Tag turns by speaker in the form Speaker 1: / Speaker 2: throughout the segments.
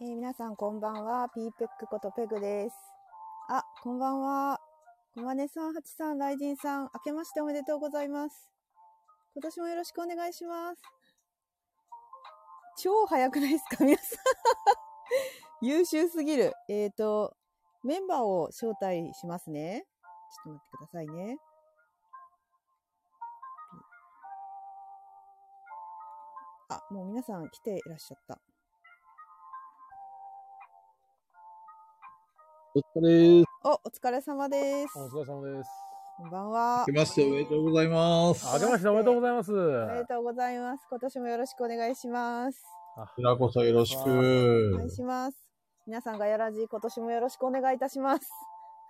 Speaker 1: えー皆さんこんばんは。ピーペックことペグです。あ、こんばんは。こまねさん、はちさん、ライジンさん、明けましておめでとうございます。今年もよろしくお願いします。超早くないですか皆さん。優秀すぎる。えっ、ー、と、メンバーを招待しますね。ちょっと待ってくださいね。あ、もう皆さん来ていらっしゃった。
Speaker 2: お疲れです。
Speaker 1: お、お疲れ様です。
Speaker 3: お疲れ様です。
Speaker 1: こんばんは。
Speaker 2: 来ましておめでとうございます。
Speaker 3: あ、明けましておめでとうございます。
Speaker 1: おめでとうございます。今年もよろしくお願いします。
Speaker 2: こちらこそよろし
Speaker 1: お願い
Speaker 2: く。
Speaker 1: します。皆さんがやらじ、今年もよろしくお願いいたします。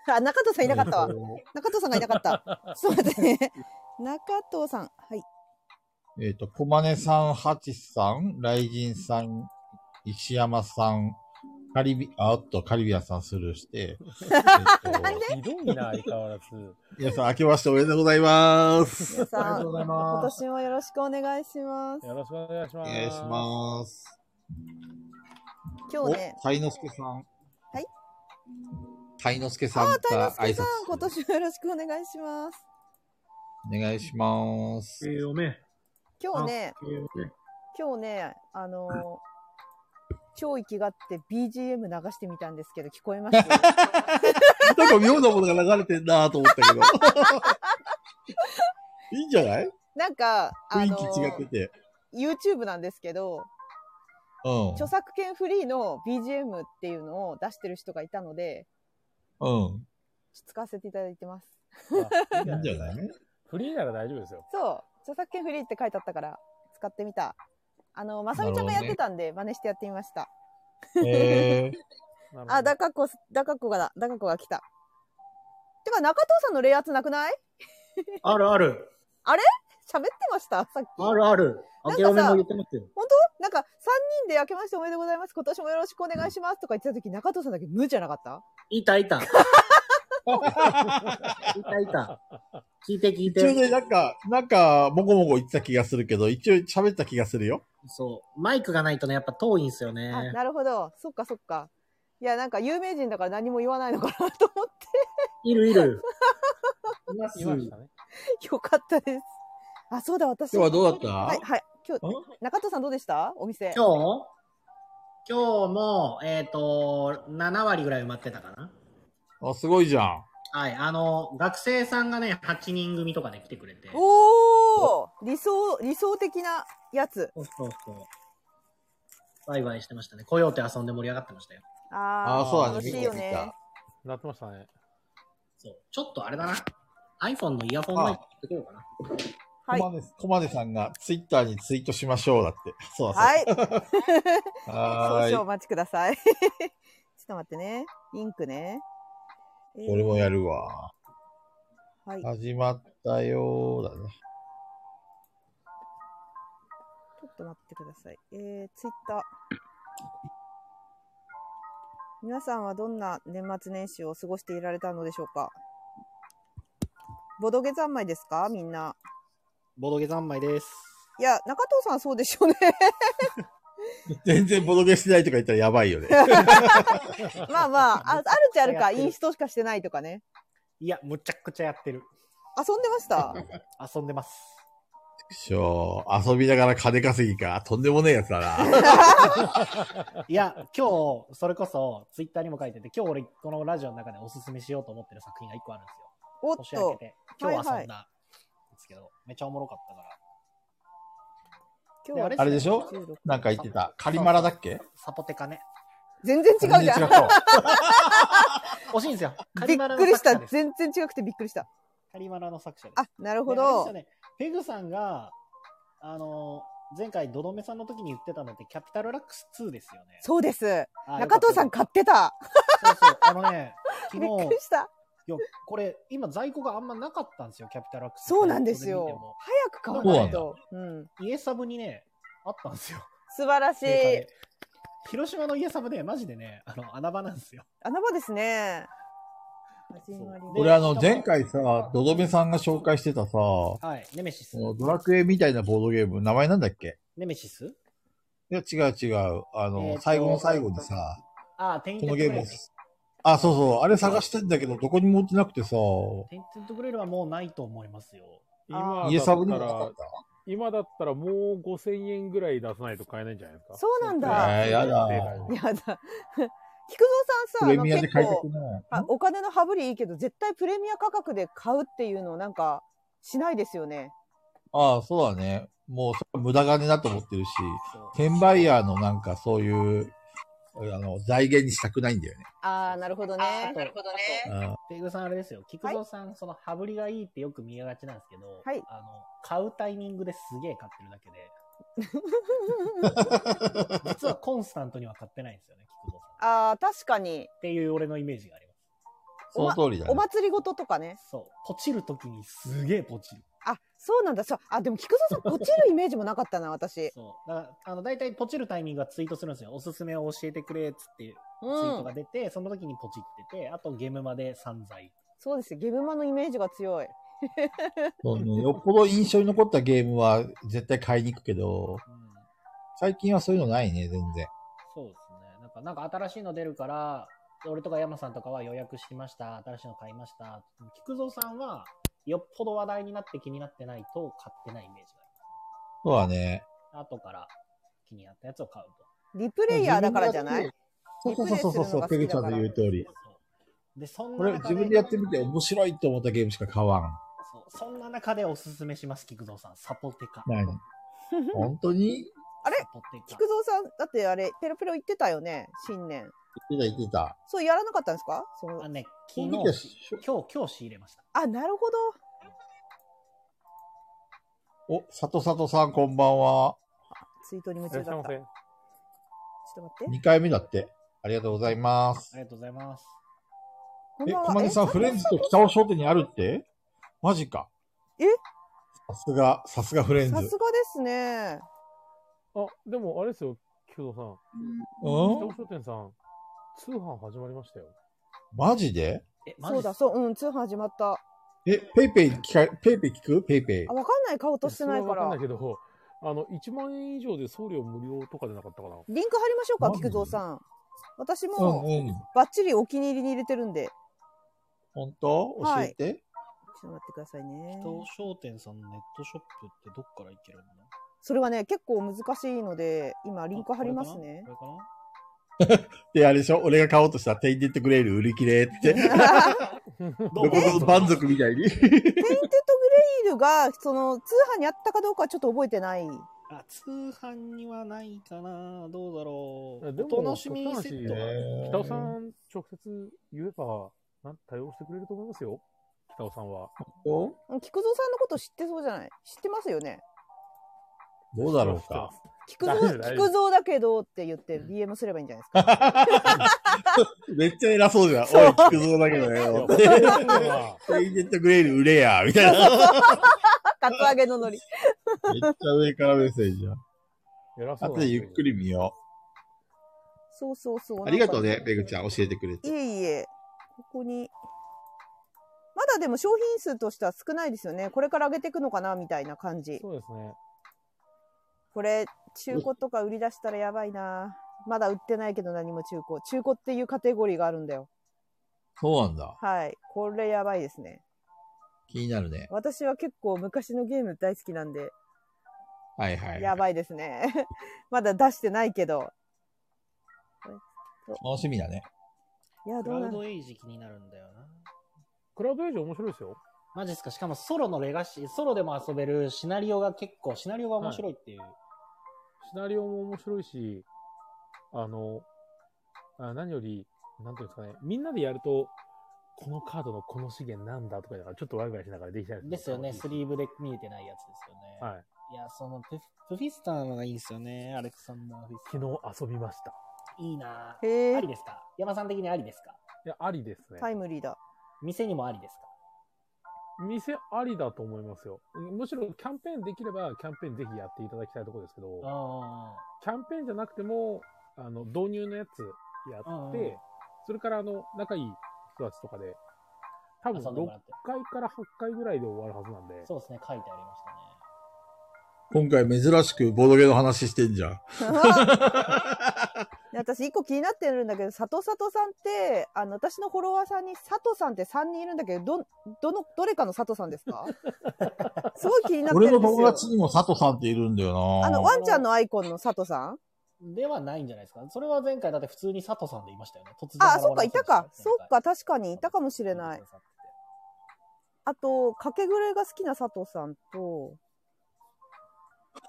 Speaker 1: あ、中藤さんいなかったわ
Speaker 2: え。ー
Speaker 1: 中藤さんがいなか った。ちょっと待ってね。中藤さん。はい。
Speaker 2: と。えっ、と、こまねさん、はちさん、ライジンさん、石山さん、カリビ、あ、おっと、カリビアンさんスルーして。えっと
Speaker 3: ひどいな、相変わらず。
Speaker 2: 皆さん、明けましておめでとうございます。
Speaker 1: 皆
Speaker 2: あ
Speaker 1: さ、
Speaker 2: りがとうんござい
Speaker 1: 今
Speaker 2: ます。
Speaker 1: 年もよろしくお願いします。
Speaker 3: よろしくお願いし
Speaker 2: お
Speaker 3: ます。
Speaker 2: 願いします。
Speaker 1: 今日
Speaker 2: お、た
Speaker 1: ね。。
Speaker 2: いのすけさん。はいたいのすけさ
Speaker 1: あ
Speaker 2: ん
Speaker 1: ー、
Speaker 2: が
Speaker 1: た
Speaker 2: 挨
Speaker 1: いのすけ
Speaker 2: 拶
Speaker 1: さん、今年もよろしくお願いします。
Speaker 2: お願いします。
Speaker 4: えー、おめ。
Speaker 1: 今日ね、
Speaker 4: えー、おめ。
Speaker 1: 今日ね、あのー超意気があって BGM 流してみたんですけど、聞こえました
Speaker 2: なんか妙なものが流れてんなと思ったけ ど。いいんじゃない
Speaker 1: なんか、あ
Speaker 2: 雰
Speaker 1: の
Speaker 2: 囲気違ってて。
Speaker 1: YouTube なんですけど、
Speaker 2: うん。
Speaker 1: 著作権フリーの BGM っていうのを出してる人がいたので、
Speaker 2: うん。
Speaker 1: 使わせていただいてます。
Speaker 3: あ。
Speaker 2: いいんじゃない
Speaker 3: フリーなら大丈夫ですよ。
Speaker 1: そう、著作権フリーって書いてあったから、使ってみた。あの、まさみちゃんがやってたんで、真似してやってみました。
Speaker 2: え
Speaker 3: なるほど
Speaker 1: あ、だかこ、だかこが、だかこが来た。てか、中藤さんの冷圧なくない
Speaker 4: あるある。
Speaker 1: 喋ってましたさっき。
Speaker 4: あるある。明けおめも言ってますよ。
Speaker 1: なんか、3人で明けましておめでとうございます。今年もよろしくお願いしますとか言ってた時、中藤さんだけ無じゃなかった
Speaker 4: いたいた。いたいた。聞いて聞い
Speaker 2: 一応ね、
Speaker 4: て。
Speaker 2: なんか、なんか、もこもこ言ってた気がするけど、一応喋った気がするよ。
Speaker 4: そう。マイクがないとね、やっぱ遠いんすよね。
Speaker 1: あ、なるほど。そっかそっか。いや、なんか有名人だから何も言わないのかなと思っ
Speaker 4: いるいる。います
Speaker 3: いましたね。
Speaker 1: てよかったです。あ、そうだ、私。
Speaker 2: 今日はどうだった
Speaker 1: はい、はい。今日、中藤さんどうでしたお店。
Speaker 4: 今日今日も、えっ、と、7割ぐらい埋まってたかな。
Speaker 2: あ、すごいじゃん。
Speaker 4: はい。あの、学生さんがね、8人組とかね、来てくれて。
Speaker 1: おー理想、理想的なやつ。
Speaker 4: そうそうそう。ワイワイしてましたね。コヨーテ遊んで盛り上がってましたよ。
Speaker 1: あ
Speaker 2: あ
Speaker 1: ー、
Speaker 2: あ、そうだね。
Speaker 1: 楽しいよね。
Speaker 3: なってましたね。
Speaker 4: そう。ちょっとあれだな。iPhone のイヤホンマイクつけようかな。
Speaker 2: コ
Speaker 1: はい。
Speaker 2: マネ、コマネさんがツイッターにツイートしましょうだって。そうだ
Speaker 1: はい。
Speaker 2: そう。
Speaker 1: 少
Speaker 2: は
Speaker 1: 々お
Speaker 2: ーい。
Speaker 1: 待ちください。 ちょっと待ってね。リンクね。えー
Speaker 2: 俺もやるわ。
Speaker 1: はい。ちょ
Speaker 2: 始まったよーだね。
Speaker 1: っと待ってください。えー、ツイッター。皆さんはどんな年末年始を過ごしていられたのでしょうかボドゲ三昧ですかみんな。
Speaker 4: ボドゲ三昧です。
Speaker 1: いや、中藤さんそうでしょうね。
Speaker 2: 全然ボドゲしてないとか言ったらやば いよね。
Speaker 1: まあまあ、ああるっちゃあるか、
Speaker 4: やってる
Speaker 1: インストしかしてないとかね。
Speaker 4: いや、むちゃくちゃやってる。
Speaker 1: 遊んでました。
Speaker 4: 遊ん でます。
Speaker 2: しょー、遊びながら金稼ぎか。とんでもねえやつだな。
Speaker 4: いや、今日、それこそ、ツイッターにも書いてて、今日俺、このラジオの中でおすすめしようと思ってる作品が一個あるんですよ。
Speaker 1: おっ
Speaker 4: 年明け
Speaker 1: と、
Speaker 4: て。今日遊んだ。
Speaker 1: はい
Speaker 4: ですけど、めちゃおもろかったから。
Speaker 1: 今日は
Speaker 2: あれでしょ
Speaker 1: 16
Speaker 2: なんか言ってた。カリマラだっけ
Speaker 4: サポテカね。
Speaker 1: 全然違うじゃん。
Speaker 2: ん。
Speaker 4: 惜しいんですよ。カ
Speaker 1: び
Speaker 4: リ
Speaker 1: っ
Speaker 4: マラ
Speaker 1: く
Speaker 4: の
Speaker 1: りし
Speaker 4: 作
Speaker 1: た
Speaker 4: 者。です。
Speaker 1: 全然違くてびっくりした。
Speaker 4: カリマラの作者です。
Speaker 1: あ、なるほ
Speaker 4: であれです
Speaker 1: ど
Speaker 4: よ。ね、ペグさんが、あの、前回、どどめさんの時に言ってたのって、キャピタルラックス2ですよね。
Speaker 1: そうです。
Speaker 4: あ
Speaker 1: 中藤さん買ってた。
Speaker 4: そうそう。あのね、
Speaker 1: び
Speaker 4: 昨
Speaker 1: っ
Speaker 4: 日、
Speaker 1: くりした。
Speaker 4: いやこれ、今、在庫があんまなかったんですよ、キャピタルラックス。
Speaker 1: そうなんです
Speaker 4: ネットで見ても
Speaker 1: よ。早く買わないと。うん。
Speaker 4: 家サブにね、あったんですよ。
Speaker 1: 素晴らし
Speaker 4: メーカー
Speaker 1: い
Speaker 4: で。広島の家サブね、マジでね、あの、穴場なんですよ。
Speaker 1: 穴場ですね。始
Speaker 4: う
Speaker 1: まり
Speaker 2: 俺あの、前回さ、ドドメさんが紹介してたさ、こ
Speaker 4: はい。ネメシス。
Speaker 2: のドラクエみたいなボードゲーム、名前なんだっけ
Speaker 4: ネメシス
Speaker 2: いや、違う違う。あの、
Speaker 4: えーと
Speaker 2: 最後の最後にさ、
Speaker 4: ああ、テイン
Speaker 2: こ
Speaker 4: テ
Speaker 2: の
Speaker 4: ッド
Speaker 2: ゲ
Speaker 4: グ
Speaker 2: ー
Speaker 4: レ
Speaker 2: ム
Speaker 4: ール。、
Speaker 2: あ、そうそう、あれ探してんだけど、どこにも売ってなくてさ、
Speaker 4: テインテッドグレールはもうないと思いますよ。
Speaker 1: あ
Speaker 3: 今
Speaker 1: ー
Speaker 2: 家サブに
Speaker 3: だ
Speaker 2: も
Speaker 3: った
Speaker 2: なからっ、た。
Speaker 3: 今だったらもう5000円ぐらい出さないと買えないんじゃないですか。
Speaker 1: そうなんだ
Speaker 2: えーやだ
Speaker 1: いやだ。 菊蔵さんさ、
Speaker 2: プ
Speaker 1: あ
Speaker 2: レ
Speaker 1: の
Speaker 2: ミアで
Speaker 1: 結
Speaker 2: 買いた
Speaker 1: 構
Speaker 2: くない。
Speaker 1: あ、お金の羽振りいいけど、絶対プレミア価格で買うっていうのをなんかしないですよね。
Speaker 2: ああ、そうだね。もう、それは無駄金だと思ってるし、
Speaker 4: そう
Speaker 2: 転売ヤーのなんかそういう、あの、財源にしたくないんだよね。
Speaker 1: ああ、なるほどね。
Speaker 4: なるほどね。
Speaker 2: うん
Speaker 4: ペグさんあれですよ、菊蔵さん、その羽振りがいいってよく見えがちなんですけど、
Speaker 1: はい
Speaker 4: あの買うタイミングですげえ買ってるだけで、実はコンスタントには買ってないんですよね、菊蔵さん。っ
Speaker 1: ああ、確かに。
Speaker 4: ていう俺のイメージがありま
Speaker 2: その通りだ
Speaker 1: お
Speaker 2: ね。
Speaker 1: 祭りごととかね。
Speaker 4: す。そう、ポチるときにすげえポチる。
Speaker 1: あ、そうなんだ。そう。あ、でも菊蔵さん、落ちるイメージもなかったな、私。
Speaker 4: そうだからあの大体ポチるタイミングはツイートするんですよ、おすすめを教えてくれっつっていう
Speaker 1: う
Speaker 4: ツイート
Speaker 1: ん
Speaker 4: が。出て、その時にポチってて、あとゲームまで散財。
Speaker 1: そうですよ。ゲブマのイメージが強い。
Speaker 2: そうね よっぽど印象に残ったゲームは絶対買いに行くけど、
Speaker 4: うん
Speaker 2: 最近はそういうのないね、全然。
Speaker 4: そうですね。なんか、なんか新しいの出るから、俺とか山さんとかは予約しました、新しいの買いました。菊蔵さんは、よっぽど話題になって気になってないと買ってないイメージが
Speaker 2: そうだね。
Speaker 4: ある。後から気になったやつを買うと。
Speaker 1: リプレイヤーだからじゃない
Speaker 2: そうそうそうそうそう、ペグちゃんの言う通り。
Speaker 4: そうで、そん
Speaker 2: こ
Speaker 4: な
Speaker 2: れ
Speaker 4: 中
Speaker 2: 自
Speaker 4: で
Speaker 2: 分でやってみて面白いと思ったゲームしか買わん。
Speaker 4: そうそんな中でおすすめします、菊蔵さん。サポテカ。
Speaker 2: 何本当に
Speaker 4: あ
Speaker 1: れ
Speaker 4: サポ
Speaker 1: 菊
Speaker 4: テ
Speaker 1: 蔵さん、だってあれ、ペロペロ言ってたよね、新年。
Speaker 2: 言ってた言ってた。
Speaker 1: そう、やらなかったんですかそ
Speaker 4: カ。あ
Speaker 1: の
Speaker 4: ね、昨
Speaker 2: この
Speaker 4: 日、今
Speaker 2: 時はし
Speaker 4: 日、今日仕入れました。
Speaker 1: あ、なるほど。
Speaker 2: お、さとさとさんこんばんは。
Speaker 1: ツイートに夢
Speaker 3: いら
Speaker 1: 中
Speaker 3: っし
Speaker 1: だ
Speaker 3: ゃい
Speaker 1: った。ち
Speaker 3: ま
Speaker 1: ょ
Speaker 3: せ。
Speaker 1: っと待って。
Speaker 2: 2回目だって。ありがとうございます
Speaker 4: あり。がとうございます。
Speaker 1: こ
Speaker 2: え、小金さん、フレンズと
Speaker 1: 来
Speaker 2: 北尾商店にあるってマジか。
Speaker 1: え
Speaker 2: さすが、さすがフレンズ。
Speaker 1: さ
Speaker 2: うん
Speaker 1: すがですね。
Speaker 3: あ、でもあれですよ、菊堂さん。北尾商店さん、通販始まりましたよ。
Speaker 2: マジで
Speaker 4: え、マジ
Speaker 1: そうだ、そう、うん、通販始まった。あ、
Speaker 2: え、ペイペイ聞か、ペイペイ聞くペイペイ。
Speaker 1: わかんない、買おうとしてないか
Speaker 3: それはわからんな。いけど、あの、1万円以上で送料無料とかでなかったかな。
Speaker 1: リンク貼りましょうか、
Speaker 2: マジ
Speaker 1: 菊蔵さん。私
Speaker 2: う
Speaker 1: も、
Speaker 2: んうん。
Speaker 1: バッチリお気に入りに入れてるんで。
Speaker 2: 本当教えて。
Speaker 1: ちょっと待ってくださいね。
Speaker 4: 人商店さんのネットショップってどっから行けるんだ
Speaker 1: それはね、結構難しいので、今、リンク貼りますね
Speaker 4: こ。れかな
Speaker 2: で、あれでしょ俺が買おうとしたら店員で言ってくれる売り切れ って。
Speaker 4: これ
Speaker 2: どこ
Speaker 4: かな
Speaker 2: ぞの蛮族みたいに。
Speaker 1: ペインテッドグレイルが、その、通販にあったかどうかはちょっと覚えてない。
Speaker 4: あ、通販にはないかなどうだろ
Speaker 3: え
Speaker 4: う
Speaker 3: でも
Speaker 4: お楽しみセットは
Speaker 3: 北尾さん、直接言えば、なん対応してくれると思いますよ。北尾さんは。
Speaker 2: ど
Speaker 1: うん菊蔵さんのこと知ってそうじゃない知ってますよね
Speaker 2: うだろうか。
Speaker 1: 菊
Speaker 3: 大丈
Speaker 1: 蔵
Speaker 3: 夫大丈夫
Speaker 1: 菊蔵だけどって言って DM すればいいんじゃないですか
Speaker 2: めっちゃ偉そうじゃん。
Speaker 1: そう
Speaker 2: おい、聞くぞだけど
Speaker 3: いや
Speaker 2: よ。
Speaker 3: 北尾 さんは
Speaker 2: ペインデッドグレイル売れや、みたいな。
Speaker 1: カツアゲのノリ。
Speaker 2: めっちゃ上からメッセージじゃん。
Speaker 3: 偉そう
Speaker 2: 後でゆっく
Speaker 3: り。
Speaker 2: り見よ
Speaker 1: そうそうそう。
Speaker 2: う。ありがとうね、ペグ
Speaker 1: ゃ
Speaker 2: ちゃん、教えてくれ
Speaker 1: ん。い
Speaker 2: て。
Speaker 1: えいえ。ここに。まだでも商品数としては少ないですよね。これから上げていくのかなみたいな感じ。
Speaker 3: そうですね。
Speaker 1: これ、中古とか売り出したらやばいな。まだ売ってないけど何も中古。中古っていうカテゴリーがあるんだよ。
Speaker 2: そうなんだ。
Speaker 1: はい。これやばいですね。
Speaker 2: 気になるね。
Speaker 1: 私は結構昔のゲーム大好きなんで、
Speaker 2: はいはい。
Speaker 1: やばいですね。 まだ出してないけど。
Speaker 2: 楽しみだね。
Speaker 1: いや、
Speaker 4: ク
Speaker 1: どう
Speaker 4: ラ
Speaker 1: な
Speaker 4: ウ
Speaker 1: の
Speaker 4: ドエイジ気になるんだよな。
Speaker 3: クラウドエイジ面白いですよ。
Speaker 4: マジっすかしかもソロのレガシー、ソロでも遊べるシナリオが結構、シナリオが面白いっていう。
Speaker 3: シナリオも面白いし、あの、あ何より、なんていうんですかね、みんなでやると、このカードのこの資源なんだとかだから、ちょっとワイワイしながらできたり
Speaker 4: ですよね。スリー
Speaker 3: ブ。
Speaker 4: ブで見えてないやつですよね。
Speaker 3: はい。
Speaker 4: い、や、そのプフ、プフィスターのがいいんですよね。アレクサンダーフィスタ
Speaker 3: 昨日遊びました。
Speaker 4: ー。いいなぁ
Speaker 1: へ
Speaker 4: あ
Speaker 1: え
Speaker 4: り、ですか山さん的にありですか
Speaker 3: いや、ありですね。
Speaker 1: タイムリーだ。
Speaker 4: 店にもありですか
Speaker 3: 店ありだと思いますよ。むしろキャンペーンできれば、キャンペーンぜひやっていただきたいところですけど、
Speaker 4: あ
Speaker 3: キャンペーンじゃなくても、あの、導入のやつや
Speaker 4: うん
Speaker 3: っ
Speaker 4: うん
Speaker 3: て、それからあの、仲いい人たちとかで、多
Speaker 4: あ。
Speaker 3: 分
Speaker 4: 遊んでも
Speaker 3: 6
Speaker 4: らって。
Speaker 3: 回から8回ぐらいで終わるはずなんで、
Speaker 4: そうですね。書いてありました
Speaker 2: 今
Speaker 4: ね。
Speaker 2: 回珍しくボドゲの話してんじゃん。
Speaker 1: で私一個気になってるんだけど佐藤佐藤さんってあの私のフォロワーさんに佐藤さんって3人いるんだけどどどのどれかの佐藤さんです かすごい気になって
Speaker 2: 俺
Speaker 1: る
Speaker 2: の
Speaker 1: んです
Speaker 2: 友
Speaker 1: よ
Speaker 2: 達にも佐藤さんっているんだよ
Speaker 1: あの
Speaker 2: な
Speaker 1: ワンちゃんのアイコンの佐藤さん
Speaker 4: ではないんじゃないですか。それは前回だって普通に佐藤さんでいましたよね。突然現れま
Speaker 1: あ
Speaker 4: し
Speaker 1: あそっかいたかそっか確か
Speaker 4: か
Speaker 1: にいたかもしれない。あとかけぐれが好きな佐藤さんと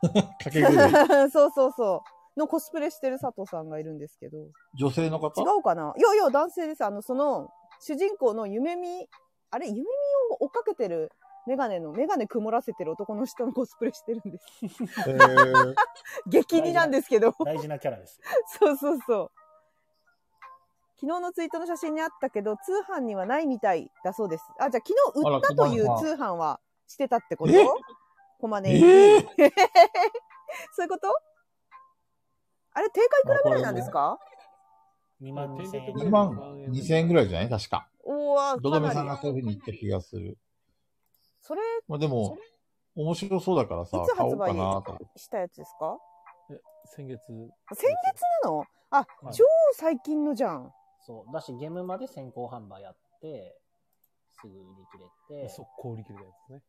Speaker 2: かけ声。
Speaker 1: そうそうそうのコスプレしてる佐藤さんがいるんですけど
Speaker 2: 女性の
Speaker 1: 違
Speaker 2: 方
Speaker 1: うかないやいや、男性です。あの、その、主人公の夢見、あれ、夢見を追っかけてるメガネの、メガネ曇らせてる男の人のコスプレしてるんです。
Speaker 2: えー、
Speaker 1: 激似なんですけど。
Speaker 4: 大事なキャラです。
Speaker 1: そうそうそう。昨日のツイートの写真にあったけど、通販にはないみたいだそうです。あ、じゃあ昨日売ったという
Speaker 2: あら小
Speaker 1: 通
Speaker 2: 金
Speaker 1: 販はしてたってこと
Speaker 2: え
Speaker 1: コマネに。
Speaker 2: えー、
Speaker 1: そういうことあれ、定価いくらぐらいなんですか
Speaker 4: 2万2000円。
Speaker 2: 2万2000円ぐらいじゃない確か。
Speaker 1: おー、
Speaker 2: ド
Speaker 1: かな
Speaker 2: ドメ
Speaker 1: り
Speaker 2: さんがそういうふうに言った気がする。
Speaker 1: それ
Speaker 2: まあでも、面白そうだからさ
Speaker 1: いつ、
Speaker 2: 買お
Speaker 1: 発
Speaker 2: うか
Speaker 1: 売
Speaker 2: なと。
Speaker 1: したやつですか
Speaker 3: 先月。
Speaker 1: 先月なのあ、
Speaker 3: はい
Speaker 1: 超最近のじゃん。
Speaker 4: そう。だし、ゲームまで先行販売やって、すぐ売り切れて、
Speaker 3: 速攻売り切れたやつね。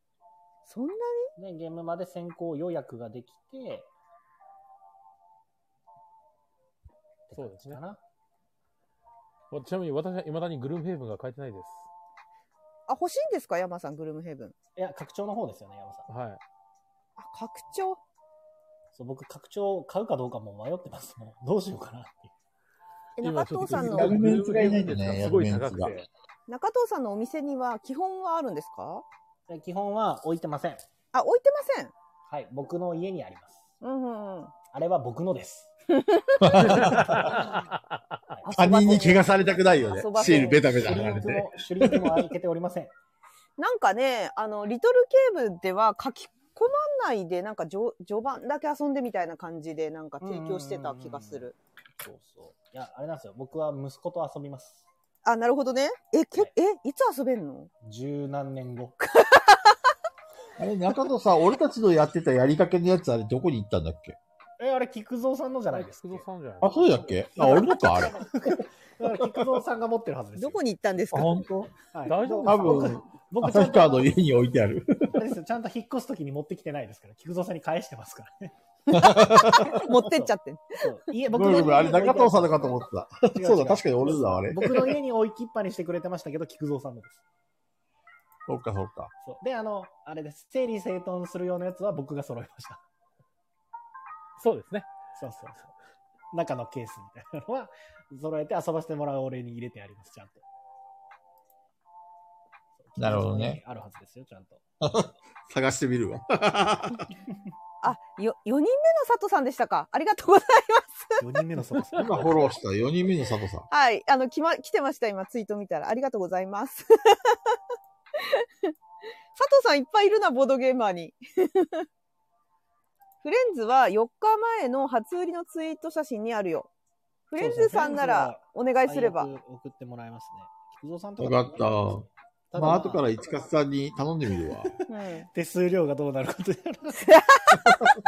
Speaker 1: そんなに
Speaker 4: で、ゲームまで先行予約ができて、
Speaker 3: そうですね
Speaker 4: って感じか
Speaker 3: わちなみに私は未だにグルームヘイブンが買えてないです。
Speaker 1: あ、欲しいんですか山さん、グルームヘブン。
Speaker 4: な。いや、拡張の方ですよね、山さん。
Speaker 3: はい。
Speaker 1: あ、拡張。
Speaker 4: そう、僕、拡張買うかどうかも迷ってますも ん。どうしようかなっていう。
Speaker 1: え、
Speaker 3: 今
Speaker 1: 中
Speaker 3: ちょっと
Speaker 1: 藤さんの
Speaker 2: や、る
Speaker 3: グルームヘイブンのやつがすごい
Speaker 2: やるメン
Speaker 3: 高
Speaker 2: ツ
Speaker 3: く
Speaker 2: が
Speaker 3: て。
Speaker 1: 中藤さんのお店には基本はあるんですか
Speaker 4: で基本は置いてません。
Speaker 1: あ、置いてません。
Speaker 4: はい、僕の家にあります。
Speaker 1: うんうんうん。
Speaker 4: あれは僕のです。
Speaker 2: 他人に怪我されたくないよね
Speaker 1: 遊ば。せ
Speaker 2: シ
Speaker 1: る
Speaker 2: ールベタベ
Speaker 4: シ
Speaker 2: タ
Speaker 4: ュ
Speaker 2: 貼
Speaker 4: リ
Speaker 2: ら
Speaker 4: ン
Speaker 2: れ
Speaker 4: ク
Speaker 2: て。
Speaker 4: も、シュリンクも開けておりません。
Speaker 1: なんかね、あの、リトルケーブでは書き込まないで、なんか序序盤だけ遊んでみたいな感じで、なんか提供してた気がする。
Speaker 4: そうそう。いや、あれなんですよ。僕は息子と遊びます。
Speaker 1: あ、なるほどね。え、け
Speaker 4: はい
Speaker 1: え、いつ遊べんの
Speaker 4: 十何年後。
Speaker 2: あれ、中野さん、俺たちのやってたやりかけのやつ、あれどこに行ったんだっけ
Speaker 4: え、あれ、菊蔵さんのじ ゃないです
Speaker 3: 福
Speaker 4: か。
Speaker 3: 蔵さんじゃない
Speaker 2: あ、そうだっけあ、俺のか、あれ。あ、
Speaker 4: だから菊蔵さんが持ってるはずですよ。
Speaker 1: どこに行ったんですか
Speaker 2: 本当？
Speaker 4: はい
Speaker 3: 大丈夫
Speaker 2: 多分、
Speaker 4: 僕、僕ちゃ
Speaker 2: 旭
Speaker 4: んと
Speaker 2: 川の家に置いてある。
Speaker 4: あれですよちゃんと引っ越すときに持ってきてないですから、菊蔵さんに返してます からね。
Speaker 1: 持ってっちゃって。
Speaker 4: そう家
Speaker 2: ご
Speaker 4: 僕
Speaker 2: めん
Speaker 4: の
Speaker 2: ごめん、あ
Speaker 4: 家
Speaker 2: れ
Speaker 4: に置いて
Speaker 2: 中藤さんだかと思ってた。
Speaker 4: 違
Speaker 2: そう
Speaker 4: 違
Speaker 2: だ、確かに俺のだ、あれ。
Speaker 4: 僕の家に置いきっぱにしてくれてましたけど、菊蔵さんのです。
Speaker 2: そっか、そっか。
Speaker 4: そう。で、あの、あれです。整理整頓するようなやつは僕が揃えました。
Speaker 3: そうですね。
Speaker 4: そうそうそう。中のケースみたいなのは、揃えて遊ばせてもらうお礼に入れてあります、ちゃんと。そう
Speaker 2: なるほどね。
Speaker 4: あるはずですよ、ちゃんと。
Speaker 2: 探してみるわ。
Speaker 1: あ、よ、4人目の佐藤さんでしたか。ありがとうございます。
Speaker 4: 4人目の 外さん。
Speaker 2: 今フォローした4人目の佐藤さん。
Speaker 1: はい。あの、来ま、来てました、今、ツイート見たら。ありがとうございます。 佐藤さんいっぱいいるな、ボードゲーマーに。 フレンズは4日前の初売りのツイート写真にあるよ。フレンズさんならお願いすれば。
Speaker 4: 最悪送ってもらえますね。菊蔵さんと
Speaker 2: よ
Speaker 4: か。
Speaker 2: かった。
Speaker 4: ただ
Speaker 2: まあ、後から市勝さんに頼んでみ るわ。
Speaker 1: うん
Speaker 4: 手数料がどうなることや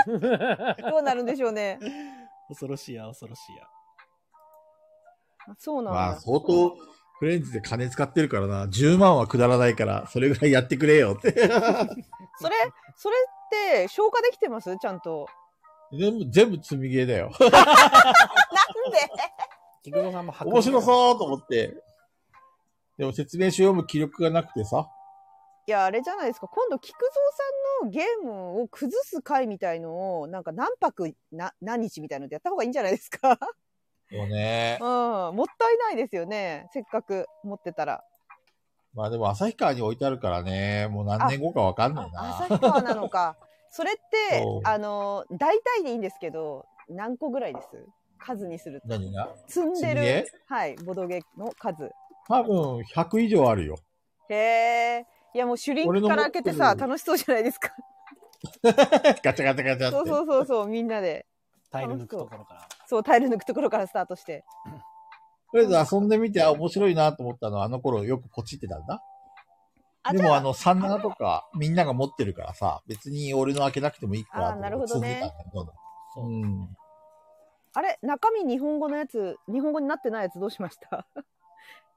Speaker 4: ら。
Speaker 1: どうなるんでしょうね。
Speaker 4: 恐ろしいや、恐ろしいや。
Speaker 1: あそうなんだ。
Speaker 2: まあ、相当、フレンズで金使ってるからな。10万はくだらないから、それぐらいやってくれよって。
Speaker 1: それ、それって消化できてますちゃんと。
Speaker 2: 全部、全部積みゲーだよ。
Speaker 1: な んで
Speaker 4: 菊蔵さんも白
Speaker 2: 面白
Speaker 4: う。
Speaker 2: そうと思って。でも説明書読む気力がなくてさ。
Speaker 1: いや、あれじゃないですか。今度、菊蔵さんのゲームを崩す回みたいのを、なんか何泊な、何日みたいのでやった方がいいんじゃないです か。
Speaker 2: もうね。
Speaker 1: うん。もったいないですよね。せっかく持ってたら。
Speaker 2: まあでも旭川に置いてあるからね、もう何年後かわかんないな。
Speaker 1: 旭川なのか。それって
Speaker 2: そう、
Speaker 1: あの、大体でいいんですけど、何個ぐらいです数にすると。
Speaker 2: 何が
Speaker 1: 積んで
Speaker 2: 積み
Speaker 1: る
Speaker 2: 絵、
Speaker 1: はい、ボドゲの数。
Speaker 2: 多分100以上あるよ。
Speaker 1: へえ。いや、もうシュリンクから開けてさ、
Speaker 2: 俺の
Speaker 1: 楽しそうじゃないです か。
Speaker 2: ガチャガチャガチャって。
Speaker 1: そうそうそうそう、みんなで。
Speaker 4: タイル抜くところから。
Speaker 1: そう、タイル抜くところからスタートして。
Speaker 2: とりあえず遊んでみて、あ、面白いなと思ったのは、あの頃よくポチってたんだ。
Speaker 1: あ、
Speaker 5: で
Speaker 1: じ
Speaker 5: も
Speaker 1: ゃ
Speaker 5: あ
Speaker 1: あ、
Speaker 5: の、37とかみんなが持ってるからさ、別に俺の開けなくてもいいから
Speaker 1: あーなるほどね
Speaker 5: と思って続けた
Speaker 4: そうん
Speaker 5: だけど。うん。
Speaker 1: あれ、中身日本語のやつ、日本語になってないやつどうしました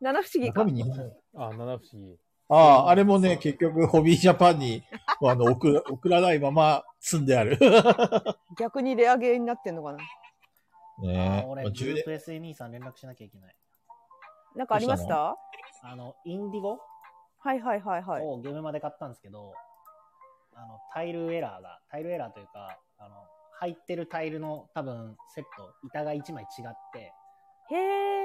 Speaker 1: 七不思議か。
Speaker 5: 中身日本語
Speaker 3: あ、七不思議。
Speaker 5: ああ、あれもね、結局、ホビージャパンに、 あの、送ら送らないまま積んである。
Speaker 1: 逆にレアゲーになってんのかな
Speaker 5: ね
Speaker 4: あ
Speaker 5: え。
Speaker 4: 俺、
Speaker 5: まあ
Speaker 4: グ
Speaker 5: 充
Speaker 4: ル
Speaker 5: 電
Speaker 4: ープ SME さん連絡しなきゃいけない。
Speaker 1: なんかありまし
Speaker 5: どうした
Speaker 1: た
Speaker 4: あの、インディゴ
Speaker 1: はいはいはいはい。
Speaker 4: をゲームまで買ったんですけど、あの、タイルエラーが、タイルエラーというか、あの、入ってるタイルの多分セット、板が1枚違って、
Speaker 1: へ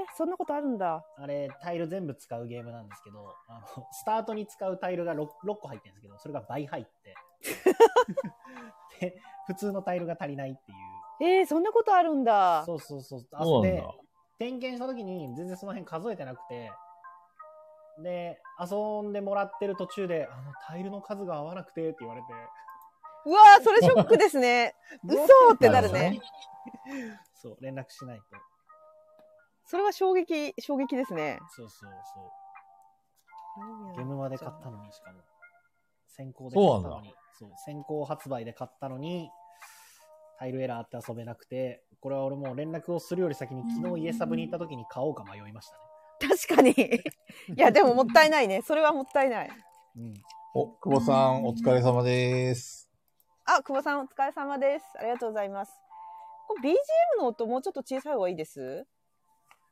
Speaker 1: え、そんなことあるんだ。
Speaker 4: あれ、タイル全部使うゲームなんですけど、あの、スタートに使うタイルが 6, 6個入ってるんですけど、それが倍 入って。で、普通のタイルが足りないっていう。
Speaker 1: えー、そんなことあるんだ。
Speaker 4: そうそうそう。
Speaker 5: そうなん
Speaker 4: で
Speaker 5: だ、
Speaker 4: 点検した時に全然その辺数えてなくて、で、遊んでもらってる途中で、あの、タイルの数が合わなくてって言われて、
Speaker 1: うわー、それショックですね。嘘ってなるね。
Speaker 4: そう、連絡しないと。
Speaker 1: それは衝撃、衝撃ですね。
Speaker 4: そうそうそう。ゲームまで買ったのに、しかも。先行で買ったのに。そう先行発売で買ったのに、タイルエラーって遊べなくて、これは俺もう連絡をするより先に昨日家サブに行った時に買おうか迷いました
Speaker 1: 確かに。い
Speaker 4: ね。
Speaker 1: や、でももったいないね。それはもったいない。
Speaker 4: うん。
Speaker 5: お、久保さん、お疲れ様です。
Speaker 1: あ、久保さんお疲れ様です。ありがとうございます。これ BGM の音もうちょっと小さい方がいいです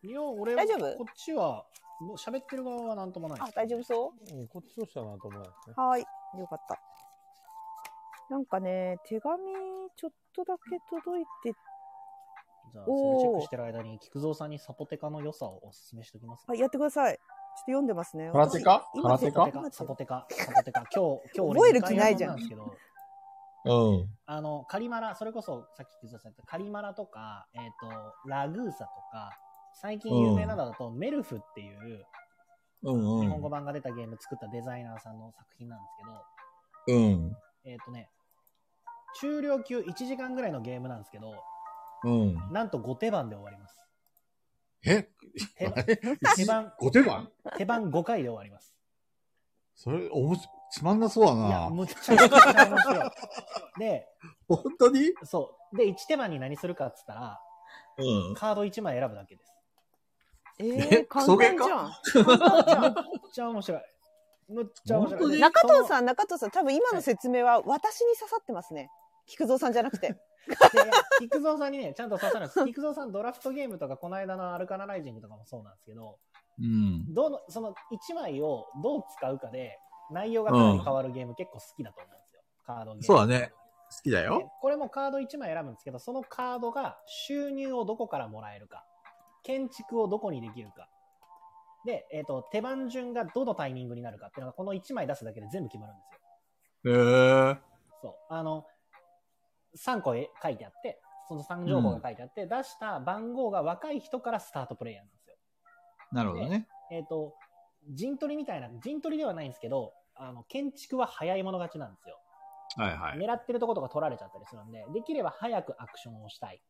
Speaker 4: いや、俺は
Speaker 1: 大丈夫
Speaker 4: こっちは、もう喋ってる側はなんともない。
Speaker 1: あ、大丈夫そう
Speaker 3: うん、こっちどうしたなと思わないですね。
Speaker 1: はーい。よかった。なんかね、手紙ちょっとだけ届いて、
Speaker 4: じゃあ、それチェックしてる間に、菊蔵さんにサポテカの良さをお勧めしておきます。
Speaker 1: あ、やってください。ちょっと読んでますね。
Speaker 5: 空手か
Speaker 1: 私
Speaker 5: 空手か
Speaker 4: サポテカ、サポテカ、サポテカ。今日、今日俺
Speaker 1: 覚える気ないじゃん
Speaker 4: 二回読だですけど
Speaker 5: うん。
Speaker 4: あの、カリマラ、それこそさっき言ってたカリマラとか、えっ、と、ラグーサとか、最近有名なのだと、メルフっていう
Speaker 5: うんう
Speaker 4: 日
Speaker 5: ん
Speaker 4: 本語版が出たゲーム作ったデザイナーさんの作品なんですけど、
Speaker 5: うん。
Speaker 4: えっ、とね、中量級1時間ぐらいのゲームなんですけど、
Speaker 5: うん。
Speaker 4: なんと5手番で終わります。
Speaker 5: え
Speaker 4: 手番 手番、
Speaker 5: ご手番
Speaker 4: 手番5回で終わります。
Speaker 5: それ、おもし、つまんなそうだ
Speaker 4: いや、
Speaker 5: な。
Speaker 4: むっちゃくちゃ面白い。で、
Speaker 5: 本当に
Speaker 4: そう。で、1手番に何するかっつったら、
Speaker 5: うん。
Speaker 4: カード1枚選ぶだ けです。
Speaker 1: え
Speaker 5: え
Speaker 1: ー、簡単じゃん。
Speaker 4: むっちゃ面白い。むっちゃ面
Speaker 5: 本
Speaker 4: 白
Speaker 5: 当
Speaker 4: い。
Speaker 5: に
Speaker 1: 中藤
Speaker 4: ん。
Speaker 1: さん、中藤さん、多分今の説明は私に刺さってますね。菊蔵さんじゃなくて。
Speaker 4: いやいや菊蔵さんにね、ちゃんと刺さるんです。菊蔵さん、ドラフトゲームとか、この間のアルカナライジングとかもそうなんですけど、
Speaker 5: うん。
Speaker 4: どの、その1枚をどう使うかで、内容がかなり変わるゲーム、結構好きだと思うんですよ。カードゲーム。
Speaker 5: そうだね。好きだ
Speaker 4: で
Speaker 5: よ。
Speaker 4: これもカード1枚選ぶんですけど、そのカードが収入をどこからもらえるか、建築をどこにできるか、で、えっ、と、手番順がどのタイミングになるかっていうのが、この1枚出すだけで全部決まるんですよ。
Speaker 5: へえ。
Speaker 4: そう。あの、3個え書いてあって、その3情報が書いてあって、出した番号が若い人からスタートプレイヤーなんですよ。
Speaker 5: なるほどね。
Speaker 4: えっ、と、陣取りみたいな、陣取りではないんですけど、あの、建築は早い者勝ちなんですよ。
Speaker 5: はいはい。
Speaker 4: 狙ってるとことか取られちゃったりするんで、できれば早くアクションをしたい。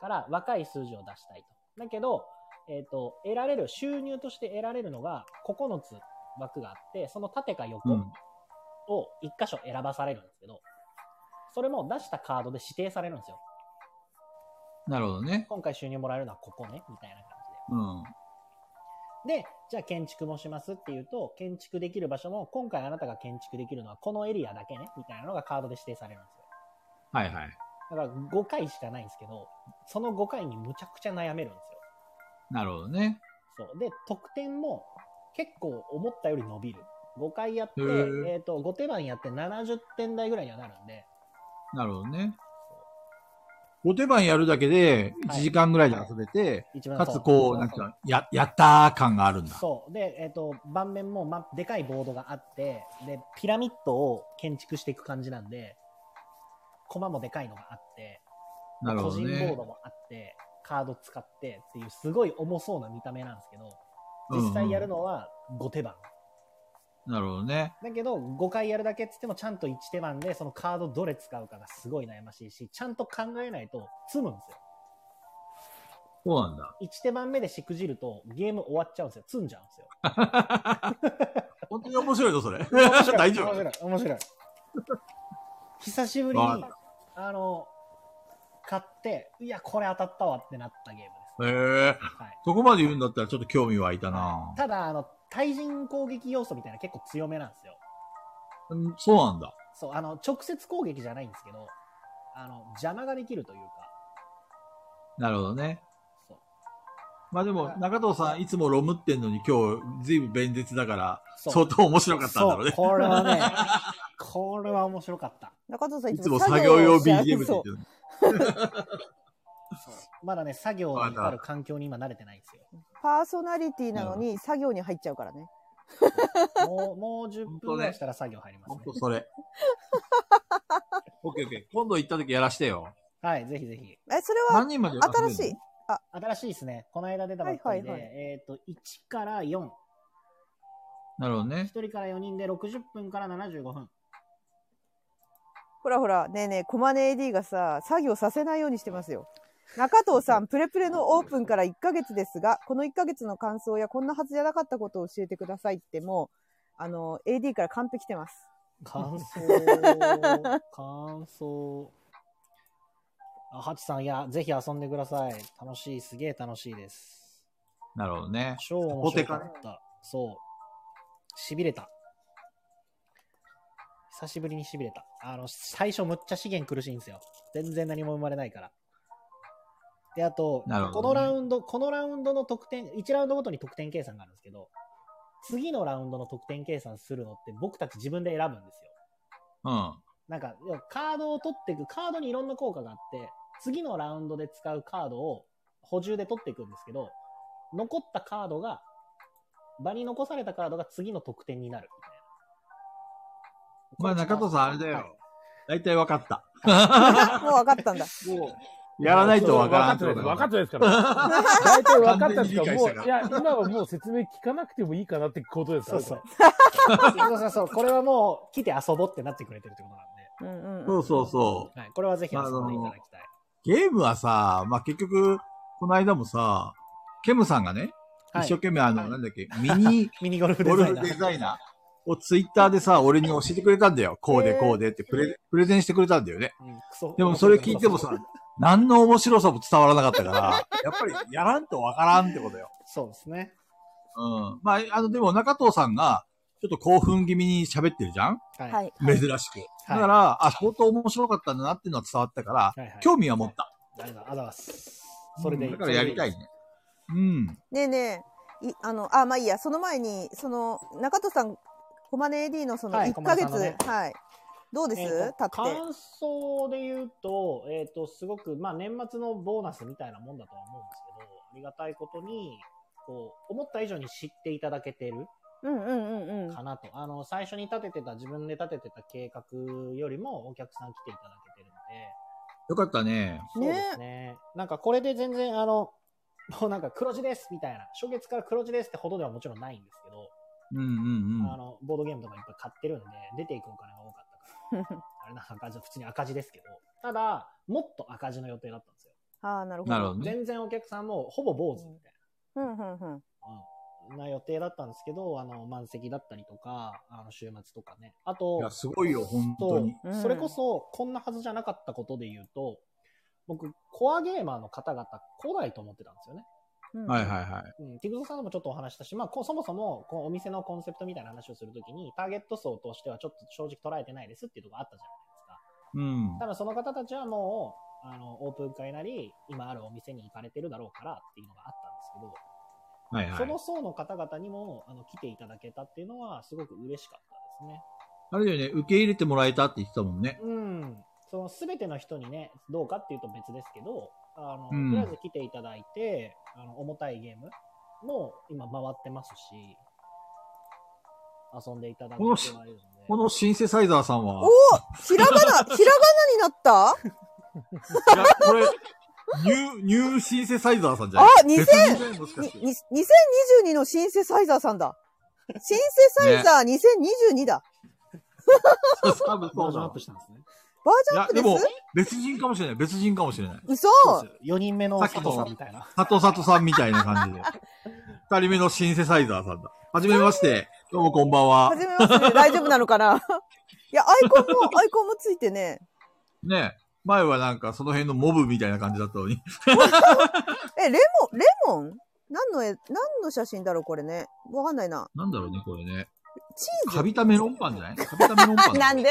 Speaker 4: から、若い数字を出したいと。だけど、えっ、と、得られる、収入として得られるのが9つ枠があって、その縦か横
Speaker 5: う
Speaker 4: を
Speaker 5: ん。
Speaker 4: 1箇所選ばされるんですけど、それも出したカードで指定されるんですよ。
Speaker 5: なるほどね。
Speaker 4: 今回収入もらえるのはここね、みたいな感じ
Speaker 5: う
Speaker 4: で。
Speaker 5: ん。
Speaker 4: で、じゃあ建築もしますっていうと、建築できる場所も、今回あなたが建築できるのはこのエリアだけね、みたいなのがカードで指定されるんですよ。
Speaker 5: はいはい。
Speaker 4: だから5回しかないんですけど、その5回にむちゃくちゃ悩めるんです
Speaker 5: なるほどね。
Speaker 4: よ。そう。で、得点も結構思ったより伸びる。5回やって、
Speaker 5: へー
Speaker 4: えっ、と、5手番やって70点台ぐらいにはなるんで、
Speaker 5: なるほどね。お手番やるだけで、
Speaker 4: はい
Speaker 5: 1時間ぐらいで遊べて、
Speaker 4: 一番
Speaker 5: かつこう、なん
Speaker 4: か。
Speaker 5: か、や、やったー感があるんだ。
Speaker 4: そう。で、えっ、と、盤面も、ま、でかいボードがあって、で、ピラミッドを建築していく感じなんで、駒もでかいのがあって、
Speaker 5: なるほ
Speaker 4: 個
Speaker 5: ど
Speaker 4: 人ボー
Speaker 5: ね
Speaker 4: ド。もあって、カード使ってっていう、すごい重そうな見た目なんですけど、実際やるのは5手番。
Speaker 5: うんうん。なるほどね。
Speaker 4: だけど、5回やるだけっつっても、ちゃんと1手番で、そのカードどれ使うかがすごい悩ましいし、ちゃんと考えないと積むんですよ。
Speaker 5: そう なんだ。
Speaker 4: 1手番目でしくじると、ゲーム終わっちゃうんですよ。積んじゃうんですよ。
Speaker 2: 本当に面白い のそれ。 大丈
Speaker 4: 面
Speaker 2: 夫
Speaker 4: 白い、面白い。久しぶりに
Speaker 2: わか、
Speaker 4: あの、買って、いや、これ当たったわってなったゲーム
Speaker 2: え
Speaker 4: で
Speaker 2: え
Speaker 4: す。はい。
Speaker 2: そこまで言うんだったらちょっと興味湧いたな
Speaker 4: ただ、あの、対人攻撃要素みたいな結構強めなんですよ。
Speaker 2: うんそうなんだ。
Speaker 4: そう、あの、直接攻撃じゃないんですけど、あの、邪魔ができるというか、
Speaker 2: なるほどね。
Speaker 4: そう。
Speaker 2: まあでも、中藤さんいつもロムってんのに今日ずいぶん弁舌だから、
Speaker 4: そう
Speaker 2: 相当面白かったんだろうね。
Speaker 4: そうこれは ね、これは面白かった。
Speaker 1: 中藤さん
Speaker 2: いつも作業用 BGM って言っ
Speaker 1: そう
Speaker 2: てるの。
Speaker 4: そうまだね、作業にある環境に今慣れてないんですよ。
Speaker 1: パーソナリティなのに作業に入っちゃうからね。
Speaker 4: もう、もう10分ぐらいしたら作業入りま
Speaker 2: ほん
Speaker 4: すね
Speaker 2: と。それ。オッケーオッケー。今度行った時やらしてよ。
Speaker 4: はい、ぜひぜひ。
Speaker 1: え、それは
Speaker 2: 何人までやらせてんの
Speaker 1: 新しい。
Speaker 4: 新しいですね。この間出たばっかりで、
Speaker 1: はいはいは
Speaker 4: えっ、と、1から4。
Speaker 2: なるほど
Speaker 4: 1
Speaker 2: ね。
Speaker 4: 人から4人で60分から75分。
Speaker 1: ほらほら、ねえねえ、コマネ AD がさ、作業させないようにしてますよ。中藤さん、プレプレのオープンから1ヶ月ですが、この1ヶ月の感想やこんなはずじゃなかったことを教えてくださいって、もう、あの、AD から完璧来てます。
Speaker 4: 感想、感想。あ、ハチさん、いや、ぜひ遊んでください。楽しい、すげえ楽しいです。
Speaker 2: なるほどね。
Speaker 4: 超面白かった。そう。痺れた。久しぶりに痺れた。あの、最初むっちゃ資源苦しいんですよ。全然何も生まれないから。で、あと、
Speaker 2: なるほ
Speaker 4: こ
Speaker 2: どね
Speaker 4: のラウンド、このラウンドの得点、1ラウンドごとに得点計算があるんですけど、次のラウンドの得点計算するのって僕たち自分で選ぶんですよ。
Speaker 2: うん。
Speaker 4: なんか、要はカードを取っていく、カードにいろんな効果があって、次のラウンドで使うカードを補充で取っていくんですけど、残ったカードが、場に残されたカードが次の得点になるみたいな。
Speaker 2: まあ中藤さんあれだよ。大体わかった。
Speaker 1: もう分かったんだ。
Speaker 2: やらないとわからん
Speaker 3: 分かってないです。分か
Speaker 2: っ
Speaker 3: ってないですから。 大体分かったんですか
Speaker 2: 完全に理
Speaker 3: ら、
Speaker 2: 解
Speaker 3: も
Speaker 2: したから
Speaker 3: う、いや、今はもう説明聞かなくてもいいかなってことですか
Speaker 4: そ
Speaker 3: ら
Speaker 4: う そう。そうそうそう。これはもう、来て遊ぼうってなってくれてるってことなんで。
Speaker 1: うんうんうん
Speaker 2: そうそうそ
Speaker 4: はい。これはぜひ遊んでいただきたい。
Speaker 2: う。ゲームはさ、まあ結局、この間もさ、ケムさんがね、
Speaker 4: はい、
Speaker 2: 一生懸命あの、
Speaker 4: はい
Speaker 2: なんだっけ、ミニ
Speaker 4: ミニゴルフデ
Speaker 2: ゴ
Speaker 4: ザ
Speaker 2: ル
Speaker 4: イ
Speaker 2: フ
Speaker 4: ナー。
Speaker 2: デザイナーをツイッターでさ、俺に教えてくれたんだよ。こうで
Speaker 1: へー
Speaker 2: こうでってプレプレゼンしてくれたんだよね。
Speaker 4: うんクソ
Speaker 2: でもそれ聞いてもさ、何の面白さも伝わらなかったから、 やっぱりやらんとわからんってことよ。
Speaker 4: そうですね。
Speaker 2: うん。まあ、あの、でも中藤さんが、ちょっと興奮気味に喋ってるじゃん
Speaker 4: はい。
Speaker 1: は
Speaker 4: はい
Speaker 1: い。
Speaker 2: 珍しく。だから、あ、相当面白かったんだなっていうのは伝わったから、
Speaker 4: はい。
Speaker 2: 興味は持った。
Speaker 4: ありがとうございます。それでいい。
Speaker 2: だからやりたいね。うん。
Speaker 1: ねえねえ、いあの、あ、まあいいや、その前に、その、中藤さん、コマネ AD のその
Speaker 4: はい
Speaker 1: 1ヶ月、
Speaker 4: コマネさんの
Speaker 1: はい、
Speaker 4: ね
Speaker 1: どうです、
Speaker 4: えーと
Speaker 1: 経って。
Speaker 4: 感想で言うと、えっ、と、すごく、まあ、年末のボーナスみたいなもんだとは思うんですけど、ありがたいことに、こう、思った以上に知っていただけてる
Speaker 1: うんうんうんうん。
Speaker 4: かなと。あの、最初に立ててた、自分で立ててた計画よりも、お客さん来ていただけてるので、
Speaker 2: よかったね。
Speaker 4: そうですね。なんかこれで全然あの、もうなんか黒字ですみたいな、初月から黒字ですってほどではもちろんないんですけど、
Speaker 2: うんうんうん
Speaker 4: あ。の、ボードゲームとかいっぱい買ってるんで、出ていくお金が多かったから、あれな赤字、普通に赤字ですけど、ただ、もっと赤字の予定だったんですよ。
Speaker 1: ああ、なるほど。
Speaker 2: なるほどね。
Speaker 4: 全然お客さんもほぼ坊主みたい
Speaker 1: うんうんうん。
Speaker 4: な、な予定だったんですけど、あの、満席だったりとか、あの、週末とかね。あ
Speaker 2: い
Speaker 4: と
Speaker 2: や、、すごいよ、本当に。
Speaker 1: うん
Speaker 4: それこそ、こんなはずじゃなかったことで言うと、僕、コアゲーマーの方々来ないと思ってたんですよね。
Speaker 1: うん
Speaker 2: はいはいは
Speaker 4: うん、ティグゾさんともちょっとお話ししたし、まあ、こうそもそも、こうお店のコンセプトみたいな話をするときに、ターゲット層としてはちょっと正直捉えてないですっていうところあったじゃないですか。
Speaker 2: い。うん
Speaker 4: 多。分その方たちはもう、あの、オープン会なり、今あるお店に行かれてるだろうからっていうのがあったんですけど、
Speaker 2: はいは
Speaker 4: そ
Speaker 2: い
Speaker 4: の。層の方々にも、あの、来ていただけたっていうのは、すごく嬉しかったですね。
Speaker 2: あれだよね、受け入れてもらえたって言ってたもんね。
Speaker 4: うん。その全ての人にね、どうかっていうと別ですけど、あの、
Speaker 2: うん
Speaker 4: とりあえず来ていただいて、あの、重たいゲームも今回ってますし、遊んでいただいて
Speaker 2: このし
Speaker 4: はいるので。
Speaker 2: このシンセサイザーさんは
Speaker 1: お、ひらがな、ひらがなになった
Speaker 2: いやこれ、ニュー、ニューシンセサイザーさんじゃ
Speaker 1: あ
Speaker 2: ない、
Speaker 1: 2000
Speaker 2: 別人じゃないもしかして。
Speaker 1: にに2022のシンセサイザーさんだ。シンセサイザー2022だ。
Speaker 2: 多分
Speaker 4: バ
Speaker 2: そ
Speaker 4: ー
Speaker 2: う
Speaker 4: ジョンア
Speaker 2: だ
Speaker 4: ップしたんですね。
Speaker 1: バー
Speaker 2: い
Speaker 1: ジョンアッ、
Speaker 2: や
Speaker 1: プ
Speaker 2: で
Speaker 1: です
Speaker 2: も、 別人かもしれない。別人かもしれない。
Speaker 1: 嘘
Speaker 4: そうですよ。4人目の
Speaker 2: さっき
Speaker 4: 佐
Speaker 2: の
Speaker 4: 藤さんみたいな。
Speaker 2: 里里さんみたいな感じで。二人目のシンセサイザーさんだ。はじめまして、どうもこんばんは
Speaker 1: は。じめましてで大丈夫なのかないや、アイコンも、アイコンもついてね。
Speaker 2: ねえ前はなんかその辺のモブみたいな感じだったのに。
Speaker 1: え、レモン、レモン何の絵、何の写真だろう、これね。わかんないな。
Speaker 2: なんだろうね、これね。
Speaker 1: チーズ
Speaker 2: カビたメロンパンじゃないカビたメロンパンだ。
Speaker 1: なんで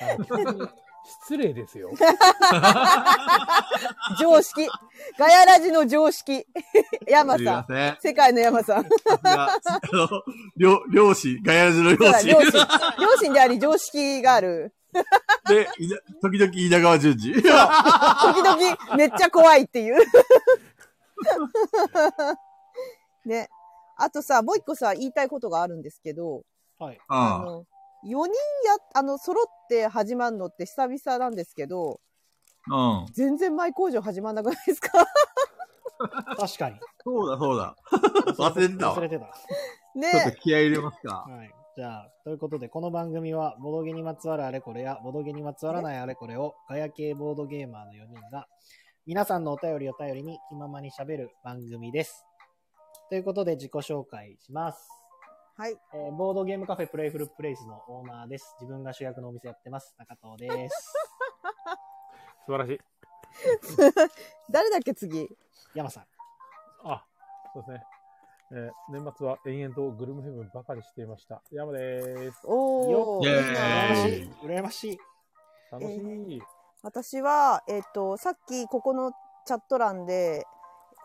Speaker 3: あの本当に失礼ですよ。
Speaker 1: 常識。ガヤラジの常識。山
Speaker 2: すい
Speaker 1: さ
Speaker 2: ま
Speaker 1: ん。
Speaker 2: せん。
Speaker 1: 世界の山さん。
Speaker 2: さすが、あの、漁漁師、ガヤラジ の
Speaker 1: そう
Speaker 2: 漁
Speaker 1: だ
Speaker 2: 師。
Speaker 1: 両親。両親であり、常識がある。
Speaker 2: で、いな時々稲川淳二。
Speaker 1: 時々、めっちゃ怖いっていう。 ね。あとさ、もう一個さ、言いたいことがあるんですけど、
Speaker 4: はい。
Speaker 1: あの、4人や、あの、揃って始まるのって久々なんですけど、
Speaker 2: うん。うん。
Speaker 1: 全然前工場始まんなくないですか
Speaker 4: 確かに。
Speaker 2: そうだ、そうだ。忘れてたわ
Speaker 4: 忘れてた。
Speaker 2: ちょっと
Speaker 1: ね
Speaker 2: 気合い入れますか。
Speaker 4: はい。じゃあ、ということで、この番組は、ボドゲにまつわるあれこれや、ボドゲにまつわらないあれこれを、ガヤ系ボードゲーマーの4人が、皆さんのお便りを頼りに気ままに喋る番組です。ということで、自己紹介します。
Speaker 1: はい。
Speaker 4: えーボードゲームカフェプレイフルプレイスのオーナーです。自分が主役のお店やってます。中 藤です。
Speaker 3: 素晴らしい。
Speaker 1: 誰だっけ、次。
Speaker 4: 山さん。
Speaker 3: あ、そうですね。えー年末は延々とグルムヘブンばかりしていました。山です。
Speaker 1: おー。
Speaker 2: よっ
Speaker 1: いい
Speaker 2: イ
Speaker 1: な
Speaker 2: ェ
Speaker 4: 羨
Speaker 2: ー
Speaker 4: ま
Speaker 2: イ
Speaker 4: し
Speaker 2: え
Speaker 4: い。羨ましい。
Speaker 3: 楽しい。
Speaker 1: 私は、えっ、と、さっきここのチャット欄で、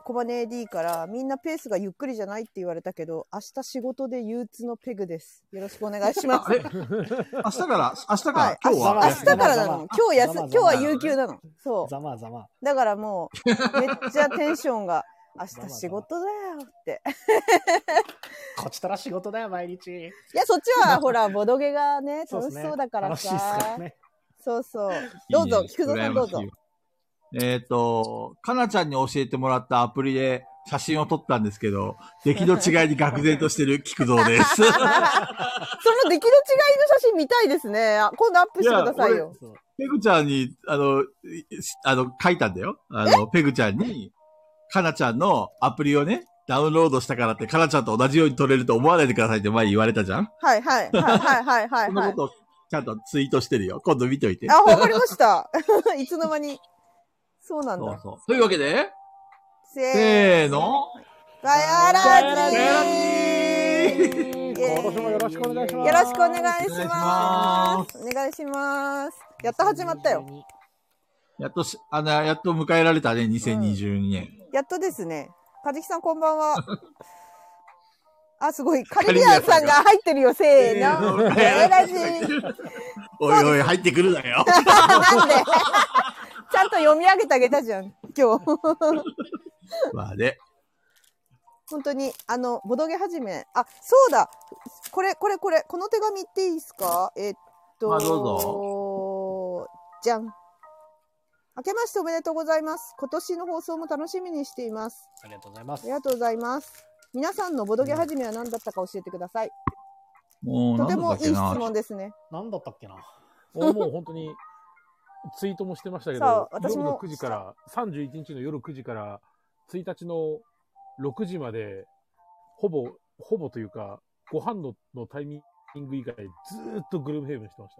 Speaker 1: 小金 AD から、みんなペースがゆっくりじゃないって言われたけど、明日仕事で憂鬱のペグです。よろしくお願いしま
Speaker 2: あ
Speaker 1: す。
Speaker 2: れ 明日から、明日か
Speaker 1: は
Speaker 2: ら
Speaker 1: い、、
Speaker 2: 今日
Speaker 1: 明
Speaker 2: は
Speaker 1: 日明日からなの。今日休、
Speaker 4: ざ
Speaker 1: 今
Speaker 4: まざま
Speaker 1: 日は有給なの。そ
Speaker 4: ざまあざまあ。
Speaker 1: う。だからもう、めっちゃテンションが、明日仕事だよって。
Speaker 4: こっちとら仕事だよ、毎日。
Speaker 1: いや、そっちは、ほら、ボドゲがね、
Speaker 4: っ
Speaker 1: 楽
Speaker 4: す
Speaker 1: し
Speaker 4: ね
Speaker 1: そうだから
Speaker 4: 楽しいっすから
Speaker 1: さ。
Speaker 4: ね。
Speaker 1: そうそう。どうぞ、菊蔵さんどう。
Speaker 2: い
Speaker 1: ぞ
Speaker 2: いね羨ましい。わえっ、と、かなちゃんに教えてもらったアプリで写真を撮ったんですけど、出来の違いに愕然とし てる菊蔵です。
Speaker 1: その出来の違いの写真見たいですね。あ今度アップしてください
Speaker 2: いや
Speaker 1: よ。
Speaker 4: そう
Speaker 2: ペグちゃんに、あの、いあの、書いたんだよ。あの、ペグちゃんに、かなちゃんのアプリをね、ダウンロードしたからって、かなちゃんと同じように撮れると思わないでくださいって前に言われたじゃん
Speaker 1: はいはいはいはいはいは
Speaker 2: そ
Speaker 1: い、
Speaker 2: んな
Speaker 1: はい
Speaker 2: こ。とをちゃんとツイートしてるよ。今度見ておいて。
Speaker 1: あ、わかりました。 いつの間に。そうなん
Speaker 2: そう
Speaker 1: だ。
Speaker 2: そう。というわけで、
Speaker 1: せー
Speaker 2: せーの。
Speaker 1: ガヤラジ
Speaker 3: ガヤラ
Speaker 1: イ
Speaker 3: 今
Speaker 1: エーイ
Speaker 3: 年もよろしくお願いします。
Speaker 1: よろしくお願いしま。
Speaker 2: ます
Speaker 1: お願いします。やっと始まったよ。。
Speaker 2: やっとし、あの、やっと迎えられたね、2022年。
Speaker 1: やっとですね。かじきさんこんばんは。あ、すごい。カリビアンさんが入ってるよ、せーの。ガヤラジ
Speaker 2: おいおい、入ってくるなよ。
Speaker 1: なんで ちゃんと読み上げてあげたじゃん、今日。
Speaker 2: まあね。
Speaker 1: 本当に、あの、ボドゲはじめ。あ、そうだこれ、これ、これ、この手紙言っていいですかえっと、
Speaker 2: まあどう
Speaker 1: じゃん。明けましておめでとうございます。今年の放送も楽しみにしています。
Speaker 4: ありがとうございま
Speaker 1: あ
Speaker 4: す
Speaker 1: り。がとうございます。皆さんのボドゲはじめは何だったか教えてください。
Speaker 2: もう、
Speaker 1: と
Speaker 2: なん
Speaker 1: て
Speaker 2: だ
Speaker 1: もい
Speaker 2: っ
Speaker 1: い
Speaker 2: け
Speaker 1: 質
Speaker 2: な。
Speaker 1: 問ですね。
Speaker 4: なんだったっけな。
Speaker 3: 俺もう本当に、ツイートもしてましたけ
Speaker 1: そう
Speaker 3: ど、
Speaker 1: 私
Speaker 3: 夜
Speaker 1: も
Speaker 3: の9時から、31日の夜9時から、1日の6時まで、ほぼ、ほぼというか、ご飯ののタイミング以外、ずーっとグルームヘイブンしてまし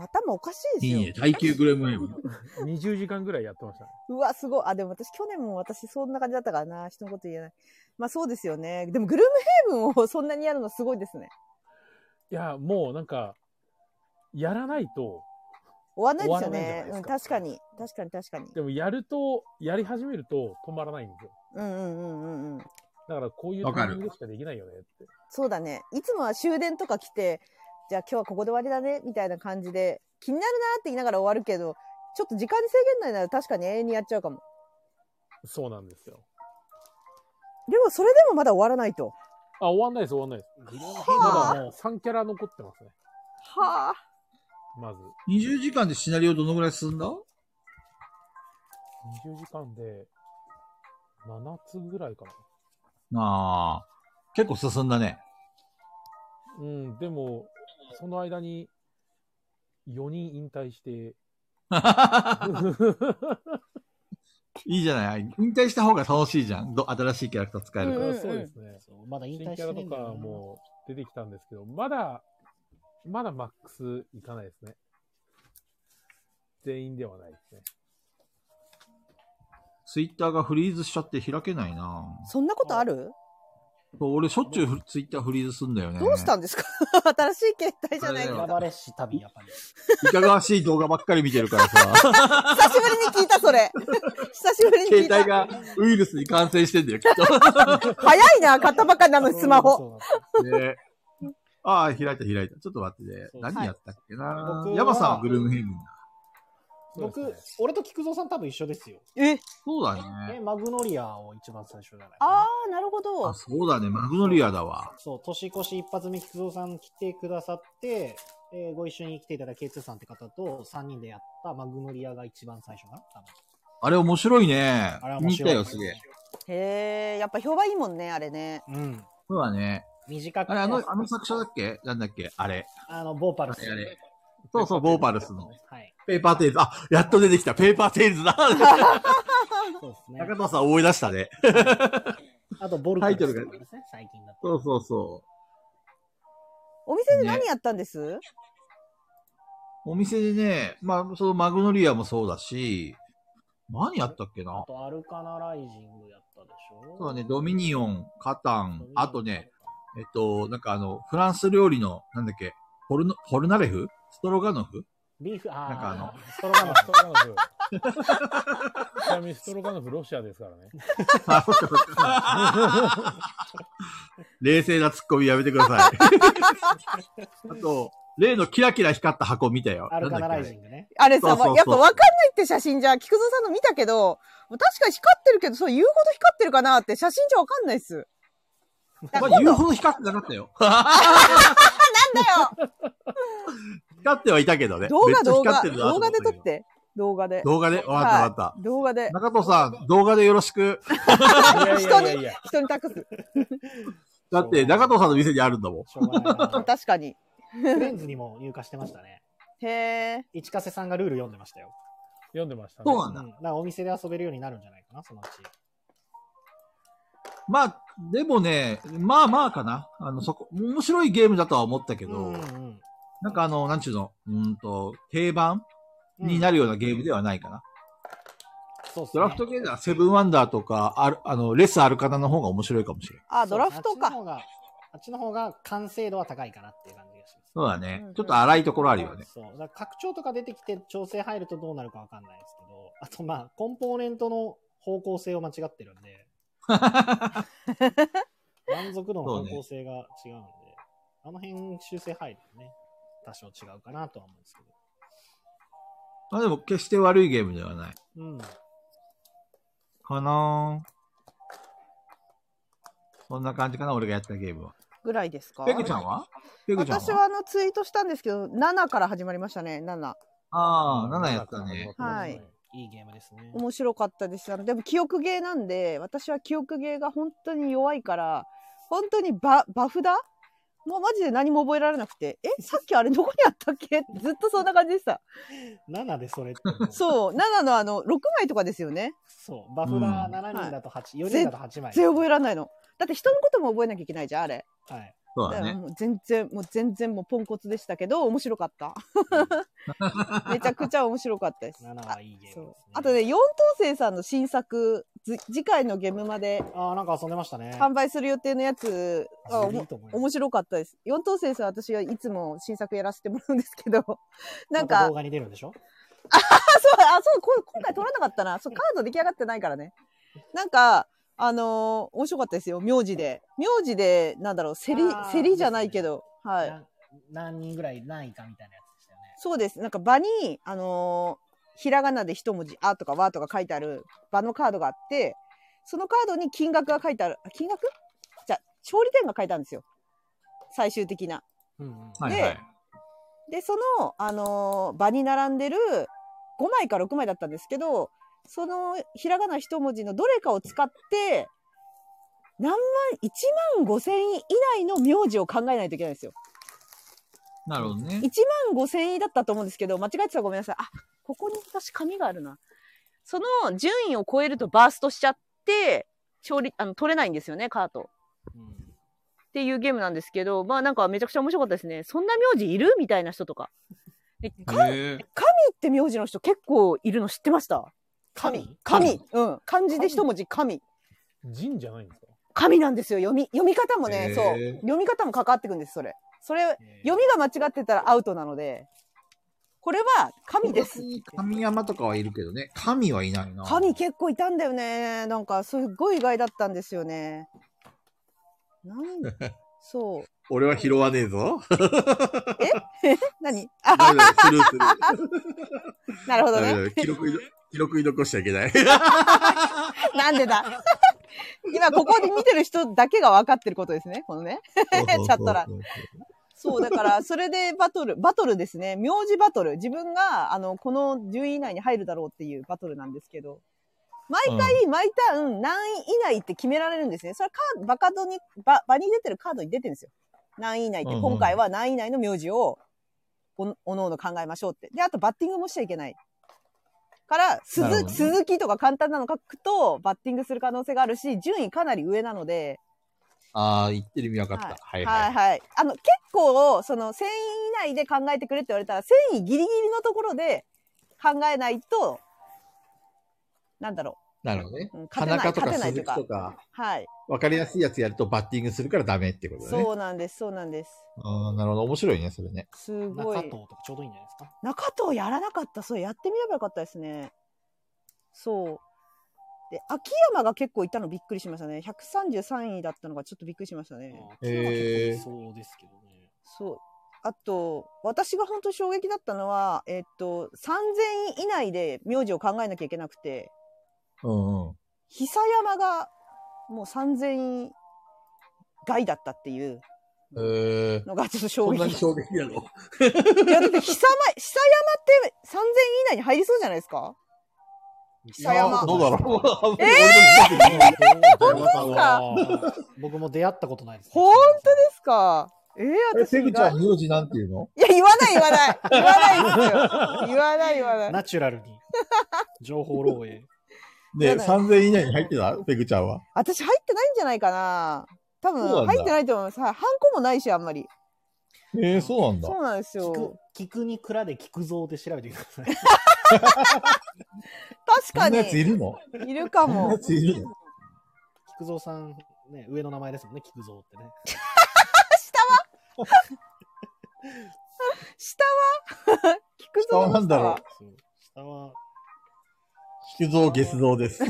Speaker 1: 頭おかしいです
Speaker 2: い
Speaker 1: よ。
Speaker 2: いね。耐久グレムウェブ。
Speaker 3: た。20時間ぐらいやってました。
Speaker 1: うわ、すごい。あ、でも私、去年も私、そんな感じだったからな。人のこと言えない。まあ、そうですよね。でも、グルームヘイブンをそんなにやるのすごいですね。
Speaker 3: いや、もうなんか、やらないと、
Speaker 1: 終わんないですよ
Speaker 3: 終わらないじゃな
Speaker 1: ね
Speaker 3: い。で
Speaker 1: う
Speaker 3: す
Speaker 1: ん、
Speaker 3: か
Speaker 1: 確かに。確かに、確かに。
Speaker 3: でもやると、やり始めると止まらないんですよ。
Speaker 1: うんうんうんうんうん。
Speaker 3: だからこういう
Speaker 2: わか
Speaker 3: タ
Speaker 2: る
Speaker 3: イミングしかできないよねって。
Speaker 1: そうだね。いつもは終電とか来て、じゃあ今日はここで終わりだね、みたいな感じで、気になるなって言いながら終わるけど、ちょっと時間に制限ないなら確かに永遠にやっちゃうかも。
Speaker 3: そうなんですよ。
Speaker 1: でも、それでもまだ終わらないと。
Speaker 3: あ、終わんないです、終わんないです。
Speaker 4: グルーム
Speaker 1: は
Speaker 3: ま
Speaker 4: ま
Speaker 3: だ
Speaker 4: だ
Speaker 3: も
Speaker 4: も
Speaker 3: う3キャラ残ってますね。
Speaker 1: はあ。
Speaker 3: まず。
Speaker 2: 20時間でシナリオどのぐらい進んだ
Speaker 3: 20時間で7つぐらいかな。
Speaker 2: ああ。結構進んだね。
Speaker 3: うん、でも、その間に4人引退して、
Speaker 2: いいじゃない。引退した方が楽しいじゃん。ど新しいキャラクター使えるから。
Speaker 1: うんうん
Speaker 3: そうですね。
Speaker 4: そうまだ引
Speaker 3: 新
Speaker 4: 退し
Speaker 3: キ
Speaker 4: て
Speaker 3: ャラ
Speaker 4: ね
Speaker 3: と
Speaker 4: えんだよな
Speaker 3: かも出てきたんですけど、まだ、まだマックスいかないですね。全員ではないですね。
Speaker 2: ツイッターがフリーズしちゃって開けないな
Speaker 1: そんなことある
Speaker 2: そう俺しょっちゅうフツイッターフリーズすんだよね。
Speaker 1: どうしたんですか 新しい携帯じゃない
Speaker 2: あ
Speaker 1: の
Speaker 2: れだよ
Speaker 4: 選ばれし旅、やっぱり。
Speaker 2: いかがわしい動画ばっかり見てるからさ、
Speaker 1: 久しぶりに聞いた、それ。久しぶりに 聞
Speaker 2: 携
Speaker 1: いた
Speaker 2: 帯。がウイルスに感染してんだよ、きっと。
Speaker 1: 早いな、買ったばっかりなのにスマホ。
Speaker 4: ホ。
Speaker 2: ねああ、開いた開いた。ちょっと待ってね。
Speaker 4: そう
Speaker 2: 何やったっけな
Speaker 4: はい
Speaker 2: 山さんはグルームヘイブンだ。
Speaker 3: そう
Speaker 4: 僕
Speaker 3: です、
Speaker 4: 俺と菊蔵さん多分一緒ですよ。
Speaker 1: え、
Speaker 2: そうだ
Speaker 4: え、
Speaker 2: ね。
Speaker 4: マグノリアを一番最初じゃない
Speaker 1: あー、なるほど
Speaker 2: あ、。そうだね。マグノリアだわ。
Speaker 4: そう、年越し一発目、菊蔵さん来てくださって、えーご一緒に来ていただいた K2 さんって方と3人でやったマグノリアが一番最初かな多分
Speaker 2: あれ面白いね
Speaker 4: あれ。は面
Speaker 2: 見
Speaker 4: 白
Speaker 2: た
Speaker 4: い。
Speaker 2: よ、すげえ。。
Speaker 1: へえ、やっぱ評判いいもんね、あれね。
Speaker 4: うん。
Speaker 2: そうだね。
Speaker 4: 短く
Speaker 2: あ
Speaker 4: て
Speaker 2: れ、あの、あの作者だっけなんだっけあれ。
Speaker 4: あの、ボーパル
Speaker 2: あ
Speaker 4: ス。
Speaker 2: れあれ。そうそう、ボーパルスの。
Speaker 4: はい。
Speaker 2: ペーパーテイルズ。あ、やっと出てきた。ペーパーテイルズ だ。
Speaker 4: そうですね。
Speaker 2: 中田さん思い出したね。
Speaker 4: あと、ボルカ
Speaker 2: タ
Speaker 4: ル
Speaker 2: イト
Speaker 4: ス
Speaker 2: ルが
Speaker 4: とかですね、最近だと。
Speaker 2: そうそうそ
Speaker 1: お店で何
Speaker 2: ね
Speaker 1: やったんです、
Speaker 2: う。お店でね、まあ、そのマグノリアもそうだし、何やったっけな
Speaker 4: あと、アルカナライジングやったでしょ
Speaker 2: そうだね、ドミニオン、カタ
Speaker 4: ドミ
Speaker 2: ン
Speaker 4: ニオ、ン
Speaker 2: あとね、。えっと、なんかあの、フランス料理の、なんだっけ、ポルノ、ポルナレフストロガノフ
Speaker 4: ビーフ、あー
Speaker 2: なんかあの、
Speaker 4: ストロガノ
Speaker 3: あ
Speaker 4: フ
Speaker 3: ストロガノフ。ちなみにストロガノフ、 ロシアですからね。
Speaker 2: あそっかそっか冷静なツッコミやめてください。 あと、例のキラキラ光った箱見たよ。
Speaker 4: アルカナラ
Speaker 2: なん
Speaker 4: イ
Speaker 2: だっ
Speaker 4: ジ
Speaker 2: け
Speaker 4: ングね。
Speaker 1: あれさ、
Speaker 2: そうそうそう
Speaker 1: わやっぱわかんないって写真じゃ、菊蔵さんの見たけど、もう確かに光ってるけど、そう言うほど光ってるかなって写真じゃわかんないっす。だ
Speaker 2: あ
Speaker 1: から
Speaker 2: れま
Speaker 1: 今
Speaker 2: あ、言
Speaker 1: 度
Speaker 2: うほど光ってなかったよ。
Speaker 1: なんだ よ
Speaker 2: 光ってはいたけどね。
Speaker 1: 動
Speaker 2: めっ
Speaker 1: 画
Speaker 2: ちゃ
Speaker 1: 動
Speaker 2: 光
Speaker 1: 画
Speaker 2: ってるなと
Speaker 1: 動
Speaker 2: 思
Speaker 1: 画
Speaker 2: った
Speaker 1: で
Speaker 2: けど
Speaker 1: 撮って動画で
Speaker 2: 動画でわかったわかっ
Speaker 1: 動画で
Speaker 2: た。中藤さん、動画でよろしく。
Speaker 3: いやいやいやいや。
Speaker 1: 人に託す
Speaker 2: だって、中藤さんの店にあるんだもん。
Speaker 4: しょうがないな。
Speaker 1: 確かに
Speaker 4: フレンズにも入荷してましたね。
Speaker 1: へえ
Speaker 4: 市加瀬さんがルール読んでましたよ。
Speaker 3: 読んでましたね。
Speaker 2: そうなん
Speaker 4: うん。
Speaker 2: だ。
Speaker 4: なんかお店で遊べるようになるんじゃないかな、そのうち。
Speaker 2: まあ、でもね、まあまあかな。あの、そこ、面白いゲームだとは思ったけど、
Speaker 4: うんうん
Speaker 2: なんかあの、なんちゅうの、うーんと、定番
Speaker 4: うん
Speaker 2: になるようなゲームではないかな。
Speaker 4: そうっす
Speaker 2: ド
Speaker 4: ね
Speaker 2: ラフトゲームはセブンワンダーとか、ある、あの、レスアルカナの方が面白いかもしれない。
Speaker 1: あドラフトか
Speaker 4: そうですねあっちの方があっちの方が完成度は高いかなっていう感じがします。
Speaker 2: そうだね
Speaker 1: うん。
Speaker 2: ちょっと荒いところあるよね。
Speaker 4: そう。だから拡張とか出てきて調整入るとどうなるかわかんないですけど、あとまあ、コンポーネントの方向性を間違ってる んで、満足度の方向性が違うんで、あの辺修正入るとね、多少違うかなとは思うんですけ
Speaker 2: まあでも、決して悪いゲームではない。
Speaker 4: ど。うん。
Speaker 2: かなぁ。そんな感じかな、俺がやったゲームは。
Speaker 1: ぐらいですか
Speaker 2: ペグちゃんはペグちゃんは
Speaker 1: 私はあのツイートしたんですけど7から始まりましたね7
Speaker 2: ああ、7やったね。
Speaker 1: はい。
Speaker 4: いいゲームですね。
Speaker 1: 面白かったですあのでも記憶ゲーなんで私は記憶ゲーが本当に弱いから本当にババフだもうマジで何も覚えられなくてえさっきあれどこにあったっけってずっとそんな感じでした
Speaker 4: 7でそれっても う。
Speaker 1: そう7のあの6枚とかですよね
Speaker 4: そう。バフラー7人だと8、4人だと8枚。
Speaker 1: 全然覚えられないのだって人のことも覚えなきゃいけないじゃんあれ
Speaker 4: はい。
Speaker 2: そう
Speaker 1: だ
Speaker 2: だ
Speaker 1: から
Speaker 2: ね。
Speaker 1: もう全然もう全然もうポンコツでしたけど面白かっためちゃくちゃ面白かったです
Speaker 4: 7はいいゲームです、
Speaker 1: そ
Speaker 4: ね
Speaker 1: う。あとね4等星さんの新作ず次回のゲームまで
Speaker 4: あーなんか遊んでましたね。
Speaker 1: 販売する予定のやつあお
Speaker 4: ずる
Speaker 1: も
Speaker 4: いと思います
Speaker 1: 面白かったです4等星さん私はいつも新作やらせてもらうんですけ どなん
Speaker 4: また
Speaker 1: か
Speaker 4: 動画に出るんでしょ
Speaker 1: あ、そう、あ、そう、こ今回取らなかったな。そう、カード出来上がってないからね。なんか、あのー面白かったですよ。名字で。名字で、なんだろう、競り
Speaker 4: あ、ー
Speaker 1: 競りじゃないけど、はい。
Speaker 4: な何人ぐらい何位かみたいなやつでしたよね。
Speaker 1: そうです。なんか場に、あのーひらがなで一文字、あとかわとか書いてある場のカードがあって、そのカードに金額が書いてある、あ金額じゃあ、勝利点が書いてあるんですよ。最終的な。
Speaker 4: うんうん
Speaker 2: はいはい。
Speaker 1: で、その、あのー場に並んでる5枚か6枚だったんですけど、そのひらがな一文字のどれかを使って、何万、1万5千以内の名字を考えないといけないんですよ。
Speaker 2: なるほどね
Speaker 1: 1。万5千位だったと思うんですけど、間違えてたらごめんなさい。あ、ここに私紙があるな。その順位を超えるとバーストしちゃって、勝利、あの、取れないんですよね、カート。
Speaker 4: うん
Speaker 1: って
Speaker 6: っていうゲームなんですけど、まあなんかめちゃくちゃ面白かったですね。そんな名字いるみたいな人とか。で神っ
Speaker 7: へえ
Speaker 6: て名字の人結構いるの知ってました
Speaker 4: 神
Speaker 6: 神うん。漢字で一文字神。
Speaker 3: 人じゃないんですか
Speaker 6: 神なんですよ。読み、読み方もね
Speaker 7: へ、ー
Speaker 6: そう。読み方も関わってくんです、それ。それ、読みが間違ってたらアウトなので、これは神です。
Speaker 2: 神山とかはいるけどね、神はいないな。
Speaker 1: 神
Speaker 6: 神結構いたんだよね。なんか、すっごい意外だったんですよね。なん、そう。
Speaker 8: 俺は拾わねえぞ。
Speaker 1: 何
Speaker 8: ダメだスルーする。
Speaker 1: なるほど
Speaker 8: ダメ
Speaker 1: ね。
Speaker 8: だ記録 に、記録に残しちゃいけない。
Speaker 1: なん でだ今、ここで見てる人だけが分かってることですね。このね。チャット欄そう、だから、それでバトル、バトルですね。名字バトル。自分が、あの、この10位以内に入るだろうっていうバトルなんですけど。毎回、毎ターン、何位以内って決められるんですね。それカード、バカードに、バ、場に出てるカードに出てるんですよ。何位以内って、
Speaker 2: うんうん
Speaker 1: 今回は何位以内の名字を、お、おのおの考えましょうって。で、あとバッティングもしちゃいけない。から、
Speaker 2: なるほど
Speaker 1: 鈴、
Speaker 2: ね
Speaker 1: 鈴木とか簡単なの書くと、バッティングする可能性があるし、順位かなり上なので、
Speaker 2: ああ、言ってる意味分かった。はい
Speaker 1: はい
Speaker 2: は
Speaker 1: はい。あの、結構、その、1000位以内で考えてくれって言われたら、1000位ギリギリのところで考えないと、なんだろ
Speaker 2: い。なるほどね
Speaker 1: うん。
Speaker 2: 田
Speaker 1: 勝てない
Speaker 2: 中とか
Speaker 1: 勝てない
Speaker 2: 鈴
Speaker 1: とい
Speaker 2: 木
Speaker 1: うか
Speaker 2: とか、
Speaker 1: う。はい。
Speaker 2: 分かりやすいやつやるとバッティングするからダメってことだね。
Speaker 1: そうなんです、そうなんです。
Speaker 2: あーなるほど。面白いね、それね。
Speaker 1: すご
Speaker 4: 中
Speaker 1: い
Speaker 4: 藤。とかちょうどいいんじゃないですか。
Speaker 1: 中藤やらなかった。そう、やってみればよかったですね。そう。で、秋山が結構いたのびっくりしましたね。133位だったのがちょっとびっくりしましたね。
Speaker 4: あー
Speaker 2: へー
Speaker 4: 木は結構いそうですけどね。
Speaker 1: そう。あと、私が本当に衝撃だったのは、えっと、3000位以内で名字を考えなきゃいけなくて、
Speaker 2: うんうん。
Speaker 1: 久山がもう3000位外だったっていう
Speaker 2: えー、
Speaker 1: のがちょっと衝
Speaker 2: そん
Speaker 1: 撃。
Speaker 2: なに衝撃なの
Speaker 1: いや、だって久山、久山って3000位以内に入りそうじゃないですか久山
Speaker 2: あーどうだろう。
Speaker 3: 本
Speaker 1: 当ですか
Speaker 4: 僕も出会ったことないです、
Speaker 1: 本当ですかえー、
Speaker 2: え、
Speaker 1: 私
Speaker 2: ペグちゃ
Speaker 1: い
Speaker 2: ん、名字なんていうの
Speaker 1: や、言わない言わない。言わないですよ。 言わない言わない。
Speaker 4: ナチュラルに。情報漏洩。
Speaker 2: ね
Speaker 1: そうだよ
Speaker 2: 3000以内に入ってたペグちゃんは。
Speaker 1: 私入ってないんじゃないかな。多
Speaker 2: そうな
Speaker 1: 分
Speaker 2: んだ
Speaker 1: 入ってないと思います。はい。ハンコもないし、あんまり。
Speaker 2: えー、そうなんだ。
Speaker 1: そうなんです
Speaker 4: 聞
Speaker 1: よ
Speaker 4: く。、聞くに蔵で聞くぞで調べてください。
Speaker 1: 確
Speaker 2: そ
Speaker 1: か
Speaker 2: んなやつい
Speaker 1: に。
Speaker 2: るの
Speaker 1: いるか
Speaker 2: そんな
Speaker 1: も
Speaker 2: や。ついるの
Speaker 4: 菊蔵さん、ね、上の名前ですもんね、菊蔵ってね。
Speaker 1: 下は聞く
Speaker 2: 下
Speaker 1: ぞ。
Speaker 2: はなんだろう
Speaker 4: そう下は、
Speaker 2: 菊蔵、ゲス蔵です。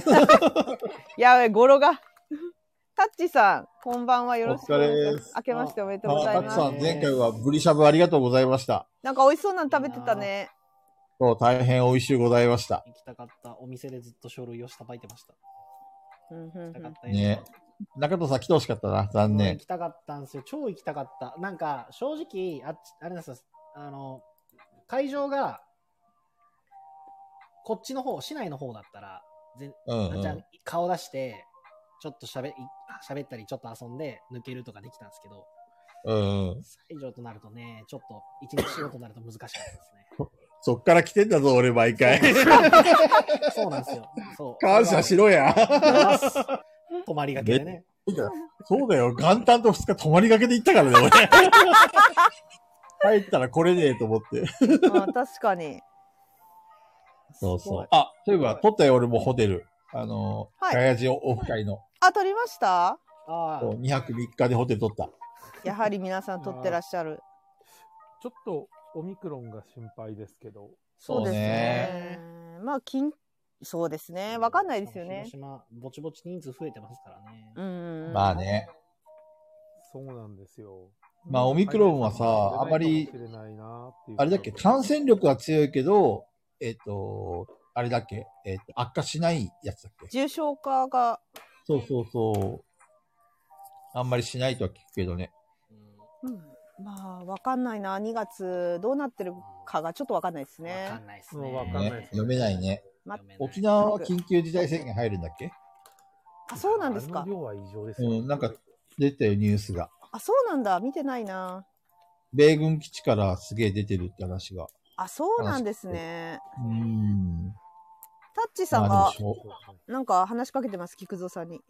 Speaker 1: やべ、語呂が。タッチさん、こんばんは。よろしくお願いし
Speaker 2: お疲れ
Speaker 1: ま。
Speaker 2: です
Speaker 1: 明けましておめでとうござ
Speaker 2: あ
Speaker 1: い
Speaker 2: た
Speaker 1: ま
Speaker 2: く
Speaker 1: す
Speaker 2: さ。ん、前回はブリシャブありがとうございました。
Speaker 1: なんか美味しそうなの食べてたね。
Speaker 2: そう、大変美味しゅうございました。
Speaker 4: 行きたかったお店でずっと書類をしたばいてました。
Speaker 1: うんうんう
Speaker 4: 行きたかっ
Speaker 1: ん
Speaker 4: たよ
Speaker 2: ね中藤さん来てほしかったな、
Speaker 4: うん
Speaker 2: 残
Speaker 4: 行
Speaker 2: 念
Speaker 4: き。たかったんですよ。超行きたかった。なんか、正直、あっちあれなんですよあの、会場が、こっちの方、市内の方だったら、全
Speaker 2: うん、う
Speaker 4: あじゃあ
Speaker 2: ん。
Speaker 4: 顔出して、ちょっとしゃべ喋ったり、ちょっと遊んで、抜けるとかできたんですけど、
Speaker 2: うんうん。
Speaker 4: 西条となるとね、ちょっと、一日仕事になると難しかったです ね。
Speaker 2: そっから来てんだぞ、俺毎 回。
Speaker 4: そうなんですよ。そう。
Speaker 2: 感謝しろや。
Speaker 4: 泊まりがけでね。
Speaker 2: そうだよ、元旦と2日泊まりがけで行ったから ね、俺。帰ったら来れねえと思って。
Speaker 1: あ確かに。
Speaker 2: そうそう。あ、そういえば、撮ったよ、俺もホテル。あのー、
Speaker 1: はい
Speaker 2: ガヤジオオフ会の
Speaker 1: あ、撮りました
Speaker 4: ああ、
Speaker 2: そう2泊3日でホテル撮った。
Speaker 1: やはり皆さん撮ってらっしゃる。
Speaker 3: ちょっとオミクロンが心配ですけど、
Speaker 1: そうですね
Speaker 4: そ。
Speaker 1: まあ、緊、そうですね。わかんないですよね
Speaker 4: 広。島、ぼちぼち人数増えてますからね。
Speaker 1: うん。
Speaker 2: まあ。ね。
Speaker 3: そうなんですよ。
Speaker 2: まあオミクロンはさあまり
Speaker 3: あ
Speaker 2: あれだっけ、感染力は強いけど、えっ、と、あれだっけ、えっ、と、悪化しないやつだっけ。
Speaker 1: 重症化が、
Speaker 2: そうそうそう。あんまりしないとは聞くけどね。
Speaker 1: うんまあ、わかんないな。2月、どうなってるかがちょっとわかんないです
Speaker 4: わか
Speaker 1: ね。
Speaker 4: んないっす
Speaker 3: う
Speaker 4: ね。
Speaker 3: んわかんない
Speaker 2: ね読めないね。
Speaker 1: ま
Speaker 4: 読めない
Speaker 2: 沖縄は緊急事態宣言入るんだっけ
Speaker 1: あ、そうなんですか
Speaker 3: あの。量は異常ですよ、
Speaker 2: うん、なんか出たよ、ニュースが。
Speaker 1: あ、そうなんだ。見てないな。
Speaker 2: 米軍基地からすげえ出てるって話が。
Speaker 1: あ、そうなんですね。
Speaker 2: うーん。
Speaker 1: タッチさん
Speaker 2: まあ
Speaker 1: が
Speaker 2: で、もしょ
Speaker 1: なんか話しかけてます、菊蔵さんに。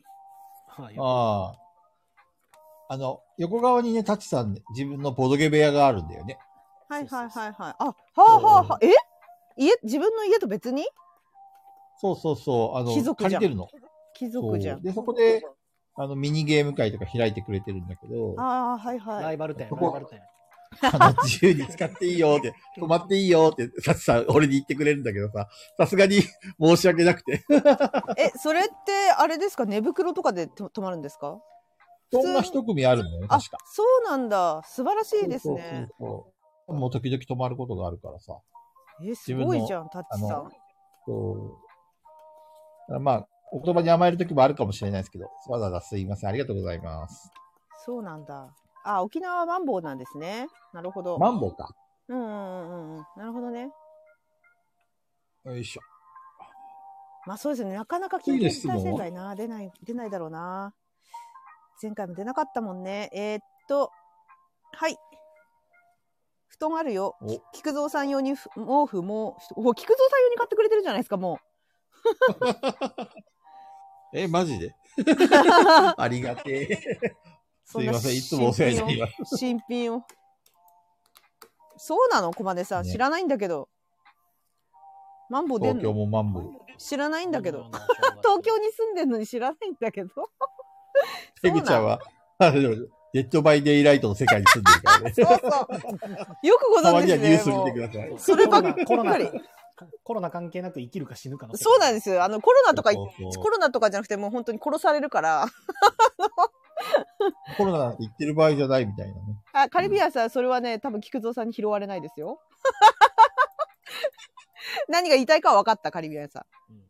Speaker 4: はい
Speaker 2: ああ。あの、横側にね、タチさん、自分のボドゲ部屋があるんだよね。
Speaker 1: はいはい
Speaker 4: そうそう
Speaker 1: はい
Speaker 4: そ
Speaker 1: うはい。あ、はあはあはあ。え家、自分の家と別に
Speaker 2: そうそうそう、あの、
Speaker 1: 貴族
Speaker 2: 借
Speaker 1: じゃ
Speaker 2: り
Speaker 1: ん
Speaker 2: てるの。
Speaker 1: 貴族じゃ。
Speaker 2: そうんで、そこで、あの、ミニゲーム会とか開いてくれてるんだけど、あ
Speaker 1: ああ、はい
Speaker 4: ラ
Speaker 1: はい。
Speaker 4: イバル店、
Speaker 2: こ
Speaker 4: ラ
Speaker 2: こ
Speaker 4: イバル店。
Speaker 2: の、自由に使っていいよって、泊まっていいよって、タチさん、俺に言ってくれるんだけどさ、さすがに申し訳なくて、
Speaker 1: え、それって、あれですか寝袋とかでと泊まるんですか
Speaker 2: そんな一組あるんだよね、
Speaker 1: あ
Speaker 2: 確か。、
Speaker 1: そうなんだ。素晴らしいですね。
Speaker 2: そうそうそう。もう時々泊まることがあるからさ。
Speaker 1: え、すごいじゃん、タッチさ
Speaker 2: あ
Speaker 1: ん
Speaker 2: の。そう。まあ、お言葉に甘える時もあるかもしれないですけど、わざわざすいません。ありがとうございます。
Speaker 1: そうなんだ。あ、沖縄はマンボウなんですね。なるほど。
Speaker 2: マンボウか。
Speaker 1: うんうんうんうん。なるほどね。
Speaker 2: よいしょ。
Speaker 1: まあそうですね。なかなか緊急事態宣言な、出ない、出ないだろうな。前回も出なかったもんね。えーっと、はい。布団あるよ。
Speaker 2: お
Speaker 1: 菊蔵さん用にふ毛布もう、お菊蔵さん用に買ってくれてるじゃないですか、も
Speaker 2: え、マジでありがて え。
Speaker 1: そ
Speaker 2: す
Speaker 1: ん
Speaker 2: い
Speaker 1: な
Speaker 2: ません。いつもお世話になります。
Speaker 1: う。新品を。そうなの小金さん。
Speaker 2: ね
Speaker 1: 知らないんだけど。マンボウ出ん
Speaker 2: 東京
Speaker 1: の
Speaker 2: もマンボウ。
Speaker 1: 知らないんだけど。東
Speaker 4: 東
Speaker 1: 京に住んでるのに知らないんだけど。
Speaker 2: ペグちゃんは、あの、デッドバイデイライトの世界に住んでる からね。
Speaker 1: そうそう。よくご
Speaker 2: たま
Speaker 1: 存知
Speaker 2: に
Speaker 1: で
Speaker 2: は
Speaker 1: すね。
Speaker 2: ニュース見
Speaker 1: も
Speaker 2: て
Speaker 1: う
Speaker 2: ください。
Speaker 1: そればっかり
Speaker 4: コロナ、コロナコロナ関係なく生きるか死ぬかの。
Speaker 1: そうなんですよ。あの、コロナとか、
Speaker 2: そうそう
Speaker 1: コロナとかじゃなくて、もう本当に殺されるから。
Speaker 2: コロナなんて言ってる場合じゃないみたいなね。
Speaker 1: あ、カリビアンさん、それはね、多分菊蔵さんに拾われないですよ。 何が言いたいかは分かった、カリビアンさん。
Speaker 4: うん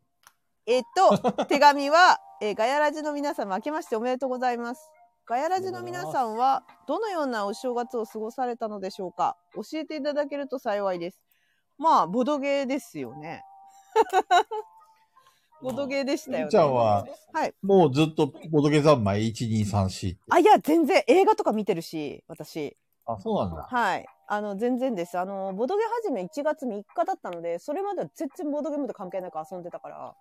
Speaker 1: えっと、手紙は、えーガヤラジの皆様、明けましておめでとうございます。ガヤラジの皆さんは、どのようなお正月を過ごされたのでしょうか教えていただけると幸いです。まあ、ボドゲーですよね。ボドゲーでしたよ
Speaker 2: ペ
Speaker 1: ね。
Speaker 2: グちゃんは、
Speaker 1: はい。
Speaker 2: もうずっと、ボドゲ三昧、1、2、3、4って。
Speaker 1: あ、いや、全然映画とか見てるし、私。
Speaker 2: あ、そうなんだ。
Speaker 1: はい。あの、全然です。あの、ボドゲ始め1月3日だったので、それまでは全然ボドゲムと関係なく遊んでた から。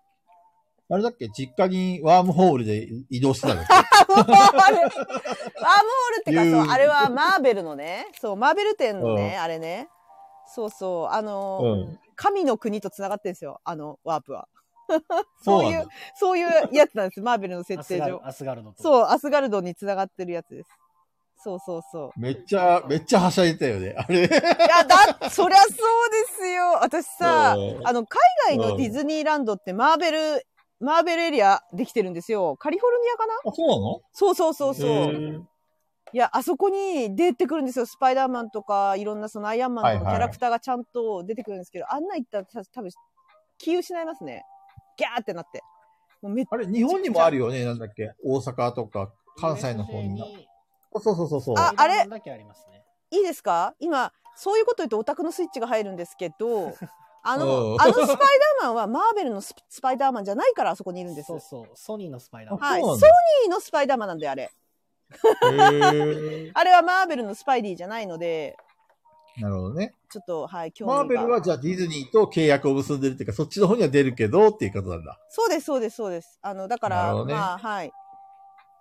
Speaker 2: あれだっけ実家にワームホールで移動してたの
Speaker 1: あワームホールってか、
Speaker 2: 言
Speaker 1: そうう、あれはマーベルのね、そう、マーベル店のね、
Speaker 2: う
Speaker 1: あれね。そうそう、あの、
Speaker 2: うん
Speaker 1: 神の国と繋がってんですよ、あの、ワープは。そ
Speaker 2: そう
Speaker 1: うい
Speaker 2: な
Speaker 1: う
Speaker 2: の。、
Speaker 1: そういうやつなんです、マーベルの設
Speaker 4: 設定
Speaker 1: 定上
Speaker 4: 上。。アスガルドと。
Speaker 1: そう、アスガルドに繋がってるやつです。そうそうそう。
Speaker 2: めっちゃ、めっちゃはしゃいでたよね。あれ。
Speaker 1: いや、だ、そりゃそうですよ。私さ、
Speaker 2: うん
Speaker 1: あの、海外のディズニーランドってマーベル、マーベルエリアできてるんですよ。カリフォルニアかな
Speaker 2: あ、そ
Speaker 1: そうそうそう
Speaker 2: う
Speaker 1: そ
Speaker 2: なの
Speaker 1: う。いや、あそこに出てくるんですよ。スパイダーマンとか、いろんなそのアイアンマンとか
Speaker 2: はい
Speaker 1: キ
Speaker 2: はい
Speaker 1: ャラクターがちゃんと出てくるんですけど、あんな行ったらた多分、気失いますね。ギャーってなって。もうめっ
Speaker 2: あれ、日本にもあるよね。なんだっけ大阪とか、関西の方に。そうそうそうそう。
Speaker 1: ああれ
Speaker 4: 値段だけありますね。
Speaker 1: いいですか今、そういうこと言うとオタクのスイッチが入るんですけ ど、あ
Speaker 2: う
Speaker 1: の、
Speaker 2: ん
Speaker 1: あのスパイダーマンはマーベルのススパイダーマンじゃないからあそこにいるんです
Speaker 4: そう
Speaker 1: よ。
Speaker 4: そう、ソニーのスパイダーマン。
Speaker 1: はい。ソ
Speaker 2: そ
Speaker 1: ニ
Speaker 2: う
Speaker 1: ー
Speaker 2: なんだ
Speaker 1: のスパイダーマンなんだよ、あれ。
Speaker 2: へ
Speaker 1: あれはマーベルのスパイディじゃないので、
Speaker 2: ーなるほどね。
Speaker 1: ちょっと、はい、興味
Speaker 2: マ
Speaker 1: が
Speaker 2: ーベルはじゃあディズニーと契約を結んでるっていうか、そっちの方には出るけどっていうことなんだ。
Speaker 1: そうです、そうです、そうです。あの、だか
Speaker 2: なる
Speaker 1: ら、
Speaker 2: ほどね
Speaker 1: まあ、はい。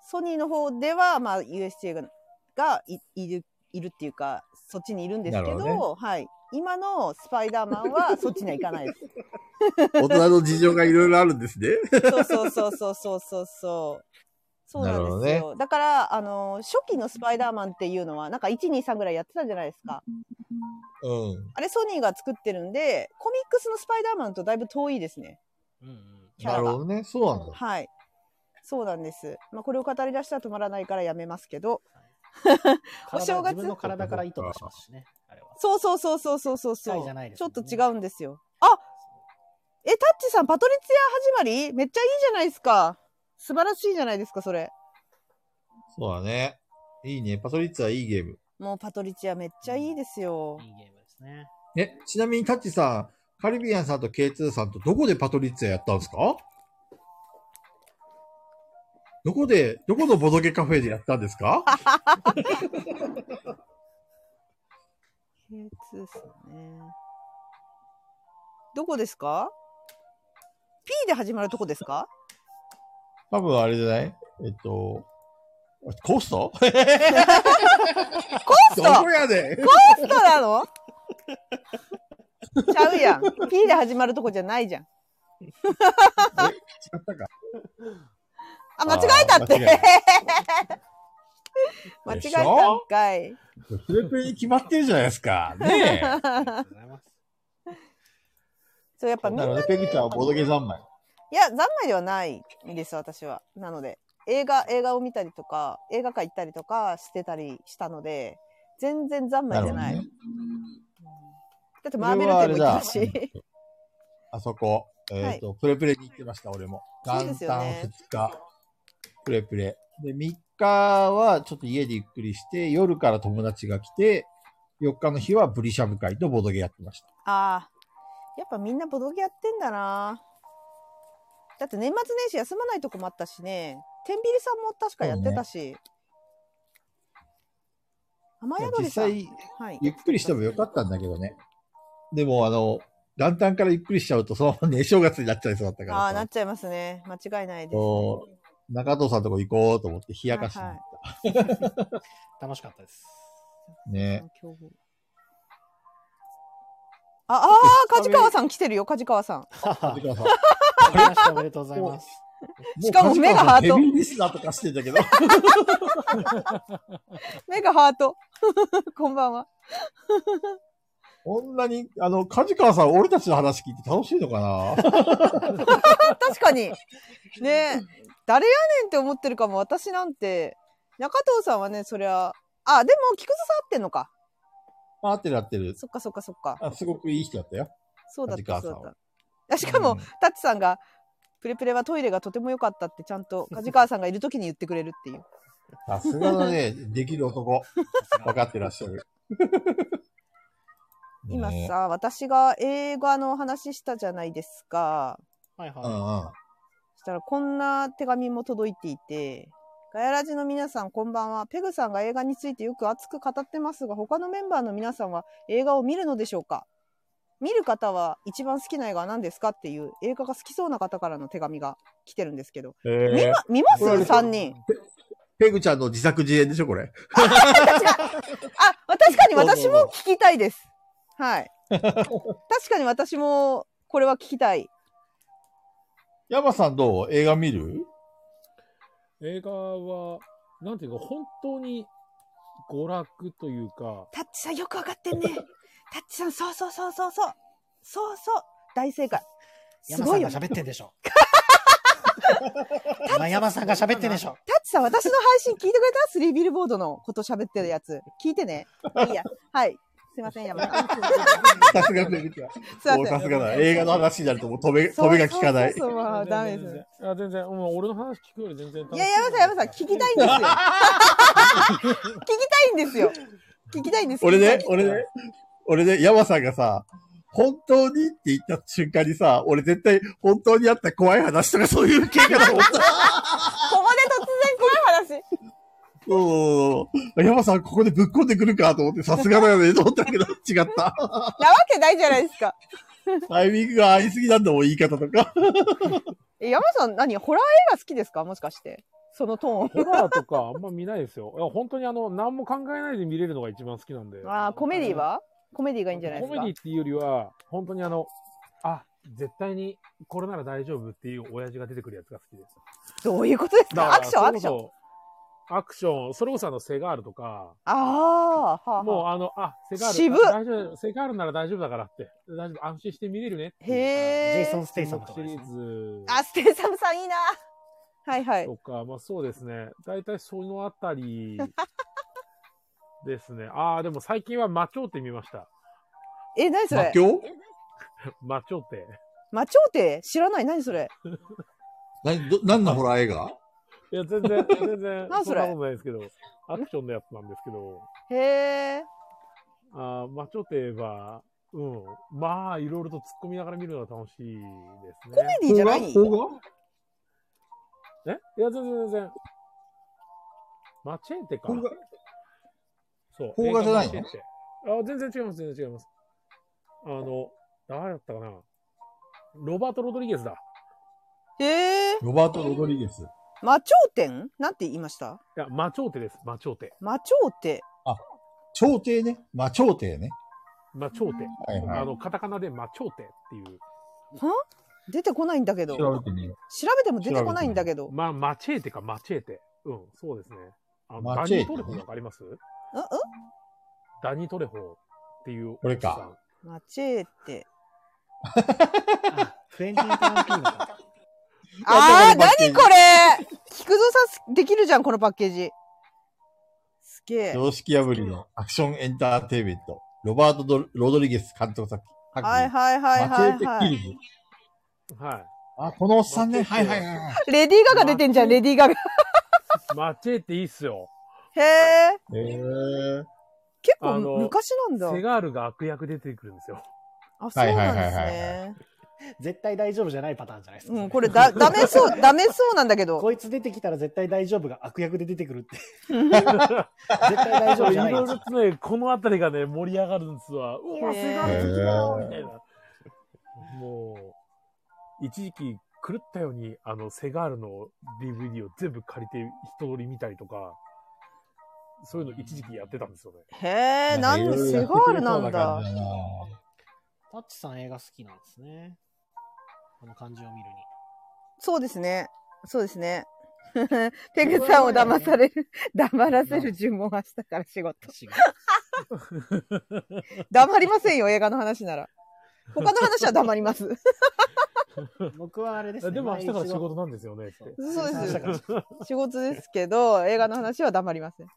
Speaker 1: ソニーの方では、まあ、USJ ががいいる、いるっていうか、そっちにいるんですけ
Speaker 2: なる
Speaker 1: ど、
Speaker 2: ほど
Speaker 1: はい。今のスパイダーマン はそっちには行かないです。
Speaker 2: 大人の事情がいろいろあるんですね。
Speaker 1: そうそうそうそうそうそうそう。そうなん
Speaker 2: なるほど
Speaker 1: です
Speaker 2: ね
Speaker 1: よ。だから、あの、初期のスパイダーマンっていうのは、なんか1、2、3ぐらいやってたじゃないですか。
Speaker 2: うん。
Speaker 1: あれソニーが作ってるんで、コミックスのスパイダーマンとだいぶ遠いですね。
Speaker 4: うんうん。
Speaker 1: キャ
Speaker 2: な
Speaker 1: ラ
Speaker 2: る
Speaker 1: が
Speaker 2: ほどね。そうなんだ。
Speaker 1: はい。そうなんです。まあ、これを語り出したら止まらないからやめますけど。お正月
Speaker 4: 体自分の体から糸出しますしね。あれは。
Speaker 1: そうそうそうそうそうそうそ
Speaker 4: 機械じゃ
Speaker 1: う、
Speaker 4: ないです
Speaker 1: ちょ
Speaker 4: も
Speaker 1: っ
Speaker 4: ん
Speaker 1: と
Speaker 4: ね
Speaker 1: 違うんですよ。あえ、タッチさん、パトリツィア始まりめっちゃいいじゃないですか。素晴らしいじゃないですか、それ。
Speaker 2: そうだね。いいね。パトリッツはいいゲーム。
Speaker 1: もうパトリツィアめっちゃいいですよ。
Speaker 4: いいゲームですね。
Speaker 2: え、ちなみにタッチさん、カリビアンさんと K2 さんとどこでパトリッツィアやったんですかどこで、どこのボドゲカフェでやったんです か
Speaker 1: K2 ですね。どこですか ?P で始まるとこですか
Speaker 2: 多分あれじゃないえっと、コスト
Speaker 1: コスト
Speaker 2: どこやで
Speaker 1: コストなのちゃうやん。P で始まるとこじゃないじゃん。
Speaker 2: 違ったか。
Speaker 1: あ、間違えたって。 間違
Speaker 2: で
Speaker 1: え
Speaker 2: しょ
Speaker 1: たんかい。
Speaker 2: プレプレに決まってるじゃないですか。ねえ。
Speaker 4: ありがとうございます。
Speaker 1: そう、や っぱみん
Speaker 2: な
Speaker 1: な、い
Speaker 2: ので、ペグちゃんはボドゲ三昧。
Speaker 1: や、三昧ではないです、私は。なので、映画、映画を見たりとか、映画館行ったりとかしてたりしたので、全然三昧じゃない。
Speaker 2: なる
Speaker 1: だってマーベル展も行った
Speaker 2: それはあれ
Speaker 1: し。
Speaker 2: あそこ、えっ、と、プレプレに行ってました、俺も。
Speaker 1: そう
Speaker 2: 元
Speaker 1: です
Speaker 2: 旦
Speaker 1: よね
Speaker 2: 2日、プレプレ。で、3日はちょっと家でゆっくりして、夜から友達が来て、4日の日はブリシャブ会とボドゲやってました。
Speaker 1: ああ。やっぱみんなボドゲやってんだな。だって年末年始休まないとこもあったしね。天秤さんも確かやってたし。雨宿り
Speaker 2: 実
Speaker 1: さん。
Speaker 2: 際、
Speaker 1: はい。
Speaker 2: ゆっくりしてもよかったんだけどね。でも、あの、元旦からゆっくりしちゃうと、そのままね、正月になっちゃいそうだったからさ。
Speaker 1: ああ、なっちゃいますね。間違いないです。
Speaker 2: そう中藤さんとこ行こうと思って、冷やかしに行った。
Speaker 4: 楽しかったです。
Speaker 2: ね。
Speaker 1: 競合ああー、梶川さん来てるよ、梶川 さん。
Speaker 2: 藤川さん
Speaker 4: わかりました。おめでとうございます。
Speaker 1: しかも目がハート
Speaker 2: もう梶川さんヘビーリスナーとかしてんだけど。
Speaker 1: 目がハート。 こんばんは。
Speaker 2: こんなに、あの、梶川さん、俺たちの話聞いて楽しいのかな
Speaker 1: 確かに。ねえ誰やねんって思ってるかも、私なんて。中藤さんはね、そりゃ。あ、でも、菊蔵さん合ってんのか。
Speaker 2: あ合ってる合ってる。
Speaker 1: そっかそっかそっか。
Speaker 2: あすごくいい人だったよ。
Speaker 1: そうだっ
Speaker 2: 梶
Speaker 1: た、
Speaker 2: 川
Speaker 1: そ
Speaker 2: さん
Speaker 1: う
Speaker 2: は
Speaker 1: だった。あしかも、
Speaker 2: うん
Speaker 1: タッチさんが、プレプレはトイレがとても良かったって、ちゃん と梶川さんがいるときに言ってくれるっていう。
Speaker 2: さすがだね、できる男。分かってらっしゃる。
Speaker 1: 今
Speaker 2: ね
Speaker 1: さ、私が映画の話したじゃないですか。
Speaker 4: はい
Speaker 2: うん
Speaker 4: は
Speaker 2: うん。
Speaker 1: したらこんな手紙も届いていて、ガヤラジの皆さんこんばんは。ペグさんが映画についてよく熱く語ってますが、他のメンバーの皆さんは映画を見るのでしょうか見る方は一番好きな映画は何ですかっていう映画が好きそうな方からの手紙が来てるんですけど。
Speaker 2: え
Speaker 1: 見
Speaker 2: ー
Speaker 1: ま、見ます
Speaker 2: これ
Speaker 1: ?3 人。
Speaker 9: ペグちゃんの自作自演でしょ、これ。
Speaker 1: あ、確かに私も聞きたいです。 はい。確かに私もこれは聞きたい。
Speaker 2: 山さんどう映画見る
Speaker 3: 映画は、なんていうか、本当に娯楽というか、
Speaker 1: タッチさんよくわかってんね。タッチさん、そうそうそうそうそう。そうそう。大正解。す
Speaker 4: い。山
Speaker 1: ご
Speaker 4: さん
Speaker 1: いよ。
Speaker 4: が
Speaker 1: タッ
Speaker 4: 喋ってんで しょ。今山さんが喋ってんでしょ。
Speaker 1: チさん、私の配信聞いてくれたスリービルボードのこと喋ってるやつ。聞いてね。いいや。はい。すいません、山さん。
Speaker 2: さすがペグちゃん。
Speaker 1: すいま
Speaker 2: もう
Speaker 1: せ
Speaker 2: さ
Speaker 1: ん。
Speaker 2: すがだ。映画の話になるともう止め、止めが効かない。
Speaker 1: そうそうそうそう、ダメです
Speaker 3: 全
Speaker 1: ね。
Speaker 3: 然。あ全然、もう俺の話聞くより全然楽
Speaker 1: い
Speaker 3: し
Speaker 1: や、山さん、山さん、聞きたいん ですよ。聞きたいんですよ。聞きたいんです
Speaker 2: 俺
Speaker 1: 聞
Speaker 2: ね
Speaker 1: き、たいん
Speaker 2: 俺ね、俺ね、山さんがさ、本当にって言った瞬間にさ、俺絶対本当にあった怖い話とかそういう系かと思った。
Speaker 1: ですここで突然こ
Speaker 2: うん。山さん、ここでぶっ込んでくるかと思って、さすがだよね、と思ったけど、違った。
Speaker 1: の話。なわけないじゃないですか。
Speaker 2: タイミングが合いすぎなんだもん、言い方とか。
Speaker 1: え、山さん、何ホラー映画好きですかもしかして。そのトーン。
Speaker 3: ホラーとかあんま見ないですよ。いや本当にあの、何も考えないで見れるのが一番好きなんで。
Speaker 1: ああ、コメディはコメディがいいんじゃないですか
Speaker 3: コメディっていうよりは、本当にあの、あ、絶対にこれなら大丈夫っていう親父が出てくるやつが好きです。
Speaker 1: どういうことですか
Speaker 3: だから
Speaker 1: アクション、アクション。。
Speaker 3: アクション、それこそあの、セガールとか、
Speaker 1: ああ、はあ、
Speaker 3: もう
Speaker 1: はあ。
Speaker 3: あの、あ、セガール
Speaker 1: 渋っ
Speaker 3: あ大丈夫、セガールなら大丈夫だからって、大丈夫、安心して見れるねっていう。
Speaker 1: へ
Speaker 4: ジェイ
Speaker 1: え
Speaker 4: ソ。ン・ステイサムと
Speaker 3: シ
Speaker 4: かで
Speaker 3: リ
Speaker 4: す
Speaker 3: ー
Speaker 4: ね。
Speaker 3: ズ
Speaker 1: あ、ステイサムさんいいな。はいはい。
Speaker 3: とか、まあそうですね。大体そのあたりですね。ああ、でも最近は魔頂帝見ました。
Speaker 1: え、何それ
Speaker 2: 境
Speaker 3: 魔頂帝。
Speaker 1: 魔頂帝知らない。何それ
Speaker 2: 何、ど、何のホラー映画
Speaker 3: いや、全 然、全然、
Speaker 1: 何それ
Speaker 3: んなことないですけど、アクションのやつなんですけど、
Speaker 1: へえ。
Speaker 3: あー魔頂帝は、うん。まあ、いろいろと突っ込みながら見るのが楽しいですね。
Speaker 1: コメディじゃない
Speaker 3: えいや、全然全然。マチェンテか。
Speaker 2: 邦画
Speaker 3: そう。
Speaker 2: 邦画じゃないの
Speaker 3: 映画マチェンテあ、全然違います、全然違います。あの、誰だったかなロバート・ロドリゲスだ。
Speaker 1: へえ。
Speaker 2: ロバート・ロドリゲス。
Speaker 1: 魔頂点なんて言いました
Speaker 3: いや、魔頂手です。魔頂手。
Speaker 1: 魔頂点。
Speaker 2: 朝廷ね。まあ、朝廷ね。
Speaker 3: 魔頂手。
Speaker 2: はいは
Speaker 3: あ
Speaker 2: い。
Speaker 3: の、カタカナで魔頂手っていう。
Speaker 1: 出てこないんだけど。調
Speaker 2: 調べてみよ
Speaker 1: べても出てこないんだけど。
Speaker 3: まあ、マチェーテか、マチェーテ。うん、そうですね。あの
Speaker 2: マチェーテ
Speaker 3: ダニー・トレホわかります
Speaker 1: うんうん
Speaker 3: ダニー・トレホっていう。
Speaker 2: これか。
Speaker 1: マチェーテ。
Speaker 4: あ、クエンティン・タランティーノか。
Speaker 1: あー、
Speaker 2: パッケー
Speaker 1: 何
Speaker 2: ジ
Speaker 1: これ菊蔵さんできるじゃん、このパッケージ。すげ
Speaker 2: う。
Speaker 1: え。
Speaker 2: 常識破りのアクションエンターテイメント。ロバートド・ロドリゲス監督作品。
Speaker 1: はいはいはいはい
Speaker 2: マ
Speaker 1: は
Speaker 2: チェーテ
Speaker 1: い。
Speaker 2: キルズ
Speaker 3: は
Speaker 2: あ、このおっさんね。
Speaker 3: マチ
Speaker 2: は
Speaker 3: ェ
Speaker 2: い
Speaker 3: ーテ
Speaker 2: はいはいはい。
Speaker 1: レディー・ガガ出てんじゃん、レディー・ガガ。
Speaker 3: い。マチェーテいいっすよ。
Speaker 1: へえ。
Speaker 2: へー。
Speaker 1: 結
Speaker 3: あの
Speaker 1: 構昔なんだ。
Speaker 3: セガールが悪役出てくるんですよ。
Speaker 1: あ、そうなん
Speaker 2: は
Speaker 1: で
Speaker 2: いはい
Speaker 1: す
Speaker 2: はいは
Speaker 1: ね。
Speaker 4: 絶対大丈夫じゃないパターンじゃないですか。
Speaker 1: うん、これ だ、ダメそう、ダメそうなんだけど。
Speaker 4: こいつ出てきたら絶対大丈夫が悪役で出てく るって。絶対大丈
Speaker 3: そう
Speaker 4: 夫
Speaker 3: い
Speaker 4: じゃない
Speaker 3: ろ
Speaker 4: で
Speaker 3: い
Speaker 4: すか。
Speaker 3: ろね、この辺りがね、盛り上がるんですわ。うわ、
Speaker 1: へー
Speaker 3: セガール敵だみたいな。もう、一時期狂ったように、あの、セガールの DVD を全部借りて一通り見たりとか、そういうの一時期やってたんですよね。
Speaker 1: へえ、なんでセガールなんだ。
Speaker 4: タッチさん映画好きなんですね。この感じを見るに。
Speaker 1: そうですね。そうですね。 ペグさんを騙される、黙らせる呪文明日から仕事。
Speaker 4: 私が
Speaker 1: 黙りませんよ、映画の話なら。他の話は黙り ます。
Speaker 4: 僕はあれですね。
Speaker 3: でも明日から仕
Speaker 4: 前
Speaker 3: 事なんですよねって
Speaker 4: 一。度。
Speaker 1: そうです
Speaker 4: 明日から
Speaker 1: 仕事ですけど、映画の話は黙りません。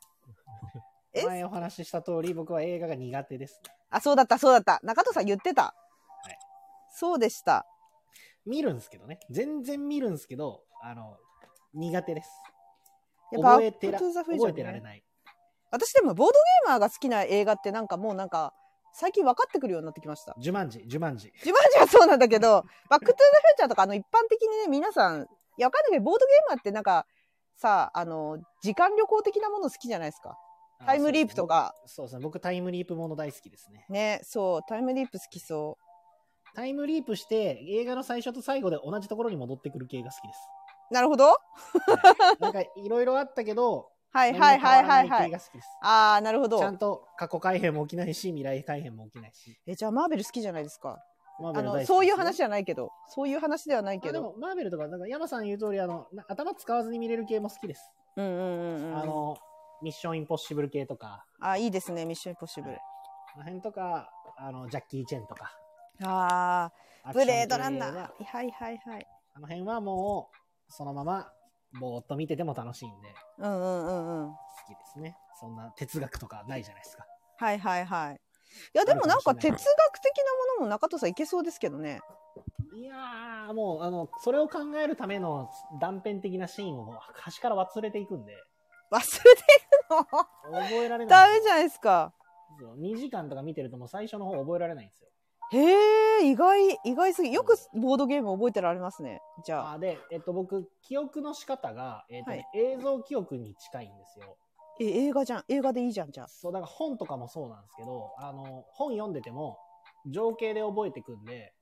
Speaker 1: え
Speaker 4: 前お話しした通り、僕は映画が苦手です、ね。
Speaker 1: あ、そうだった、そうだった。中戸さん言ってた
Speaker 4: い。
Speaker 1: そうでした。
Speaker 4: 見るんですけどね。全然見るんですけど、あの、苦手です。
Speaker 1: やっぱ
Speaker 4: 覚えてら、
Speaker 1: アップトゥーザフュージョン
Speaker 4: 覚
Speaker 1: ね
Speaker 4: えてられない。
Speaker 1: 私でもボードゲーマーが好きな映画ってなんかもうなんか、最近分かってくるようになってきました。
Speaker 4: ジュマンジ、ジュマンジ。
Speaker 1: ジュマンジはそうなんだけ ど、バックトゥーザフューチャーとかあの一般的にね、皆さん、いや、わかんないけど、ボードゲーマーってなんか、さあ、あの、時間旅行的なもの好きじゃないですか。
Speaker 4: あ
Speaker 1: タイムリープと。か。
Speaker 4: そうですね。僕タイムリープもの大好きですね。
Speaker 1: ね、そう、タイムリープ好きそ
Speaker 4: タイムリープして、映画の最初と最後で同じところに戻ってくる系が好きです。
Speaker 1: う。なるほど。
Speaker 4: はいなんかいろいろあったけど、
Speaker 1: はいはいはいはい
Speaker 4: 何も変わら
Speaker 1: は
Speaker 4: ない系
Speaker 1: い。
Speaker 4: が好きです。
Speaker 1: あー、なるほ
Speaker 4: ちゃん
Speaker 1: ど。
Speaker 4: と過去改変も起きないし、未来改変も起きないし。
Speaker 1: え、じゃあマーベル好きじゃないですか。
Speaker 4: マーベ
Speaker 1: あ
Speaker 4: ル大好き
Speaker 1: の、
Speaker 4: ですね
Speaker 1: そういう話じゃないけど、そういう話ではないけ
Speaker 4: あで
Speaker 1: ど。
Speaker 4: も、マーベルとか、なんか、山さん言う通り、あの、な頭使わずに見れる系も好きです。
Speaker 1: うんうんうんうん。
Speaker 4: あの、ミッションインポッシブル系とか、
Speaker 1: あ、いいですね、ミッションインポッシブル。
Speaker 4: あの辺とか、あの、ジャッキー・チェンとか。
Speaker 1: あー、ブ
Speaker 4: アクション系
Speaker 1: レードランナー。
Speaker 4: は
Speaker 1: はいはいはいはい。
Speaker 4: あの辺はもう、そのまま、ぼーっと見てても楽しいんで、
Speaker 1: うんうんうんうん。
Speaker 4: 好きですね。そんな哲学とかないじゃないですか。
Speaker 1: はいはいはい。いやでもなんか
Speaker 4: あるか
Speaker 1: 哲
Speaker 4: もしれな
Speaker 1: 学
Speaker 4: い
Speaker 1: 的なものも中戸さんいけそうですけどね。
Speaker 4: いやー、もう、あの、それを考えるための断片的なシーンをもう端から忘れていくんで、
Speaker 1: 忘れてる
Speaker 4: 覚えられないんですよ
Speaker 1: の。ダメじゃないですか。
Speaker 4: そう2時間とか見てるともう最初の方覚えられないんですよ。
Speaker 1: へえ、意外、意外すぎ。よくボードゲーム覚えてられますね。じゃあ。
Speaker 4: あで、えっと、僕、記憶の仕方が、えっとね映像記憶に近いんですよ。
Speaker 1: え、映画じゃん。映画でいいじゃん、じゃあ。
Speaker 4: そう、だから本とかもそうなんですけど、あの、本読んでても、情景で覚えてくんで、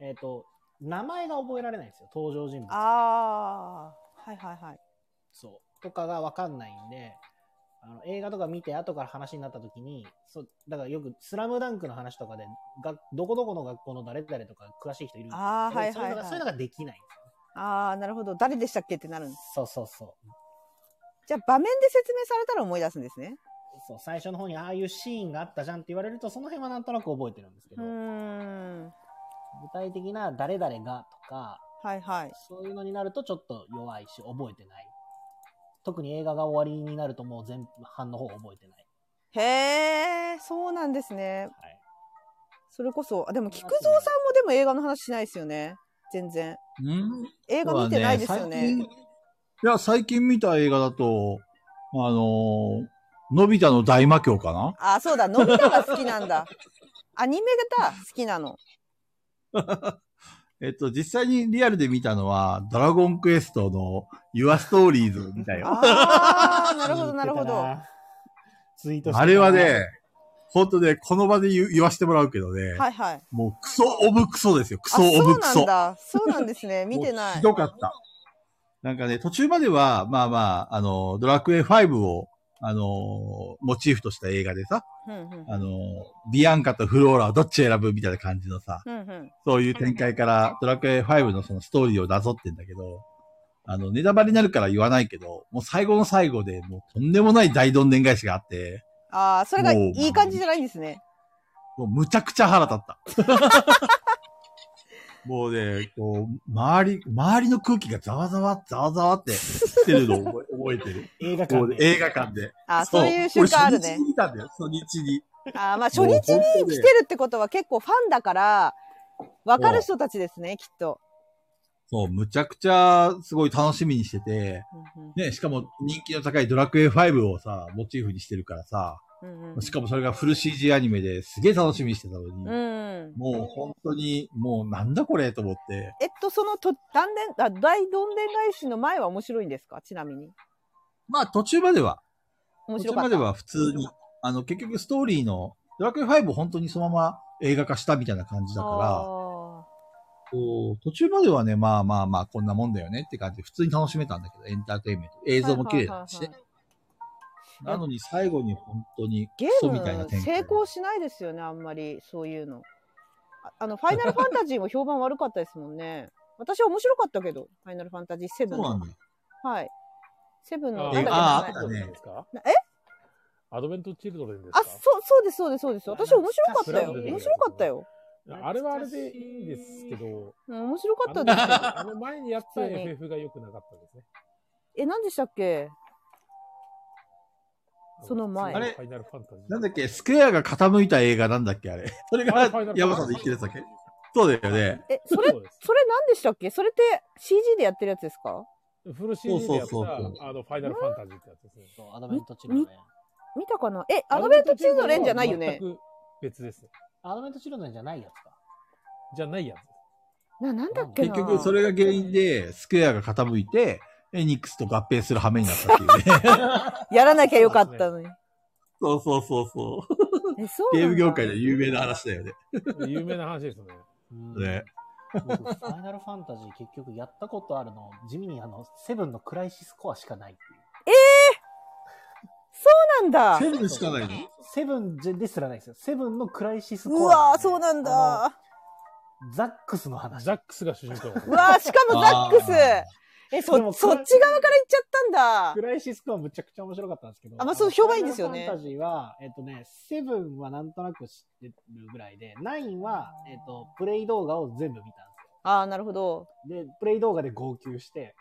Speaker 4: えっと、名前が覚えられないんですよ、登場人物。
Speaker 1: あー、はいはいはい。
Speaker 4: そう。とかがわかんないんで、あの映画とか見て後から話になった時に、そう、だからよくスラムダンクの話とかで、がどこどこの学校の誰々とか詳しい人いるんですよ
Speaker 1: あーはい
Speaker 4: そうい
Speaker 1: はい
Speaker 4: うのが
Speaker 1: はい
Speaker 4: そういうのができないんですよ。
Speaker 1: あー、なるほど。誰でしたっけってなるんです。
Speaker 4: そうそうそう。
Speaker 1: じゃあ場面で説明されたら思い出すんですね。
Speaker 4: そう、最初の方にああいうシーンがあったじゃんって言われると、その辺はなんとなく覚えてるんですけ
Speaker 1: う
Speaker 4: ど、
Speaker 1: ー
Speaker 4: 具
Speaker 1: ん。
Speaker 4: 体的な誰々がとか、
Speaker 1: はいはい。
Speaker 4: そういうのになるとちょっと弱いし、覚えてない。特に映画が終わりになるともう前半の方覚えてない。
Speaker 1: へえ、そうなんですね。
Speaker 4: はい。
Speaker 1: それこそ、あ、でも菊蔵さんもでも映画の話しないですよね。全然。
Speaker 2: うん
Speaker 1: 映画見てないですよね。
Speaker 2: そうだ最近いや、最近見た映画だと、あのー、のび太の大魔教かな
Speaker 1: あ、そうだ、のび太が好きなんだ。 アニメが好きなの。
Speaker 2: えっと、実際にリアルで見たのは、ドラゴンクエストの Your Stories みたいよ。
Speaker 1: ああ、なる ほど、なるほど。。
Speaker 4: ツイートしてた
Speaker 2: あれはね、、ほんとね、この場で言う言わしてもらうけどね、
Speaker 1: はいはい。
Speaker 2: もうクソオブクソですよ。ク
Speaker 1: あ、
Speaker 2: ソオ
Speaker 1: そう
Speaker 2: ブク
Speaker 1: な
Speaker 2: ソ。
Speaker 1: んだ。そうなんですね。見て
Speaker 2: もう
Speaker 1: な
Speaker 2: ひ
Speaker 1: い。
Speaker 2: どかった。なんかね、途中までは、まあまあ、あの、ドラクエ5を、あの、モチーフとした映画でさ、
Speaker 1: うんうん
Speaker 2: あの、ビアンカとフローラはどっち選ぶみたいな感じのさ、
Speaker 1: うんうん
Speaker 2: そういう展開からドラクエ5のそのストーリーをなぞってんだけど、あの、ネタバレになるから言わないけど、もう最後の最後でもうとんでもない大どんでん返しがあって、
Speaker 1: ああ、それがい
Speaker 2: もう
Speaker 1: い感じじゃないんですね。
Speaker 2: もうむちゃくちゃ腹立った。 もうね、こう、周り、周りの空気がざわざわ、ざわざわってしてるのを覚え覚えてる。
Speaker 4: 映画
Speaker 2: もう
Speaker 4: 館
Speaker 2: ね
Speaker 4: で。
Speaker 2: 映画館で。
Speaker 1: ああ、そういう瞬間ある
Speaker 2: 俺初
Speaker 1: ね
Speaker 2: 日。に見たんだよ、初日に。
Speaker 1: ああ、まあ初
Speaker 2: もう
Speaker 1: 日
Speaker 2: 本
Speaker 1: に
Speaker 2: 当ね
Speaker 1: 来てるってことは結構ファンだから、わかる人たちですね、きっと。
Speaker 2: そう、むちゃくちゃすごい楽しみにしてて、
Speaker 1: うん
Speaker 2: ね、しかも人気の高いドラクエ5をさ、モチーフにしてるからさ、
Speaker 1: うんうん
Speaker 2: しかもそれがフル CG アニメですげえ楽しみにしてたのに、
Speaker 1: うん。うん
Speaker 2: もう本当に、もうなんだこれと思って、
Speaker 1: えっと、そのと、断電、あ、大どんでん返しの前は面白いんですかちなみに。
Speaker 2: まあ途中までは、
Speaker 1: 面
Speaker 2: 途
Speaker 1: 白
Speaker 2: 中
Speaker 1: か
Speaker 2: ま
Speaker 1: っ
Speaker 2: で
Speaker 1: た。
Speaker 2: は普通に、あの結局ストーリーの、ドラクエ5を本当にそのまま映画化したみたいな感じだから、
Speaker 1: あ
Speaker 2: こう途中まではね、まあまあまあこんなもんだよねって感じで普通に楽しめたんだけど、エンターテインメント。映像も綺麗だし
Speaker 1: は
Speaker 2: ね
Speaker 1: いは。
Speaker 2: なのに最後に本当にク
Speaker 1: ゲ
Speaker 2: ソみたいな
Speaker 1: ーム
Speaker 2: 展
Speaker 1: 成
Speaker 2: 開。
Speaker 1: 功しないですよね、あんまり、そういうの。ああの、ファイナルファンタジーも評判悪かったですもんね。 私は面白かったけど、ファイナルファンタジー7。
Speaker 2: そうなんだよ。
Speaker 1: はい。セブンの、な
Speaker 3: あ
Speaker 1: んだっけ
Speaker 2: あ
Speaker 1: 名前
Speaker 2: あったね
Speaker 3: ですか
Speaker 1: なえ
Speaker 3: アドベントチルドレンですか
Speaker 1: あ、そう、そうです、そうです、そうです。私面白かったよ。
Speaker 4: 懐かしい
Speaker 1: 面白かったよ。
Speaker 3: あれはあれでいいんですけど、
Speaker 1: うん面白か
Speaker 3: あ
Speaker 1: った
Speaker 3: の
Speaker 1: ですけ
Speaker 3: あの前にやった
Speaker 1: 普通に
Speaker 3: FF が良くなかったです
Speaker 1: ど。
Speaker 3: ね。
Speaker 1: え、何でしたっけその前
Speaker 3: あれファイナルファンタジー。
Speaker 2: なんだっけ、スクエアが傾いた映画なんだっけ、あれ。 それが
Speaker 3: ファイナルファンタジー
Speaker 2: 山さんで言ってるやつだっけそうだよね。
Speaker 1: え、それ、
Speaker 3: そうです
Speaker 1: それ何でしたっけそれって CG でやってるやつですか
Speaker 3: フル CG でやった
Speaker 2: そうそうそう
Speaker 3: あのファイナルファンタジーってやつですね。
Speaker 4: そう、アドベントチルドレン。
Speaker 1: 見たかなえ、アドベントチルドレンじゃないよ
Speaker 3: 全
Speaker 1: ね。
Speaker 3: く別ですね。
Speaker 4: アドベントチルドレンじゃないやつか。
Speaker 3: じゃないやつ。
Speaker 1: な、なんだっけ
Speaker 2: 結
Speaker 1: な
Speaker 2: 局、それが原因で、スクエアが傾いて、エニックスと合併する羽目になったって いうね。
Speaker 1: やらなきゃよかったのに。
Speaker 2: そうそうそうそ
Speaker 1: え、そう
Speaker 2: う。
Speaker 1: なんだ
Speaker 2: ゲーム業界で有名な話だよね。
Speaker 3: 有名な話ですね。
Speaker 4: うん
Speaker 2: ね。
Speaker 4: 僕、ファイナルファンタジー結局やったことあるの、地味にあの、セブンのクライシスコアしかないっていう。
Speaker 1: そうなんだ。
Speaker 2: 全部しかないの
Speaker 4: セブンじゃですらないですよ。セブンのクライシスコ
Speaker 1: う
Speaker 4: ア、
Speaker 1: わー、そうなん
Speaker 4: あ
Speaker 1: だ。
Speaker 4: の。ザックスの話。
Speaker 3: ザックスが主人公なんです
Speaker 1: う
Speaker 3: ね。
Speaker 1: わー、しかもザックス。
Speaker 2: あ
Speaker 1: え、
Speaker 4: でも
Speaker 1: そ、そっち側から行っちゃったんだ
Speaker 4: ク。ライシスコアむちゃくちゃ面白かったんですけど。
Speaker 1: あまあそう
Speaker 4: の
Speaker 1: 評判いいんですよね
Speaker 4: ファイナルファンタジーは、えっとね、セブンはなんとなく知ってるぐらいで、ナインは、えっと、プレイ動画を全部見たんですよ。
Speaker 1: あー、なるほど。
Speaker 4: で、プレイ動画で号泣して。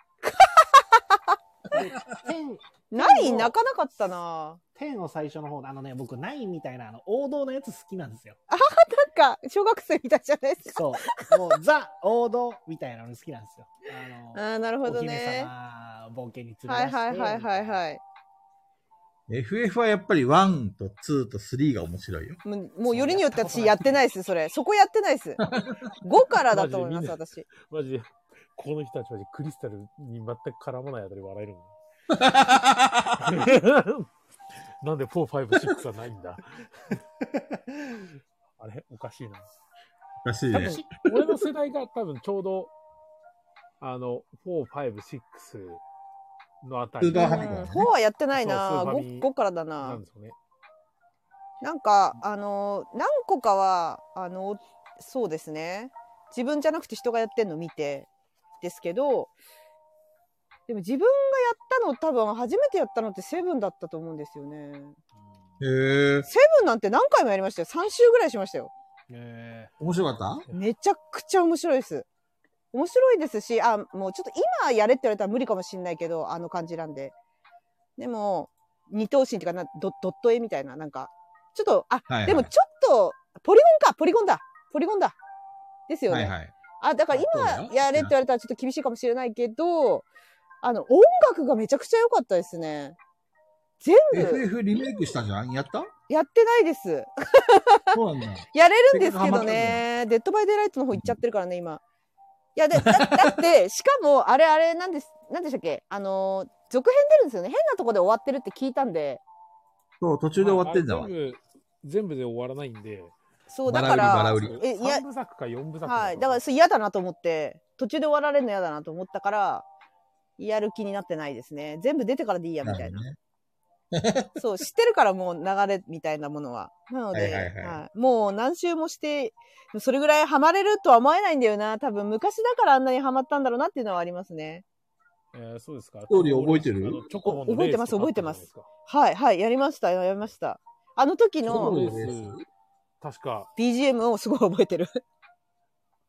Speaker 4: で、10
Speaker 1: ない泣かなかったな。
Speaker 4: 10を最初の方で、あのね、僕、9みたいな、あの、王道のやつ好きなんですよ。
Speaker 1: なんか、小学生みたいじゃないですか。
Speaker 4: そう。もう、ザ、王道みたいなの好きなんですよ。あの、
Speaker 1: ああ、なるほど
Speaker 4: お姫
Speaker 1: ね。
Speaker 4: 様、冒険に連れ出して。
Speaker 1: はいはいはいはい は
Speaker 4: い。
Speaker 1: い。
Speaker 2: FF はやっぱり1と2と3が面白いよ。
Speaker 1: もう、もうよりによって私やってないです、それ。そこやってないです。5からだと思います、
Speaker 3: マ
Speaker 1: 私。
Speaker 3: マジで、この人たちマジクリスタルに全く絡まないあたり笑えるもん。なんで4、5、6はないんだあれおかしいな。
Speaker 2: らしい
Speaker 3: 多
Speaker 2: ね
Speaker 3: 分。、俺の世代が多分ちょうど、あの、4、5、6のあたり
Speaker 2: スーパーファミコン
Speaker 1: うん、4はやってないな
Speaker 3: そうスーファ
Speaker 1: 5,
Speaker 3: ミ
Speaker 1: 5からだ
Speaker 3: な
Speaker 1: なん
Speaker 3: ですよね。
Speaker 1: なんかあの何個かはあのそうですね自分じゃなくて人がやってんの見てですけどでも自分がやったの多分初めてやったのってセブンだったと思うんですよね
Speaker 2: へえ。
Speaker 1: セブンなんて何回もやりましたよ3週ぐらいしましたよ
Speaker 4: え
Speaker 2: 面白かっ
Speaker 1: めちゃくちゃ面白いです。面白いですし、あ、もうちょっと今やれって言われたら無理かもしんないけど、あの感じなんで。でも、二等身っていうかなド、ドット絵みたいな、なんか、ちょっと、あ、
Speaker 2: たはいはい。
Speaker 1: でもちょっと、ポリゴンか、ポリゴンだ、ポリゴンだ。ですよね。
Speaker 2: はいはい。
Speaker 1: あ、だから
Speaker 2: そうだよ
Speaker 1: 今やれって言われたらちょっと厳しいかもしれないけど、あの、音楽がめちゃくちゃ良かったですね。全部、
Speaker 2: FF リメイクしたじゃんやった
Speaker 1: やってないです。
Speaker 2: そうなんだ。
Speaker 1: やれるんですけ
Speaker 2: せっかくハ
Speaker 1: ど
Speaker 2: マったんだ
Speaker 1: ね。デッドバイデイライトの方行っちゃってるからね、今。いや、だだだって、 しかも、あれあれ、なんです、なんでしたっけあのー、続編出るんですよね。変なとこで終わってるって聞いたんで。
Speaker 2: そう、途中で終わってんだ
Speaker 3: あ
Speaker 2: わ
Speaker 3: れ。全部、全部で終わらないんで、
Speaker 1: そう、
Speaker 2: バ
Speaker 1: だか
Speaker 2: ラ売りバラ
Speaker 1: ら
Speaker 2: 売、り
Speaker 1: えいや
Speaker 3: 3部作か4部作
Speaker 1: はい。だから、それ嫌だなと思って、途中で終わられるの嫌だなと思ったから、やる気になってないですね。全部出てからでいいや、みたいな。
Speaker 2: ね。
Speaker 1: そう、知ってるからもう流れみたいなものは。なので、
Speaker 2: はいはいはい
Speaker 1: はいもう何周もして、それぐらいハマれるとは思えないんだよな。多分昔だからあんなにハマったんだろうなっていうのはありますね。
Speaker 3: えー、そうですか。
Speaker 10: 通り覚えてる
Speaker 3: あのチョコボンの
Speaker 1: 覚えてます覚えてます。はい、はい、やりました、やりました。あの時
Speaker 3: チョコボ
Speaker 1: の
Speaker 3: ン
Speaker 10: そ
Speaker 3: の
Speaker 10: う
Speaker 3: レース確か、
Speaker 1: BGM をすごい覚え てる。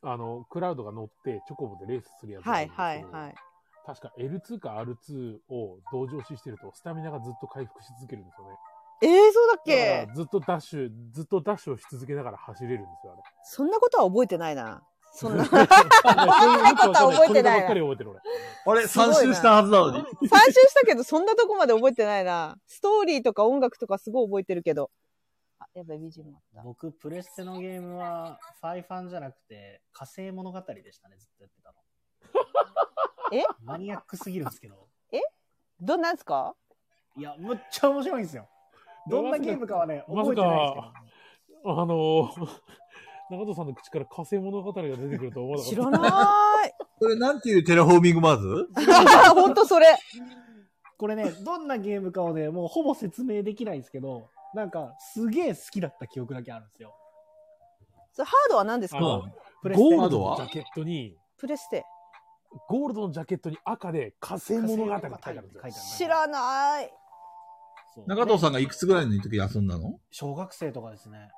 Speaker 3: あの、クラウドが乗って、チョコボンでレースするやつがあ
Speaker 1: は
Speaker 3: る
Speaker 1: い、
Speaker 3: んですけど。
Speaker 1: はい、はい。
Speaker 3: 確か L2 か R2 を同乗ししてると、スタミナがずっと回復し続けるんですよね。
Speaker 1: ええー、そうだっ
Speaker 3: だ
Speaker 1: け
Speaker 3: からずっとダッシュ、ずっとダッシュをし続けながら走れるんですよ、あれ。
Speaker 1: そんなことは覚えてないな。そん な。
Speaker 3: 覚え
Speaker 1: ないことは覚えてない
Speaker 3: ばっかり覚えてる俺。
Speaker 10: 俺、
Speaker 1: すご
Speaker 10: 3
Speaker 1: いな
Speaker 10: 周したはずなのに。
Speaker 1: 参集したけど、そんなとこまで覚えてないな。ストーリーとか音楽とかすごい覚えてるけど。あ、やばい、BGM あった。
Speaker 4: 僕、プレステのゲームは、ファイファンじゃなくて、火星物語でしたね、ずっとやってたの。
Speaker 1: え
Speaker 4: マニアックすぎるんですけど。
Speaker 1: どんなんです か
Speaker 4: いや、むっちゃ面白いんですよ。どんなゲームかはね、
Speaker 3: ま
Speaker 4: 覚
Speaker 3: さか
Speaker 4: えてないです
Speaker 3: あのー、 中藤さんの口から火星物語が出てくるとは思わなかっ
Speaker 1: 知
Speaker 3: た。
Speaker 1: らない。
Speaker 10: それなんていうテラフォーミングマーズ
Speaker 1: あ ほんとそれ。
Speaker 4: けど。これね、どんなゲームかをね、もうほぼ説明できないんですけど、なんか、すげえ好きだった記憶だけあるんですよ。
Speaker 1: それハードは何です
Speaker 3: あ
Speaker 1: か
Speaker 3: の
Speaker 4: プレステ
Speaker 3: ゴー
Speaker 4: の
Speaker 3: ルド
Speaker 10: ゴー
Speaker 3: の
Speaker 10: ルド
Speaker 3: ジ
Speaker 10: は
Speaker 3: ャケットに、
Speaker 1: プレステ。
Speaker 3: ゴールドのジャケットに赤で火星物語って書いてあるんですよ
Speaker 4: 火星物語って書いてある。
Speaker 1: 知らない。
Speaker 4: そう
Speaker 2: 中藤さん
Speaker 4: で
Speaker 2: がいくつぐらいの時遊んだの
Speaker 4: 小学生とかですね。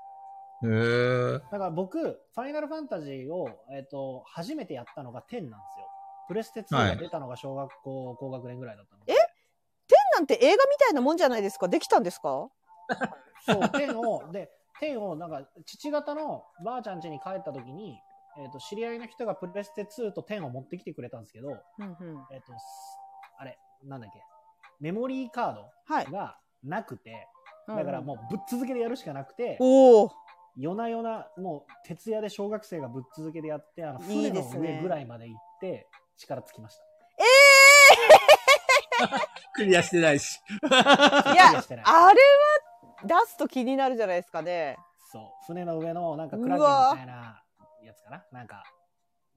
Speaker 2: へえ。
Speaker 4: だから僕、ファイナルファンタジーを、えっ、と、初めてやったのが10なんですよ。プレステ2が出たのが小学校、高学年ぐらいだったので。
Speaker 1: なんて映画みたいなもんじゃないですかできたんですか
Speaker 4: そう、10を、で、10を、なんか、父方のばあちゃん家に帰った時に、えっ、と、知り合いの人がプレステ2と10を持ってきてくれたんですけど、
Speaker 1: うんうん。
Speaker 4: えっ、と、すあれ、なんだっけ、メモリーカー
Speaker 1: はい
Speaker 4: ド。がなくて、
Speaker 1: うん
Speaker 4: だからもうぶっ続けでやるしかなくて、
Speaker 1: おお。
Speaker 4: 夜な夜な、もう徹夜で小学生がぶっ続けでやって、あの、
Speaker 1: い
Speaker 4: 船
Speaker 1: いで
Speaker 4: の
Speaker 1: すね
Speaker 4: 上ぐらいまで行って、力尽きました。
Speaker 10: クリアしてないし。
Speaker 1: いや
Speaker 4: クリアしてない
Speaker 1: あれは出すと気になるじゃないですかね。
Speaker 4: そう、船の上のなんかクラゲみたいなやつかな。なんか、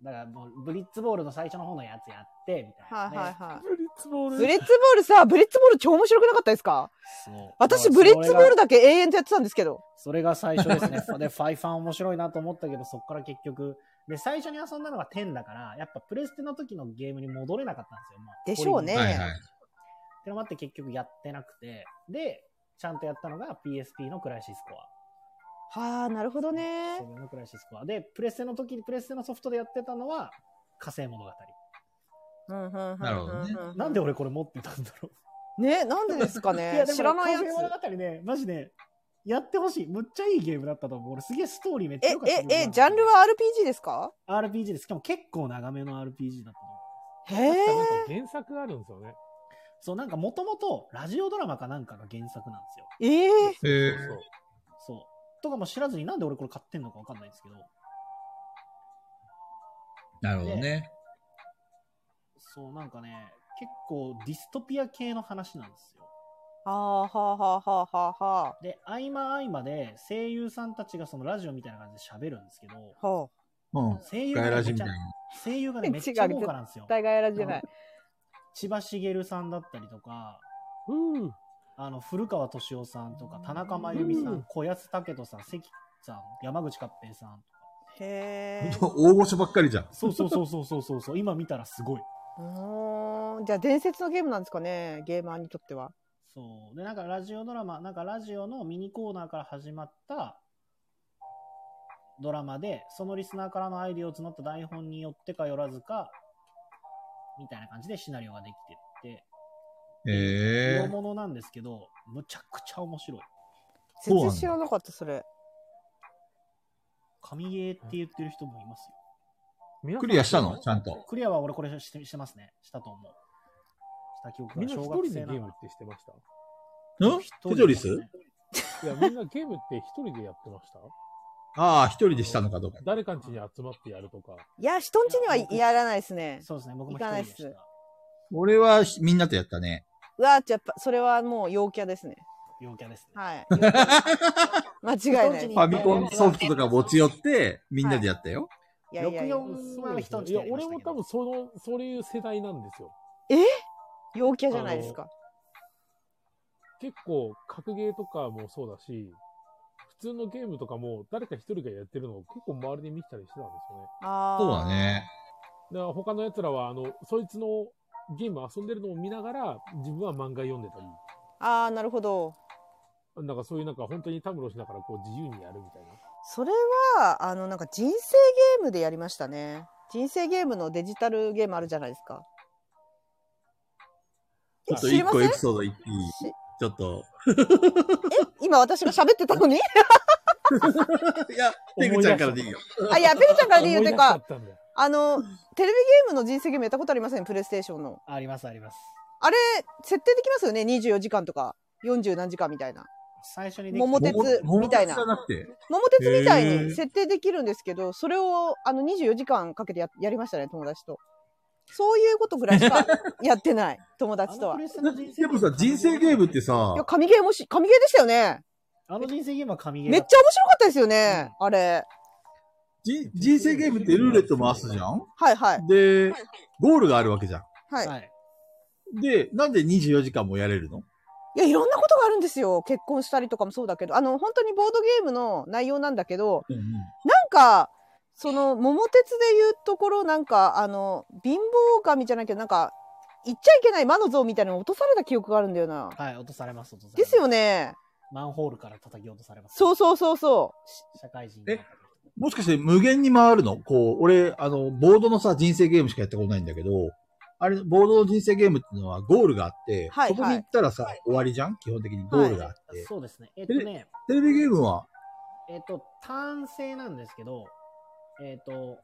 Speaker 4: だからもうブリッツボールの最初の方のやつやって、みたいな。
Speaker 1: はいはいは
Speaker 3: ブリッツボ
Speaker 1: い。
Speaker 3: ール。
Speaker 1: ブリッツボールさ、ブリッツボール超面白くなかったですか
Speaker 4: でそう
Speaker 1: 私
Speaker 4: だか
Speaker 1: ブ
Speaker 4: ら
Speaker 1: リッツボール
Speaker 4: それが
Speaker 1: だけ永遠とやってたんですけど。
Speaker 4: それが最初ですね。 で、ファイファン面白いなと思ったけど、そこから結局、で、最初に遊んだのが10だから、やっぱプレステの時のゲームに戻れなかったんですよ、もう。
Speaker 1: でしょうね
Speaker 2: はいはい。
Speaker 4: ってのもあって結局やってなくて、で、ちゃんとやったのが PSP のクライシスコア。
Speaker 1: はあ、なるほどね
Speaker 4: セ。ブンのクライシスコア。で、プレステの時に、プレステのソフトでやってたのは、火星物語。
Speaker 1: うんうんうんうんうん
Speaker 2: なるほどね
Speaker 4: なんで俺これ持ってたんだろう。
Speaker 1: ね、なんでですか
Speaker 4: い
Speaker 1: ね
Speaker 4: や、。でも
Speaker 1: 知らないやつ
Speaker 4: ね。風物語ね、マジね、やってほしい。むっちゃいいゲームだったと思う。俺すげえストーリーめっちゃ
Speaker 1: え
Speaker 4: 良かったと思、う。
Speaker 1: え、え、ジャンルは RPG ですか
Speaker 4: ?RPG です。しかも結構長めの RPG だったと思う。
Speaker 1: へ
Speaker 3: 確
Speaker 1: え。
Speaker 3: かなんか原作あるんですよね。
Speaker 4: そう、なんかもともとラジオドラマかなんかが原作なんですよ。
Speaker 1: ええ
Speaker 2: へえ。
Speaker 3: そう
Speaker 4: そう。とかも知らずになんで俺これ買ってんのかわかんないんですけど。
Speaker 2: なるほどね。
Speaker 4: そう、なんかね、結構ディストピア系の話なんですよ。
Speaker 1: ああ、はあはあはあはあは
Speaker 4: で、合間合間で声優さんたちがそのラジオみたいな感じで喋るんですけど、
Speaker 1: あ。はあ。
Speaker 2: うん。
Speaker 4: 声優
Speaker 2: ガイ
Speaker 4: が
Speaker 2: ラジ
Speaker 4: ね
Speaker 2: み
Speaker 4: め
Speaker 2: た
Speaker 4: ちゃ
Speaker 2: いな。
Speaker 4: 声優がね、めっちゃ豪華なんです よ
Speaker 1: 絶。対ガヤラジじゃない。
Speaker 4: 千葉茂さんだったりとか、
Speaker 3: うん。
Speaker 4: あの、古川敏夫さんとか、田中真由美さ
Speaker 3: うんん、
Speaker 4: 小安武人さん、関さん、山口勝平さん。
Speaker 1: へえ。
Speaker 2: 大御所ばっかりじゃん。
Speaker 4: そうそうそうそうそうそうそう、今見たらすごい。
Speaker 1: うーんじゃあ伝説のゲームなんですかね、ゲーマーにとっては。
Speaker 4: そう。で、なんかラジオドラマ、なんかラジオのミニコーナーから始まったドラマで、そのリスナーからのアイディアを募った台本によってかよらずか、みたいな感じでシナリオができてって、
Speaker 2: へ
Speaker 4: 大
Speaker 2: え。
Speaker 4: 物なんですけど、むちゃくちゃ面白い。
Speaker 2: そ
Speaker 1: 全
Speaker 2: うなんだ
Speaker 1: 然知らなかった、それ。
Speaker 4: 神ゲーって言ってる人もいます
Speaker 3: 皆さん
Speaker 2: クリアしたのちゃんと
Speaker 4: よ。。クリアは俺これしてしてますね。したと思う。した記憶
Speaker 3: み
Speaker 4: が
Speaker 3: んな一
Speaker 4: 小学
Speaker 3: 人で
Speaker 4: 生
Speaker 3: ゲー
Speaker 4: な
Speaker 3: ムってしてまし
Speaker 2: ん
Speaker 4: 一人
Speaker 2: テトリス
Speaker 4: ですね
Speaker 3: たいや、みんなゲームって一人でやってました
Speaker 2: ああ、一人でしたのかどうか。
Speaker 3: 誰かんちに集まってやるとか。
Speaker 1: いや、人んちにはい
Speaker 4: や僕
Speaker 1: やらないですね。
Speaker 4: そうですね。僕も
Speaker 1: 行
Speaker 4: 一
Speaker 1: か
Speaker 4: 人
Speaker 1: ない
Speaker 4: で
Speaker 1: っ
Speaker 4: し
Speaker 1: す
Speaker 4: た。
Speaker 2: 俺はひみんなとやったね。
Speaker 1: うわやっぱ、それはもう陽キャですね。
Speaker 4: 陽キャですね。
Speaker 1: はい。陽キャです間違いない。
Speaker 4: 人んち
Speaker 1: い
Speaker 2: ファミコンソフトとか持ち寄って、みんなでやったよ。
Speaker 1: やいやいや
Speaker 4: 64は一人
Speaker 3: い
Speaker 4: で
Speaker 3: や
Speaker 4: や、りま
Speaker 3: 俺
Speaker 4: した
Speaker 3: も多
Speaker 4: けど
Speaker 3: 分その、そういう世代なんですよ。
Speaker 1: 陽キャじゃないですか。
Speaker 3: 結構、格ゲーとかもそうだし、普通のゲームとかも誰か一人がやってるのを結構周りで見てたりしてたんですよね。
Speaker 1: あ
Speaker 11: そうだね。
Speaker 3: だから他の奴らは、あの、そいつのゲーム遊んでるのを見ながら、自分は漫画読んでたり、
Speaker 1: あー、なるほど。
Speaker 3: なんかそういうなんか本当にたむろしながらこう自由にやるみたいな。
Speaker 1: それは、あの、なんか人生ゲームでやりましたね。人生ゲームのデジタルゲームあるじゃないですか。
Speaker 2: ちょっと
Speaker 1: 知
Speaker 2: 一
Speaker 1: りませ
Speaker 2: 個
Speaker 1: ん
Speaker 2: エピソード言っていい
Speaker 1: し
Speaker 2: ちょっと。
Speaker 1: 今私が喋ってたのに
Speaker 2: いや、ペグちゃんからでいいよ。
Speaker 1: あ、いや、ペルちゃんからで言う
Speaker 3: 思い
Speaker 1: て
Speaker 3: 出しちゃ
Speaker 1: か
Speaker 3: っ、たんだよ。
Speaker 1: あの、テレビゲームの人生ゲームやったことありませんプレイステーションの。
Speaker 4: ありますあります。
Speaker 1: あれ、設定できますよね ?24 時間とか、40何時間みたいな。
Speaker 4: 最初にでき
Speaker 1: 桃鉄みたいな
Speaker 2: 桃鉄じゃなくて。
Speaker 1: 桃鉄みたい
Speaker 2: へ
Speaker 1: に
Speaker 2: ー
Speaker 1: 設定できるんですけど、それをあの24時間かけてややりましたね、友達と。そういうことぐらいしかやってない、友達とは。い
Speaker 2: でもさ、人生ゲームってさ
Speaker 1: や、、神ゲーもし、神ゲーでしたよね。
Speaker 4: あの人生ゲームは神ゲー
Speaker 1: めっちゃ面白かったですよね、あれ。
Speaker 2: じ人生ゲームってルーレット回すじゃん
Speaker 1: はいはい。
Speaker 2: で、ゴールがあるわけじゃ
Speaker 1: はい。
Speaker 4: はい。
Speaker 2: ん。で、なんで24時間もやれるの
Speaker 1: いや、いろんなことがあるんですよ。結婚したりとかもそうだけど、あの、本当にボードゲームの内容なんだけど、
Speaker 2: うんうん
Speaker 1: なんか、その、桃鉄でいうところ、なんか、あの、貧乏神じゃないけど、なんか、言っちゃいけない魔の像みたいなのを落とされた記憶があるんだよな。
Speaker 4: はい、落とされます、落とされます。
Speaker 1: ですよね。
Speaker 4: マンホールから叩き落とされます。
Speaker 1: そうそうそうそう。
Speaker 4: 社会人になった時
Speaker 2: もしかして無限に回るのこう、俺、あの、ボードのさ、人生ゲームしかやったことないんだけど、あれ、ボードの人生ゲームっていうのはゴールがあって、
Speaker 1: はいはい
Speaker 2: そこに行ったらさ、終わりじゃん基本的にゴールがあって。
Speaker 4: そうですね。えっとね、
Speaker 2: テレビゲームは、
Speaker 4: えっと、単性なんですけど、えっと、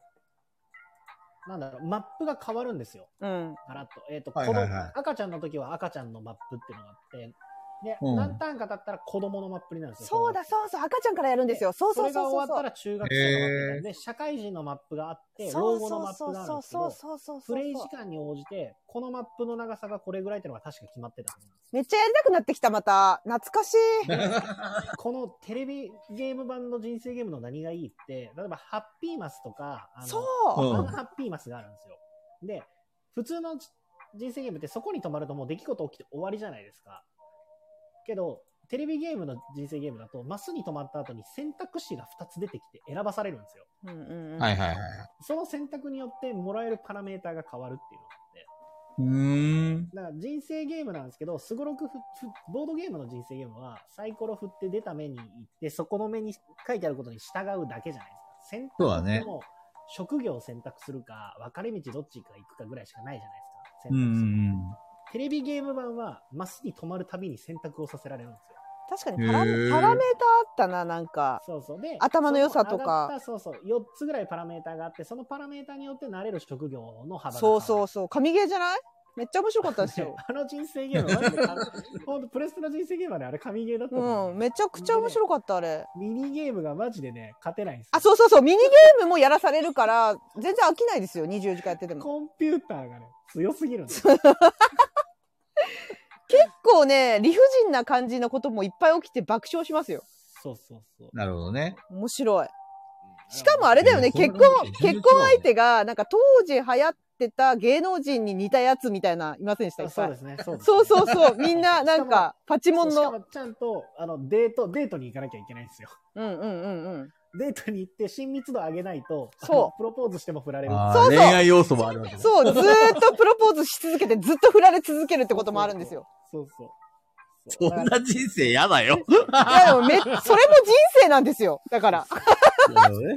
Speaker 4: なんだろう、マップが変わるんですよ。
Speaker 1: うん。
Speaker 4: ガラッと。えっと、
Speaker 2: は
Speaker 4: 子
Speaker 2: いはい
Speaker 4: 供
Speaker 2: はい、
Speaker 4: 赤ちゃんの時は赤ちゃんのマップっていうのがあって、で、
Speaker 2: うん
Speaker 4: 何ターンか経ったら子供のマップになるんですよ。
Speaker 1: そうだそうそう、赤ちゃんからやるんですよ。そう
Speaker 4: そ
Speaker 1: そう
Speaker 4: れが
Speaker 1: そうそう
Speaker 4: 終わ
Speaker 1: そ
Speaker 4: っ
Speaker 1: う
Speaker 4: た。ら中学生のマップになるで、社会人のマップがあって、老後のマップがあるんですけ
Speaker 1: そ
Speaker 4: ど、
Speaker 1: うそうそ
Speaker 4: プ
Speaker 1: う
Speaker 4: レイ時間に応じて、このマップの長さがこれぐらいっていうのが確か決まってたはずなんですよ
Speaker 1: めっちゃやりたくなってきた、また。懐かしい。
Speaker 4: このテレビゲーム版の人生ゲームの何がいいって、例えばハッピーマスとか、あの
Speaker 1: そう。
Speaker 2: うん
Speaker 4: ワンハッピーマスがあるんですよ。で、普通の人生ゲームってそこに止まるともう出来事起きて終わりじゃないですか。けど、テレビゲームの人生ゲームだと、マスに止まった後に選択肢が2つ出てきて選ばされるんですよ。
Speaker 1: うんうんうん
Speaker 11: はいはいはい。
Speaker 4: その選択によってもらえるパラメーターが変わるっていうのがあって。
Speaker 2: うーん。
Speaker 4: だから人生ゲームなんですけど、すごろくふふボードゲームの人生ゲームは、サイコロ振って出た目に行って、そこの目に書いてあることに従うだけじゃないですか。選
Speaker 2: そう
Speaker 4: 択
Speaker 2: だね
Speaker 4: しても、職業を選択するか、分かれ道どっちか行くかぐらいしかないじゃないですか。
Speaker 2: うんう
Speaker 4: 選択肢
Speaker 2: ん
Speaker 4: テレビゲーム版は、マスに止まるたびに選択をさせられるんですよ。
Speaker 1: 確かにパラ
Speaker 2: へー
Speaker 1: パラメーターあったな、なんか。
Speaker 4: そうそう。で、
Speaker 1: 頭の良さとか
Speaker 4: その上がった。そうそう。4つぐらいパラメーターがあって、そのパラメーターによってなれる職業の幅が変
Speaker 1: そ
Speaker 4: わ
Speaker 1: う
Speaker 4: る。
Speaker 1: そうそう。神ゲーじゃないめっちゃ面白かったで すよ
Speaker 4: あの人生ゲーム、マジ で神、本当プレステの人生ゲームはね、あれ神ゲーだったと思
Speaker 1: うん、めちゃくちゃ面白かった、あれ。
Speaker 4: ミニゲームがマジでね、勝てないんですよ
Speaker 1: あ、そうそうそう、ミニゲームもやらされるから、全然飽きないですよ、24時間やってても。
Speaker 4: コンピューターがね、強すぎるんですよ。
Speaker 1: 結構ね、理不尽な感じのこともいっぱい起きて爆笑しますよ。
Speaker 4: そうそうそう。
Speaker 11: なるほどね。
Speaker 1: 面白い。しかもあれだよね、
Speaker 11: えー
Speaker 1: 結婚
Speaker 11: そんなの、
Speaker 1: 結婚相手が、なんか当時流行ってた芸能人に似たやつみたいな、いませんでしたい
Speaker 4: あ
Speaker 1: っ
Speaker 4: そ
Speaker 1: ぱ
Speaker 4: うで
Speaker 1: い。
Speaker 4: すね。そう
Speaker 1: そうそううそう、みん な、なんか、パチモン
Speaker 4: しか
Speaker 1: の。
Speaker 4: もちゃんと、あの、デート、デートに行かなきゃいけないんですよ。
Speaker 1: うんうんうんうん。
Speaker 4: デートに行って親密度上げないと、
Speaker 1: そう
Speaker 4: あのプロポーズしても振られる。
Speaker 2: あー
Speaker 1: そうそう
Speaker 2: 恋愛要素もあるわけだ。
Speaker 1: そう、ずーっとプロポーズし続けて、ずっと振られ続けるってこともあるんです よ。
Speaker 4: そうそう。
Speaker 2: そんな人生嫌だよ。
Speaker 1: いや、でもめ、それも人生なんですよ。だから。
Speaker 2: なるほどね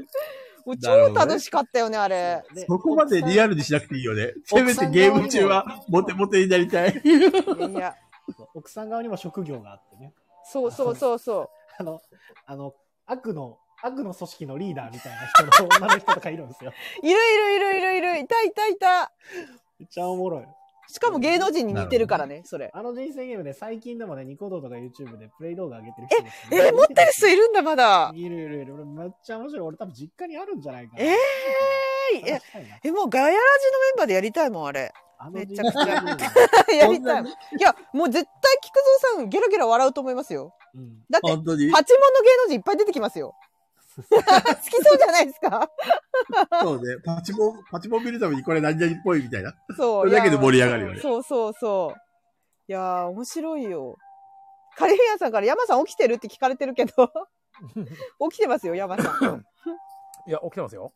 Speaker 1: もう
Speaker 2: なる
Speaker 1: 超
Speaker 2: ほどね
Speaker 1: 楽しかったよね、あれ。
Speaker 2: そこまでリアルにしなくていいよね。せめてゲーム中はモテモテになりたい。
Speaker 1: いやいや、
Speaker 4: ル。奥さん側にも職業があってね。
Speaker 1: そうそうそうそ
Speaker 4: あの、あの、悪の、悪の組織のリーダーみたいな人の女の人とかいるん ですよ。
Speaker 1: う。いるいるいるいるいる、いたいたいた。
Speaker 4: めっちゃおもろい。
Speaker 1: しかも芸能人に似てるからね、それ。
Speaker 4: あの人生ゲームで最近でもね、ニコ動とか YouTube でプレイ動画上げてる人ですよ
Speaker 1: え
Speaker 4: ね、
Speaker 1: ー、持ってる人いるんだ、まだ。
Speaker 4: いるいるいる。俺めっちゃ面白い。俺多分実家にあるんじゃないかな。
Speaker 1: えーいや
Speaker 4: 探したいな
Speaker 1: え、もうガヤラジのメンバーでやりたいもん、あれ。
Speaker 4: あの
Speaker 1: め
Speaker 4: 人
Speaker 1: ち
Speaker 4: 生
Speaker 1: ゃく
Speaker 4: ゲ
Speaker 1: ちゃ
Speaker 4: ームなんだ
Speaker 1: やりたいもん。いや、もう絶対菊蔵さん、ゲラゲラ笑うと思いますよ。
Speaker 4: うん
Speaker 1: だって、
Speaker 2: 本当 に。
Speaker 1: パチモンの芸能人いっぱい出てきますよ。好きそうじゃないですか
Speaker 2: そうね。パチモン、パチモン見るためにこれ何々っぽいみたいな。
Speaker 1: そ。
Speaker 2: そうれだけで盛り上がるよね
Speaker 1: いやそうそうそう。いやー、面白いよ。カリフィアさんから山さん起きてるって聞かれてるけ ど、起きてますよ、山 さん。
Speaker 3: いや、起きてますよ。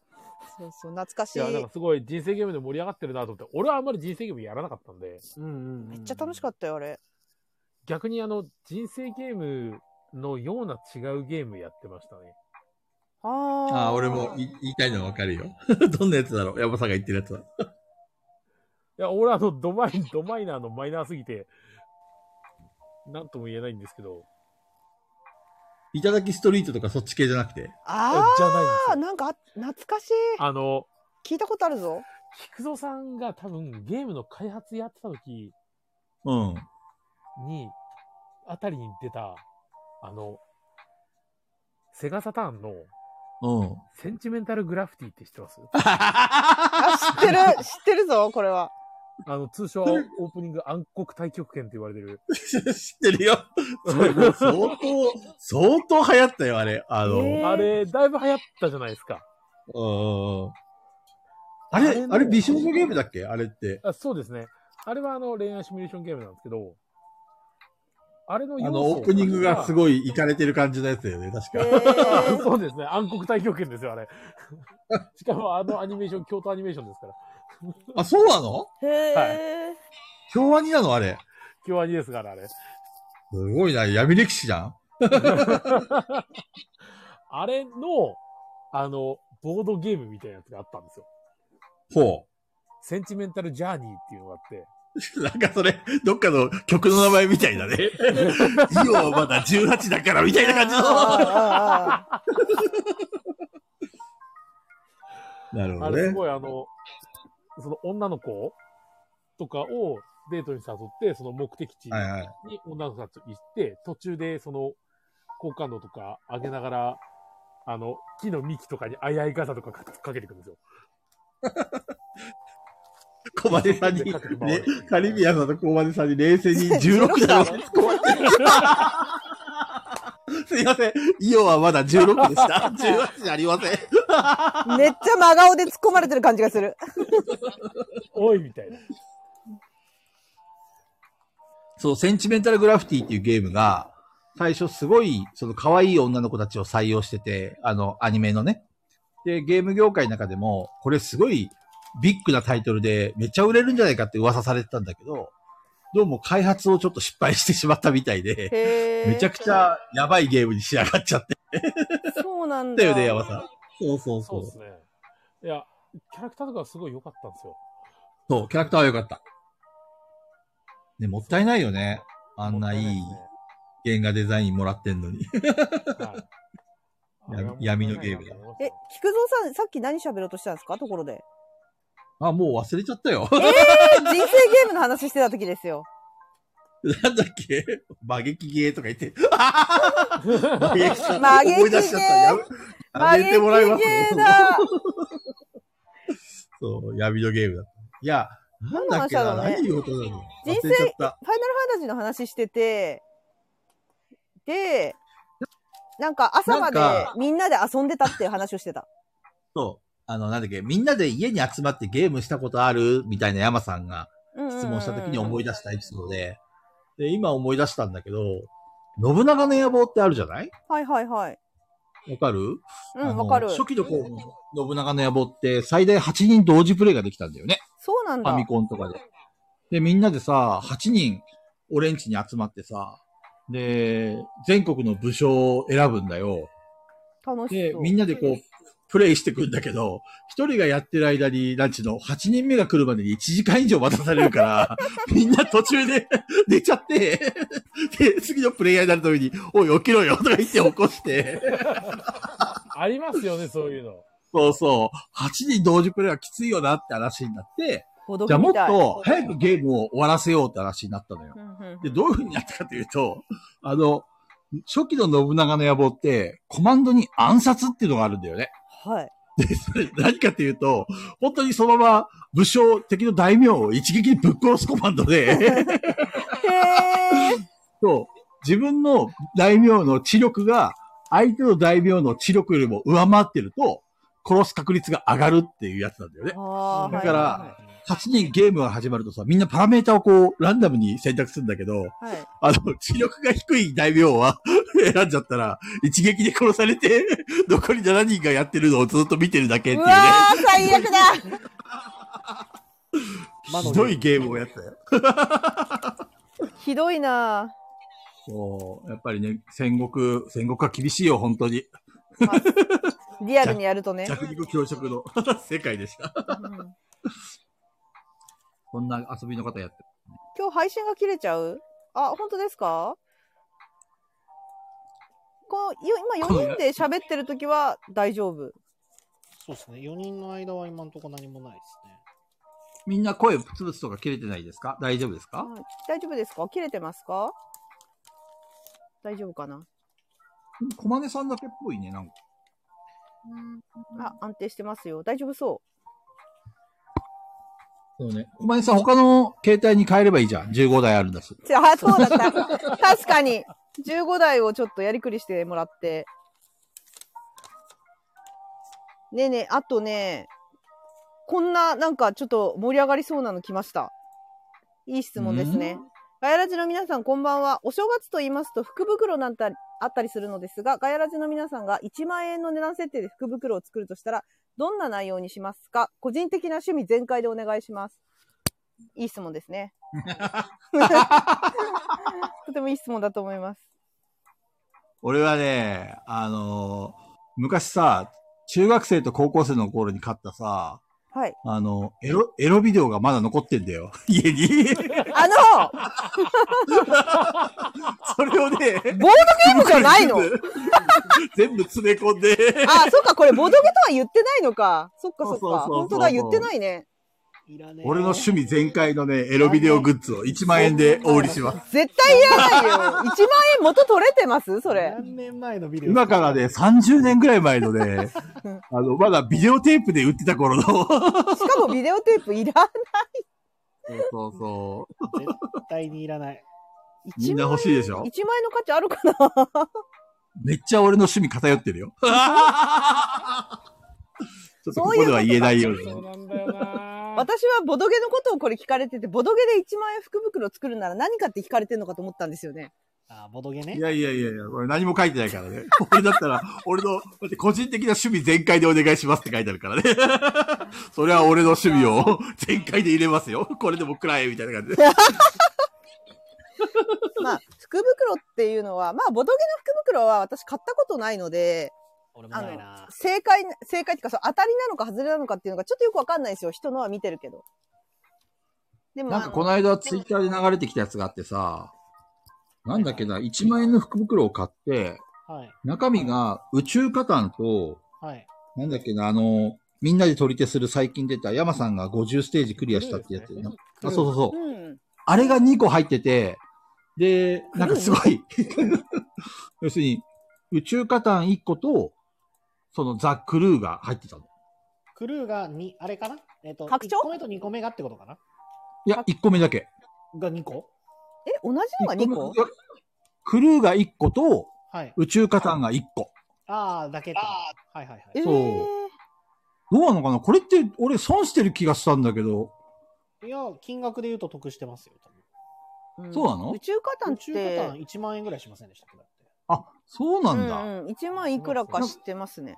Speaker 1: そうそう、懐かし
Speaker 3: い
Speaker 1: い。
Speaker 3: や、なんかすごい人生ゲームで盛り上がってるなと思って、俺はあんまり人生ゲームやらなかったんで、
Speaker 4: うんうんうん
Speaker 1: めっちゃ楽しかったよ、あれ。
Speaker 3: 逆にあの、人生ゲームのような違うゲームやってましたね。
Speaker 1: あー
Speaker 2: ああ、俺もい言いたいのはわかるよ。 どんなやつだろう山さんが言ってるやつだ。
Speaker 3: いや、俺あの、ドマイ、ドマイナーのマイナーすぎて、なんとも言えないんですけど、
Speaker 2: いただきストリートとかそっち系じゃなくて。
Speaker 1: あ
Speaker 3: じゃないん
Speaker 1: あ、
Speaker 3: ですよ。
Speaker 1: なんかあ懐かしい。
Speaker 3: あの、
Speaker 1: 聞いたことあるぞ。
Speaker 3: 菊蔵さんが多分ゲームの開発やってた時
Speaker 2: うん。
Speaker 3: に、あたりに出た、あの、セガサターンの
Speaker 2: うん。
Speaker 3: センチメンタルグラフィティって知ってます
Speaker 1: あ、知 ってる、知ってるぞ、これは。
Speaker 3: あの、通称オープニング暗黒対極拳って言われてる。
Speaker 2: 知ってるよ。それもう相当、相当流行ったよ、あれ。あの、
Speaker 1: ねえ
Speaker 3: あれ、だいぶ流行ったじゃないですか。
Speaker 2: うん。あ
Speaker 3: あれ
Speaker 2: れ、
Speaker 3: の
Speaker 2: あれ美少女ゲームだっけあれって。
Speaker 3: あそうですね。あれはあの、恋愛シミュレーションゲームなんですけど、あれの
Speaker 2: あの、オープニングがす
Speaker 3: い。
Speaker 2: ごいイかれてる感じのやつだよね、
Speaker 1: え
Speaker 2: 確か。
Speaker 1: ー、
Speaker 3: そうですね。暗黒対極拳ですよ、あ れ。しかもあのアニメーション、京都アニメーションですから。
Speaker 2: あ、そうなの
Speaker 1: へー
Speaker 3: は
Speaker 2: 京アニなのあれ。
Speaker 3: 京アニですから、あれ。
Speaker 2: すごいな、闇歴史じゃん
Speaker 3: あれの、あの、ボードゲームみたいなやつがあったんですよ。
Speaker 2: ほ
Speaker 3: センチメンタルジャーニーっていうのがあって、
Speaker 2: う。なんかそれ、どっかの曲の名前みたいだね。イオはまだ18だからみたいな感じ
Speaker 1: ああ
Speaker 2: の。
Speaker 1: ああああ
Speaker 2: なる
Speaker 3: あ
Speaker 2: ほ
Speaker 3: れす
Speaker 2: どね。
Speaker 3: ごいあの、その女の子とかをデートに誘って、その目的地に
Speaker 2: はいはい。
Speaker 3: 女の子たちと行って、途中でその、好感度とか上げながら、あの、木の幹とかにあいあい傘とかかかけていくんですよ。
Speaker 2: 小金さん に、ね、カリビアンさんと小金さんに冷静 に16だろ。すいません。イオはまだ16でした。18じゃありません。
Speaker 1: めっちゃ真顔で突っ込まれてる感じがする。
Speaker 3: おいみたいな。
Speaker 2: そう、センチメンタルグラフィティっていうゲームが、最初すごい、その可愛い女の子たちを採用してて、あの、アニメのね。で、ゲーム業界の中でも、これすごいビッグなタイトルで、めっちゃ売れるんじゃないかって噂されてたんだけど、どうも開発をちょっと失敗してしまったみたいで、
Speaker 1: へー
Speaker 2: めちゃくちゃやばいゲームに仕上がっちゃって
Speaker 1: そうなん
Speaker 2: た
Speaker 1: だ。
Speaker 2: よね、山さん。そうそう
Speaker 3: そうですね。いや、キャラクターとかすごい良かったんですよ。
Speaker 2: そう、キャラクターは良かった。ね、もったいないよね。あんないい
Speaker 3: も
Speaker 2: 原画デザインもらってんのに。
Speaker 3: ったいないですねはい
Speaker 2: 闇闇のゲームだ
Speaker 1: え、菊蔵さん、さっき何喋ろうとしたんですかところで。
Speaker 2: あ、もう忘れちゃったよ。
Speaker 1: え人生ゲームの話してた時ですよ。
Speaker 2: なんだっけ魔撃ゲーとか言 って。魔撃さん
Speaker 1: 曲げき芸
Speaker 2: 思い出しちゃった。やめやめてもらいます
Speaker 1: 曲げき芸だ。
Speaker 2: そう、闇のゲームだった。いや、なんだっけ
Speaker 1: 何
Speaker 2: な、
Speaker 1: の話だろうね
Speaker 2: 何言おうとしたの
Speaker 1: 人生
Speaker 2: 忘れちゃ
Speaker 1: ファイ
Speaker 2: った。
Speaker 1: ナルファンタジーの話してて、で、なんか朝まで
Speaker 2: なんか
Speaker 1: みんなで遊んでたっていう話をしてた。
Speaker 2: そう。あの、なんだっけ、みんなで家に集まってゲームしたことあるみたいな山さんが質問した時に思い出したエピソードで、で、今思い出したんだけど、信長の野望ってあるじゃない
Speaker 1: はいはいはい。
Speaker 2: わかる
Speaker 1: う
Speaker 2: あ
Speaker 1: ん、
Speaker 2: の
Speaker 1: わかる。
Speaker 2: 初期の頃の信長の野望って最大8人同時プレイができたんだよね。
Speaker 1: そうなん
Speaker 2: ファ
Speaker 1: だ
Speaker 2: ミ。コンとかで。で、みんなでさ、8人、俺ん家に集まってさ、で、全国の武将を選ぶんだよ。
Speaker 1: 楽し
Speaker 2: で、
Speaker 1: そう。
Speaker 2: みんなでこう、プレイしてくんだけど、一人がやってる間に、なんちゅうの、8人目が来るまでに1時間以上待たされるから、 みんな途中で 寝ちゃって、で、次のプレイヤーになるために、おい起きろよとか言って起こして、
Speaker 3: ありますよね、そういうの。
Speaker 2: そうそう、8人同時プレイはきついよなって話になって、
Speaker 1: ほど
Speaker 2: じゃあ
Speaker 1: き
Speaker 2: もっ
Speaker 1: みたい
Speaker 2: と早くゲームを終わらせようって話になったのよ。
Speaker 1: うんうんうん
Speaker 2: で、どういう風になったかというと、あの、初期の信長の野望って、コマンドに暗殺っていうのがあるんだよね。
Speaker 1: はい。
Speaker 2: で、それ何かというと、本当にそのまま武将、敵の大名を一撃でぶっ殺すコマンドで、
Speaker 1: へー。
Speaker 2: そう、自分の大名の知力が、相手の大名の知力よりも上回ってると、殺す確率が上がるっていうやつなんだよね。
Speaker 1: あー
Speaker 2: だか
Speaker 1: は
Speaker 2: ら、8人ゲームが始まるとさ、みんなパラメータをこう、ランダムに選択するんだけど、
Speaker 1: いはい。
Speaker 2: あの、知力が低い大名は 選んじゃったら、一撃で殺されて、 残り7人がやってるのをずっと見てるだけっていうう
Speaker 1: わ
Speaker 2: ね、
Speaker 1: ー、最悪だ
Speaker 2: ひどいゲームをやったよ。
Speaker 1: ひどいな
Speaker 2: そう、やっぱりね、戦国、戦国は厳しいよ、本当に。
Speaker 1: ぁリアルにやるとね。
Speaker 2: 弱肉強食の 世界でした。
Speaker 1: うん
Speaker 2: こんな遊びの方やってる。
Speaker 1: 今日配信が切れちゃうあ、本当ですかこう、よ今4人で喋ってる時は大丈夫。
Speaker 4: そうですね。4人の間は今んとこ何もないですね。
Speaker 2: みんな声プツプツとか切れてないですか大丈夫ですか
Speaker 1: はい大丈夫ですか切れてますか大丈夫かな
Speaker 2: 小金さんだけっぽいね、なんか。
Speaker 1: あ、安定してますよ。大丈夫そ
Speaker 2: そうね。小金さん他の携帯に変えればいいじゃん。15台あるんだし。
Speaker 1: う。じゃ あ、そうだった。確かに。15台をちょっとやりくりしてもらって。ねえねえ、あとね、こんななんかちょっと盛り上がりそうなの来ました。いい質問ですね。ガヤラジの皆さんこんばんは。お正月と言いますと福袋なんてあったりするのですが、ガヤラジの皆さんが1万円の値段設定で福袋を作るとしたら、どんな内容にしますか個人的な趣味全開でお願いします。いい質問ですね。とてもいい質問だと思います。
Speaker 2: 俺はね、あのー昔さ、中学生と高校生の頃に買ったさ、
Speaker 1: はい。
Speaker 2: あの、エロ、エロビデオがまだ残ってんだよ。 家に。
Speaker 1: あの
Speaker 2: それをね、
Speaker 1: ボードゲームじゃないの
Speaker 2: 全部詰め込んで。
Speaker 1: あ、そっか、これボドゲとは言ってないのか。そっかそっ
Speaker 2: そうそうそう
Speaker 1: か。
Speaker 2: そう
Speaker 1: 本当だ、言ってないね。
Speaker 4: いらねえ
Speaker 2: 俺の趣味全開のね、エロビデオグッズを1万円でお売りします。
Speaker 1: 絶対いらないよ。1万円元取れてますそれ。
Speaker 4: 何年前のビデオ
Speaker 2: 今からね、30年ぐらい前のね、あの、まだビデオテープで売って た頃の。そう
Speaker 1: しかもビデオテープいらない。
Speaker 2: そうそう。
Speaker 4: 絶対にいらない。
Speaker 2: みんな欲しいでしょ
Speaker 1: 1万円の価値あるかな
Speaker 2: めっちゃ俺の趣味偏って るよ。ちょっとここでは言えないよう
Speaker 3: そう
Speaker 2: に。
Speaker 3: なんだよな
Speaker 1: 私はボドゲのことをこれ聞かれてて、ボドゲで1万円福袋作るなら何かって聞かれてるのかと思ったんですよね。
Speaker 4: あ、ボドゲ
Speaker 2: い
Speaker 4: ね。
Speaker 2: やいやいやいや、俺何も書いてないからね。俺だったら、俺の、だって個人的な趣味全開でお願いしますって書いてあるからね。 それは俺の趣味を全開で入れますよ。これでもくらえ、みたいな感じで。
Speaker 1: まあ、福袋っていうのは、まあ、ボドゲの福袋は私買ったことないので、
Speaker 4: 俺もないな。
Speaker 1: 正解、正解っていうか、そう当たりなのか外れなのかっていうのがちょっとよくわかんないですよ。人のは見てるけど。でも、
Speaker 2: なんかこの間ツイッターで流れてきたやつがあってさ、なんだっけな、1万円の福袋を買って、
Speaker 4: はい。
Speaker 2: 中身が宇宙カタンと、
Speaker 4: はい。
Speaker 2: なんだっけな、あの、みんなで取り手する最近出た山さんが50ステージクリアしたってやつ。
Speaker 3: そうですね
Speaker 2: あ、そうそうそうう。
Speaker 1: ん。
Speaker 2: あれが2個入ってて、で、なんかすごい、 要するに、宇宙カタン1個と、そのザ・クルーが入ってたの。
Speaker 4: クルーが2、あれかなえっ、と、
Speaker 1: 拡張
Speaker 4: 1個目と2個目がってことかない
Speaker 2: や、1個目だけ。
Speaker 4: が2個
Speaker 1: え、同じのが2個
Speaker 2: いやクルーが1個と、
Speaker 4: はい。
Speaker 2: 宇宙カタンが1個。
Speaker 4: ああ、だけってこと。はいはいはい。
Speaker 1: え
Speaker 2: 個
Speaker 1: ー
Speaker 2: そうどうなのかなこれって、俺損してる気がしたんだけど、
Speaker 4: いや、金額で言うと得してますよ、多分。
Speaker 1: ん
Speaker 2: そうなの
Speaker 1: 宇宙カタンっ
Speaker 4: 宇宙パタ
Speaker 1: て
Speaker 4: ーン、1万円ぐらいしませんでしたっけだって。
Speaker 2: あ、そうなんだ。
Speaker 1: うんうん、1万いくらか知ってますね。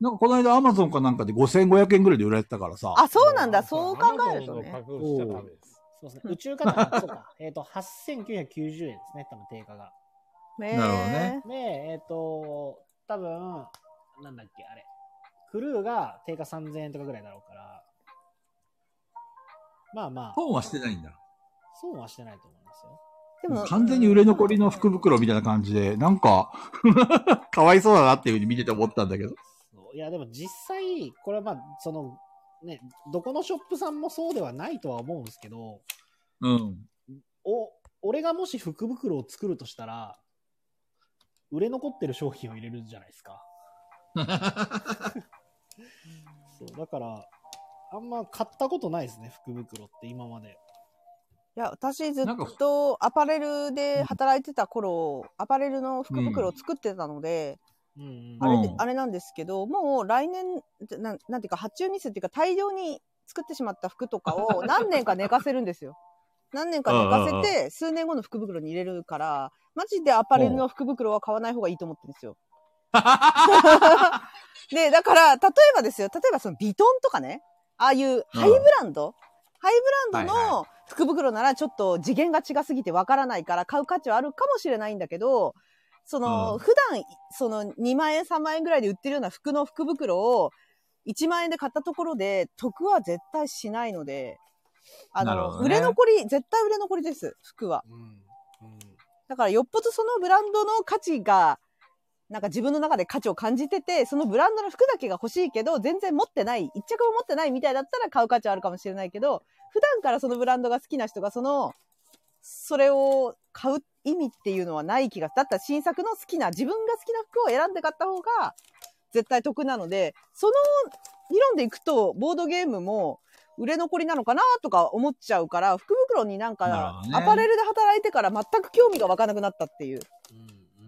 Speaker 2: なんかこの間アマゾンかなんかで5500円ぐらいで売られてたからさ。
Speaker 1: あ、そうなんだ。そう考えるとね。
Speaker 4: そうですね。宇宙カタン、そ うか。えっと、8990円ですね、多分定価が。
Speaker 1: ねえ
Speaker 2: なるほどね。
Speaker 4: で、えっ、と、多分、なんだっけ、あれ。クルーが定価3000円とかぐらいだろうから。まあまあ、
Speaker 2: 本はしてないんだ。
Speaker 4: 損はしてないと思いますよ。
Speaker 1: でも、
Speaker 2: 完全に売れ残りの福袋みたいな感じで、なんか、 かわいそうだなっていうふうに見てて思ったんだけど。
Speaker 4: そういや、でも実際、これはまあ、その、ね、どこのショップさんもそうではないとは思うんですけど、
Speaker 2: うん。
Speaker 4: お、俺がもし福袋を作るとしたら、売れ残ってる商品を入れるじゃないですか。そう、だから、あんま買ったことないですね、福袋って今まで。
Speaker 1: いや、私ずっ
Speaker 2: なんか
Speaker 1: とアパレルで働いてた頃、アパレルの福袋を作ってたので、
Speaker 4: うん
Speaker 1: あれで
Speaker 2: うん
Speaker 1: あれなんですけど、もう来年、なんなんていうか、発注ミスっていうか、大量に作ってしまった服とか を何年か寝かせるんですよ。何年か寝かせて、数年後の福袋に入れるから、マジでアパレルの福袋は買わない方がいいと思ってるん ですよ。で、だから、例えばですよ、例えばそのビトンとかね、ああいうハイブランド、ハイブランド
Speaker 2: はい
Speaker 1: の福袋ならちょっと次元が違すぎてわからないから買う価値はあるかもしれないんだけど、その、
Speaker 2: うん
Speaker 1: 普段、その2万円3万円ぐらいで売ってるような服の福袋を1万円で買ったところで得は絶対しないので、あ
Speaker 2: なるほ
Speaker 1: の、
Speaker 2: どね
Speaker 1: 売れ残り、絶対売れ残りです、服は。
Speaker 4: うんうん
Speaker 1: だからよっぽどそのブランドの価値が、なんか自分の中で価値を感じてて、そのブランドの服だけが欲しいけど、全然持ってない、一着も持ってないみたいだったら買う価値はあるかもしれないけど、普段からそのブランドが好きな人がその、それを買う意味っていうのはない気が、だったら新作の好きな、自分が好きな服を選んで買った方が絶対得なので、その理論でいくと、ボードゲームも売れ残りなのかなとか思っちゃうから、福袋になん
Speaker 2: なる
Speaker 1: か
Speaker 2: ほどね
Speaker 1: アパレルで働いてから全く興味が湧かなくなったっていう
Speaker 4: う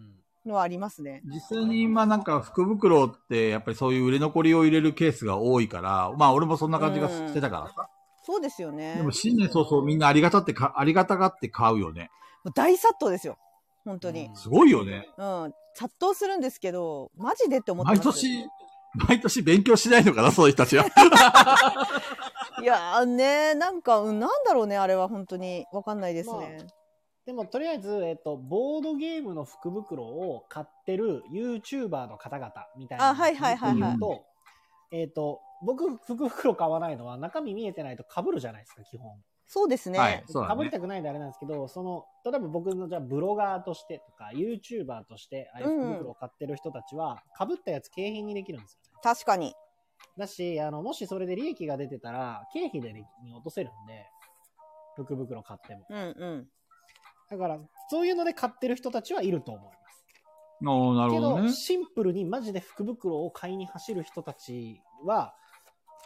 Speaker 4: ん
Speaker 1: のはありますね。
Speaker 2: 実際に今なんか福袋ってやっぱりそういう売れ残りを入れるケースが多いから、まあ俺もそんな感じがしてたからさ。
Speaker 1: そうですよね
Speaker 2: で。も新年早々みんなありがたってか、ありがたがって買うよね。
Speaker 1: もう大殺到ですよ。本当に。
Speaker 2: すごいよね。
Speaker 1: うん。殺到するんですけど、マジでって思ってま
Speaker 2: 毎
Speaker 1: す。
Speaker 2: 年、毎年勉強しないのかな、そういう人たちは。
Speaker 1: いやーね、なんか、うん、なんだろうね、あれは本当に。わかんないですね。
Speaker 4: でもとりあえず、えっと、ボードゲームの福袋を買ってる YouTuber の方々みたいな
Speaker 1: あはいはいはい
Speaker 2: はい
Speaker 4: のと、えっと、僕、福袋買わないのは中身見えてないと被るじゃないですか、基本。
Speaker 1: そうですね。
Speaker 2: はいそうだ
Speaker 4: 被
Speaker 2: ね
Speaker 4: りたくないんであれなんですけど、その、例えば僕のじゃあブロガーとしてとか、YouTuber として、ああいう
Speaker 1: うんうん
Speaker 4: 福袋を買ってる人たちは、被ったやつ景品にできるんですよね。
Speaker 1: 確かに。
Speaker 4: だし、あの、もしそれで利益が出てたら、経費でに落とせるんで、福袋買っても。
Speaker 1: うんうん。
Speaker 4: だから、そういうので買ってる人たちはいると思います。
Speaker 2: おーなる
Speaker 4: け
Speaker 2: ほど
Speaker 4: ど、
Speaker 2: ね。
Speaker 4: シンプルにマジで福袋を買いに走る人たちは、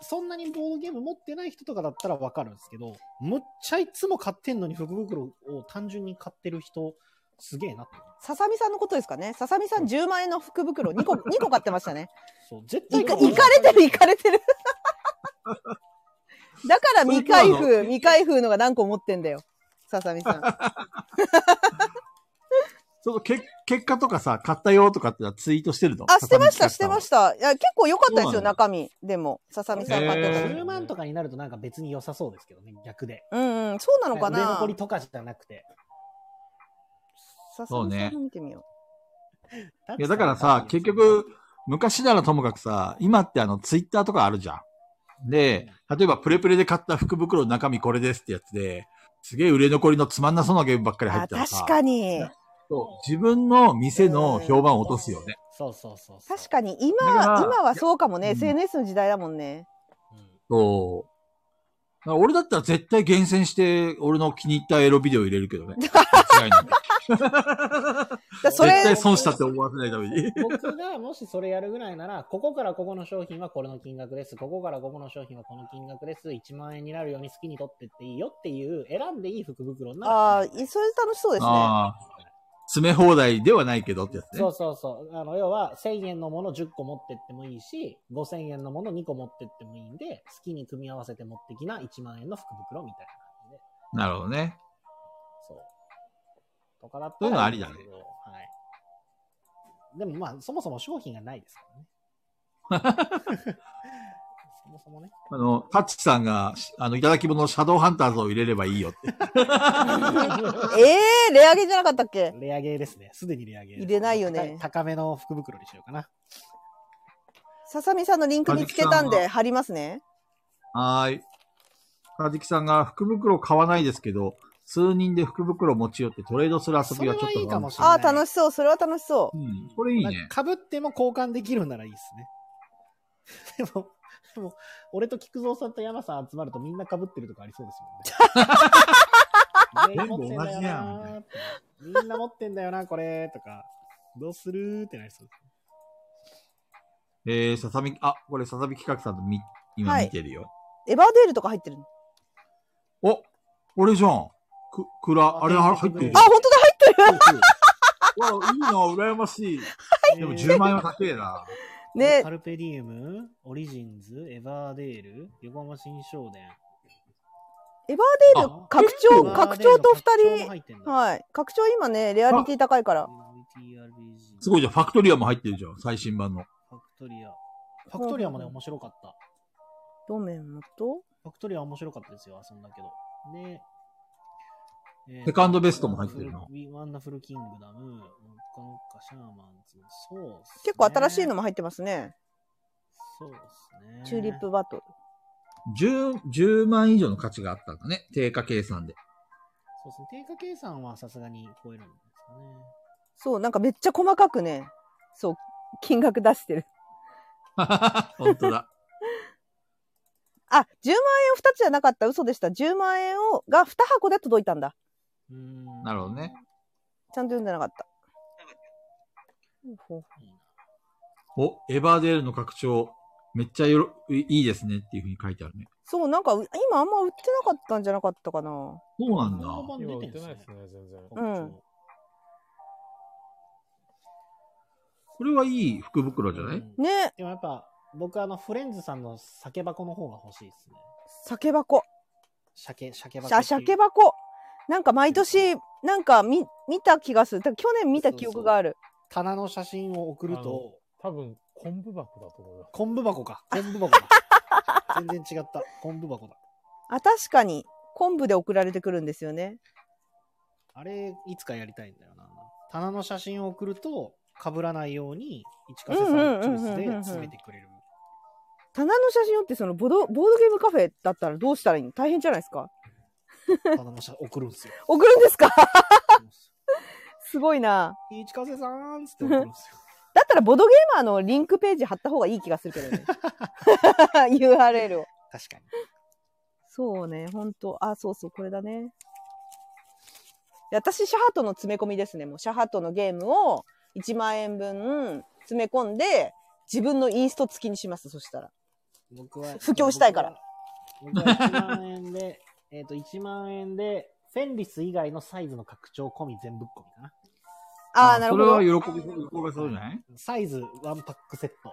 Speaker 4: そんなにボードゲーム持ってない人とかだったらわかるんですけど、むっちゃいつも買ってんのに福袋を単純に買ってる人、すげえなって思う。
Speaker 1: ささみさんのことですかね。ささみさん10万円の福袋2個、二個買ってました ね。
Speaker 4: そう、絶対
Speaker 1: いか、
Speaker 4: 買わない
Speaker 1: かれてる、いかれてる。 だから未開
Speaker 2: そうな
Speaker 1: 封、未開封のが何個持ってんだよ。ささみさん。
Speaker 2: そのけ結果とかさ、買ったよとかってのはツイートしてるの
Speaker 1: あ、してました、してま
Speaker 2: た。
Speaker 1: した。いや、結構良かったです
Speaker 2: そ
Speaker 1: よ、
Speaker 2: うなん
Speaker 1: 中身。でも、ささみさん買ってた
Speaker 2: へ
Speaker 1: の
Speaker 2: ー
Speaker 4: 10万とかになるとなんか別に良さそうですけどね、逆で。
Speaker 1: うんうん、そうなのか
Speaker 4: 売れ
Speaker 1: な
Speaker 4: 残りとかじゃなくて。
Speaker 1: ささ
Speaker 2: そう
Speaker 1: みさ
Speaker 2: ね
Speaker 1: んの見てみよ
Speaker 2: いやだからさ、結局、昔ならともかくさ、今ってあの、ツイッターとかあるじゃん。で、例えばプレプレで買った福袋の中身これですってやつで、すげえ売れ残りのつまんなそうなゲームばっか
Speaker 1: う。
Speaker 2: り入っ
Speaker 1: あ、
Speaker 2: てたらさ、
Speaker 1: 確かに。
Speaker 2: そう自分の店の評判を落とすよね。
Speaker 4: そうそうそうそう。
Speaker 1: 確かに、今、
Speaker 2: だから
Speaker 1: 今はそうかもね。
Speaker 2: うん
Speaker 1: SNS の時代だもんね。
Speaker 2: そう。だから俺だったら絶対厳選して、俺の気に入ったエロビデオ入れるけ どね。間違いない。
Speaker 1: だそ
Speaker 2: 絶
Speaker 1: れ
Speaker 2: 対、損したって思わせないために。
Speaker 4: 僕がもしそれやるぐらいなら、ここからここの商品はこれの金額です。ここからここの商品はこの金額です。1万円になるように好きに取ってっていいよっていう、選んでいい福袋になる。
Speaker 1: ああ、いそれ楽しそうですね。
Speaker 2: ああ。詰め放題ではないけどってやつね。
Speaker 4: そうそうそう。あの、要は、1000円のもの10個持ってってもいいし、5000円のもの2個持ってってもいいんで、好きに組み合わせて持ってきな1万円の福袋みたいな感じで。
Speaker 2: なるほどね。
Speaker 4: そう。とかだった
Speaker 2: そう
Speaker 4: ら
Speaker 2: いうのありだね
Speaker 4: いいんですけどはい。でもまあ、そもそも商品がないですから ね。そもそもね。
Speaker 2: あの、タッチさんが、しあの、いただき物のシャドウハンターズを入れればいいよって。
Speaker 1: ええー、レアゲーじゃなかったっけ
Speaker 4: レアゲーですね。すでにレアゲーです。
Speaker 1: 入れないよね
Speaker 4: 高い高めの福袋にしようかな。
Speaker 1: ささみさんのリンク見つけたん
Speaker 2: あ
Speaker 1: で貼りますね。
Speaker 2: はーい。カジキさんが福袋買わないですけど、数人で福袋持ち寄ってトレードする遊びはちょっと
Speaker 4: それはいいかもしれない
Speaker 1: ああ、楽しそう。それは楽しそ
Speaker 2: うん、これいいね。
Speaker 4: かぶっても交換できるならいいですね。で も、でも俺と菊蔵さんと山さん集まるとみんなかぶってるとかありそ うですもんね。全員持ってんだよなーってみんな持ってんだよな、これとか。どうするーってなりそうです。
Speaker 2: えー、ささみ、あ、これささみ企画さんとみ、今見てるよ。
Speaker 1: う。エバーデールとか入ってる。
Speaker 2: お、これじゃん。く、くら、あれ、あれ入ってるよ
Speaker 1: あ、本当だ、入ってる。
Speaker 2: わいいな、羨ましい。 でも10万円は高えな。
Speaker 1: ね
Speaker 4: カルペディウム、オリジンズ、エバーデール、横浜新商店。
Speaker 1: エバーデール、拡張、
Speaker 4: あ
Speaker 1: 拡張と
Speaker 4: 拡張も
Speaker 1: 2
Speaker 4: 入ってん
Speaker 1: 人。
Speaker 4: だ
Speaker 1: はい。拡張今ね、レアリティ高いから。
Speaker 4: TRPG
Speaker 2: すごいじゃん、ファクトリアも入ってるじゃん、最新版の。
Speaker 4: ファクトリア。ファクトリアもね、面白かった。
Speaker 1: ドメンもと
Speaker 4: ファクトリアは面白かったですよ、遊んだけど。で、えー
Speaker 2: セカンドベストも入ってるの
Speaker 4: ワンダフルウィワンダフルキングダム、ノッカノッカシャーマンズ、そうっすね
Speaker 1: 結構新しいのも入ってますね。
Speaker 4: そうですね。
Speaker 1: チューリップバトル。
Speaker 2: 10、10万以上の価値があったんだね、定価計算 で。
Speaker 4: そうですね。定価計算はさすがに超えるんですかね。
Speaker 1: そう、なんかめっちゃ細かくね、そう、金額出してる。
Speaker 2: 本当だ。
Speaker 1: あ、10万円を2つじゃなかった。嘘でした。10万円を、が2箱で届いたんだ。
Speaker 4: うーん。
Speaker 2: なるほどね。
Speaker 1: ちゃんと読んでなかった。ほうほ
Speaker 4: いいな
Speaker 2: お、エバーデールの拡張、めっちゃよろいいいですねっていうふうに書いてあるね。
Speaker 1: そう、なんかう今あんま売ってなかったんじゃなかったかな。
Speaker 2: そうなんだ。
Speaker 4: この
Speaker 3: 今
Speaker 4: 版
Speaker 3: 売
Speaker 4: 出
Speaker 3: ってて
Speaker 4: ん
Speaker 3: ない
Speaker 4: で
Speaker 3: ですす
Speaker 4: ね。
Speaker 3: ね、全然。
Speaker 1: うん
Speaker 2: これはいい福袋じゃない、
Speaker 4: うん
Speaker 1: ね、
Speaker 4: でもやっぱ、僕あの、フレンズさんの酒箱の方が欲しいですね。
Speaker 1: 酒箱。
Speaker 4: 鮭、鮭箱ってい
Speaker 1: あ、
Speaker 4: う。
Speaker 1: 鮭箱。なんか毎年、なんか見、見た気がする。だ去年見た記憶がある。
Speaker 4: 棚の写真を送る
Speaker 3: あの
Speaker 4: と、
Speaker 3: 多分、昆布箱だと思います。
Speaker 4: 昆布箱か。昆布箱 だ。全然違った。昆布箱だ。
Speaker 1: あ、確かに。昆布で送られてくるんですよね。
Speaker 4: あれ、いつかやりたいんだよな。棚の写真を送ると、被らないように、一かせさんのチョイスで詰めてくれる。
Speaker 1: 棚の写真をって、そのボード、ボードゲームカフェだったらどうしたらいいの大変じゃないですか
Speaker 4: 棚の写真送るん ですよ。
Speaker 1: 送るんですか すごいな。
Speaker 4: 一かせさんっつって送るんですよ。
Speaker 1: だったらボードゲーマーのリンクページ貼った方がいい気がするけど ね。URL を。
Speaker 4: 確かに。
Speaker 1: そうね、ほんと。あ、そうそう、これだね。で私、シャハトの詰め込みですね。もう、シャハトのゲームを1万円分詰め込んで、自分のインスト付きにします、そしたら。
Speaker 4: 僕は。
Speaker 1: 布教したいから
Speaker 4: 僕は。僕は1万円で、えっと、1万円で、フェンリス以外のサイズの拡張込み全部っ込みかな。
Speaker 1: ああ、なるほ
Speaker 2: そ
Speaker 1: ど。
Speaker 2: れは喜び、喜ばそうじゃない
Speaker 4: サイズワンパックセット。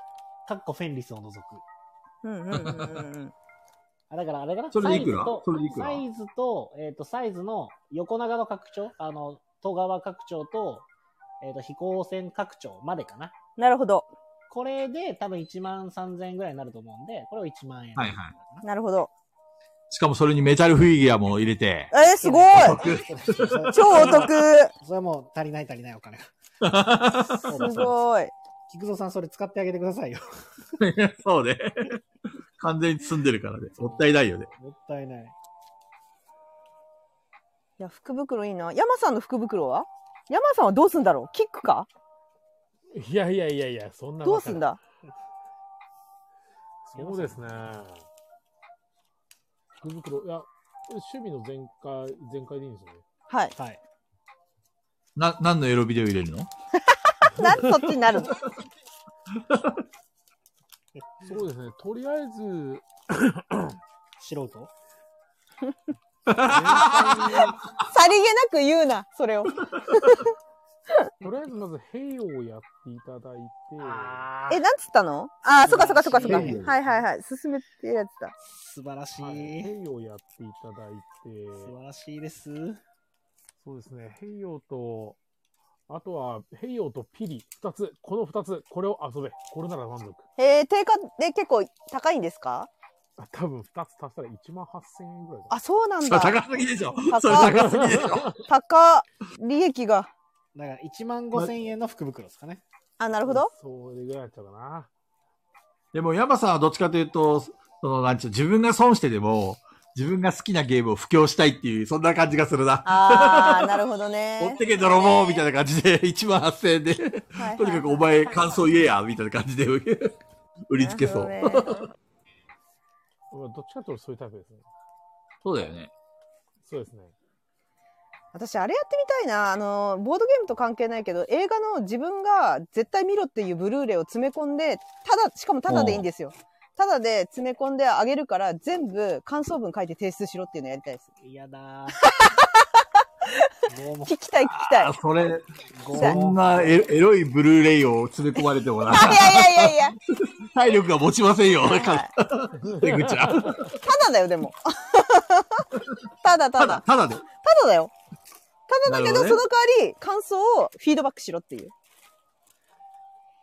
Speaker 4: かっこフェンリスを除く。
Speaker 1: うんうんうんうんうん。
Speaker 4: あ、だからあれかな
Speaker 2: それでいくら
Speaker 4: サイズと
Speaker 2: それでいくら
Speaker 4: サイズと、えっ、と、サイズの横長の拡張、あの、戸川拡張と、えっ、と、飛行船拡張までかな。
Speaker 1: なるほど。
Speaker 4: これで多分1万3000円ぐらいになると思うんで、これを1万円。
Speaker 2: はいはい
Speaker 1: なるほど。
Speaker 2: しかもそれにメタルフィギュアも入れて。
Speaker 1: えー、すごい超お得
Speaker 4: それはもう足りない足りないお金が。
Speaker 1: すごい。
Speaker 4: 菊蔵さんそれ使ってあげてくださいよ。
Speaker 2: そうね。完全に積んでるからね。もったいないよね。
Speaker 4: もったいない。
Speaker 1: いや、福袋いいな。山さんの福袋は山さんはどうすんだろうキックか
Speaker 3: いやいやいやいや、そんな。
Speaker 1: どうすんだ
Speaker 3: そうですね。福袋、いや、趣味の全開、全開でいいんですよね。
Speaker 1: はい。
Speaker 4: はい。
Speaker 2: な、何のエロビデオ入れるの
Speaker 1: なんでそっちになるの
Speaker 3: そうですね。とりあえず、
Speaker 4: 素人
Speaker 1: さりげなく言うな、それを。
Speaker 3: とりあえずまず、ヘイをやっていただいて、
Speaker 1: え、なんつったのああ、そっかそっかそっかそっか。
Speaker 4: 素晴らしい
Speaker 1: はいはいはい。進めてるやつだ。
Speaker 4: 素晴らし
Speaker 3: はい
Speaker 4: い。
Speaker 3: ヘイをやっていただいて、
Speaker 4: 素晴らしいです。
Speaker 3: そうですね。ヘイヨーと、あとは、ヘイヨーとピリ、二つ、この二つ、これを遊べ。これなら満足。
Speaker 1: えー、定価で結構高いんですか
Speaker 3: あ多分二つ足したら1万8000円ぐらいだ。
Speaker 1: あ、そうなん
Speaker 2: それ
Speaker 1: だ。
Speaker 2: 高すぎでしょ
Speaker 1: 高っ
Speaker 2: それ高すぎでしょ
Speaker 1: 高、利益が。
Speaker 4: だから1万5千円の福袋ですかね。
Speaker 1: あ、な
Speaker 3: な
Speaker 1: るほど。。
Speaker 3: それぐらいだったかな。
Speaker 2: でも山さんはどっちかというと、その、なんちゅう、自分が損してでも、自分が好きなゲームを布教したいっていう、そんな感じがするな。
Speaker 1: ああ、なるほど
Speaker 2: 持っ
Speaker 1: ね。
Speaker 2: てけ泥棒みたいな感じで、1万8000円で、
Speaker 1: はい
Speaker 2: とにかくお前感想言えや、みたいな感 じで、売りつけそう。
Speaker 1: なるほどね
Speaker 3: まあどっちかというとそういうタイプですね。
Speaker 2: そうだよね。
Speaker 3: そうですね。
Speaker 1: 私、あれやってみたいな。あの、ボードゲームと関係ないけど、映画の自分が絶対見ろっていうブルーレイを詰め込んで、ただ、しかもただでいいんですよ。ただで詰め込んであげるから、全部感想文書いて提出しろっていうのやりたいです。
Speaker 4: 嫌だー。どうも
Speaker 1: 聞きたい、聞きた い。
Speaker 2: あ、それ、
Speaker 4: ご
Speaker 2: そんなエロエロいブルーレイを詰め込まれてもな、
Speaker 1: いやいやいやい や、
Speaker 2: 体力が持ちませ んよ、
Speaker 1: はい
Speaker 2: 出口は。
Speaker 1: ただだよ、で も。ただただ
Speaker 2: ただ、。ただで。
Speaker 1: ただだよ。ただだけど、
Speaker 2: なるほどね
Speaker 1: その代わり、感想をフィードバックしろっていう。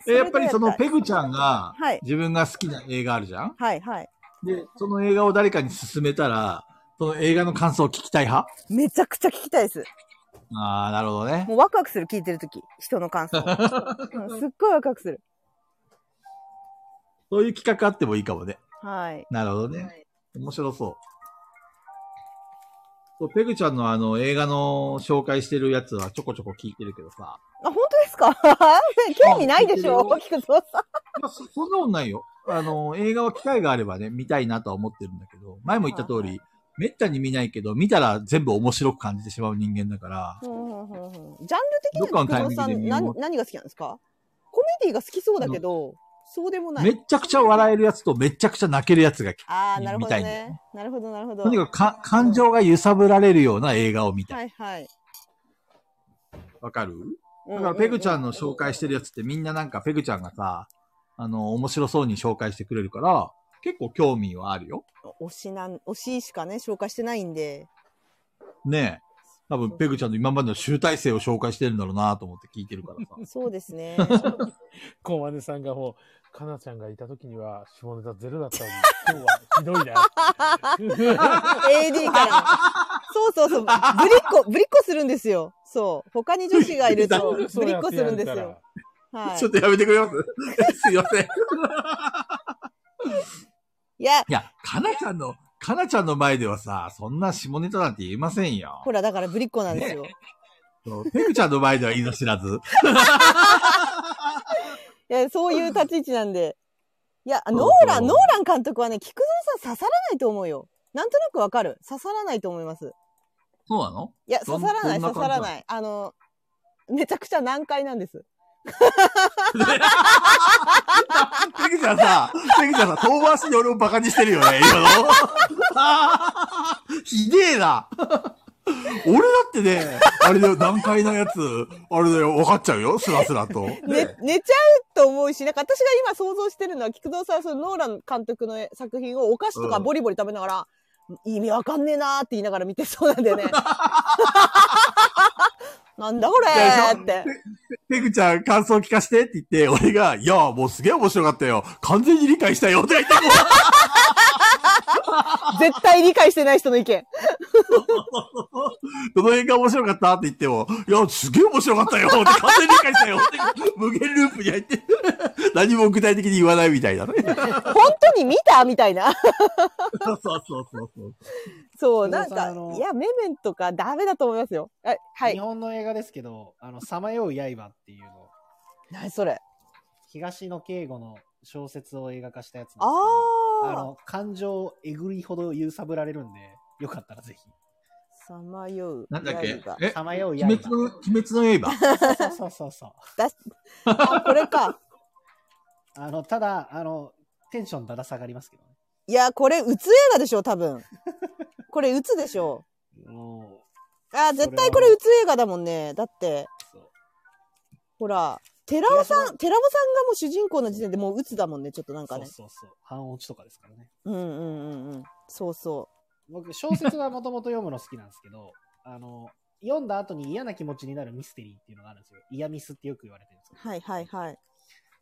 Speaker 2: えやっぱりその
Speaker 1: れでや
Speaker 2: ペグちゃんが
Speaker 1: はい、
Speaker 2: 自分が好きな映画あるじゃん
Speaker 1: はいはい。
Speaker 2: で、その映画を誰かに勧めたら、その映画の感想を聞きたい派
Speaker 1: めちゃくちゃ聞きたいです。
Speaker 2: ああ、なるほどね。
Speaker 1: もうワクワクする、聞いてるとき。人の 感想、うんすっごいワクワクする。
Speaker 2: そういう企画あってもいいかもね。
Speaker 1: はい。
Speaker 2: なるほどね。面白そう。そうペグちゃんのあの映画の紹介してるやつはちょこちょこ聞いてるけどさ。
Speaker 1: あ、本当ですか 興味ないでしょ、菊蔵さん。
Speaker 2: まあ、そそんなことないよ。あの、映画は機会があればね、見たいなとは思ってるんだけど、前も言った通り、めったに見ないけど、見たら全部面白く感じてしまう人間だから、
Speaker 1: うんうんうんうんジャンル的に
Speaker 2: ど
Speaker 1: は
Speaker 2: っか
Speaker 1: 菊
Speaker 2: の
Speaker 1: 蔵
Speaker 2: タ
Speaker 1: さ
Speaker 2: イミ
Speaker 1: ん
Speaker 2: ングで見よう
Speaker 1: 何何が好きなんですかコメディが好きそうだけど、そうでもな
Speaker 2: めっ
Speaker 1: い。
Speaker 2: ちゃくちゃ笑えるやつとめっちゃくちゃ泣けるやつが、
Speaker 1: ああ、なるほど
Speaker 2: 見たいんだよ
Speaker 1: ね。なるほど、なるほど。
Speaker 2: とにかくか感情が揺さぶられるような映画を見た。
Speaker 1: はいいはい。
Speaker 2: わかる
Speaker 1: だ
Speaker 2: だからペグちゃん
Speaker 1: の。
Speaker 2: の紹介してるやつってみんななんかペグちゃんがさ、あの、面白そうに紹介してくれるから、結構興味はあるよ。
Speaker 1: 推しなん、推ししかね、紹介してないんで。
Speaker 2: ねえ。多分ペグちゃんの今までの集大成を紹介してるんだろうなと思って聞いてるから さ。
Speaker 1: そうですね。
Speaker 3: コマネさんがもう、かなちゃんがいた時には下ネタゼロだ ったのに、今日はひどい な。
Speaker 1: AD から。そうそうそう。ぶりっこ、ぶりっこするんですよ。そう。他に女子がいると、 ぶりっこするんですよ。。は
Speaker 2: ちょっとやめてくれます すいません。
Speaker 1: い。いや、
Speaker 2: いや、かなちゃんの、かなちゃんの前ではさ、そんな下ネタなんて言えませんよ。
Speaker 1: ほら、だからぶりっこなんですよ。
Speaker 2: そうペグちゃんの前では言いの知らず。
Speaker 1: いや、そういう立ち位置なんで。いや、ノーラン、ノーラン監督はね、菊蔵さん刺さらないと思うよ。なんとなくわかる。刺さらないと思います。
Speaker 2: そうなの
Speaker 1: いや、
Speaker 2: ど
Speaker 1: 刺
Speaker 2: ん
Speaker 1: さらない、
Speaker 2: どんな
Speaker 1: 刺さ
Speaker 2: 感じな
Speaker 1: ら
Speaker 2: の
Speaker 1: ない。あの、めちゃくちゃ難解なんです。
Speaker 2: ペグちゃんさ、ペグちゃんさ、遠回しに俺をバカにしてるよね、今の。あーひでえな。俺だってね、あれだよ、難解なやつ、あれだよ、分かっちゃうよ、スラスラと。
Speaker 1: ね、寝ちゃうと思うし、なんか私が今想像してるのは、菊蔵さんはそのノーラン監督の作品をお菓子とか
Speaker 2: うん
Speaker 1: ボリボリ食べながら、意味わかんねえなーって言いながら見てそうなんだよね。なんだこれーって。
Speaker 2: ペグちゃん、感想聞かしてって言って、俺が、いや、もうすげえ面白かったよ。完全に理解したよ。って言ったもん。
Speaker 1: 絶対理解してない人の意見。
Speaker 2: どの辺が面白かったって言っても、いや、すげえ面白かったよ。って完全に理解したよ。って無限ループに入って、何も具体的に言わないみたいなね。
Speaker 1: 本当に見たみたいな。
Speaker 2: そうそうそうそう。
Speaker 1: そう、なん
Speaker 4: 菊蔵さん
Speaker 1: か
Speaker 4: あ、の
Speaker 1: いや、メメンとかダメだと思いますよ。あは
Speaker 4: 日
Speaker 1: い。
Speaker 4: 本の映画ですけど、あの、さまよう刃っていうの、
Speaker 1: 何それ。
Speaker 4: 東野圭吾の小説を映画化したやつなんですけ
Speaker 1: あ
Speaker 4: どあ
Speaker 1: ー。
Speaker 4: の、感情をえぐりほど揺さぶられるんで、よかったらぜひ。
Speaker 1: さまよう。
Speaker 2: なんだっけ
Speaker 1: 刃
Speaker 2: え
Speaker 4: さまよう刃。
Speaker 2: 鬼滅の、鬼滅の刃。
Speaker 4: そうそうそうそう。
Speaker 1: あ、これか。
Speaker 4: あの、ただ、あの、テンションだだ下がりますけどね。
Speaker 1: いや、これ、うつ映画でしょ、多分。これ、うつでしょ。
Speaker 4: も
Speaker 1: あー絶対これ宇宙映画だもんね。だって、
Speaker 4: う、そう。
Speaker 1: ほら、寺尾さ
Speaker 4: 東
Speaker 1: ん、寺尾さんがもう主人公の時点でもう鬱だもんね、ちょっとなんか
Speaker 4: そう
Speaker 1: ね。
Speaker 4: そうそう。半落ちとかですからね。
Speaker 1: うんうんうんうん。そうそ
Speaker 4: 僕、小説はもともと読むの好きなんですけど、 あの、読んだ後に嫌な気持ちになるミステリーっていうのがあるんですよ。嫌ミスってよく言われてるんです
Speaker 1: う。
Speaker 4: けど
Speaker 1: はいはいはい。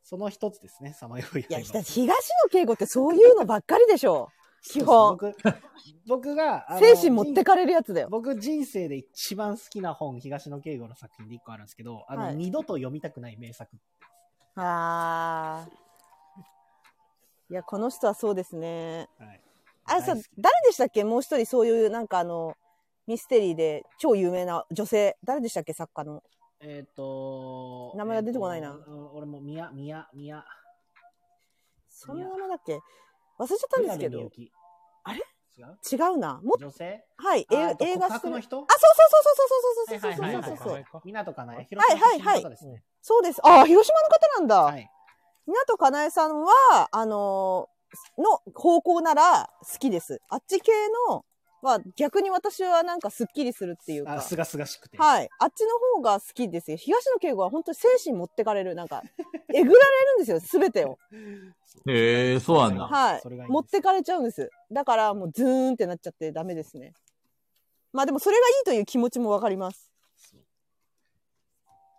Speaker 4: その一つですね、さまよう刃。
Speaker 1: いや、ひた東野敬吾ってそういうのばっかりでしょ。基本。
Speaker 4: そうそう。僕、 僕が、あの
Speaker 1: 精神持ってかれるやつだよ。
Speaker 4: 僕人生で一番好きな本、東野圭吾の作品で一個あるんですけど、あの、
Speaker 1: はい
Speaker 4: 二度と読みたくない名作。
Speaker 1: あー。いや、この人はそうですね。
Speaker 4: はい。
Speaker 1: あれさ、
Speaker 4: 大
Speaker 1: 誰
Speaker 4: 好き
Speaker 1: でしたっけもう一人そういうなんかあの、ミステリーで超有名な女性。誰でしたっけ作家の。
Speaker 4: えっ、と
Speaker 1: 名前が出てこないな
Speaker 4: えーとうん俺も宮、宮、宮。
Speaker 1: そんな名前だっけ忘れちゃったんですけど
Speaker 4: 宮部。みゆき
Speaker 1: あれ
Speaker 4: 違う
Speaker 1: 違うな。もっと
Speaker 4: 女性
Speaker 1: はい、
Speaker 4: あ
Speaker 1: え
Speaker 4: ーえっと
Speaker 1: 映画
Speaker 4: 告白の
Speaker 1: あ、そうそ
Speaker 4: 人
Speaker 1: うそうそうそうそうそうそう
Speaker 4: はい
Speaker 1: そう
Speaker 4: はいは
Speaker 1: そ
Speaker 4: いう
Speaker 1: そう。
Speaker 4: 港かなえ
Speaker 1: はいはいはい
Speaker 4: 広島の方ですね
Speaker 1: そうです。ああ、広島の方なんだ。
Speaker 4: はい。
Speaker 1: 港かなえさんは、あのーの方向なら好きです。あっち系のは、逆に私はなんかすっきりするっていう
Speaker 4: あ、
Speaker 1: か。
Speaker 4: すがすがしくて。
Speaker 1: はい。あっちの方が好きですよ。東野圭吾は本当に精神持ってかれる。なんか、えぐられるんですよ、すべてを。
Speaker 2: へえ、そうなんだ。
Speaker 1: はい
Speaker 4: それがいいんです
Speaker 1: 持ってかれちゃうんです。だからもうズーンってなっちゃってダメですね。まあでもそれがいいという気持ちもわかります。
Speaker 4: そう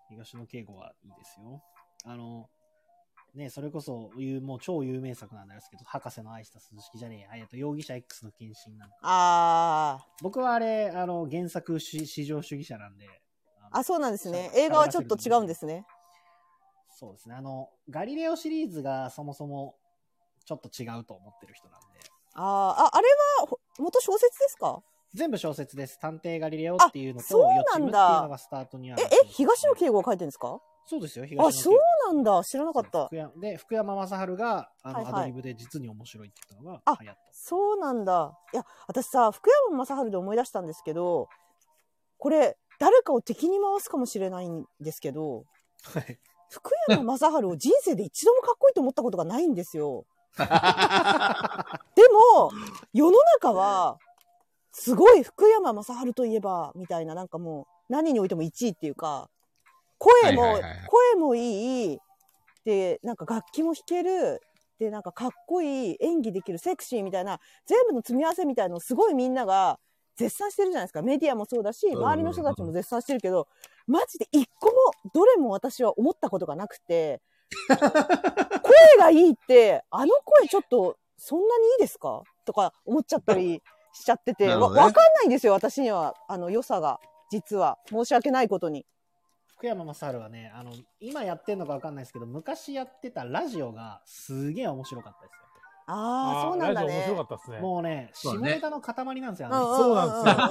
Speaker 4: 東野敬吾はいいですよ。あの、ね、それこそ、いうもう超有名作なんですけど、博士の愛した鈴式じゃねえや、えっと、容疑者 X の献身なんか
Speaker 1: あ
Speaker 4: 僕はあれ、あの、原作し至上主義者なんで。
Speaker 1: あ。あ、そうなんですね。映画はちょっと違うんですね。
Speaker 4: そうですね。あの、ガリレオシリーズがそもそもちょっと違うと思ってる人なんで。
Speaker 1: あーあ、あれはほ元小説ですか
Speaker 4: 全部小説です。探偵ガリレオっていうの
Speaker 1: あ
Speaker 4: と、
Speaker 1: そうなんだ
Speaker 4: 予知夢っていうのがスタートにあ
Speaker 1: え、
Speaker 4: る
Speaker 1: え、東野敬吾が書いてるんですか
Speaker 4: そうですよ、東野
Speaker 1: あ、そうなんだ。知らなかった
Speaker 4: 福。山で、福山雅治が、あの、
Speaker 1: はいはい
Speaker 4: アドリブで実に面白いって言ったのが
Speaker 1: あ
Speaker 4: 流行った。
Speaker 1: そうなんだ。いや、私さ、福山雅治で思い出したんですけど、これ、誰かを敵に回すかもしれないんですけど、
Speaker 4: はい
Speaker 1: 福山雅治を人生で一度もかっこいいと思ったことがないんです よ。でも、世の中は、すごい福山雅治といえば、みたいな、なんかもう、何においても1位っていうか、声も、
Speaker 2: はいはいはいはい
Speaker 1: 声もいい、で、なんか楽器も弾ける、で、なんかかっこいい、演技できる、セクシーみたいな、全部の積み合わせみたいのをすごいみんなが絶賛してるじゃないですか。メディアもそうだし、
Speaker 2: ん
Speaker 1: 周りの人たちも絶賛してるけど、マジで一個も、どれも私は思ったことがなくて、声がいいって、あの声ちょっと、そんなにいいですかとか思っちゃったりしちゃってて、
Speaker 2: なる
Speaker 1: わ
Speaker 2: ほどね
Speaker 1: わかんないんですよ、私には。あの、良さが。実は。申し訳ないことに。
Speaker 4: 福山雅治はね、あの、今やってんのかわかんないですけど、昔やってたラジオがすげえ面白かったですよ。
Speaker 1: ああ、そうなんだ
Speaker 3: ラジオ面白か
Speaker 1: ね。
Speaker 3: ったですね。
Speaker 4: もうね、
Speaker 2: そう
Speaker 4: 下
Speaker 2: だね
Speaker 4: ネタの塊なんですよ、あ
Speaker 1: うんうんうん
Speaker 4: の人
Speaker 3: そうなんです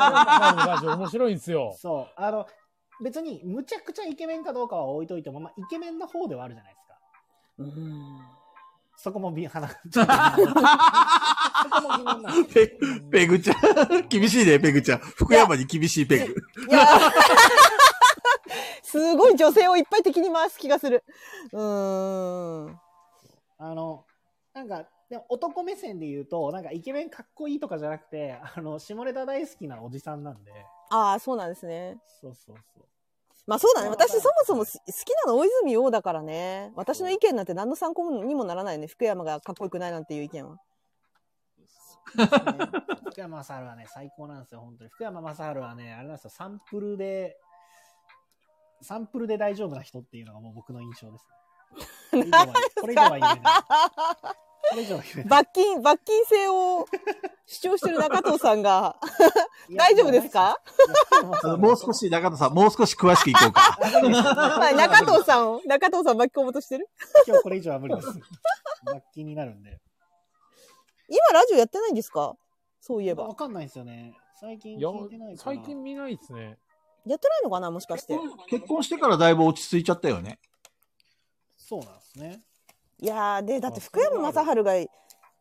Speaker 3: よ。ラジオ面白いんですよ。
Speaker 4: そう。あの、別に、むちゃくちゃイケメンかどうかは置いといても、まあ、イケメンの方ではあるじゃないですか。そこも び、鼻が、ちょっとそこも疑問なんです
Speaker 2: ペ ペグちゃん。厳しいね、ペグちゃん。福山に厳しいペグ。
Speaker 1: いやー すごい女性をいっぱい敵に回す気がする。うーん。
Speaker 4: あの、なんか、でも男目線で言うと、なんかイケメンかっこいいとかじゃなくて、あの、下ネタ大好きなおじさんなんで。
Speaker 1: ああ、そうなんですね。
Speaker 4: そうそうそう。
Speaker 1: まあそうだね。私そもそもす好きなの大泉洋だからね。私の意見なんて何の参考にもならないね。福山がかっこよくないなんていう意見は。
Speaker 4: ね福山雅治はね、最高なんですよ、本当に。福山雅治はね、あれなんですよ、サンプルで、サンプルで大丈夫な人っていうのがもう僕の印象です、ね。これ以上は言えない。 これ以上は言えない。
Speaker 1: 罰金、罰金制を主張してる中藤さんが。大丈夫ですか
Speaker 2: あのもう少。し、中野さん、もう少し詳しくいこうか。
Speaker 1: はい中藤さんを、中藤さん巻き込もうとしてる
Speaker 4: 今日これ以上は無理です。罰金になるんで。
Speaker 1: 今ラジオやってないんですかそういえば
Speaker 4: わ。かんないですよね。最近
Speaker 3: いや
Speaker 4: 聞いてない、から。
Speaker 3: 最近見ないですね。
Speaker 1: やってないのかなもしかして。
Speaker 2: 結婚してからだいぶ落ち着いちゃったよね。
Speaker 4: そうなんですね。
Speaker 1: いやーでだって
Speaker 4: あ
Speaker 1: 福山雅治が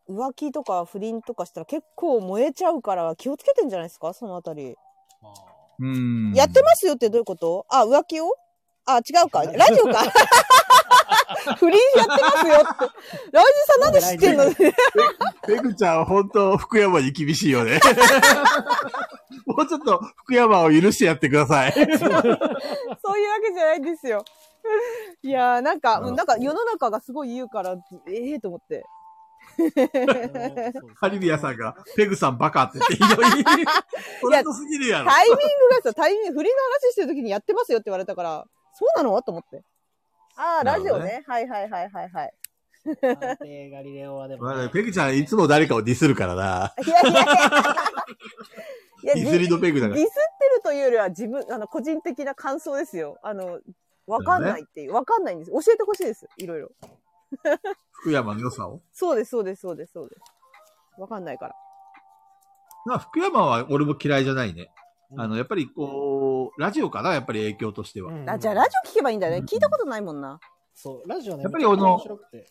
Speaker 1: 浮気とか不倫とかしたら結構燃えちゃうから気をつけてんじゃないですかそのあたり、
Speaker 4: まあ、
Speaker 2: うん。
Speaker 1: やってますよってどういうことあ浮気をあ違う かラジオか 不倫やってますよってライジンさんなんで知ってんの
Speaker 2: ペグちゃん、本当福山に厳しいよ ね。もうちょっと福山を許してやってくださ い。
Speaker 1: そういうわけじゃないんですよいやーなんかうんなんか世の中がすごい言うからええと思って
Speaker 2: カリビアさんが、ペグさんバカって言ってひ どい。それとすぎるやろ。
Speaker 1: タイミングがさタイミング不倫の話してる時にやってますよって言われたからそうなのと思ってああ
Speaker 2: な
Speaker 1: ラ
Speaker 2: るほ
Speaker 1: ジ
Speaker 2: ど
Speaker 1: オ
Speaker 2: ね
Speaker 1: ねはいはいはいはいはい
Speaker 4: 探偵ガリレオはでも、
Speaker 2: まあねペグちゃん、いつも誰かをディスるからな。
Speaker 1: いやいやいや。いや、デ
Speaker 2: デ
Speaker 1: ィデ
Speaker 2: ィス
Speaker 1: ィスっ
Speaker 2: りのペグだから
Speaker 1: て。るというよりは自分、あの、個人的な感想ですよ。あの、わかんないっていう。わかんないんです。教えてほしいです。いろいろ。
Speaker 2: 福山の良さを。
Speaker 1: そうです、そうです、そうです、そうです。わかんないから。
Speaker 2: な福山は俺も嫌いじゃないね。
Speaker 4: うん
Speaker 2: あの、やっぱりこう、ラジオかな、やっぱり影響としては。
Speaker 1: あ、じゃあラジ
Speaker 4: オ
Speaker 1: オ聞けばいいんだね。聞いたことないもんな。
Speaker 4: そう、ラジオね、
Speaker 2: やっぱりあの
Speaker 4: 面白くて。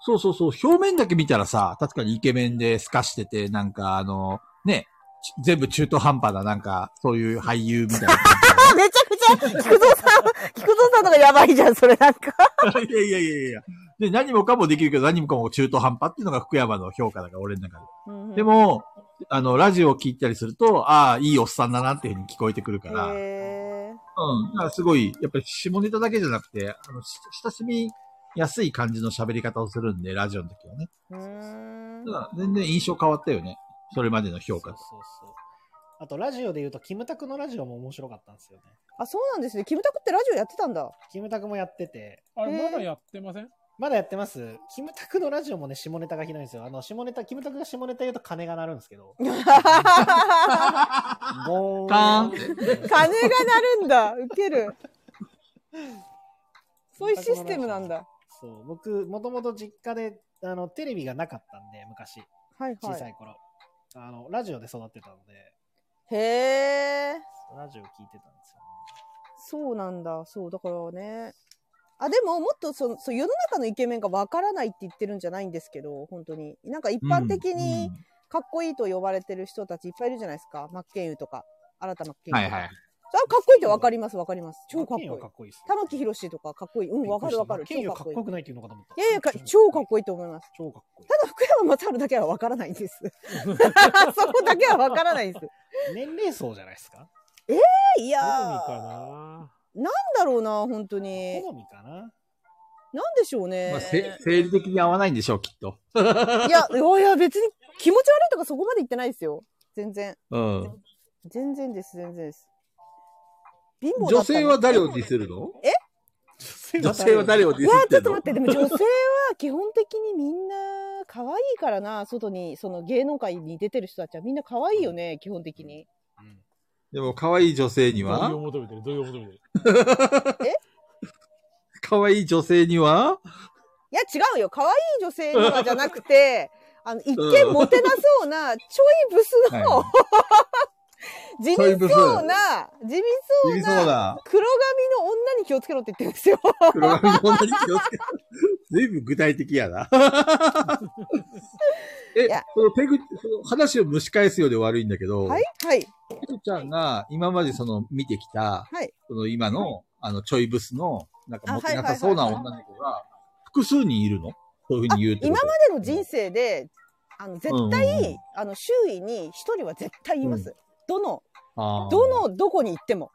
Speaker 2: そうそうそう、表面だけ見たらさ、確かにイケメンで透かしてて、なんかあの、ね、ち全部中途半端な、なんか、そういう俳優みたいな
Speaker 1: あ、めちゃくちゃ、菊蔵さん、 菊蔵さんとかやばいじゃん、それなんか。
Speaker 2: 感 じ。いやいやいやいや。で、何もかもできるけど、何もかも中途半端っていうのが福山の評価だから、俺の中で。でも、あの、ラジオを聞いたりすると、ああ、いいおっさんだなっていうふうに聞こえてくるから、うん。
Speaker 1: へえ。
Speaker 2: だからすごい、やっぱり下ネタだけじゃなくて、あの、し親しみやすい感じの喋り方をするんで、ラジオの時はね。
Speaker 1: うーん
Speaker 2: だ。から全然印象変わったよね。それまでの評価と。
Speaker 4: そうそうそう。あと、ラジオで言うと、キムタクのラジオも面白かったんですよね。
Speaker 1: あ、そうなんですね。キムタクってラジオやってたんだ。
Speaker 4: キムタクもやってて、
Speaker 3: あ
Speaker 1: へ
Speaker 3: れ、
Speaker 1: ー
Speaker 3: まだやってません
Speaker 4: まだやってますキムタクのラジオもね、下ネタがひどいんですよ。あの、下ネタ、キムタクが下ネタ言うと鐘が鳴るんですけど、ボーン。
Speaker 2: カーン
Speaker 1: 金が鳴るんだ。ウケる。そういうシステムなんだ。
Speaker 4: そう、僕、もともと実家で、あの、テレビがなかったんで、昔、
Speaker 1: はい
Speaker 4: 小
Speaker 1: は
Speaker 4: さ
Speaker 1: い。
Speaker 4: い頃。あの、ラジオで育ってたので、
Speaker 1: へえ。
Speaker 4: ラジオ聞いてたんですよね。
Speaker 1: そうなんだ。そう、だからね。あ、でも、もっとその、そう、世の中のイケメンがわからないって言ってるんじゃないんですけど、本当に。なんか一般的にかっこいいと呼ばれてる人たちいっぱいいるじゃないですか。マッケンユーとか、新田マッケンユーと
Speaker 2: うん
Speaker 1: か。
Speaker 2: はいはい。
Speaker 1: あ、かっこいいってわかります、わかります。超かっこいい
Speaker 4: マッケンよ。かっこいいっすよ。
Speaker 1: 玉木宏とかかっこいい。うん、わかるわかる。
Speaker 4: ケン
Speaker 1: 超
Speaker 4: よ
Speaker 1: か
Speaker 4: か
Speaker 1: っこ
Speaker 4: っこ
Speaker 1: いい。
Speaker 4: よくないっていうのかと思った。
Speaker 1: いやいや、か超かっこいいと思います。
Speaker 4: 超かっこいい。
Speaker 1: ただ、福山雅治だけはわからないんです。 そこだけはわからないんです。
Speaker 4: 年齢層じゃないですか
Speaker 1: えいやー、
Speaker 3: 好み
Speaker 1: な
Speaker 3: か
Speaker 1: んだろうな、本当に。
Speaker 4: 好みかな
Speaker 1: なんでしょうね。
Speaker 2: まあ、せ生理的に合わないんでしょう、きっと。
Speaker 1: いや、いやいや、別に気持ち悪いとかそこまで言ってないですよ。全然。
Speaker 2: うん。
Speaker 1: 全然です、全然です。貧乏だ
Speaker 2: 女
Speaker 1: ったの
Speaker 2: 性は誰をディスる の女
Speaker 4: 女
Speaker 2: 性は誰
Speaker 4: を
Speaker 2: をデ
Speaker 1: い
Speaker 2: ィ
Speaker 1: や、
Speaker 2: スっ
Speaker 1: ちょ
Speaker 2: て
Speaker 1: っ
Speaker 2: ん
Speaker 1: と
Speaker 2: の
Speaker 1: 待って、でも女性は基本的にみんな可愛いからな、外に、その芸能界に出てる人たちはみんな可愛いよね、基本的に。
Speaker 2: でも、可愛い女性には
Speaker 3: なぁ。土井を求めてる、土井を求めてる。
Speaker 2: 可愛い女性にはい
Speaker 1: や、違うよ。可愛い女性にはじゃなく て、あの、一見モテなそうな、ちょいブスの、
Speaker 2: は
Speaker 1: 地味そうな、地味
Speaker 2: い。
Speaker 1: そう
Speaker 2: い
Speaker 1: な、
Speaker 2: そうだ。
Speaker 1: 黒髪の女に気をつけろって言ってるんですよ。
Speaker 2: 黒髪の女に気をつけろ。ずいぶん具体的や な。え
Speaker 1: いや、
Speaker 2: そのペグ、その話を蒸し返すようで悪いんだけど、
Speaker 1: はいはい。
Speaker 2: ペグちゃんが今までその見てきた、
Speaker 1: はい
Speaker 2: その今の、あの、ちょいブスの、なんか持ってなさそう
Speaker 1: あ
Speaker 2: な
Speaker 1: はいはいはい
Speaker 2: 女の子が、複数人いるのそういうふうに言うって
Speaker 1: 今
Speaker 2: こと
Speaker 1: までの人生で、あの、絶対、
Speaker 2: うんうんうん
Speaker 1: あの、周囲に一人は絶対います。
Speaker 2: う
Speaker 1: どの、
Speaker 2: あー
Speaker 1: どの、どこに行っても。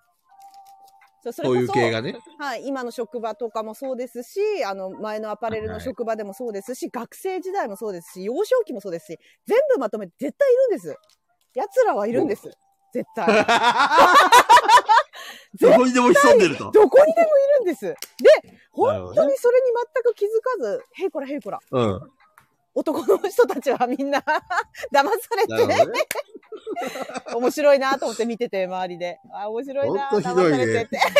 Speaker 1: そうそ
Speaker 2: そういう系がね。
Speaker 1: はい、今の職場とかもそうですし、あの、前のアパレルの職場でもそうですし、学生時代もそうですし、幼少期もそうですし、全部まとめて絶対いるんです。奴らはいるんです。絶対。
Speaker 2: どこにでも潜んでると。
Speaker 1: どこにでもいるんです。で、
Speaker 2: なるほ
Speaker 1: 本
Speaker 2: どね
Speaker 1: 当にそれに全く気づかず、へいこらへいこら、
Speaker 2: うん。
Speaker 1: 男の人たちはみんな 騙
Speaker 2: な
Speaker 1: さ
Speaker 2: る
Speaker 1: れ
Speaker 2: ほ
Speaker 1: て、
Speaker 2: どね。
Speaker 1: 面白いなと思って見てて、周りで。あ、面白いな
Speaker 2: ほんとひどいね
Speaker 1: 騙されてって。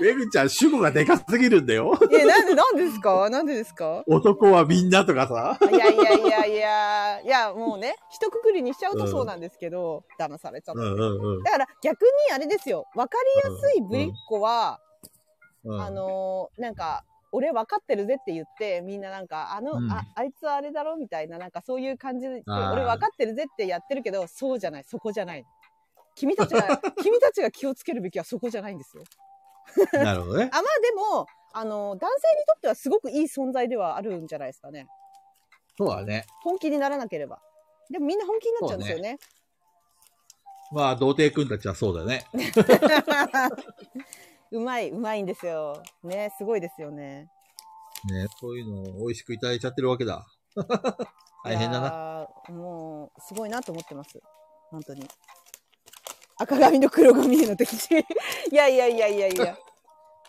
Speaker 2: ペグちゃん、主語がでかすぎるんだよ。
Speaker 1: え、なんで、なんでですかなんでですか
Speaker 2: 男はみんなとかさ。
Speaker 1: いやいやいやいや、いや、もうね、一括りにしちゃうとそうなんですけど、騙されちゃっ
Speaker 2: う
Speaker 1: た。
Speaker 2: んうんうん
Speaker 1: だから逆にあれですよ、わかりやすいぶりっ子は、
Speaker 2: うん。
Speaker 1: あのーなんか、俺分かってるぜって言って、みんななんか、あの、
Speaker 2: うん
Speaker 1: あ、あいつはあれだろみたいな、なんかそういう感じで、
Speaker 2: あー
Speaker 1: 俺分かってるぜってやってるけど、そうじゃない、そこじゃない。君たち が、君たちが気をつけるべきはそこじゃないんですよ。
Speaker 2: なるほどね
Speaker 1: あ、。まあでも、あのー男性にとってはすごくいい存在ではあるんじゃないですかね。
Speaker 2: そうだね。
Speaker 1: 本気にならなければ。でもみんな本気になっちゃうんですよね。
Speaker 2: まあ、童貞君たちはそうだ ね。
Speaker 1: うまい、うまいんですよ。ね、すごいですよね。
Speaker 2: ね、そういうのを美味しくいただいちゃってるわけ だ。大変だな。
Speaker 1: な。もう、すごいなと思ってます。本当に。赤髪の黒髪への敵視。い やいやいやいやいや。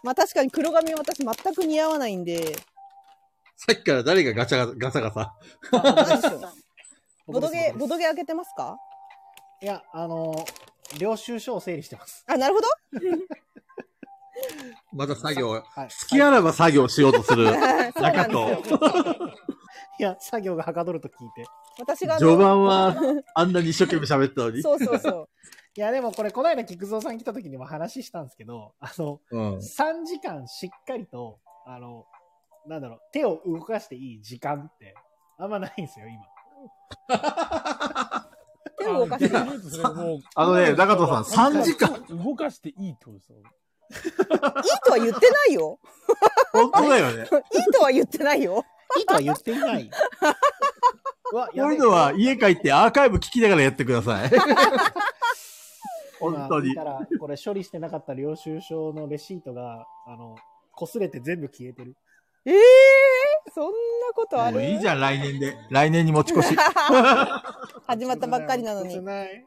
Speaker 1: まあ確かに黒髪は私全く似合わないんで。
Speaker 2: さっきから誰がガチャガガサガサ。
Speaker 1: 何でしょうボド
Speaker 4: 僕で
Speaker 1: ゲ、
Speaker 4: す僕です
Speaker 1: ボドゲ開けてますか
Speaker 4: いや、あの、領収書を整理してます。
Speaker 1: あ、なるほど。
Speaker 2: また作業。好
Speaker 4: はい。
Speaker 2: きあらば作業しようとする。
Speaker 1: そうなんですよ。
Speaker 4: いや、作業がはかどると聞いて。
Speaker 1: 私があの。
Speaker 2: 序盤はあんなに一生懸命喋ってたのに。
Speaker 1: そうそうそう。
Speaker 4: いや、でもこれ、この間、菊蔵さん来た時にも話したんですけど、あの、
Speaker 2: うん。
Speaker 4: 3時間しっかりと、あの、なんだろう、手を動かしていい時間って、あんまないんですよ、今。
Speaker 1: 手を動かして。
Speaker 3: あそれもう
Speaker 2: あのね、中藤さん、3時間。
Speaker 3: 動かしていいってことですよ。
Speaker 1: いいとは言ってないよ。
Speaker 2: 本当だよね。
Speaker 1: いいとは言ってないよ。
Speaker 4: いいとは言っていない。は、
Speaker 2: こういうのは家帰ってアーカイブ聞きながらやってくだ さい。本当に
Speaker 4: 今見たら、これ処理してなかった領収書のレシートが、あの、擦れて全部消えてる。
Speaker 1: ええそんなことあ
Speaker 2: もういい
Speaker 1: る
Speaker 2: じゃん、来年で。来年に持ち越し。
Speaker 1: 始まったばっかりなのに
Speaker 4: 切ない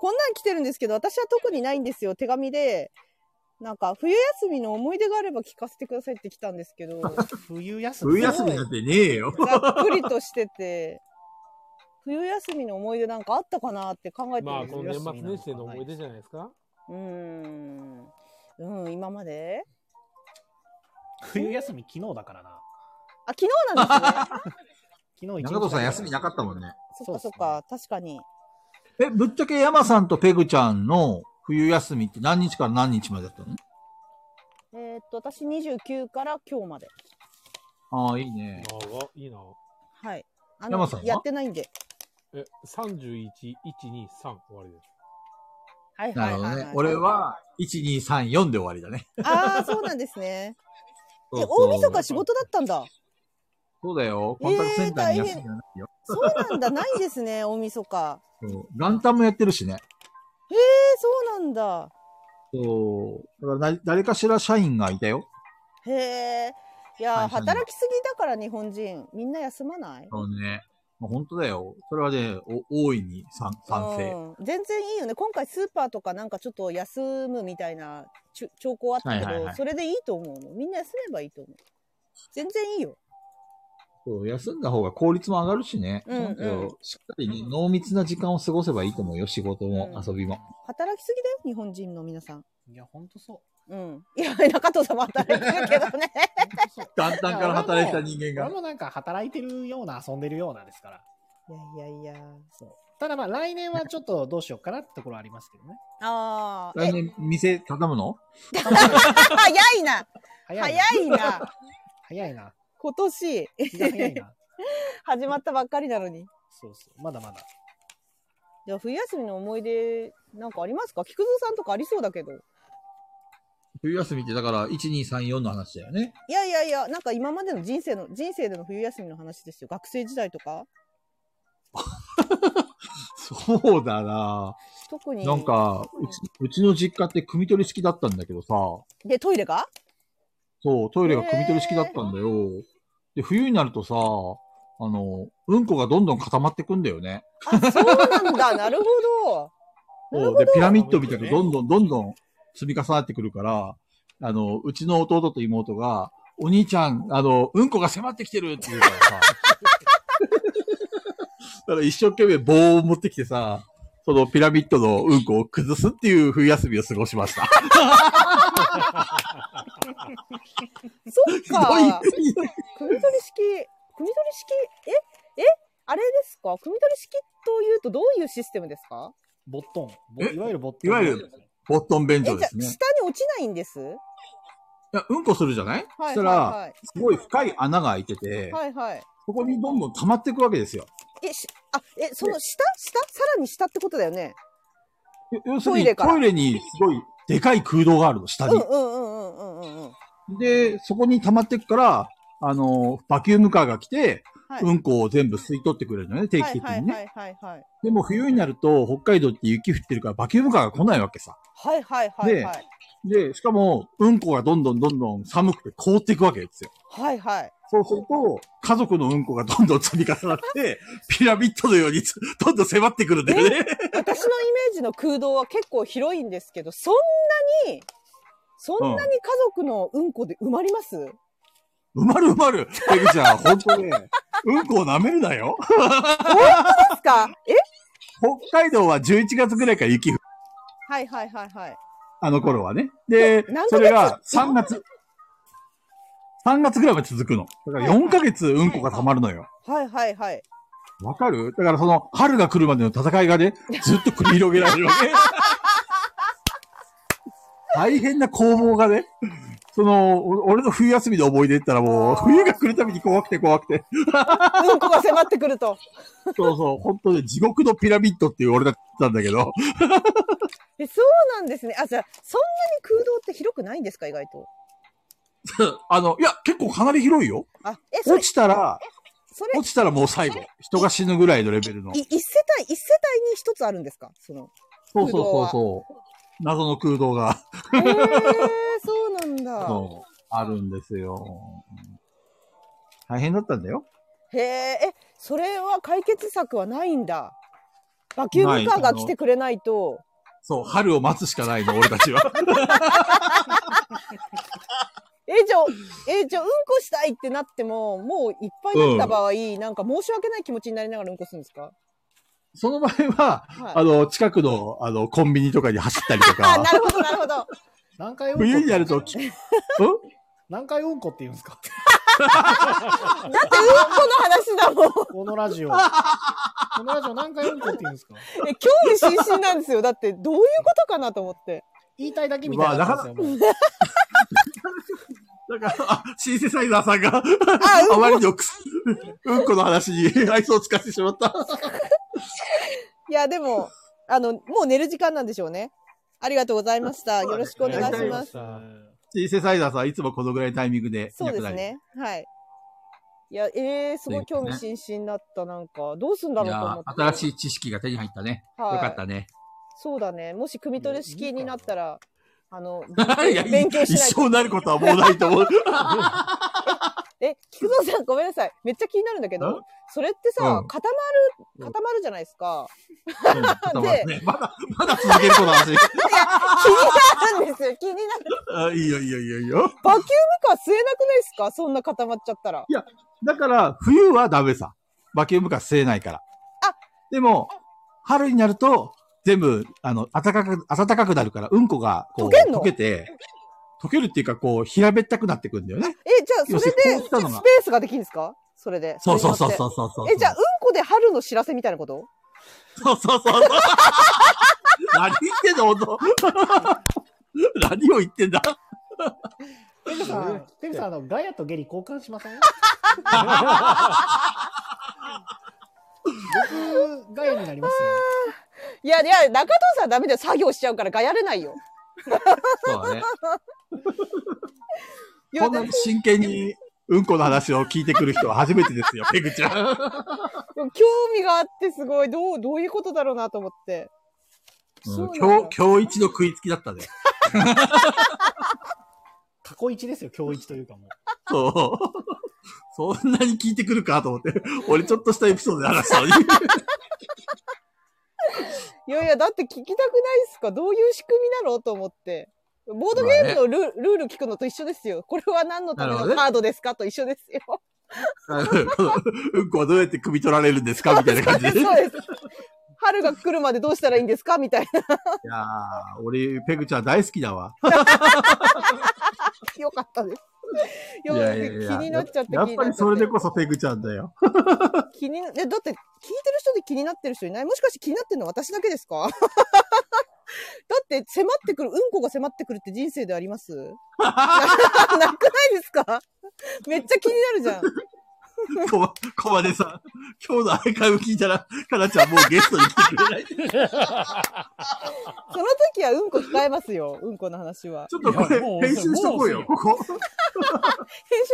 Speaker 1: こんなん来てるんですけど、私は特にないんですよ。手紙で、なんか、冬休みの思い出があれば聞かせてくださいって来たんですけど、
Speaker 4: 冬休み。
Speaker 2: 冬休みなんてねえ よ。
Speaker 1: ざっくりとしてて、冬休みの思い出なんかあったかなって考えてる
Speaker 3: ま
Speaker 1: ん
Speaker 3: あ、
Speaker 1: です
Speaker 3: こ
Speaker 1: よ。
Speaker 3: の年末年始での思い出じゃないですか。
Speaker 1: うーん。うん、今まで
Speaker 4: 冬休み昨日だからな。
Speaker 1: あ、昨日なんですね。
Speaker 4: 昨日一日だけ
Speaker 2: 中藤さん休みなかったもんね。
Speaker 1: そっかそっか、確かに。
Speaker 2: え、ぶっちゃけ山さんとペグちゃんの冬休みって何日から何日までだったの
Speaker 1: えーっと、私29から今日まで。
Speaker 2: ああ、いいね。
Speaker 3: ああ、いいな。
Speaker 1: はい。あ
Speaker 2: 山さんは
Speaker 1: やってないんで。
Speaker 3: え、31、1、2、3終わりです。
Speaker 1: はい
Speaker 2: な
Speaker 1: はいはい
Speaker 2: るほ
Speaker 1: は
Speaker 2: ど
Speaker 1: い、
Speaker 2: ね。俺は、1、2、3、4で終わりだね。
Speaker 1: ああ、そうなんですね。
Speaker 2: そ
Speaker 1: え
Speaker 2: う、 そ
Speaker 1: 大
Speaker 2: う
Speaker 1: 晦日仕事だったんだ。
Speaker 2: そうだよ。コンタクトセンターに休みがないよ。
Speaker 1: そうなんだ、ないですね、大晦日。
Speaker 2: そう元旦もやってるしね。
Speaker 1: えー、そうなんだ。
Speaker 2: そう。だからな誰かしら社員がいたよ。
Speaker 1: へえ。いやー、
Speaker 2: はいはい
Speaker 1: 働きすぎだから日本人。みんな休まない
Speaker 2: そうね。まあ、本当だよ。それはね、お大いに賛賛成。
Speaker 1: うん、全然いいよね。今回スーパーとかなんかちょっと休むみたいなちょ兆候あったけど、
Speaker 2: はいはいはい
Speaker 1: それでいいと思うの。みんな休めばいいと思う。全然いいよ。
Speaker 2: そう休んだ方が効率も上がるしね。
Speaker 1: うんうん
Speaker 2: そうしっかりね、濃密な時間を過ごせばいいと思うよ。仕事も
Speaker 1: うん
Speaker 2: 遊びも。
Speaker 1: 働きすぎだよ、日本人の皆さん。
Speaker 4: いや、ほんとそ
Speaker 1: う
Speaker 4: う。
Speaker 1: ん。いや、中藤さんも働いてるけどね。
Speaker 4: ほんとそう。
Speaker 2: 元旦から働いた人間
Speaker 4: 俺
Speaker 2: が。
Speaker 4: もなんか働いてるような遊んでるようなですから。
Speaker 1: いやいやいや。
Speaker 4: そう。ただまあ来年はちょっとどうしようかなってところありますけどね。
Speaker 1: ああ。
Speaker 2: 来
Speaker 1: え、
Speaker 2: 年、店畳むの
Speaker 1: 早いな
Speaker 4: 早いな。
Speaker 1: 早いな
Speaker 4: 早いな。
Speaker 1: 今年、
Speaker 4: 気が早いな。
Speaker 1: 始まったばっかりなのに。
Speaker 4: そうそう。まだまだ。
Speaker 1: じゃあ、冬休みの思い出、なんかありますか菊蔵さんとかありそうだけど。
Speaker 2: 冬休みってだから、1、2、3、4の話だよね。
Speaker 1: いやいやいや、なんか今までの人生の、人生での冬休みの話ですよ。学生時代とか
Speaker 2: そうだな
Speaker 1: 特に。
Speaker 2: なん。か、うち、うちの実家って汲み取り式だったんだけどさ、
Speaker 1: で、トイレが
Speaker 2: そう、トイレが汲み取り式だったんだよ。で、冬になるとさ、あの、うんこがどんどん固まってくんだよね。
Speaker 1: あ、そうなん だ。なるほど。なる
Speaker 2: そうで、ピラミッドみたいにどんどんどんどん積み重なってくるから、あの、うちの弟と妹が、お兄ちゃん、あの、うんこが迫ってきてるって言うからさ。 だから一生懸命棒を持ってきてさ、そのピラミッドのうんこを崩すっていう冬休みを過ごしました。
Speaker 1: そっか。。組み取
Speaker 2: ひどい
Speaker 1: り式、組み取り式、え、え、あれですか組み取り式というとどういうシステムですか
Speaker 4: ボットン。ぼ
Speaker 2: え
Speaker 4: いわゆるボットン。
Speaker 2: いわゆる。 ボットン便
Speaker 1: え、じゃあ、
Speaker 2: 所で
Speaker 1: 下
Speaker 2: すね。
Speaker 1: に
Speaker 2: い
Speaker 1: 落ちないんですは
Speaker 2: や、うんこするじゃない、そ
Speaker 1: い
Speaker 2: したら、
Speaker 1: はい
Speaker 2: すごい深い穴が開いてて、
Speaker 1: はい。はいはい。
Speaker 2: そこにどんどん溜まっていくわけですよ。
Speaker 1: え、し、あ、え、その下下さらに下ってことだよね。
Speaker 2: 要要する
Speaker 1: トイ
Speaker 2: に
Speaker 1: レから
Speaker 2: トイレにすごいでかい空洞があるの、下
Speaker 1: うん
Speaker 2: に
Speaker 1: う。んうんうんうんうんうん。
Speaker 2: で、そこに溜まってくから、あの、バキュームカーが来て、
Speaker 1: はい
Speaker 2: うんこを全部吸い取ってくれるのね、定期的
Speaker 1: はい
Speaker 2: に
Speaker 1: はい
Speaker 2: ね。
Speaker 1: はいはい。
Speaker 2: でも冬になると、北海道って雪降ってるから、バキュームカーが来ないわけさ。
Speaker 1: はいはいはいはい。
Speaker 2: で、しかも、うんこがどんどんどんどん寒くて凍っていくわけですよ。
Speaker 1: はいはい。
Speaker 2: そうすると、家族のうんこがどんどん積み重なって、 ピラミッドのようにつどんどん迫ってくるんだよ
Speaker 1: 私
Speaker 2: ね。
Speaker 1: のイメージの空洞は結構広いんですけど、そんなに、そんなに家族のうんこで埋まり ます、
Speaker 2: うまるうまる。ペグちゃん、ほんとね、うんこを舐めるなよ。
Speaker 1: ですかえ
Speaker 2: 北海道は11月ぐらいから雪降る
Speaker 1: はいはいはいはい。
Speaker 2: あの頃はね。で
Speaker 1: 何、ヶ月
Speaker 2: それが3月、3月ぐらいまで続くの。だから4ヶ月うんこが溜まるのよ。
Speaker 1: はいはいはい。
Speaker 2: わかるだからその春が来るまでの戦いがね、ずっと繰り広げられるわけ。大変な攻防がね、その、お俺の冬休みの思い出って言ったらもう、冬が来るたびに怖くて怖くて。
Speaker 1: うんこが迫ってくると。
Speaker 2: そうそう、本当に地獄のピラミッドっていう俺だったんだけど、
Speaker 1: え、そうなんですね。あ、じゃあ、そんなに空洞って広くないんですか意外と。
Speaker 2: あの、いや、結構かなり広いよ。
Speaker 1: あ、え、そ
Speaker 2: 落
Speaker 1: れ、
Speaker 2: ちたら、
Speaker 1: それ、
Speaker 2: 落ちたらもう最後。人が死ぬぐらいのレベルの。
Speaker 1: い一世帯、一世帯に一つあるんですかそ の。
Speaker 2: そうそうそうそう。謎の空洞が、
Speaker 1: へえ、そうなんだ。
Speaker 2: そう、あるんですよ。大変だったんだよ。
Speaker 1: へえ、え、それは解決策はないんだ。バキュームカーが来てくれないと。
Speaker 2: そう、春を待つしかないの、俺たちは。
Speaker 1: え、じゃあ、え、じゃあ、うんこしたいってなっても、もういっぱいになった場合、なんか申し訳ない気持ちになりながらうんこするんですか
Speaker 2: その場合は、
Speaker 1: はい
Speaker 2: あの、近くの、あの、コンビニとかに走ったりと
Speaker 1: あ、
Speaker 2: か
Speaker 1: な、るほど、なるほど。
Speaker 4: 何回うんこって
Speaker 2: 冬に なると、きん
Speaker 4: 何回うんこって言うんですか
Speaker 1: この話だもん。
Speaker 4: このラジオ。 このラジオ何回うんこって言うんですか
Speaker 1: え、興味津々なんですよ。だって、どういうことかなと思って。
Speaker 4: 言いたいだけみたいになってますよ。もう
Speaker 2: だから、あシンセサイザーさんが、
Speaker 1: あ、
Speaker 2: あまりにもくす、うんこの話に愛想をつかせてしまった。
Speaker 1: いや、でも、あの、もう寝る時間なんでしょうね。ありがとうございました。よろしくお願いします。
Speaker 2: シンセサイザーさんはいつもこのぐらいのタイミングでい
Speaker 1: そう
Speaker 2: な
Speaker 1: で
Speaker 2: くな
Speaker 1: す
Speaker 2: る。
Speaker 1: ね。はい。いや、えー、すごい興味津々だった。なんか、どうすんだ
Speaker 2: い
Speaker 1: ろうと
Speaker 2: や
Speaker 1: 思
Speaker 2: ー
Speaker 1: って。
Speaker 2: 新しい知識が手に入ったね。
Speaker 1: はい
Speaker 2: よかったね。
Speaker 1: そうだね。もし、組み取り式になったら、あの、
Speaker 2: いや、い
Speaker 1: 勉強し
Speaker 2: 一
Speaker 1: ない
Speaker 2: 生なることはもうない と思う。
Speaker 1: え、菊蔵さんごめんなさい。めっちゃ気になるんだけど
Speaker 2: ん、
Speaker 1: それってさ、
Speaker 2: うん
Speaker 1: 固まる、固まるじゃないですか。
Speaker 2: うん固まるね まだ、まだ続けるこの話。
Speaker 1: 気 になるんですよ。気になる。
Speaker 2: あいいよ、いいよ、いいよ、いいよ。
Speaker 1: バキュームカー吸えなくないですかそんな固まっちゃったら。
Speaker 2: だから、冬はダメさ。バキュームが吸えないから。
Speaker 1: あ
Speaker 2: でも、春になると、全部、あの、暖かく、暖かくなるから、うんこが、こう、
Speaker 1: 溶けんの
Speaker 2: て、溶けるっていうか、こう、平べったくなってくるんだよね。
Speaker 1: え、じゃあ、それで、ス
Speaker 2: 要す
Speaker 1: ペ
Speaker 2: るにこうしたのが
Speaker 1: ースができるんですかそれで。
Speaker 2: そうそうそ
Speaker 1: それ
Speaker 2: う
Speaker 1: に
Speaker 2: そ
Speaker 1: よ
Speaker 2: うそうそ
Speaker 1: っ
Speaker 2: うそう。
Speaker 1: てえ、じゃあ、うんこで春の知らせみたいなこと
Speaker 2: そうそうそうそう。 何言ってんだ、ほんと。何を言ってんだ。
Speaker 4: ペグさ、
Speaker 3: そうん
Speaker 4: ペグさん、あの、ガヤとゲリ交換しません僕、ガヤになりますよ。
Speaker 1: いや、いや、中藤さんダメだよ。作業しちゃうから、がやれないよ。
Speaker 2: そうだね。
Speaker 1: いや、
Speaker 2: こんな
Speaker 1: だ
Speaker 2: に真剣に、うんこの話を聞いてくる人は初めてですよ、ペグちゃん。
Speaker 1: 興味があって、すごい。どう、どういうことだろうなと思って。そう
Speaker 2: う
Speaker 1: なんだ
Speaker 2: ん今日、今日一の食いつきだったね。
Speaker 4: 過去一ですよ、今日一というかもう。
Speaker 2: そう。そんなに聞いてくるかと思って。俺ちょっとしたエピソードで話したのに。
Speaker 1: いやいや、だって聞きたくないっすかどういう仕組みなのと思って。ボードゲームのル,、ルール聞くのと一緒ですよ。これは何のため
Speaker 2: な
Speaker 1: の
Speaker 2: るほどね
Speaker 1: カードですかと一緒ですよ。
Speaker 2: うんこはどうやって汲み取られるんですかみたいな感
Speaker 1: そ
Speaker 2: じ
Speaker 1: う
Speaker 2: で。
Speaker 1: で
Speaker 2: い
Speaker 1: す
Speaker 2: や
Speaker 1: そうです。春が来るまでどうしたらいいんですかみたい
Speaker 2: ー、俺、ペグちゃん大好きだわ。
Speaker 1: な。よかったです。い
Speaker 2: いやいやいや
Speaker 1: 気になっちゃって
Speaker 2: やっ
Speaker 1: 気に
Speaker 2: ぱ
Speaker 1: なっ
Speaker 2: り
Speaker 1: ちゃ
Speaker 2: そ
Speaker 1: っ
Speaker 2: れ
Speaker 1: て
Speaker 2: でこそペグちゃんだよ。
Speaker 1: 気になえだって聞いてる人で気になってる人いないもしかして気になってるの私だけですか だって迫ってくる、うんこが迫ってくるって人生であります ななくないですかめっちゃ気になるじゃん。
Speaker 2: こま、こまでさ、今日のアーカイブ聞いたら、かなちゃんもうゲストに来てくれない。
Speaker 1: その時はうんこ控えますよ。うんこの話は。
Speaker 2: ちょっとこれ
Speaker 3: いやもう、
Speaker 2: 編集しとこうよ、ここ。こ
Speaker 1: 編集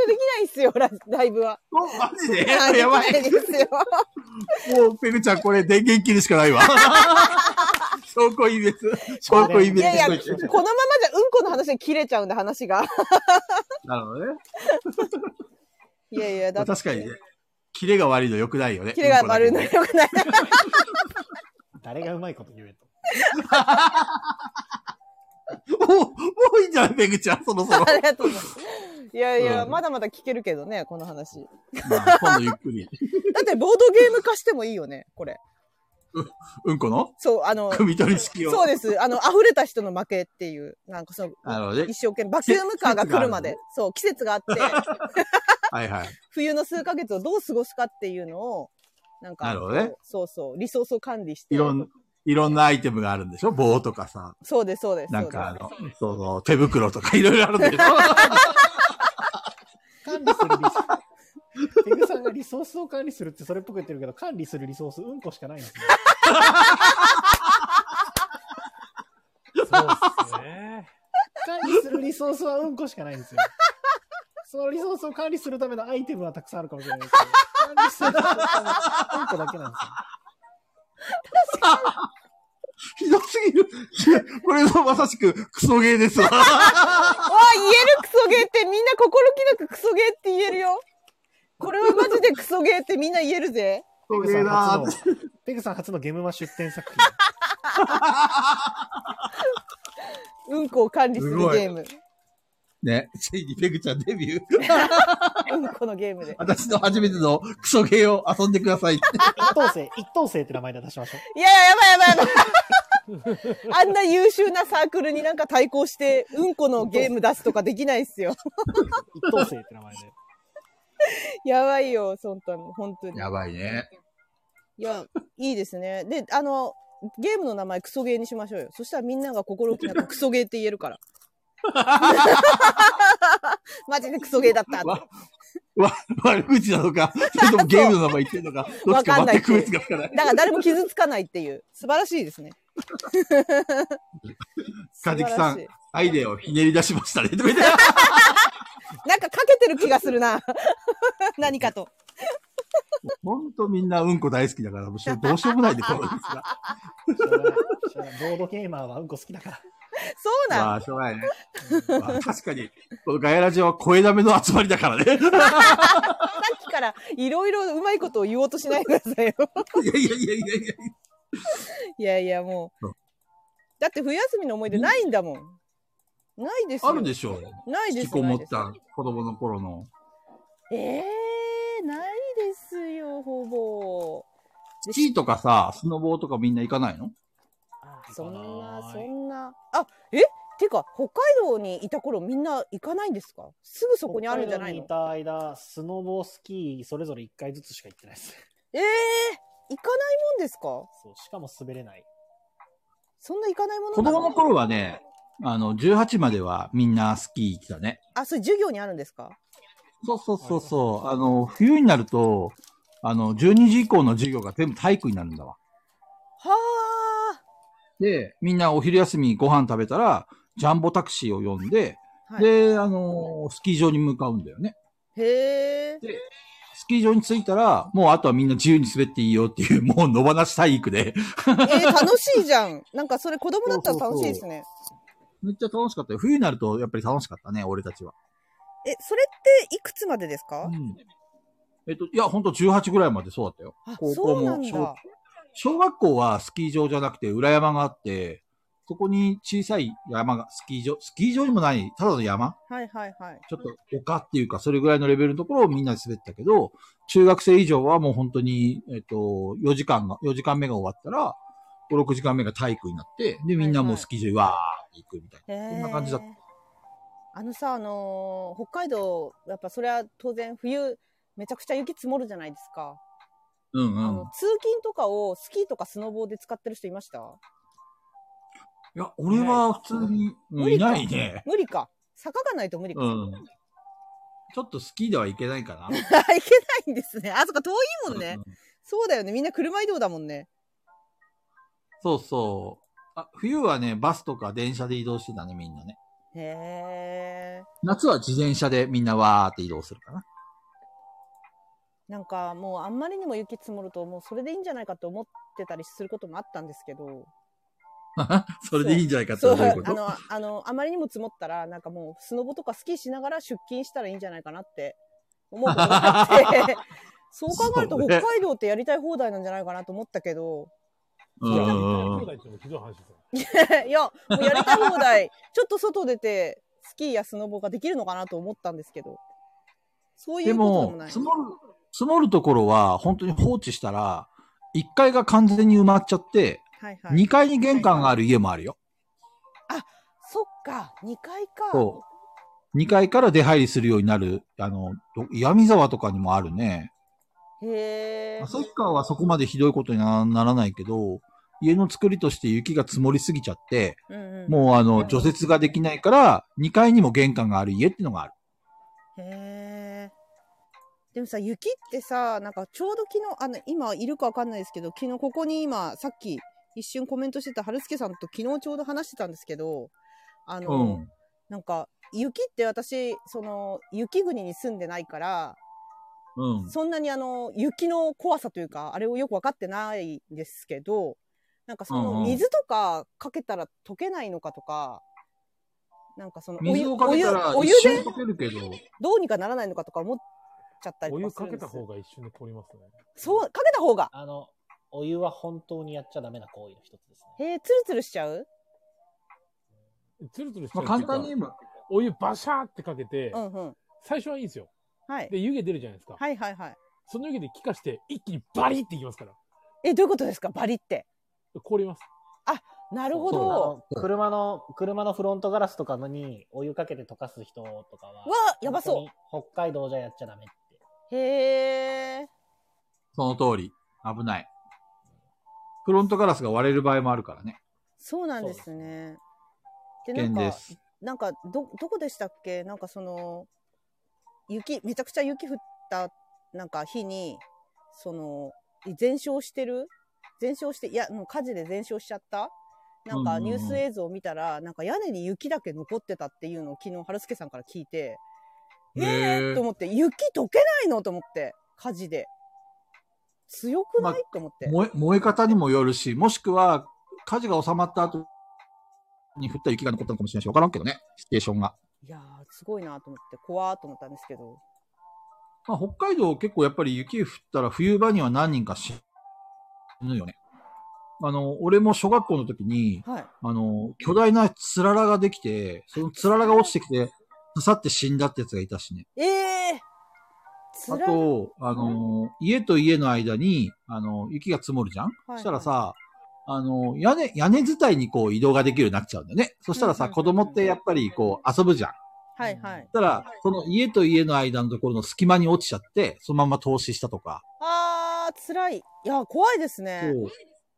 Speaker 1: できないっすよ、ラライブは。
Speaker 2: マジで
Speaker 1: はい
Speaker 2: やば
Speaker 1: で
Speaker 2: い。
Speaker 1: きないですよ。
Speaker 2: もう、ペグちゃんこれ電源切るしかないわ。 証拠隠滅。証拠隠
Speaker 1: い
Speaker 2: 滅
Speaker 1: やいや、
Speaker 2: し
Speaker 1: ことのままじ
Speaker 2: いて
Speaker 1: ゃうんこの話で切れちゃうんで、話が。
Speaker 2: なるほどね。
Speaker 1: いやいや、だ
Speaker 2: まあ
Speaker 1: って。
Speaker 2: 確かにね。キレが悪いの良くないよね。
Speaker 1: 切れが悪いの
Speaker 2: うんこだ
Speaker 1: よ
Speaker 2: け
Speaker 1: くない。
Speaker 4: 誰がうまいこと言えと。
Speaker 2: どね。もう、もういいんじゃないペグちゃん、そろそろ。
Speaker 1: ありがとうございます。 いやいや、
Speaker 2: うん
Speaker 1: まだまだ聞けるけどね、この話。
Speaker 2: まあ、今度ゆっくり。
Speaker 1: だって、ボードゲーム化してもいいよね、これ。
Speaker 2: うんこの
Speaker 1: そう、あの、
Speaker 2: 組み取り式を。
Speaker 1: そうです。あの、溢れた人の負けっていう、なんかその、
Speaker 2: なるほどね
Speaker 1: 一。生懸命、バキュームカーが来るまで
Speaker 2: 季節がある、
Speaker 1: そう、季節があって、
Speaker 2: はいはい。
Speaker 1: 冬の数ヶ月をどう過ごすかっていうのを、なんか、
Speaker 2: なるほどね
Speaker 1: そうそう、リソースを管理して。
Speaker 2: いろん、いろんなアイテムがあるんでしょ棒とかさ、
Speaker 1: そうです、そうです。
Speaker 2: なんかあ
Speaker 1: そう
Speaker 2: の、そうそう、手袋とかいろいろあるんでし ょ
Speaker 4: 管理するリソース。ペグさんがリソースを管理するってそれっぽく言ってるけど、管理するリソース、うんこしかないんですね。
Speaker 3: そうっすね。
Speaker 4: 管理するリソースはうんこしかないんですよ。そのリソースを管理するためのアイテムはたくさんあるかもしれないですけど、感じする。うんこだけなんですよ。
Speaker 2: ひどすぎる。これぞまさしくクソゲーですわ。
Speaker 1: わあ、言えるクソゲーってみんな心気なくクソゲーって言えるよ。これはマジでクソゲーってみんな言えるぜ。
Speaker 2: クソ
Speaker 4: ペ
Speaker 2: ゲ
Speaker 4: グ
Speaker 2: ー
Speaker 4: さ
Speaker 2: だ
Speaker 4: ん
Speaker 2: ーって。
Speaker 4: 初の、ペグさん初のゲームマ出展作
Speaker 1: うんこを管理するゲーム。
Speaker 2: ね、ついにペグちゃんデビュー。
Speaker 1: うんこのゲームで。
Speaker 2: 私の初めてのクソゲーを遊んでくださいって。
Speaker 4: 品。一等星、一等星って名前で出しましょう。
Speaker 1: いやいや、やばいやばいやばい。あんな優秀なサークルになんか対抗して、うんこのゲーム出すとかできないっすよ。
Speaker 4: 一等星って名前で。
Speaker 1: やばいよ、そんたん、本当に。
Speaker 2: やばいね。
Speaker 1: いや、いいですね。で、あの、ゲームの名前クソゲーにしましょうよ。そしたらみんなが心置きなくクソゲーって言える から。マジでクソゲーだったって。
Speaker 2: わ、わ、悪口なのか、それともゲームの名前言ってる のか、どっちか全く区別がつかない。
Speaker 1: だから誰も傷つかないっていう。素晴らしいですね。
Speaker 2: カジキ
Speaker 1: 素晴
Speaker 2: さ
Speaker 1: らし
Speaker 2: ん
Speaker 1: い、
Speaker 2: アイデアをひねり出しましたね。とか 言って
Speaker 1: なんかかけてる気がするな。 何かと。
Speaker 2: ほんとみんなうんこ大好きだから、もうしょどうしようもないで、この ですが。
Speaker 4: しょうがないしょうがないボードゲーマーはうんこ好きだから。
Speaker 1: そうなん
Speaker 2: まあ、しょうがないね。まあ確かに、このガヤラジオは声だめの集まりだからね。 いや
Speaker 1: さっきからいろいろうまいことを言おうとしないでくだ さいよ。
Speaker 2: いやいやいやいや。
Speaker 1: いやいや、も
Speaker 2: そうう。
Speaker 1: だって冬休みの思い出ないんだもん。ないですよ。
Speaker 2: あるでしょう。
Speaker 1: ないで
Speaker 2: 引
Speaker 1: す
Speaker 2: きこもっ
Speaker 1: ない
Speaker 2: た
Speaker 1: です
Speaker 2: 子供の頃の。
Speaker 1: ええー、ないですよ、ほぼ。
Speaker 2: スキーとかさ、スノボーとかみんな行かないの
Speaker 1: そんな、そ
Speaker 4: うん
Speaker 1: な。あ、えてか、北海道にいた頃みんな行かないんですかすぐそこにあるんじゃないの
Speaker 4: 北海道にいた間、スノボスキー、それぞれ1回ずつしか行ってないです。
Speaker 1: ええー、行かないもんですか
Speaker 4: そう、しかも滑れない。
Speaker 1: そんな行かないもの
Speaker 2: 子
Speaker 1: な
Speaker 2: 供の頃はね、あの、18まではみんなスキー行ってたね。
Speaker 1: あ、それ授業にあるんですか
Speaker 2: そうそうそうそう。あの、冬になると、あの、12時以降の授業が全部体育になるんだわ。
Speaker 1: は
Speaker 2: で、みんなお昼休みご飯食べたら、ジャンボタクシーを呼んで、
Speaker 1: はい
Speaker 2: で、あのースキー場に向かうんだよね。
Speaker 1: あ。へえ。
Speaker 2: スキー場に着いたら、もうあとはみんな自由に滑っていいよっていう、もう野放し体育で、
Speaker 1: え ー、楽しいじゃん。なんかそれ子供だったら楽しいですね。
Speaker 2: めっちゃ楽しかったよ。冬になるとやっぱり楽しかったね、俺たちは。
Speaker 1: え、それっていくつまでですか、
Speaker 2: うんえっと、いや、ほんと18ぐらいまでそうだったよ。
Speaker 1: あ、
Speaker 2: 高
Speaker 1: そ
Speaker 2: 校
Speaker 1: うなん
Speaker 2: も
Speaker 1: だ。
Speaker 2: 小学校はスキー場じゃなくて裏山があって、そこに小さい山が、スキー場、スキー場にもない、ただの山
Speaker 1: はいはいはい。
Speaker 2: ちょっと丘っていうか、それぐらいのレベルのところをみんなで滑ったけど、中学生以上はもう本当に、えっ、と、4時間が、4時間目が終わったら、5、6時間目が体育になって、で、みんなもうスキー場にわーって行くみたいな。
Speaker 1: へー
Speaker 2: そんな感じだっ
Speaker 1: あのさ、あのー北海道、やっぱそれは当然冬、めちゃくちゃ雪積もるじゃないですか。
Speaker 2: うんう
Speaker 1: あ
Speaker 2: ん
Speaker 1: の。通勤とかをスキーとかスノボーで使ってる人いました
Speaker 2: いや、俺は普通に、うんいないね。
Speaker 1: 無理か。坂がないと無理か。
Speaker 2: う
Speaker 1: あ、
Speaker 2: ん。ちょっとスキーではいけないかな。
Speaker 1: いけないんですね。あ、そっか、遠いもんね
Speaker 2: うん。
Speaker 1: そうだよね。みんな車移動だもんね。
Speaker 2: そうそう。あ冬はね、バスとか電車で移動してたね、みんなね。
Speaker 1: へえ。
Speaker 2: 夏は自転車でみんなわーって移動するかな。
Speaker 1: なんかもうあんまりにも雪積もるともうそれでいいんじゃないかと思ってたりすることもあったんですけど。
Speaker 2: それでいいんじゃないかって
Speaker 1: そ
Speaker 2: ど
Speaker 1: う
Speaker 2: ういうこ
Speaker 1: あ
Speaker 2: と
Speaker 1: の、あの、あまりにも積もったら、なんかもう、スノボとかスキーしながら出勤したらいいんじゃないかなって思うことがあ って、そう考えると
Speaker 2: そう
Speaker 1: 北
Speaker 2: ね
Speaker 1: 海道ってやりたい放題なんじゃないかなと思ったけ ど、
Speaker 2: う
Speaker 3: いや、
Speaker 2: んうんうん
Speaker 3: 兄弟ってもひどい話ですよ。
Speaker 1: いや、もうやりたい放題、 ちょっと外出て、スキーやスノボができるのかなと思ったんですけど、そうい
Speaker 2: で
Speaker 1: うことでも
Speaker 2: も
Speaker 1: な、い。
Speaker 2: 積もる、積もるところは本当に放置したら、1階が完全に埋まっちゃって、
Speaker 1: はいはい。
Speaker 2: 2階に玄関がある家もあるよ。
Speaker 1: そっか、2階か。
Speaker 2: そう。2階から出入りするようになる、あの、ど岩見沢とかにもあるね。
Speaker 1: へえ。
Speaker 2: 旭川はそこまでひどいことになならないけど、家の作りとして雪が積もりすぎちゃって、
Speaker 1: うんうん、
Speaker 2: もうあの、除雪ができないから、2階にも玄関がある家っていうのがある。
Speaker 1: へえ。でもさ、雪ってさ、なんかちょうど昨日、あの、今いるかわかんないですけど、昨日ここに今、さっき一瞬コメントしてた春輔さんと昨日ちょうど話してたんですけど、あ
Speaker 2: う
Speaker 1: の、
Speaker 2: ん。
Speaker 1: なんか、雪って私、その、雪国に住んでないから、
Speaker 2: うん。
Speaker 1: そんなにあの、雪の怖さというか、あれをよくわかってないんですけど、なんかそ
Speaker 2: うんう
Speaker 1: の
Speaker 2: ん
Speaker 1: 水とかかけたら溶けないのかとか、なんかそのお湯、
Speaker 2: 水をかけたら
Speaker 1: お
Speaker 2: 一
Speaker 1: 湯お湯
Speaker 2: 瞬
Speaker 1: で
Speaker 2: 溶けるけど、
Speaker 1: どうにかならないのかとか思っちゃったりとか
Speaker 3: お湯
Speaker 1: する
Speaker 3: か
Speaker 1: ん
Speaker 3: け
Speaker 1: です
Speaker 3: た方が一瞬で凍りますね。
Speaker 1: そう、かけた方が。
Speaker 4: あの、お湯は本当にやっちゃダメな行為の一つですね。
Speaker 1: へえ、ツルツルしちゃう
Speaker 3: つるつるして
Speaker 2: まあ、簡単に言えば、
Speaker 3: お湯バシャーってかけて、
Speaker 1: うんうん。
Speaker 3: 最初はいいんですよ。
Speaker 1: はい。
Speaker 3: で、湯気出るじゃないですか。
Speaker 1: はいはいはい。
Speaker 3: その湯気で気化して、一気にバリっていきますから。
Speaker 1: え、どういうことですかバリって。
Speaker 3: 凍ります。
Speaker 1: なるほ
Speaker 4: そうあ
Speaker 1: ど。
Speaker 4: の車の、車のフロントガラスとかのにお湯かけて溶かす人とかは
Speaker 1: うわ、やばそう。
Speaker 4: 本当に北海道じゃやっちゃダメって。
Speaker 1: へえ。
Speaker 2: その通り。危ない。フロントガラスが割れる場合もあるからね。
Speaker 1: そうなんですね。で、
Speaker 2: 危
Speaker 1: なん
Speaker 2: 険
Speaker 1: か
Speaker 2: で、す。
Speaker 1: なんか、ど、どこでしたっけなんかその、雪、めちゃくちゃ雪降った、なんか日に、その、全焼してる全焼して、いや、もう火事で全焼しちゃったなんか
Speaker 2: うんうん
Speaker 1: ニ
Speaker 2: う
Speaker 1: ュ
Speaker 2: ん
Speaker 1: ース映像を見たら、なんか屋根に雪だけ残ってたっていうのを昨日、春助さんから聞いて、え
Speaker 2: へ
Speaker 1: ー
Speaker 2: ー
Speaker 1: と思って、雪溶けないのと思って、火事で。強くない、
Speaker 2: ま
Speaker 1: と思って。
Speaker 2: 燃え、燃え方にもよるし、もしくは、火事が収まった後に降った雪が残ったのかもしれないし、わからんけどね、シチュエーションが。
Speaker 1: いやー、すごいなと思って、怖ーと思ったんですけど。
Speaker 2: まあ、北海道結構やっぱり雪降ったら冬場には何人か死ぬよね。あの、俺も小学校の時に、
Speaker 1: はい。
Speaker 2: あの、巨大なつららができて、そのつららが落ちてきて、刺さって死んだってやつがいたしね。
Speaker 1: ええー、
Speaker 2: あ
Speaker 1: 辛い。
Speaker 2: と、あの、家と家の間に、あの、雪が積もるじゃん、
Speaker 1: はい
Speaker 2: そしたらさ、あの、屋根、屋根伝いにこう移動ができるようになっちゃうんだよね。そした
Speaker 1: う
Speaker 2: ら
Speaker 1: ん
Speaker 2: さ、
Speaker 1: うん
Speaker 2: 子供ってやっぱりこう遊ぶじゃん。
Speaker 1: はいはい。
Speaker 2: そしたら、その家と家の間のところの隙間に落ちちゃって、そのまま投資したとか、
Speaker 1: あー、辛い。いや、怖いです
Speaker 2: そ
Speaker 1: ね。
Speaker 2: う。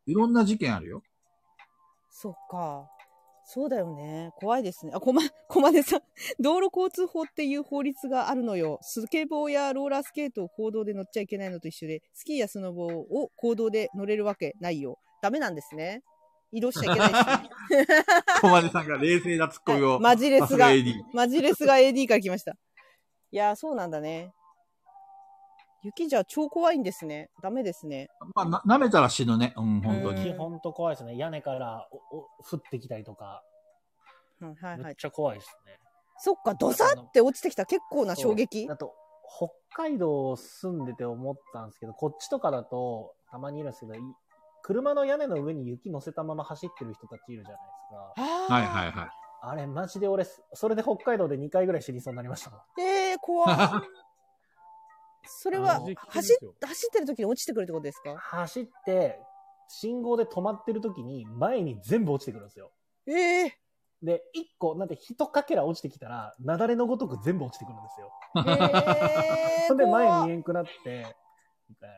Speaker 2: いろんな事件あるよ。
Speaker 1: そっか。そうだよね。怖いですね。あ、こま、 こまねさん。道路交通法っていう法律があるのよ。スケボーやローラースケートを公道で乗っちゃいけないのと一緒で、スキーやスノボーを公道で乗れるわけないよ。ダメなんですね。移動しちゃいけないし。
Speaker 2: 小金さんが冷静なツッコミを。
Speaker 1: マジレ
Speaker 2: さ
Speaker 1: ス
Speaker 2: す
Speaker 1: が
Speaker 2: が、AD。
Speaker 1: マジレスが AD から来ました。いやー、そうなんだね。雪じゃ超怖いんですね。ダメですね。
Speaker 2: まあ、な舐めたら死ぬね。うん、本当
Speaker 1: うん
Speaker 2: に。
Speaker 4: 基本と怖いですね。屋根からおお降ってきたりとか、
Speaker 1: うん、はいは
Speaker 4: めっ
Speaker 1: い。
Speaker 4: ちゃ怖いですね。
Speaker 1: そっか、ドサって落ちてきた結構な衝撃
Speaker 4: だ。と、北海道住んでて思ったんですけど、こっちとかだと、たまにいるんですけど、い車の屋根の上に雪乗せたまま走ってる人たちいるじゃないですか。
Speaker 2: は
Speaker 1: はい
Speaker 2: はいは
Speaker 4: あれ、マジで俺、それで北海道で2回ぐらい死にそうになりましたもん。
Speaker 1: い。えー、怖い。 それは
Speaker 3: マジで危険で
Speaker 1: 走っ
Speaker 3: すよ
Speaker 1: 走ってる時に落ちてくるってことですか
Speaker 4: 走って、信号で止まってる時に、前に全部落ちてくるんですよ。
Speaker 1: え ー、
Speaker 4: で、1個、なんて一かけら落ちてきたら、雪崩のごとく全部落ちてくるんですよ。
Speaker 1: え
Speaker 4: そ
Speaker 1: ー、
Speaker 4: れで前
Speaker 1: 怖
Speaker 4: 見
Speaker 1: い
Speaker 4: えんくなって、みたいな。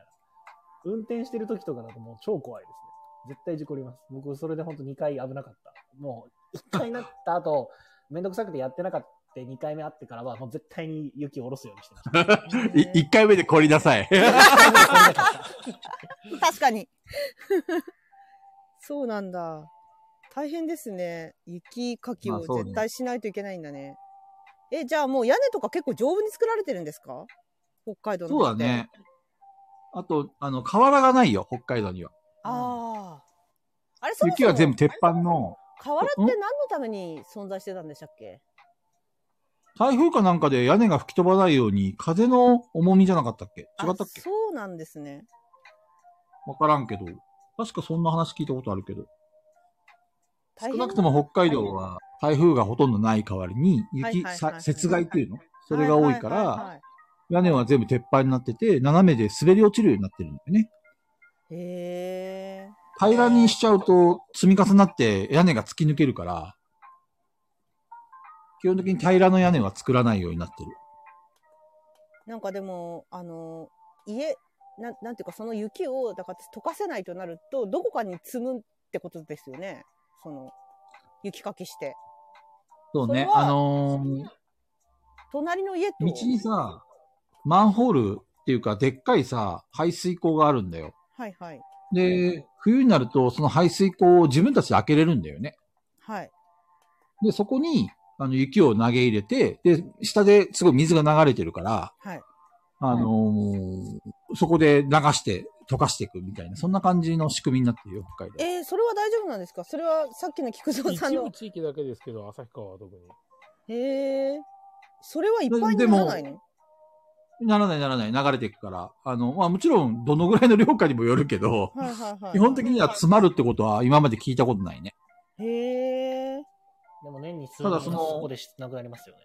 Speaker 4: 運転してる時とかだともう超怖いですね。絶対事故ります。僕、それでほんと2回危なかった。もう、1回なった後、めんどくさくてやってなかった2回目あってからは、もう絶対に雪を下ろすようにしてました。
Speaker 2: い。い一回目で凝りなさい。
Speaker 1: 確かに。 そうなんだ。大変ですね。雪かき
Speaker 2: ま
Speaker 1: を
Speaker 2: あそうね
Speaker 1: 絶対しないといけないんだね。え、じゃあもう屋根とか結構丈夫に作られてるんですか北海道の
Speaker 2: そう
Speaker 1: 方
Speaker 2: だ
Speaker 1: って。
Speaker 2: ね。あと、あの、瓦がないよ、北海道には。
Speaker 1: ああ。あれ、そもそ
Speaker 2: 雪
Speaker 1: も
Speaker 2: は全部鉄板の、
Speaker 1: 瓦って何のために存在してたんでしたっけ
Speaker 2: 台風かなんかで屋根が吹き飛ばないように、風の重みじゃなかったっけ違ったっ
Speaker 1: あ
Speaker 2: け
Speaker 1: そうなんですね。
Speaker 2: わからんけど。確かそんな話聞いたことあるけど。
Speaker 1: 大
Speaker 2: 少
Speaker 1: 変
Speaker 2: なくとも北海道は台風がほとんどない代わりに、
Speaker 1: はいはい
Speaker 2: 雪、
Speaker 1: はい
Speaker 2: さ
Speaker 1: はい
Speaker 2: 雪害っていうのそれが多いか
Speaker 1: ははは
Speaker 2: ら、
Speaker 1: い
Speaker 2: 屋根は全部鉄板になってて、斜めで滑り落ちるようになってるんだよね。
Speaker 1: へえ。
Speaker 2: 平らにしちゃうと積み重なって屋根が突き抜けるから、基本的に平らの屋根は作らないようになってる。
Speaker 1: なんかでも、あの、家、なん、なんていうか、その雪を、だから溶かせないとなると、どこかに積むってことですよね。その、雪かきして。
Speaker 2: そう
Speaker 1: それ
Speaker 2: ね。
Speaker 1: は
Speaker 2: あのー
Speaker 1: 隣の家と。
Speaker 2: 道にさ、マンホールっていうか、でっかいさ、排水口があるんだよ。
Speaker 1: はいはい。
Speaker 2: で、冬になると、その排水口を自分たちで開けれるんだよね。
Speaker 1: はい。
Speaker 2: で、そこに、あの、雪を投げ入れて、で、下ですごい水が流れてるから、
Speaker 1: はい。
Speaker 2: あのーそこで流して、溶かしていくみたいな、そんな感じの仕組みになってるよ、北海道。
Speaker 1: えー、それは大丈夫なんですかそれはさっきの菊蔵さん
Speaker 3: 一
Speaker 1: の
Speaker 3: 部。地域だけですけど、旭川は特に。
Speaker 1: へえ。それはいっぱいにならないの
Speaker 2: ならないならない、流れていくから。あの、まあもちろん、どのぐらいの量かにもよるけど、
Speaker 1: はいはいはい。
Speaker 2: 基本的には詰まるってことは今まで聞いたことないね。
Speaker 1: へえ。
Speaker 4: でも年に
Speaker 2: た
Speaker 4: 数
Speaker 2: だ
Speaker 4: 年
Speaker 2: そ
Speaker 4: そ
Speaker 2: の
Speaker 4: こでなくなりますよね。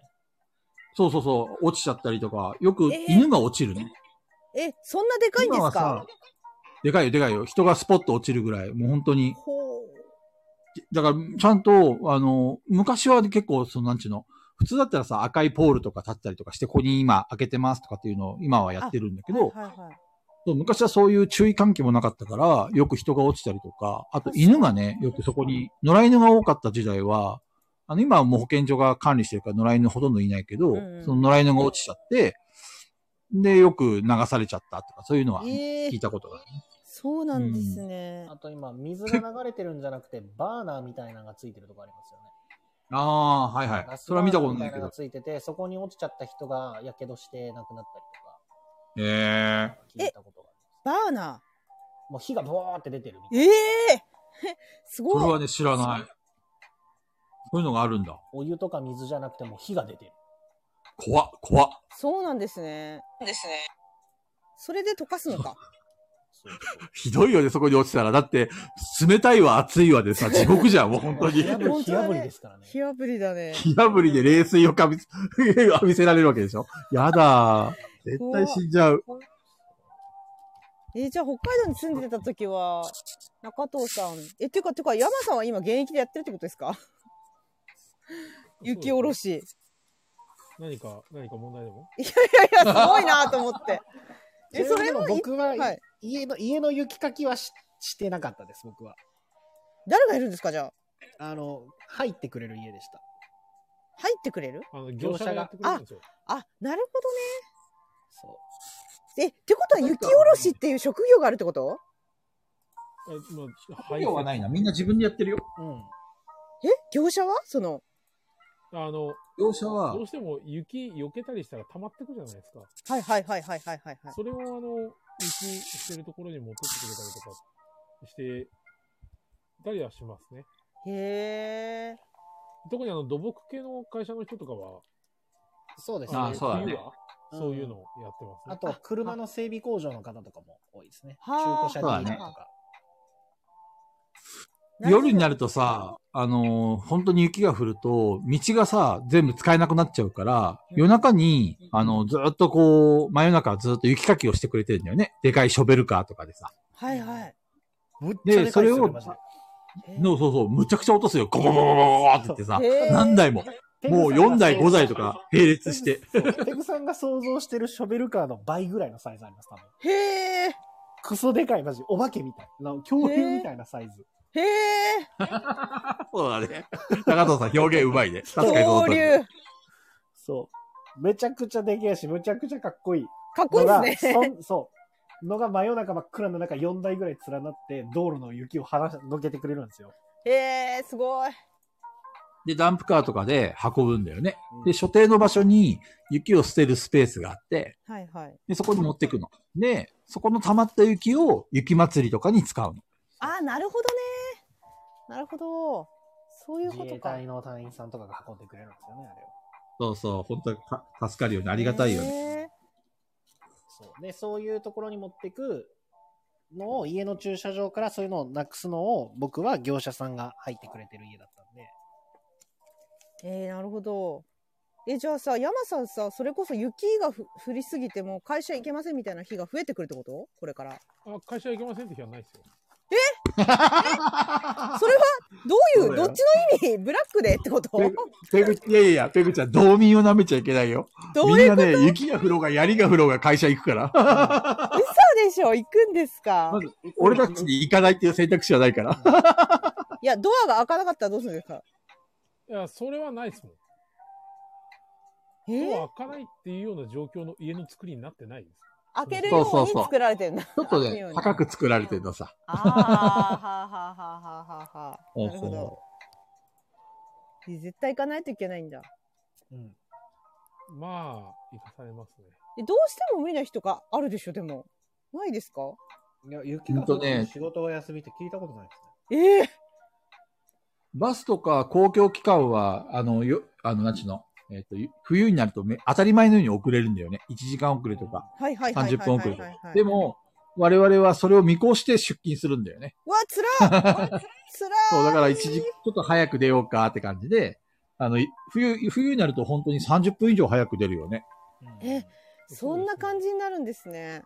Speaker 2: そうそうそう、落ちちゃったりとか、よく
Speaker 1: えー
Speaker 2: 犬が落ちるね。
Speaker 1: え、そんなでかいんで
Speaker 2: 今
Speaker 1: す
Speaker 2: は
Speaker 1: か
Speaker 2: さ、でかいよでかいよ。人がスポッと落ちるぐらい、もう本当に
Speaker 1: ほう。
Speaker 2: だから、ちゃんと、あの、昔は結構、その、なんちゅうの、普通だったらさ、赤いポールとか立ったりとかして、ここに今開けてますとかっていうのを今はやってるんだけ
Speaker 1: はい
Speaker 2: ど、
Speaker 1: はいはい。
Speaker 2: そう昔はそういう注意喚起もなかったから、よく人が落ちたりとか、あと犬がね、よくそこに、野良犬が多かった時代は、あの、今はもう保健所が管理してるから野良犬ほとんどいないけど、
Speaker 1: んうん
Speaker 2: その野良犬が落ちちゃって、で、よく流されちゃったとか、そういうのは聞
Speaker 1: ええ
Speaker 2: いたことがある。
Speaker 1: そうなんですね。
Speaker 4: あと今、水が流れてるんじゃなくて、バーナーみたいなのがついてるとこありますよね。
Speaker 2: ああー、はいはい。
Speaker 4: ガス
Speaker 2: それは見たことない
Speaker 4: バー
Speaker 2: け
Speaker 4: ナーみたいの
Speaker 2: ど
Speaker 4: が。ついてて、そこに落ちちゃった人が火傷して亡くなったり
Speaker 2: へえ
Speaker 4: とか、聞いたことがあり
Speaker 1: バーナ
Speaker 4: ます。もう火がブワーって出てるみたいな。
Speaker 1: ー。え えす
Speaker 2: それ
Speaker 1: ごい。
Speaker 2: はね、知らない。そういうのがあるんだ。
Speaker 4: お湯とか水じゃなくても火が出てる。
Speaker 2: 怖っ、怖っ。
Speaker 1: そうなんですね。
Speaker 12: ですね。
Speaker 1: それで溶かすのか。
Speaker 4: そうそう
Speaker 2: ひどいよね、そこに落ちたら。だって、冷たいわ、暑いわでさ、地獄 じゃん、もう本当に
Speaker 4: 火。
Speaker 1: 当だね
Speaker 4: 炙り火炙りですからね。
Speaker 1: 火炙りだね。
Speaker 2: 火炙りで冷水を浴び、 浴びせられるわけでしょ。やだー。絶対死んじゃう。
Speaker 1: えーじゃあ北海道に住んでた時は、中藤さん。え、っていうか、てか、山さんは今現役でやってるってことですか雪下ろし。
Speaker 3: し。何か、何か問題でも
Speaker 1: いやいや、すごいなと思 って。え、それもい、
Speaker 4: 僕は、
Speaker 1: はい
Speaker 4: 家の、家の雪かきはししてなかったです、僕は。
Speaker 1: 誰がいるんですか、じゃあ。
Speaker 4: あの、入ってくれる家でした。
Speaker 1: 入ってくれる
Speaker 3: あの、業者がやってくれるんですよ。
Speaker 1: あ、なるほ
Speaker 4: そう。
Speaker 1: どね。え、ってことは雪下ろしっていう職業があるってこと
Speaker 3: え、まあ、
Speaker 2: 作
Speaker 3: 配
Speaker 2: 業は
Speaker 3: 送
Speaker 2: ないな。みんな自分でやってるよ。
Speaker 4: うん。
Speaker 1: え業者はその、
Speaker 3: あの、
Speaker 2: 業者は
Speaker 3: ど、うしても雪避けたりしたら溜まってくじゃないですか。
Speaker 1: はいはいはいはいはいはいはい。
Speaker 3: それをあの、雪してるところに持ってってくれたりとかしてたりはしますね。
Speaker 1: へえ。
Speaker 3: 特にあの、土木系の会社の人とかは、
Speaker 4: そうです
Speaker 2: あ
Speaker 4: ね。
Speaker 2: そうだね
Speaker 3: 冬はそういうのをやってますね。
Speaker 4: あと、車の整備工場の方とかも多いですね。中
Speaker 1: はあ
Speaker 4: 古車ディーラーと
Speaker 1: そう
Speaker 4: か。
Speaker 2: 夜になるとさ、あのー本当に雪が降ると、道がさ、全部使えなくなっちゃうから、夜中に、あの、ずっとこう、真夜中ずっと雪かきをしてくれてるんだよね。でかいショベルカーとかでさ。
Speaker 1: はいはい。
Speaker 4: むっちゃ
Speaker 2: で
Speaker 4: でかいっすよ
Speaker 2: それを
Speaker 4: ねマジで
Speaker 2: の、そうそう、むちゃくちゃ落とすよ。ゴゴゴゴゴゴって言ってさ、
Speaker 1: へー
Speaker 2: 何台も。もう4台、5台とか並列して。
Speaker 4: そうペグさんが想像してるショベルカーの倍ぐらいのサイズあります、多分。
Speaker 1: へえ。
Speaker 4: クソでかい、マジ。お化けみたいな。恐竜みたいなサイズ。
Speaker 1: へえ。
Speaker 2: そうだね。高藤さん表現うまいね。確かにそ
Speaker 1: 恐
Speaker 2: うだね
Speaker 1: 竜。
Speaker 4: そう。めちゃくちゃでけえし、むちゃくちゃかっこいい。
Speaker 1: かっこいいですね。
Speaker 4: のがそんそう。のが真夜中真っ暗の中4台ぐらい連なって、道路の雪をはらし、のけてくれるんですよ。
Speaker 1: へえ、すごい。
Speaker 2: で、ダンプカーとかで運ぶんだよね。
Speaker 4: う
Speaker 2: で、
Speaker 4: ん
Speaker 2: 所定の場所に雪を捨てるスペースがあって、
Speaker 1: はいはい。
Speaker 2: で、そこに持ってくの。で、そこの溜まった雪を雪祭りとかに使うの。
Speaker 1: あー、なるほどね。なるほど。そういうこ
Speaker 4: 自
Speaker 1: と
Speaker 4: 衛
Speaker 1: か。
Speaker 4: 隊の隊員さんとかが運んでくれるんですよね、あれを。
Speaker 2: そうそう、本当にか助かるよね。あ
Speaker 1: あ
Speaker 2: りがたいよね。
Speaker 1: ね。
Speaker 4: そう。で、そういうところに持ってくのを、家の駐車場からそういうのをなくすのを、僕は業者さんが入ってくれてる家だったんで。
Speaker 1: えー、なるほど。え、じゃあさ、山さんさ、それこそ雪がふ降りすぎてもう会社行けませんみたいな日が増えてくるってことこれから。
Speaker 3: あ、会社行けませんって日はないですよ。
Speaker 1: それは、どうい
Speaker 2: そう
Speaker 1: う、
Speaker 2: だ
Speaker 1: ど
Speaker 2: よ
Speaker 1: っちの意味ブラックでってこと
Speaker 2: えペグ、いやいやいや、ペグちゃん、道民を舐めちゃいけないよ。
Speaker 1: どうい
Speaker 2: みん
Speaker 1: う
Speaker 2: な
Speaker 1: こと
Speaker 2: ね、雪が降ろうが、槍が降ろうが会社行く から。
Speaker 1: 嘘でしょ行くんですか
Speaker 2: まず俺たちに行かないっていう選択肢はないから。
Speaker 1: いや、ドアが開かなかったらどうするんですか
Speaker 3: いや、それはないですもん。
Speaker 1: え
Speaker 3: 今日
Speaker 1: ー
Speaker 3: は開かないっていうような状況の家の作りになってないです。
Speaker 1: 開けるよ
Speaker 2: そ
Speaker 1: う
Speaker 2: うそう
Speaker 1: に
Speaker 2: そう
Speaker 1: 作られてるんだ。
Speaker 2: ちょっとね、高く作られてるのさ。
Speaker 1: ああ、はあはあはあはあはあ。なるほ
Speaker 2: そう
Speaker 1: ど。絶対行かないといけないんだ。
Speaker 4: うん。
Speaker 3: まあ、行かされますね。
Speaker 1: でどうしても無理な日とかあるでしょ、でも。ないですか
Speaker 4: いや、雪が
Speaker 2: ほんとね
Speaker 4: 仕事が休みって聞いたことないですね。
Speaker 1: ええ
Speaker 2: バスとか公共機関は、あの、よ、あの、なんちゅうの、えっ、と、ゆ冬になるとめ当たり前のように遅れるんだよね。1時間遅れとか。
Speaker 1: はいはいはいはい
Speaker 2: 30分遅れ
Speaker 1: はいはいはい
Speaker 2: で、も、我々はそれを見越して出勤するんだよね。
Speaker 1: うわ、つ らっつらっ
Speaker 2: そう、だから一時、ちょっと早く出ようかって感じで、あの、い冬、冬になると本当に30分以上早く出るよね。
Speaker 4: うん
Speaker 1: え、そんな感じになるんです ね。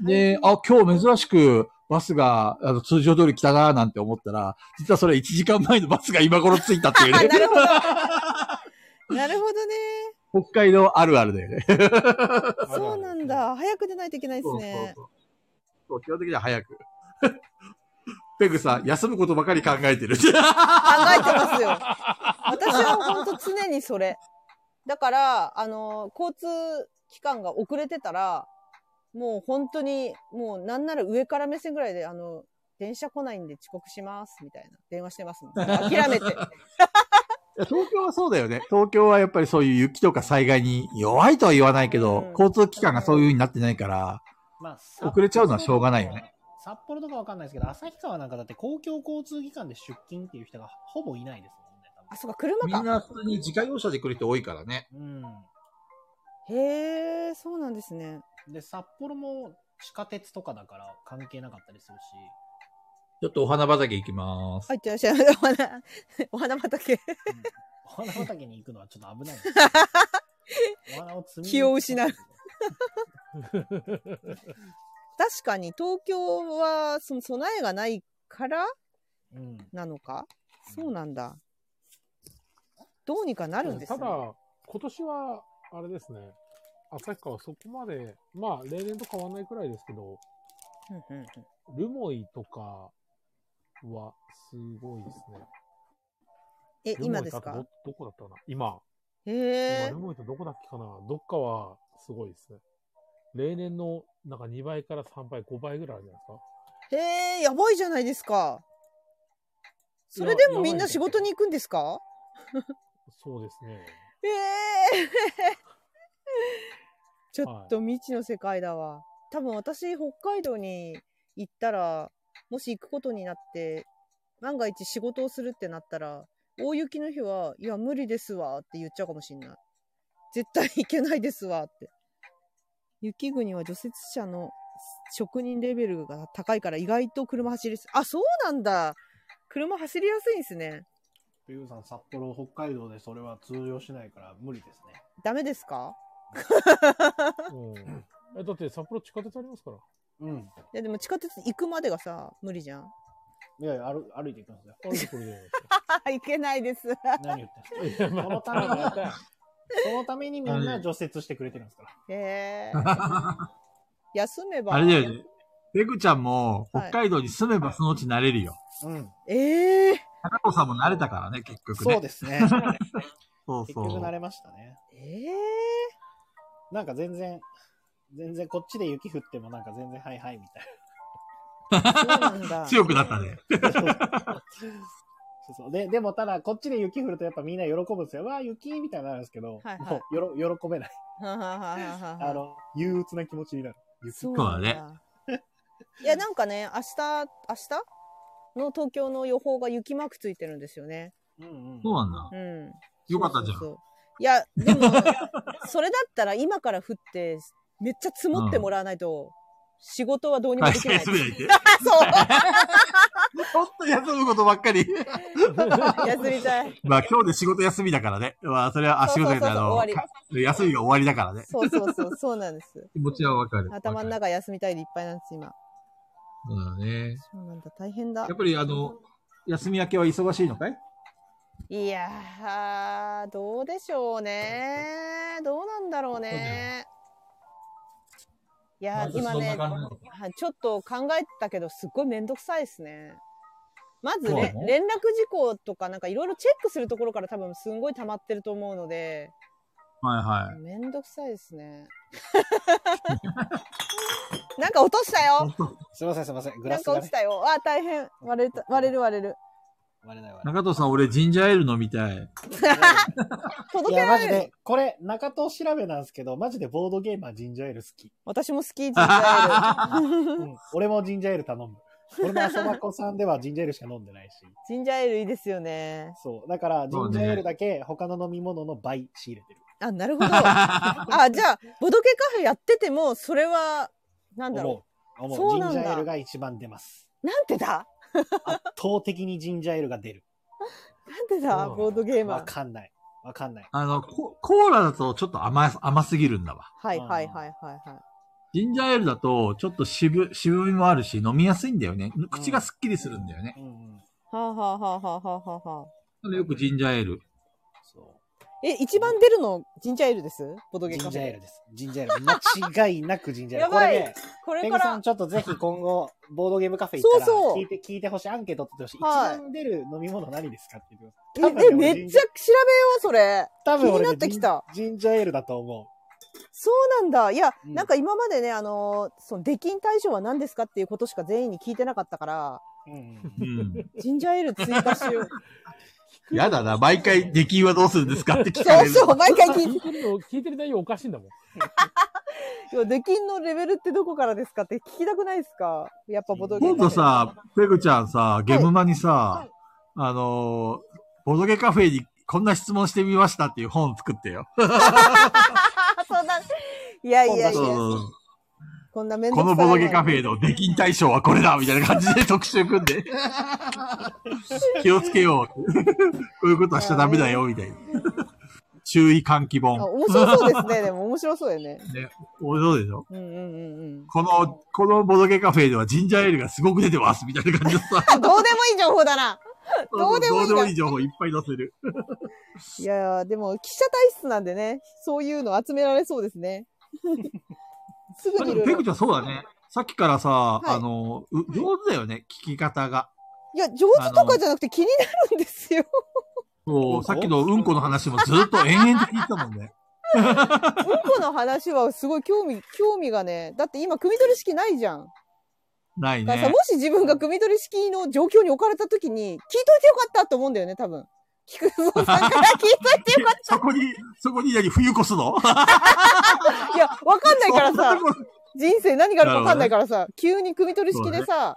Speaker 2: で、あ、今日珍しくバスが、あの、通常通り来たなーなんて思ったら、実はそれ1時間前のバスが今頃着いたっていう
Speaker 1: あ、な
Speaker 2: ね、
Speaker 1: るほ ど。なるほどね。
Speaker 2: 北海道あるあるだよね。
Speaker 1: そうなん。だ。早く出ないといけないです
Speaker 2: そうそう
Speaker 1: ね。
Speaker 2: そう。そう、基本的には早く。 ペグさん、休むことばかり考え てる。
Speaker 1: 考えてますよ。 私は本当常にそれ。だから、あの、交通機関が遅れてたら、もう本当に、もうなんなら上から目線ぐらいで、あの、電車来ないんで遅刻します、みたいな。電話してます。諦めて。
Speaker 2: いや東京はそうだよね。東京はやっぱりそういう雪とか災害に弱いとは言わないけど、
Speaker 1: うん
Speaker 2: 交通機関がそういう風になってないから、
Speaker 4: まあ、札
Speaker 2: 遅れちゃうのはしょうがないよね。
Speaker 4: 札幌とかわかんないですけど、旭川なんかだって公共交通機関で出勤っていう人がほぼいないですもんね。
Speaker 1: あ、そうか、車
Speaker 2: みん
Speaker 1: か。
Speaker 2: な普通に自家用車で来る人多いからね。
Speaker 4: 多分
Speaker 1: へえ、そうなんですね。
Speaker 4: うん。で、札幌も地下鉄とかだから関係なかったりするし
Speaker 2: ちょっとお花畑行きます。
Speaker 1: 入ってらっしゃい。お花、 お花畑。、
Speaker 4: うんお花畑に行くのはちょっと危ないです。 お花を摘みに
Speaker 1: 気を失う。
Speaker 3: そう
Speaker 1: 確かに東京はその備えがないから
Speaker 4: うん。
Speaker 1: なのかそうなんだ。どうにかなるんです
Speaker 3: た
Speaker 1: ね。
Speaker 3: だ、今年は、あれですね、旭川そこまで、まあ、例年と変わらないくらいですけど、
Speaker 1: うんうんうん
Speaker 3: 留萌とかはすごいですね。
Speaker 1: え、
Speaker 3: 留
Speaker 1: 今
Speaker 3: 萌
Speaker 1: です
Speaker 3: とあと
Speaker 1: か
Speaker 3: どどこだったかな今。
Speaker 1: へ
Speaker 3: 今、
Speaker 1: え
Speaker 3: ル。モイとどこだっけかなどっかはすごいですね。例年のなんか2倍から3倍、5倍ぐらいあるじゃないですか。
Speaker 1: へえ、やばいじゃないですか。それでもみんな仕事に行くんですか
Speaker 3: そうで すね。
Speaker 1: ええ ちょっと未知の世界だわ。多分私、北海道に行ったら、もし行くことになって、万が一仕事をするってなったら、大雪の日は、いや、無理ですわって言っちゃうかもしんない。絶対行けないですわって。雪国は除雪車の職人レベルが高いから意外と車走りやすい。あ、そうなんだ車走りやすいんですね。
Speaker 4: ペグさん、札幌、北海道でそれは通用しないから無理ですね。
Speaker 1: ダメですか
Speaker 3: うん、えだって札幌地下鉄ありますから。
Speaker 4: うん。
Speaker 1: いやでも地下鉄行くまでがさ、無理じゃ ん。
Speaker 4: いやいや、歩歩いていきますよ。
Speaker 3: あれでこれで。
Speaker 1: あ、いけない です。
Speaker 4: 何言ってん
Speaker 3: い
Speaker 4: す
Speaker 3: や
Speaker 4: か。 そのために、そのためにみんな除雪してくれてるんですから。
Speaker 1: へえ。 休めば。
Speaker 2: あれだよね。ペグちゃんも北海道に住めばそのうち慣れるよ。
Speaker 4: うん。
Speaker 1: ええ
Speaker 2: 高藤さんも慣れたからね、結局ね。
Speaker 4: そうで すね。
Speaker 2: そう
Speaker 4: 結
Speaker 2: そう
Speaker 4: 局慣れましたね。
Speaker 1: え
Speaker 4: なんか全然、全然こっちで雪降ってもなんか全然はいはいみ
Speaker 1: えそうなんだ。
Speaker 2: 強くなったね。
Speaker 4: たいな。そうそう。で、でもただこっちで雪降るとやっぱみんな喜ぶんですよ。わあ、雪みたいになるんですけど、
Speaker 1: はいはい
Speaker 4: もうよろ喜べない。
Speaker 1: ははははは
Speaker 4: あの、憂鬱な気持ちになる。雪。
Speaker 1: そうなん
Speaker 2: そう
Speaker 1: だ。いや、なんかね、明日、明日の東京の予報が雪マークついてるんですよね。
Speaker 4: うんうん。
Speaker 2: そうなんだ。
Speaker 1: うん。
Speaker 2: よかったじゃん
Speaker 1: そうそうそういや、でも、 それだったら今から降って、めっちゃ積もってもらわないと、仕事はどうにも
Speaker 2: はい
Speaker 1: できない。
Speaker 2: 休めないで。
Speaker 1: そ
Speaker 2: ほんと休むことばっかり。
Speaker 1: う、休みた い。
Speaker 2: まあ今日で仕事休みだからね。まあそれは、あ、仕
Speaker 1: そう
Speaker 2: 事
Speaker 1: そうそうそう
Speaker 2: だからあの
Speaker 1: 終わ
Speaker 2: か休みが終わりだからね。
Speaker 1: そうそうそう、 そうなん です。
Speaker 2: 気持ちはわかる。
Speaker 1: 頭の
Speaker 2: わか
Speaker 1: 中休みたいでいっぱいなんです、今。
Speaker 2: る。そうだね。
Speaker 1: そうなんだ、大変だ
Speaker 2: やっ。ぱりあの、休み明けは忙しいのかい
Speaker 1: いやー、どうでしょうね。どうなんだろうね。いやー、今ね、はいちょっと考えたけど、すっごいめんどくさいですね。まず
Speaker 2: そうな
Speaker 1: ね、
Speaker 2: の
Speaker 1: 連絡事項とかなんかいろいろチェックするところから多分すんごい溜まってると思うので、
Speaker 2: はいはい。
Speaker 1: めんどくさいですね。 なんか落としたよ
Speaker 4: すいませんすいません。グ
Speaker 1: な
Speaker 4: ラ
Speaker 1: ん
Speaker 4: ス
Speaker 1: か
Speaker 4: が
Speaker 1: 落
Speaker 4: ね
Speaker 1: ち。たよ。あー、大変。割れた、割れる割れる。
Speaker 4: 割れない割れな
Speaker 2: 中
Speaker 4: い。
Speaker 2: 藤さん、俺、ジンジャーエール飲みたい。
Speaker 4: い
Speaker 1: 届け
Speaker 4: や、
Speaker 1: ら
Speaker 4: マジ
Speaker 1: れる。
Speaker 4: で、これ、中東調べなんですけど、マジでボードゲーマージンジャーエール好き。
Speaker 1: 私も好き、ジンジャーエール。
Speaker 4: うん、俺もジンジャーエール頼む。俺もあそばこさんではジンジャーエールしか飲んでないし。
Speaker 1: ジンジャーエールいいですよね。
Speaker 4: そう。だから、ジ
Speaker 2: そう
Speaker 4: ン
Speaker 2: ね
Speaker 4: ジャーエールだけ他の飲み物の倍仕入れてる。
Speaker 1: あ、なるほど。あ、じゃあ、ボドゲカフェやってても、それは、なんだろ
Speaker 4: 思う。思う
Speaker 1: そうなんだ
Speaker 4: ジンジャーエールが一番出 ます。
Speaker 1: う。なんてだ
Speaker 4: 圧倒的にジンジャーエールが出る。
Speaker 1: なんて
Speaker 3: そうな
Speaker 1: だ
Speaker 3: の
Speaker 1: ボードゲーマ
Speaker 4: わ
Speaker 1: ー。
Speaker 4: かんない。わかんない。
Speaker 2: あの、ココーラだとちょっと甘、甘すぎるんだわ。
Speaker 1: はいはいはいはいはい。
Speaker 2: ジンジャーエールだと、ちょっと渋、渋みもあるし、飲みやすいんだよね。口がすっきりするんだよね。
Speaker 4: うんうん。
Speaker 1: はあ、はあはあはあはあはあ、
Speaker 2: なのでよくジンジャーエール。
Speaker 4: そ
Speaker 1: え、一番出るの、ジンジャーエールですボド
Speaker 4: う。
Speaker 1: ゲ
Speaker 4: ジ
Speaker 1: カ
Speaker 4: ン
Speaker 1: フ
Speaker 4: ジャーエ
Speaker 1: ェ
Speaker 4: ール。です。ジンジャーエール。間違いなくジンジャーエール。
Speaker 1: やばい
Speaker 4: これね、
Speaker 1: これ
Speaker 4: ペ
Speaker 1: か
Speaker 4: グさ
Speaker 1: ら
Speaker 4: ん、、ちょっとぜひ今後、ボードゲームカフェ行ったら、
Speaker 1: そうそう
Speaker 4: 聞いて、聞いてほしい、アンケート取ってほしい。
Speaker 1: はい
Speaker 4: 一番出る飲み物何ですかって言ってくださ
Speaker 1: え、
Speaker 4: い。
Speaker 1: えめっちゃ調べよう、それ。
Speaker 4: 多分
Speaker 1: 気
Speaker 4: 俺ね
Speaker 1: になってきた
Speaker 4: ジンジンジャーエールだと思
Speaker 1: そうなんだ。いや、
Speaker 4: うん
Speaker 1: なんか今までね、あのーその、出禁対象は何ですかっていうことしか全員に聞いてなかったから、
Speaker 4: う。うんうん。
Speaker 2: うん。
Speaker 1: ジンジャーエール追加しよう。
Speaker 2: やだな、毎回、出禁はどうするんですかって聞か
Speaker 1: そ
Speaker 2: れ
Speaker 1: う
Speaker 2: る。
Speaker 1: そう、毎回聞い
Speaker 3: 聞いてるの、聞いてる内容おかしいんだもん。
Speaker 1: ていや、出禁のレベルってどこからですかって聞きたくないですかやっぱボドゲカフ
Speaker 2: 今
Speaker 1: ェ。
Speaker 2: 度さ、ペグちゃんさ、ゲムマにさ、あのーボドゲカフェにこんな質問してみましたっていう本作ってよ。
Speaker 1: あ、 そうだ。いやいやいや
Speaker 2: そ、う
Speaker 1: こんな面
Speaker 2: こ
Speaker 1: 倒くさ
Speaker 2: の
Speaker 1: い。
Speaker 2: ボドゲカフェの出禁対象はこれだみたいな感じで特集組ん で。気をつけよう。こういうことはしちゃダメだよ、みたいな。注意喚起
Speaker 1: あ
Speaker 2: 本。
Speaker 1: 面白そうですね。でも面白そうよね。
Speaker 2: おそうでしょ
Speaker 1: うんうんうんうん。
Speaker 2: この、このボドゲカフェではジンジャーエールがすごく出てます、みたいな感じでさ。
Speaker 1: あどうでもいい情報だな。どうでもいいな
Speaker 2: どうでもいい情報いっぱい載せる。
Speaker 1: いやーでも記者体質なんでね、そういうの集められそうです ね。すぐにいろい
Speaker 2: ペ
Speaker 1: ろ。
Speaker 2: グ
Speaker 1: い
Speaker 2: ちゃんそうだね。さっきからさ、
Speaker 1: はい
Speaker 2: あの、う上手だよね、聞き方が。
Speaker 1: や、上手とかじゃなくて気になるんですよ。
Speaker 2: も
Speaker 4: んこ
Speaker 2: う、さっきのうんこの話もずっと延々と聞いてたもんね。
Speaker 1: うんこの話はすごい興 味、興味がね。だって今、組み取り式ないじゃん。
Speaker 2: ない
Speaker 1: だからさ、
Speaker 2: ね
Speaker 1: も。し自分が組み取り式の状況に置かれた時に、聞いといてよかったと思うんだよね、多分。菊蔵さんから聞いといてよかっ
Speaker 2: そこに、そこに何、冬越す の
Speaker 1: た。いや、わかんないからさ。人生何があるか分かんないからさ、急に汲み取り式でさ、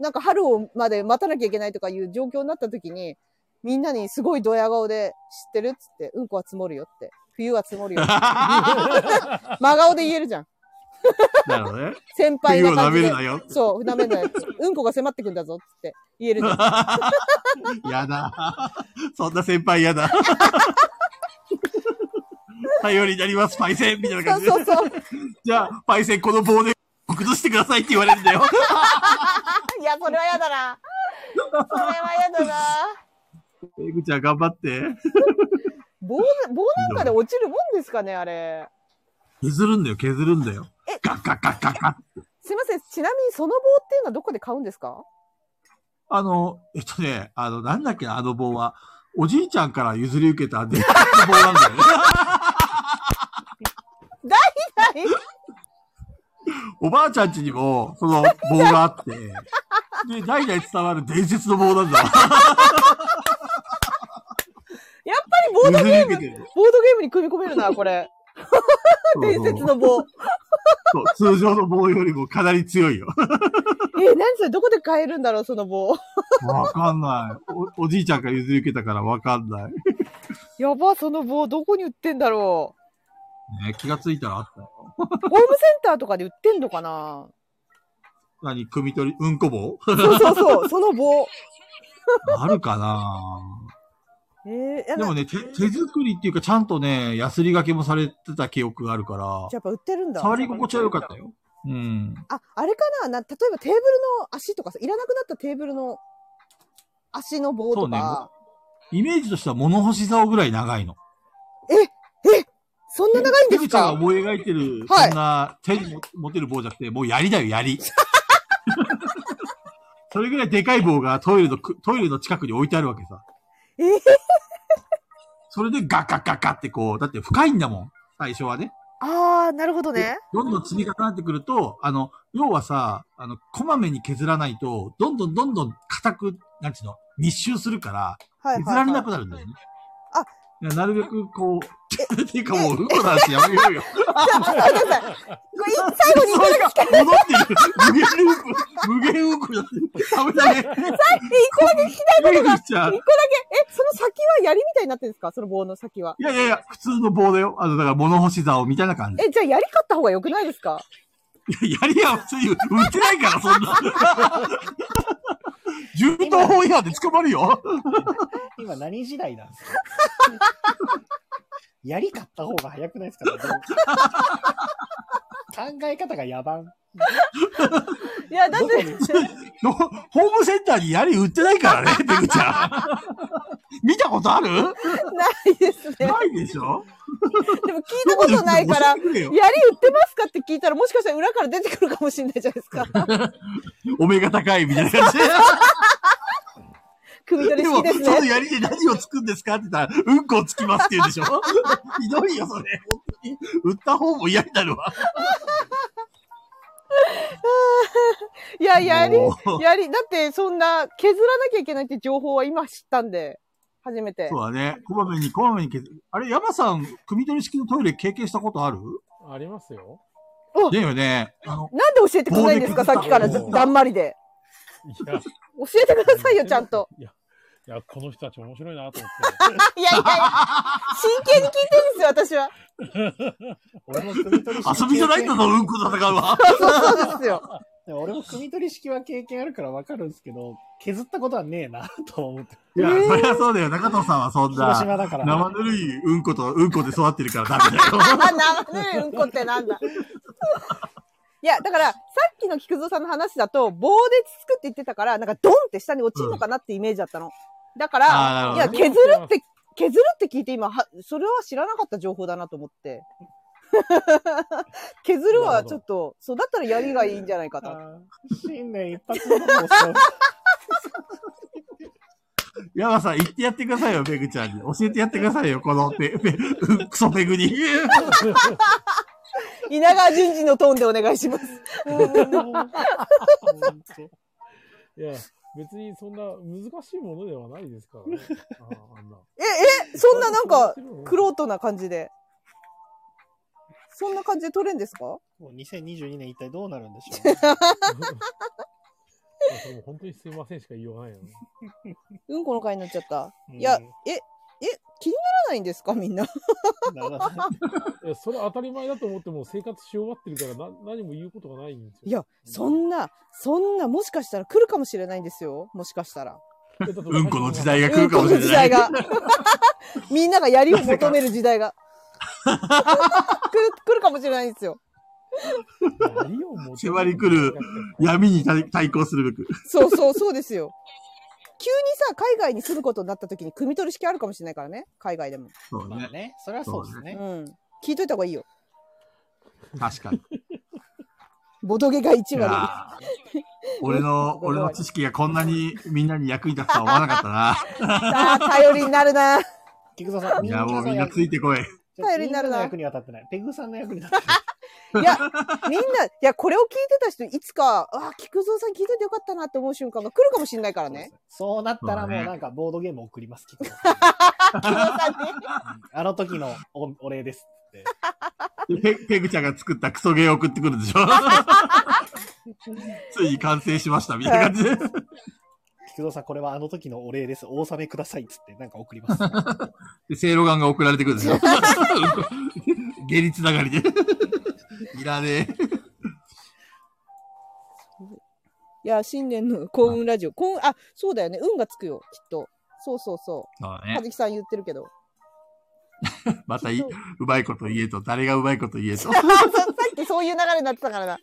Speaker 1: なんか春をまで待たなきゃいけないとかいう状況になった時に、みんなにすごいドヤ顔で、知ってるっつって、うんこは積もるよって、冬は積もる よって、真顔で言えるじゃん。
Speaker 2: なるほどね。
Speaker 1: 先輩
Speaker 2: 冬を
Speaker 1: な
Speaker 2: 舐
Speaker 1: 感じ
Speaker 2: め
Speaker 1: で
Speaker 2: る。なよ。
Speaker 1: そう、なめんなよ。うんこが迫ってくんだぞっつって言えるじゃん。
Speaker 2: やだ。そんな先輩 やだ。頼りになります、パイセンみたい
Speaker 1: そう
Speaker 2: な感じで
Speaker 1: そ。うそう。
Speaker 2: じゃあ、パイセンこの棒で崩してくださいって言われるん だよ。
Speaker 1: いや、それは嫌だな。それは嫌だな。
Speaker 2: ペグちゃん頑張って。
Speaker 1: 棒な、棒なんかで落ちるもんですかね、あれ。
Speaker 2: 削るんだよ、削るんだよ。ガッガッガッガッガッ。
Speaker 1: すいません。ちなみにその棒っていうのはどこで買うんです か
Speaker 2: あの、えっとね、あの、なんだっけな、あの棒は。おじいちゃんから譲り受けたでっかい棒なんだよね。
Speaker 1: はい。
Speaker 2: おばあちゃん家にも、その棒があって、で、代々伝わる伝説の棒なん だわ。
Speaker 1: やっぱりボードゲーム、
Speaker 2: てる。
Speaker 1: ボードゲームに組み込めるな、これ。伝説の棒。
Speaker 2: そうそう通常の棒よりもかなり強いよ。
Speaker 1: え、何それどこで買えるんだろう、その棒。
Speaker 2: わかんないお。おじいちゃんから譲り受けたからわかんない。ね、
Speaker 1: やば、その棒、どこに売ってんだろ
Speaker 2: 気がついたらあったよ。
Speaker 1: う。ホームセンターとかで売ってんのか な
Speaker 2: 何、汲み取り、うんこ棒
Speaker 1: そうそうそう、その棒。
Speaker 2: あるかな
Speaker 1: えー、いや
Speaker 2: でも
Speaker 1: な
Speaker 2: ね、手、手作りっていうか、ちゃんとね、ヤスリがけもされてた記憶があるから、
Speaker 1: やっぱ売ってるんだ。
Speaker 2: 触り心地は良かったよ。うん。
Speaker 1: あ、あれかなな例えばテーブルの足とかさ、いらなくなったテーブルの足の棒とか。
Speaker 2: イメージとしては物干し竿ぐらい長いの。
Speaker 1: そんな長いんで
Speaker 2: ペグ
Speaker 1: す
Speaker 2: ちゃんが
Speaker 1: か
Speaker 2: 思い描いてる、
Speaker 1: はい
Speaker 2: そんな手に持てる棒じゃなくて、もう槍だよ、槍。 それぐらいでかい棒がトイレのく、トイレの近くに置いてあるわけさ。
Speaker 1: えー
Speaker 2: それでガッガッガッガッってこう、だって深いんだもん、最初はね。
Speaker 1: あー、なるほどね。
Speaker 2: どんどん積み重なってくると、あの、要はさ、あの、こまめに削らないと、どんどんどんどん硬くなんていうの、密集するから、
Speaker 1: はい
Speaker 2: 譲
Speaker 1: は
Speaker 2: ら
Speaker 1: い、
Speaker 2: れ
Speaker 1: は。
Speaker 2: ないくなるんだよね。
Speaker 1: あ
Speaker 2: いやなるべくこ う、っていうかもう、うんこの話やめようよ。
Speaker 1: 待ってください。これ、最後に
Speaker 2: それが戻っている。無限うんこ、無限うんこだってる。ダメだね。
Speaker 1: 一個だけ、一
Speaker 2: 無限しちゃう。
Speaker 1: 個だけ、え、その先は槍みたいになってるんですかその棒の先は。
Speaker 2: いやいやいや、普通の棒だよ。あの、だから物干し竿みたいな感じ。
Speaker 1: え、じゃあ槍買った方が良くないですか
Speaker 2: いややりや普通に売ってないから、そんな。銃刀法違反で捕まるよ。
Speaker 4: 今何時代なんですか やりかった方が早くないですか、でも考え方が野蛮。
Speaker 1: いや、だっ
Speaker 4: どこ
Speaker 1: て、
Speaker 4: に
Speaker 2: ホームセンターに槍売ってないからね、てぐちゃん。見たことある
Speaker 1: ないですね。でも
Speaker 2: ないでしょ
Speaker 1: 聞いたことないから、
Speaker 2: どこで売ってる
Speaker 1: 槍
Speaker 2: の
Speaker 1: 売ってますかって聞いたら、もしかしたら裏から出てくるかもしれないじゃないですか。
Speaker 2: お目が高いみたいな感じで。
Speaker 1: 組み取り
Speaker 2: でも、
Speaker 1: 式ですね
Speaker 2: その。槍で何をつくんですかって言ったら、うんこをつきますって言うでしょ ひどいよ、それ。本当に。売った方も嫌になるわ。
Speaker 1: いや、槍、
Speaker 2: もう
Speaker 1: 槍、だってそんな削らなきゃいけないって情報は今知ったんで、初めて
Speaker 2: そ。うだね。こまめに、こまめに削る。あれ、山さん、組み取り式のトイレ経験したことある
Speaker 3: ありますよ。
Speaker 2: だよね。あの、
Speaker 1: なんで教えてくれないんですか
Speaker 2: 棒で削った
Speaker 1: さっきからず
Speaker 3: 棒
Speaker 1: だんまりで。
Speaker 3: いや、
Speaker 1: 教えてくださいよ、ちゃんと。。
Speaker 3: いや、いやこの人たち面白いなと思って。
Speaker 1: いやいやいや、真剣に聞いてるんですよ、私は。
Speaker 4: 俺も組み取り式
Speaker 2: 遊びじゃないんだぞ、うんこ戦うわ。
Speaker 1: そうそうですよ。
Speaker 4: でも俺も組み取り式は経験あるからわかるんですけど、削ったことはねえなと思って。
Speaker 2: いや、そりゃそうだよ。中藤さんはそん
Speaker 4: 広
Speaker 2: な、
Speaker 4: 島だから。
Speaker 2: 生ぬるいうんこと、うんこで育ってるからダメだよ。
Speaker 1: 生ぬるいうんこってなんだ。いや、だから、さっきの菊蔵さんの話だと、棒でつつくって言ってたから、なんかドンって下に落ちるのかなってイメージだったの。だか
Speaker 2: あ
Speaker 1: ら、
Speaker 2: ー
Speaker 1: いや、
Speaker 2: なるほ
Speaker 1: 削るって、削るって聞いて今は、それは知らなかった情報だなと思って。 削るはちょっと、そう、だったら槍がいいんじゃないかと。
Speaker 4: あー新年一発目の放送。
Speaker 2: 山さん、言ってやってくださいよ、ペグちゃんに。教えてやってくださいよ、このペ、ペ、うんクソペグに。
Speaker 1: 稲川淳二のトーンでお願いします。
Speaker 4: 本当
Speaker 3: いや、別にそんな難しいものではないで すからね。ああんな
Speaker 1: え、え、そんななんか、、クロートな感じで。そんな感じで撮れんですか
Speaker 4: もう2022年一体どうなるんでしょう、ね。
Speaker 3: いやもう本当にすいませんしか言いようがないよね。
Speaker 1: うんこの回になっちゃった。
Speaker 4: うん
Speaker 1: いや、え、え、気にならないんですかみんな。
Speaker 4: ならない
Speaker 3: いや、それ当たり前だと思ってもう生活し終わってるからな何も言うことがないんですよ。
Speaker 1: いや、そんな、そんな、もしかしたら来るかもしれないんですよ。もしかしたら。
Speaker 3: いやだって
Speaker 2: うんこの時代が来
Speaker 1: う
Speaker 2: る
Speaker 1: ん
Speaker 2: か
Speaker 1: こ
Speaker 2: も
Speaker 1: の
Speaker 2: し
Speaker 1: 時
Speaker 2: れな
Speaker 1: 代
Speaker 2: い。
Speaker 1: が。 みんなが槍を求める時 代が。来る、来るかもしれないんですよ。
Speaker 3: 何をもう
Speaker 2: 迫り来る闇に対対抗するべく。
Speaker 1: そうそう、そうですよ。急にさ、海外に住むことになった時に、汲み取る式あるかもしれないからね。海外でも。
Speaker 2: そう
Speaker 4: まあ
Speaker 2: ね。
Speaker 4: ね、それはそうです
Speaker 1: う
Speaker 4: ね。
Speaker 1: ん。聞いといた方がいいよ。
Speaker 2: 確かに。
Speaker 1: ボドゲが
Speaker 2: い
Speaker 1: 一割。
Speaker 2: やー俺の、俺の知識がこんなにみんなに役に立つとは思わなかったな。
Speaker 1: さあ、頼りになるな。
Speaker 4: 菊蔵さん、
Speaker 2: いや、もうみんなついてこい。
Speaker 4: ちょっと
Speaker 1: 頼りになるな
Speaker 4: みんの役には立ってない。ペグさんの役に立ってない。
Speaker 1: いや、みんな、いや、これを聞いてた人、いつか、ああ、菊蔵さん聞いといてよかったなって思う瞬間が来るかもしれないからね。
Speaker 4: そうなったらもう
Speaker 2: そうね
Speaker 4: なんかボードゲーム送 ります、菊蔵さんあの時のおお礼ですって。
Speaker 2: ペペグちゃんが作ったクソゲーを送ってくるで しょついに完成しました、みたいな感じで。
Speaker 4: 菊蔵さん、これはあの時のお礼です。お納めくださいっつってなんか送ります。
Speaker 2: で、せいろがんが送られてくるでしょ 下痢つながりで。いらねえ。
Speaker 1: いや、新年の幸運ラジオ。幸運、あ、そうだよね。運がつくよ、きっと。そうそうそ
Speaker 2: そう
Speaker 1: う。は
Speaker 2: ね。
Speaker 1: じきさん言ってるけど。
Speaker 2: またい、うまいこと言えと、誰がうまいこと言えと。
Speaker 1: あそうさっきそういう流れになってたからな。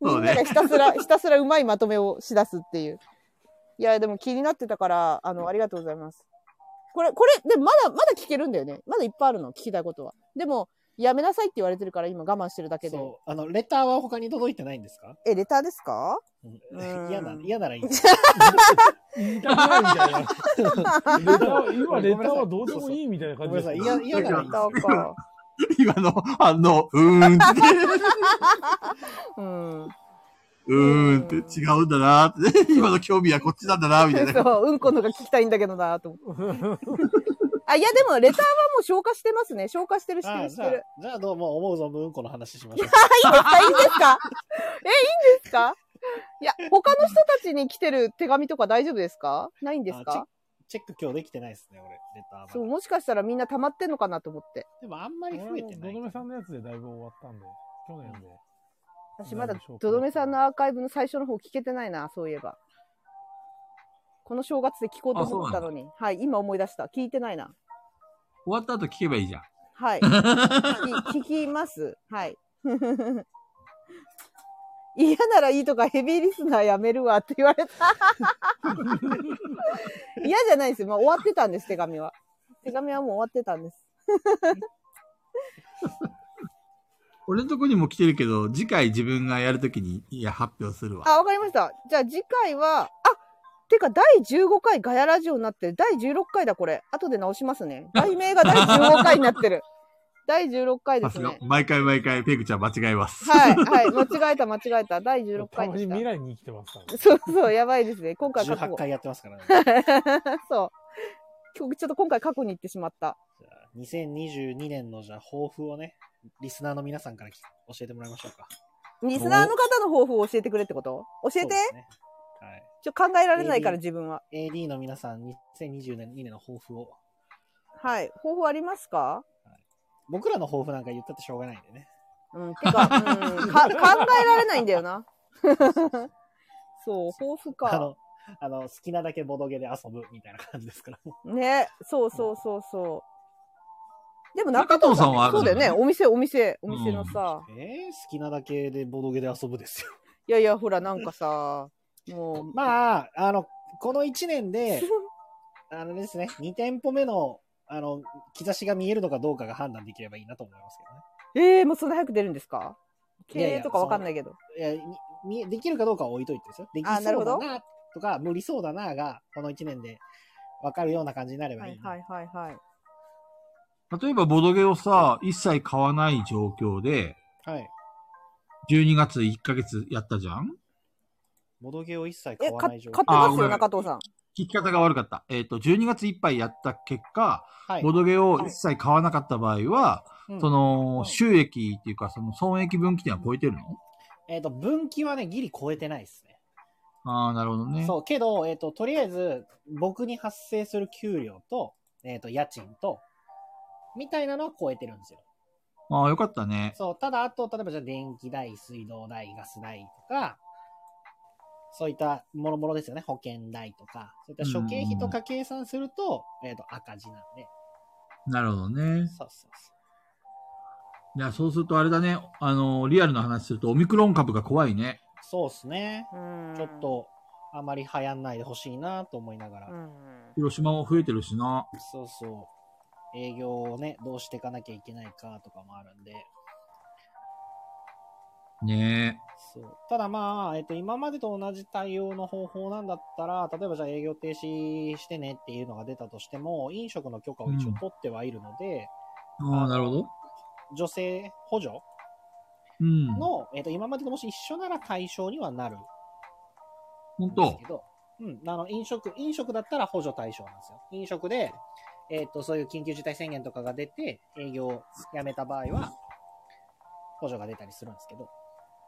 Speaker 1: み
Speaker 2: そうん
Speaker 1: な
Speaker 2: ね
Speaker 1: がひたすら、ひたすらうまいまとめをしだすっていう。いや、でも気になってたから、あの、ありがとうございます。これ、これ、で、まだ、まだ聞けるんだよね。まだいっぱいあるの、聞きたいことは。でも、やめなさいって言われてるから、今我慢してるだけで。
Speaker 4: そう。あの、レターは他に届いてないんですか
Speaker 1: え、レターですかん
Speaker 4: 嫌な、嫌ならいい。
Speaker 3: 言いたくないみたいな。レターは今レターはどうでもいいみたいな
Speaker 4: ご
Speaker 3: 感
Speaker 4: めん
Speaker 3: じ
Speaker 4: なさい。嫌嫌ならいい。
Speaker 1: そうか。
Speaker 2: 今の反応、うーんって。
Speaker 1: うん。
Speaker 2: うーんって違うんだなーって、今の興味はこっちなんだなーみたいな。
Speaker 1: そう、うんこのが聞きたいんだけどなと思って。あ、いやでも、レターはもう消化してますね。消化してる、して
Speaker 4: あ
Speaker 1: る、し
Speaker 4: じゃ
Speaker 1: て
Speaker 4: あ
Speaker 1: る。、
Speaker 4: じゃあどうも思う存分うんこの話しまし ょう。
Speaker 1: あ、いいんですかえ、いいんですかいや、他の人たちに来てる手紙とか大丈夫ですかないんです
Speaker 4: あチェ
Speaker 1: か
Speaker 4: チェック今日できてないですね、俺、レターまだ
Speaker 1: そう、もしかしたらみんな溜まってんのかなと思って。
Speaker 4: でもあんまり増えてな
Speaker 3: 俺もどど
Speaker 4: い。
Speaker 3: めさんのやつでだいぶ終わったんで、去年で。
Speaker 1: 私まだ
Speaker 3: なんでしょうか
Speaker 1: どどめさんのアーカイブの最初の方聞けてないな、そういえば。この正月で聞こうと思ったのに。はい、今思い出した。聞いてないな。
Speaker 2: 終わった後聞けばいいじゃん。
Speaker 1: はい。聞き聞きます。はい。 嫌ならいいとかヘビーリスナーやめるわって言われた。嫌じゃないですよ。まあ終わってたんです、手紙は。手紙はもう終わってたんです。
Speaker 2: 俺のとこにも来てるけど、次回自分がやるときに、いや、発表するわ。
Speaker 1: あ、わかりました。じゃあ次回は、あてか第15回ガヤラジオになってる。第16回だ、これ。後で直しますね。題名が第15回になってる。第16回で
Speaker 2: さ
Speaker 1: す
Speaker 2: すが
Speaker 1: ね。。
Speaker 2: 毎回毎回、ペグちゃん間違えます。
Speaker 1: はい、はい。間違えた、間違えた。第16
Speaker 3: た
Speaker 1: 回
Speaker 3: ま
Speaker 1: でし
Speaker 3: に未
Speaker 1: た。
Speaker 3: 来に生きてますからね。
Speaker 1: そうそう、やばいですね。今回覚
Speaker 4: 18
Speaker 1: 悟。
Speaker 4: 回やってますからね。
Speaker 1: そう。今日ちょっと今回過去に行ってしまった。
Speaker 4: じゃあ2022年のじゃあ抱負をね、リスナーの皆さんからき教えてもらいましょうか。
Speaker 1: リスナーの方の抱負を教えてくれってこと教え
Speaker 4: そ
Speaker 1: て、
Speaker 4: うですねはい。
Speaker 1: ちょっと考えられないから
Speaker 4: えー
Speaker 1: 自分は。
Speaker 4: AD の皆さん、2022年2年の抱負を。
Speaker 1: はい。抱負ありますか
Speaker 4: 僕らの抱負なんか言ったってしょうがないんでね。
Speaker 1: うん。てか、うん、か考 えられないんだよな。 そう、抱負
Speaker 4: あ
Speaker 1: か。
Speaker 4: の、あの、好きなだけボドゲで遊ぶみたいな感じですから。
Speaker 1: ね。そうそうそうそう。でも
Speaker 2: 中藤さんはある
Speaker 1: そ
Speaker 2: の
Speaker 1: うだよね。お店、お店、お店のさ。
Speaker 4: えー、好きなだけでボドゲで遊ぶですよ。
Speaker 1: いやいや、ほら、なんかさ、も
Speaker 4: まあ、あの、この1年で、あのですね、2店舗目の、あの、兆しが見えるのかどうかが判断できればいいなと思いますけどね。
Speaker 1: う、 えー、もうそんな早く出るんですか経
Speaker 4: いやいや
Speaker 1: 営とかわかんないけど。
Speaker 4: いや、に見えできるかどうかは置いといてですよ。でき
Speaker 1: あなる
Speaker 4: そ
Speaker 1: ほ
Speaker 4: う
Speaker 1: ど
Speaker 4: だなとか、無理そうだなが、この1年で分かるような感じになれば
Speaker 1: はい
Speaker 4: い
Speaker 1: い
Speaker 4: いな。
Speaker 1: はいはいはい。
Speaker 2: 例えば、ボドゲをさ、一切買わない状況で、
Speaker 4: はい。
Speaker 2: 12月1ヶ月やったじゃん
Speaker 4: ボドゲを一切買
Speaker 1: え、
Speaker 4: わ
Speaker 1: か
Speaker 4: な
Speaker 1: 買っ
Speaker 4: い
Speaker 1: て
Speaker 4: 状況。
Speaker 1: ま
Speaker 2: あ
Speaker 1: す
Speaker 2: ごめ
Speaker 1: よ、
Speaker 2: ん
Speaker 1: 中藤さん。
Speaker 2: 聞き方が悪かった。えっ、と、12月いっぱいやった結果、
Speaker 4: はい
Speaker 2: ボ。ドゲを一切買わなかった場合は、
Speaker 4: うん
Speaker 2: その、
Speaker 4: うん
Speaker 2: 収益っていうか、その損益分岐点は超えてるの
Speaker 4: えっ、と、分岐はね、ギリ超えてないですね。
Speaker 2: ああ、なるほどね。
Speaker 4: そう、けど、えっ、と、とりあえず、僕に発生する給料と、えっ、と、家賃と、みたいなのは超えてるんですよ。
Speaker 2: ああ、よかったね。
Speaker 4: そう、ただ、あと、例えばじゃあ電気代、水道代、ガス代とか、そういったもろもろですよね。保険代とか、そういった諸経費とか計算すると、えっ、と、赤字なんで。
Speaker 2: なるほどね。
Speaker 4: そうそうそ
Speaker 2: いや、そうするとあれだね。あの、リアルな話すると、オミクロン株が怖いね。
Speaker 4: う。そうっすね。
Speaker 1: うん
Speaker 4: ちょっ。と、あまり流行んないでほしいなと思いながら。
Speaker 1: うん
Speaker 2: 広島も増えてるしな。
Speaker 4: そうそう。営業をね、どうしていかなきゃいけないかとかもあるんで。
Speaker 2: ね
Speaker 4: そう。ただまあ、えっと、今までと同じ対応の方法なんだったら、例えばじゃあ営業停止してねっていうのが出たとしても、飲食の許可を一応取ってはいるので、
Speaker 2: え。ああ、なるほど。
Speaker 4: 女性補助
Speaker 2: うん。
Speaker 4: の、えっと、今までともし一緒なら対象にはなるん
Speaker 2: 本
Speaker 4: です
Speaker 2: 当
Speaker 4: けど、うん、あの、飲食、飲食だったら補助対象なんですよ。飲食で、えっと、そういう緊急事態宣言とかが出て、営業をやめた場合は、補助が出たりするんですけど、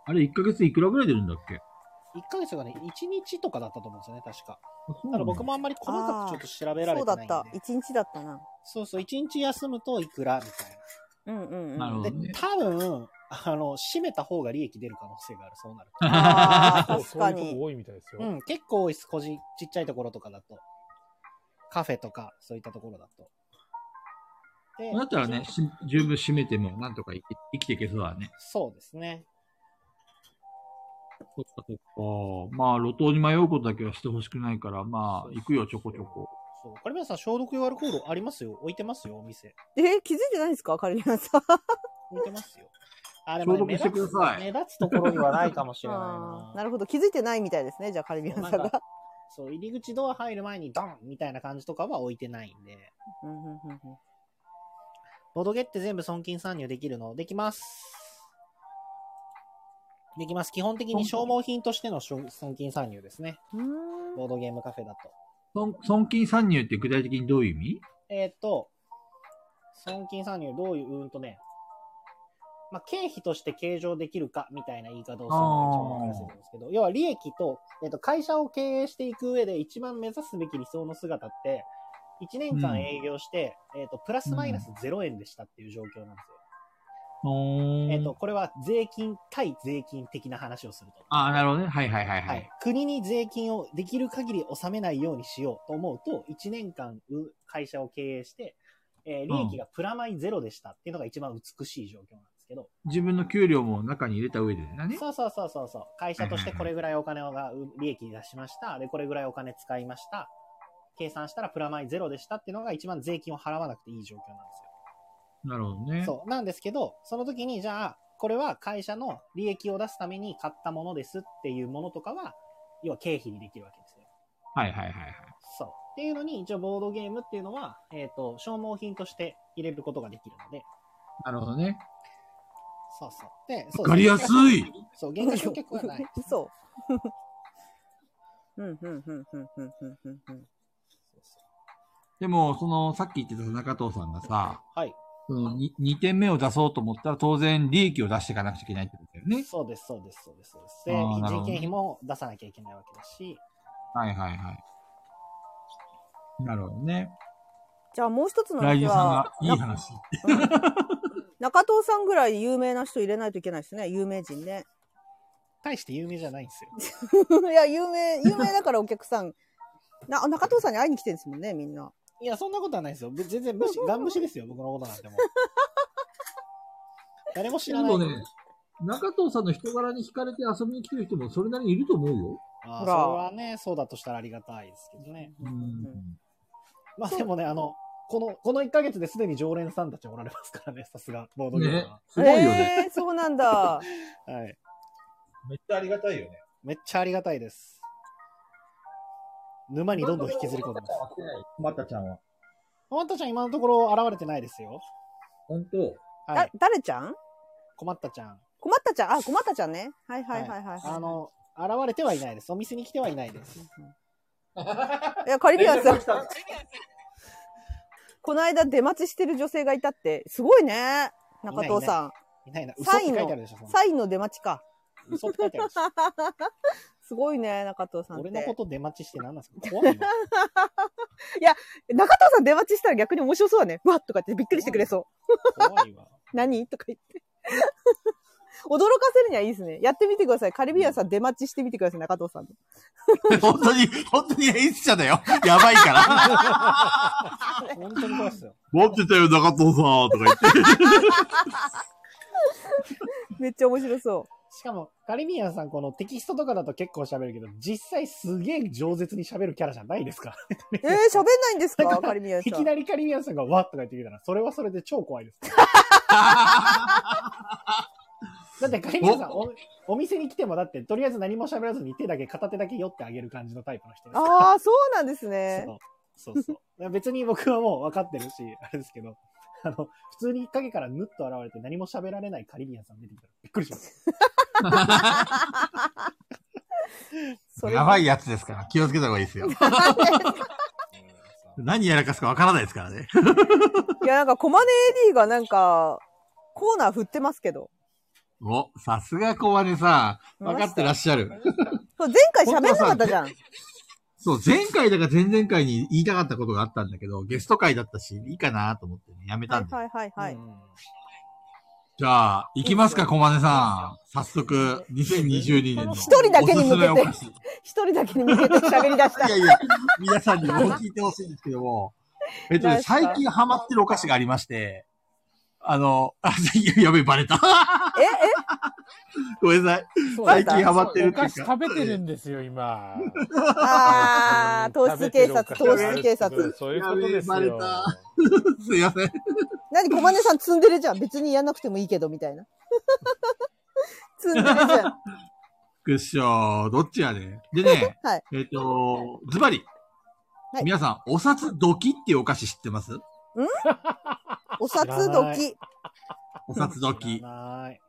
Speaker 2: あれ、1ヶ月いくらぐらい出るんだっけ
Speaker 4: 1ヶ月がね、1日とかだったと思うんですよね、確か。
Speaker 2: あそう
Speaker 4: た
Speaker 2: な
Speaker 4: だ
Speaker 2: の
Speaker 4: 僕もあんまり細かくちょっと調べられ
Speaker 1: そう
Speaker 4: て
Speaker 1: だ
Speaker 4: ない
Speaker 1: っ
Speaker 4: んで。
Speaker 1: た。一日だったな。
Speaker 4: そうそう、一日休むといくらみたい
Speaker 1: うんうんうん。
Speaker 2: なるほ
Speaker 4: な。
Speaker 2: ど
Speaker 4: で、
Speaker 2: ね。
Speaker 4: 多分、あの、閉めた方が利益出る可能性がある、そうなる
Speaker 1: あ ー確
Speaker 3: そう
Speaker 1: か
Speaker 3: そういうとこ
Speaker 1: に。
Speaker 3: 多いみたいですよ。
Speaker 4: と。うん、結構多いです、個人、ちっちゃいところとかだと。カフェとか、そういったところだと。で
Speaker 2: だったらね、
Speaker 4: 一日
Speaker 2: し十分締めても、なんとか生き生きていけそうだね。
Speaker 4: そうですね。
Speaker 2: そっかそっか。まあ、路頭に迷うことだけはしてほしくないから、まあ、行くよ、ちょこちょこ。
Speaker 4: そう。カリビアンさん、消毒用アルコールありますよ。置いてますよ、お店。
Speaker 1: えー、気づいてないんですかカリアンさん。
Speaker 4: 置いてますよ。あれ、
Speaker 2: 消毒してください
Speaker 4: 目立つ目立つところにはないかもしれない
Speaker 1: あ
Speaker 4: な
Speaker 1: ー。なるほど。気づいてないみたいですね。じゃあ、カリビアンさん
Speaker 4: なん
Speaker 1: が
Speaker 4: か。そう、入り口ドア入る前にドンみたいな感じとかは置いてないんで。
Speaker 1: うんうんうんうん
Speaker 4: ボドゲって全部損金参入できるのできます。できます。基本的に消耗品としての消損金参入ですね。
Speaker 1: うーん
Speaker 4: ボードゲームカフェだと。
Speaker 2: 損損金参入って具体的にどういう意味
Speaker 4: えーっと、損金参入、どういう、うーんとね、まあ、経費として計上できるかみたいな言い方をするのが一番わかりやすいんですけど、要は利益と、えーっと、会社を経営していく上で一番目指すべき理想の姿って、1年
Speaker 2: うん
Speaker 4: 間営業して、えーっと、プラスマイナス0円でしたっていう状況なんですよ。えーっと、これは税金対税金的な話をすると。
Speaker 2: ああ、なるほどね。はいはいはいは。
Speaker 4: はいい、国に税金をできる限り納めないようにしようと思うと、1年間う会社を経営して、えー利益がプラマイゼロでしたっていうのが一番美しい状況なんですけど、
Speaker 2: 自分の給料も中に入れた上でだね。
Speaker 4: そうそうそうそうそう、会社としてこれぐらいお金がう利益出しました、で、これぐらいお金使いました、計算したらプラマイゼロでしたっていうのが一番税金を払わなくていい状況なんですよ。
Speaker 2: なるほどね。
Speaker 4: そう。なんですけど、その時に、じゃあ、これは会社の利益を出すために買ったものですっていうものとかは、要は経費にできるわけですよ。
Speaker 2: はいはいはいはい。
Speaker 4: そう。っていうのに、一応ボードゲームっていうのは、えっ、と、消耗品として入れることができるので、
Speaker 2: なるほどね。
Speaker 4: そうそう。で、そう
Speaker 2: わかりやすい
Speaker 4: そう、原価償却は ない。
Speaker 1: 嘘。 うんうんうんうんうんうんうんうん。
Speaker 2: でも、その、さっき言ってた中藤さんがさ、
Speaker 4: はい。
Speaker 2: その 2, 点目を出そうと思ったら当然利益を出していかなくちゃいけないってことだよね。
Speaker 4: そうです、そうです、そうです。そうですで、
Speaker 2: あーなるほど
Speaker 4: 人件費も出さなきゃいけないわけだし、
Speaker 2: はいはいはい。なるほどね。
Speaker 1: じゃあもう一つの
Speaker 2: ラ
Speaker 1: 話
Speaker 2: イジさん
Speaker 1: は
Speaker 2: が、いい話。
Speaker 1: 中藤さんぐらい有名な人入れないといけないですね。有名人ね。
Speaker 4: 大して有名じゃないんです よ。
Speaker 1: いや、有名、有名だからお客さん。 な、中藤さんに会いに来てるんですもんね、みんな。
Speaker 4: いや、そんなことはないですよ。ぶ全然無 視、ガン無視ですよ、僕のことなんてもう。 誰も知
Speaker 2: で
Speaker 4: らない。
Speaker 2: もね、中藤さんの人柄に惹かれて遊びに来てる人もそれなりにいると思うよ。
Speaker 4: あー
Speaker 1: ほ
Speaker 4: そ
Speaker 1: ら
Speaker 4: れはね、そうだとしたらありがたいですけどね。
Speaker 2: うん。
Speaker 4: まあでもね、あの、この、この1ヶ月ですでに常連さんたちおられますからね、さすが、ボードゲーム
Speaker 2: ね
Speaker 4: は。、
Speaker 2: すごいよね。
Speaker 1: えー、そうなんだ。
Speaker 4: はい。
Speaker 5: めっちゃありがたいよね。
Speaker 4: めっちゃありがたいです。沼にどんどん引きずり込んでます。
Speaker 5: またちゃんは。
Speaker 4: 困ったちゃん今のところ現れてないですよ。
Speaker 5: 本当
Speaker 4: は
Speaker 1: だ
Speaker 4: い。、
Speaker 1: 誰ちゃん
Speaker 4: 困ったちゃん。
Speaker 1: 困ったちゃん。あ、困ったちゃんね。はいはいはいはい。
Speaker 4: あの、現れてはいないです。お店に来てはいないです。
Speaker 1: いや、カリビアンさ
Speaker 5: 連
Speaker 1: ん
Speaker 5: 絡来たの。
Speaker 1: この間出待ちしてる女性がいたって、すごいね。中藤さん。
Speaker 4: いないな。嘘
Speaker 1: サ
Speaker 4: って
Speaker 1: イン
Speaker 4: 書い
Speaker 1: の
Speaker 4: てあるでしょ、そんな
Speaker 1: サインの出待ちか。
Speaker 4: 嘘って書いてあるでしょ。
Speaker 1: すごいね、中藤さんって。
Speaker 4: 俺のこと出待ちして何なんですか怖いよ。
Speaker 1: 中藤さん出待ちしたら逆に面白そうだね。うわっとかってびっくりしてくれそう。
Speaker 4: 怖いわ。
Speaker 1: 何とか言 って。驚かせるにはいいですね。やってみてください。カリビアンさん出待ちしてみてください、中藤さんの。
Speaker 2: 本当に、本当に演出者だよ。やばいから。
Speaker 4: 本当に怖いっすよ。
Speaker 2: 待ってたよ、中藤さんとか言 って。
Speaker 1: めっちゃ面白そ
Speaker 4: しかも、カリビアンさん、このテキストとかだと結構喋るけど、実際すげえ饒舌に喋るキャラじゃないですから。
Speaker 1: う。えー、喋んないんですかカリビアン
Speaker 4: い
Speaker 1: さ
Speaker 4: き
Speaker 1: ん。
Speaker 4: なりカリビアンさんがわっとか言ってきたら、それはそれで超怖 いです。だってカリビアンさんお、お店に来てもだって、とりあえず何も喋らずに手だけ、片手だけ酔ってあげる感じのタイプの人ですから。
Speaker 1: ああ、そうなんですね。
Speaker 4: そうそうそう。別に僕はもう分かってるし、あれですけど、あの、普通に影からぬっと現れて何も喋られないカリビアンさん出てきたらびっくりします。
Speaker 1: それ
Speaker 2: やばいやつですから、気をつけた方がい いですよ。何やらかすかわからないですからね。
Speaker 1: いや、なんか、コマネ AD がなんか、コーナー振ってますけど。
Speaker 2: お、さすが小金さん。分かってらっしゃる。
Speaker 1: そう前回喋んなかったじゃん。
Speaker 2: そう、前回だか前々回に言いたかったことがあったんだけど、ゲスト会だったし、いいかなと思ってね、やめた
Speaker 1: は
Speaker 2: ん
Speaker 1: い
Speaker 2: で。
Speaker 1: はいはいはい。
Speaker 4: うん
Speaker 2: じゃあ、行きますか、小金さん。早速、2022年の。
Speaker 1: 一人だけに向けて
Speaker 2: おすすめお菓子
Speaker 1: 一人だけに向けて喋り出し
Speaker 2: いやいや、皆さんにも聞いてほしいんですけども、えっと
Speaker 1: 何
Speaker 2: ね
Speaker 1: ですか
Speaker 2: 最近ハマってるお菓子がありまして、あの、あ、 ややべえ、バレた。
Speaker 1: た。え、え、
Speaker 2: ごめんなさい。
Speaker 3: そう
Speaker 2: 最近ハマってるってい
Speaker 3: お
Speaker 2: うか
Speaker 3: 菓子食べてるんですよ、今。
Speaker 1: あ あ、糖質警察、糖質警察。。
Speaker 3: そういうことです
Speaker 2: やべえ
Speaker 3: よ。
Speaker 2: バすいません。
Speaker 1: 何、小金さん積んでるじゃん。別にやんなくてもいいけど、みたいな。積んでるじゃん。、
Speaker 2: くっしょー、どっちやねでね
Speaker 1: はい
Speaker 2: えっ、と、ズバリ。
Speaker 1: はい
Speaker 2: 皆さん、お札ドキっていうお菓子知ってます
Speaker 1: お札時。
Speaker 2: お札ドキ
Speaker 4: 知。らない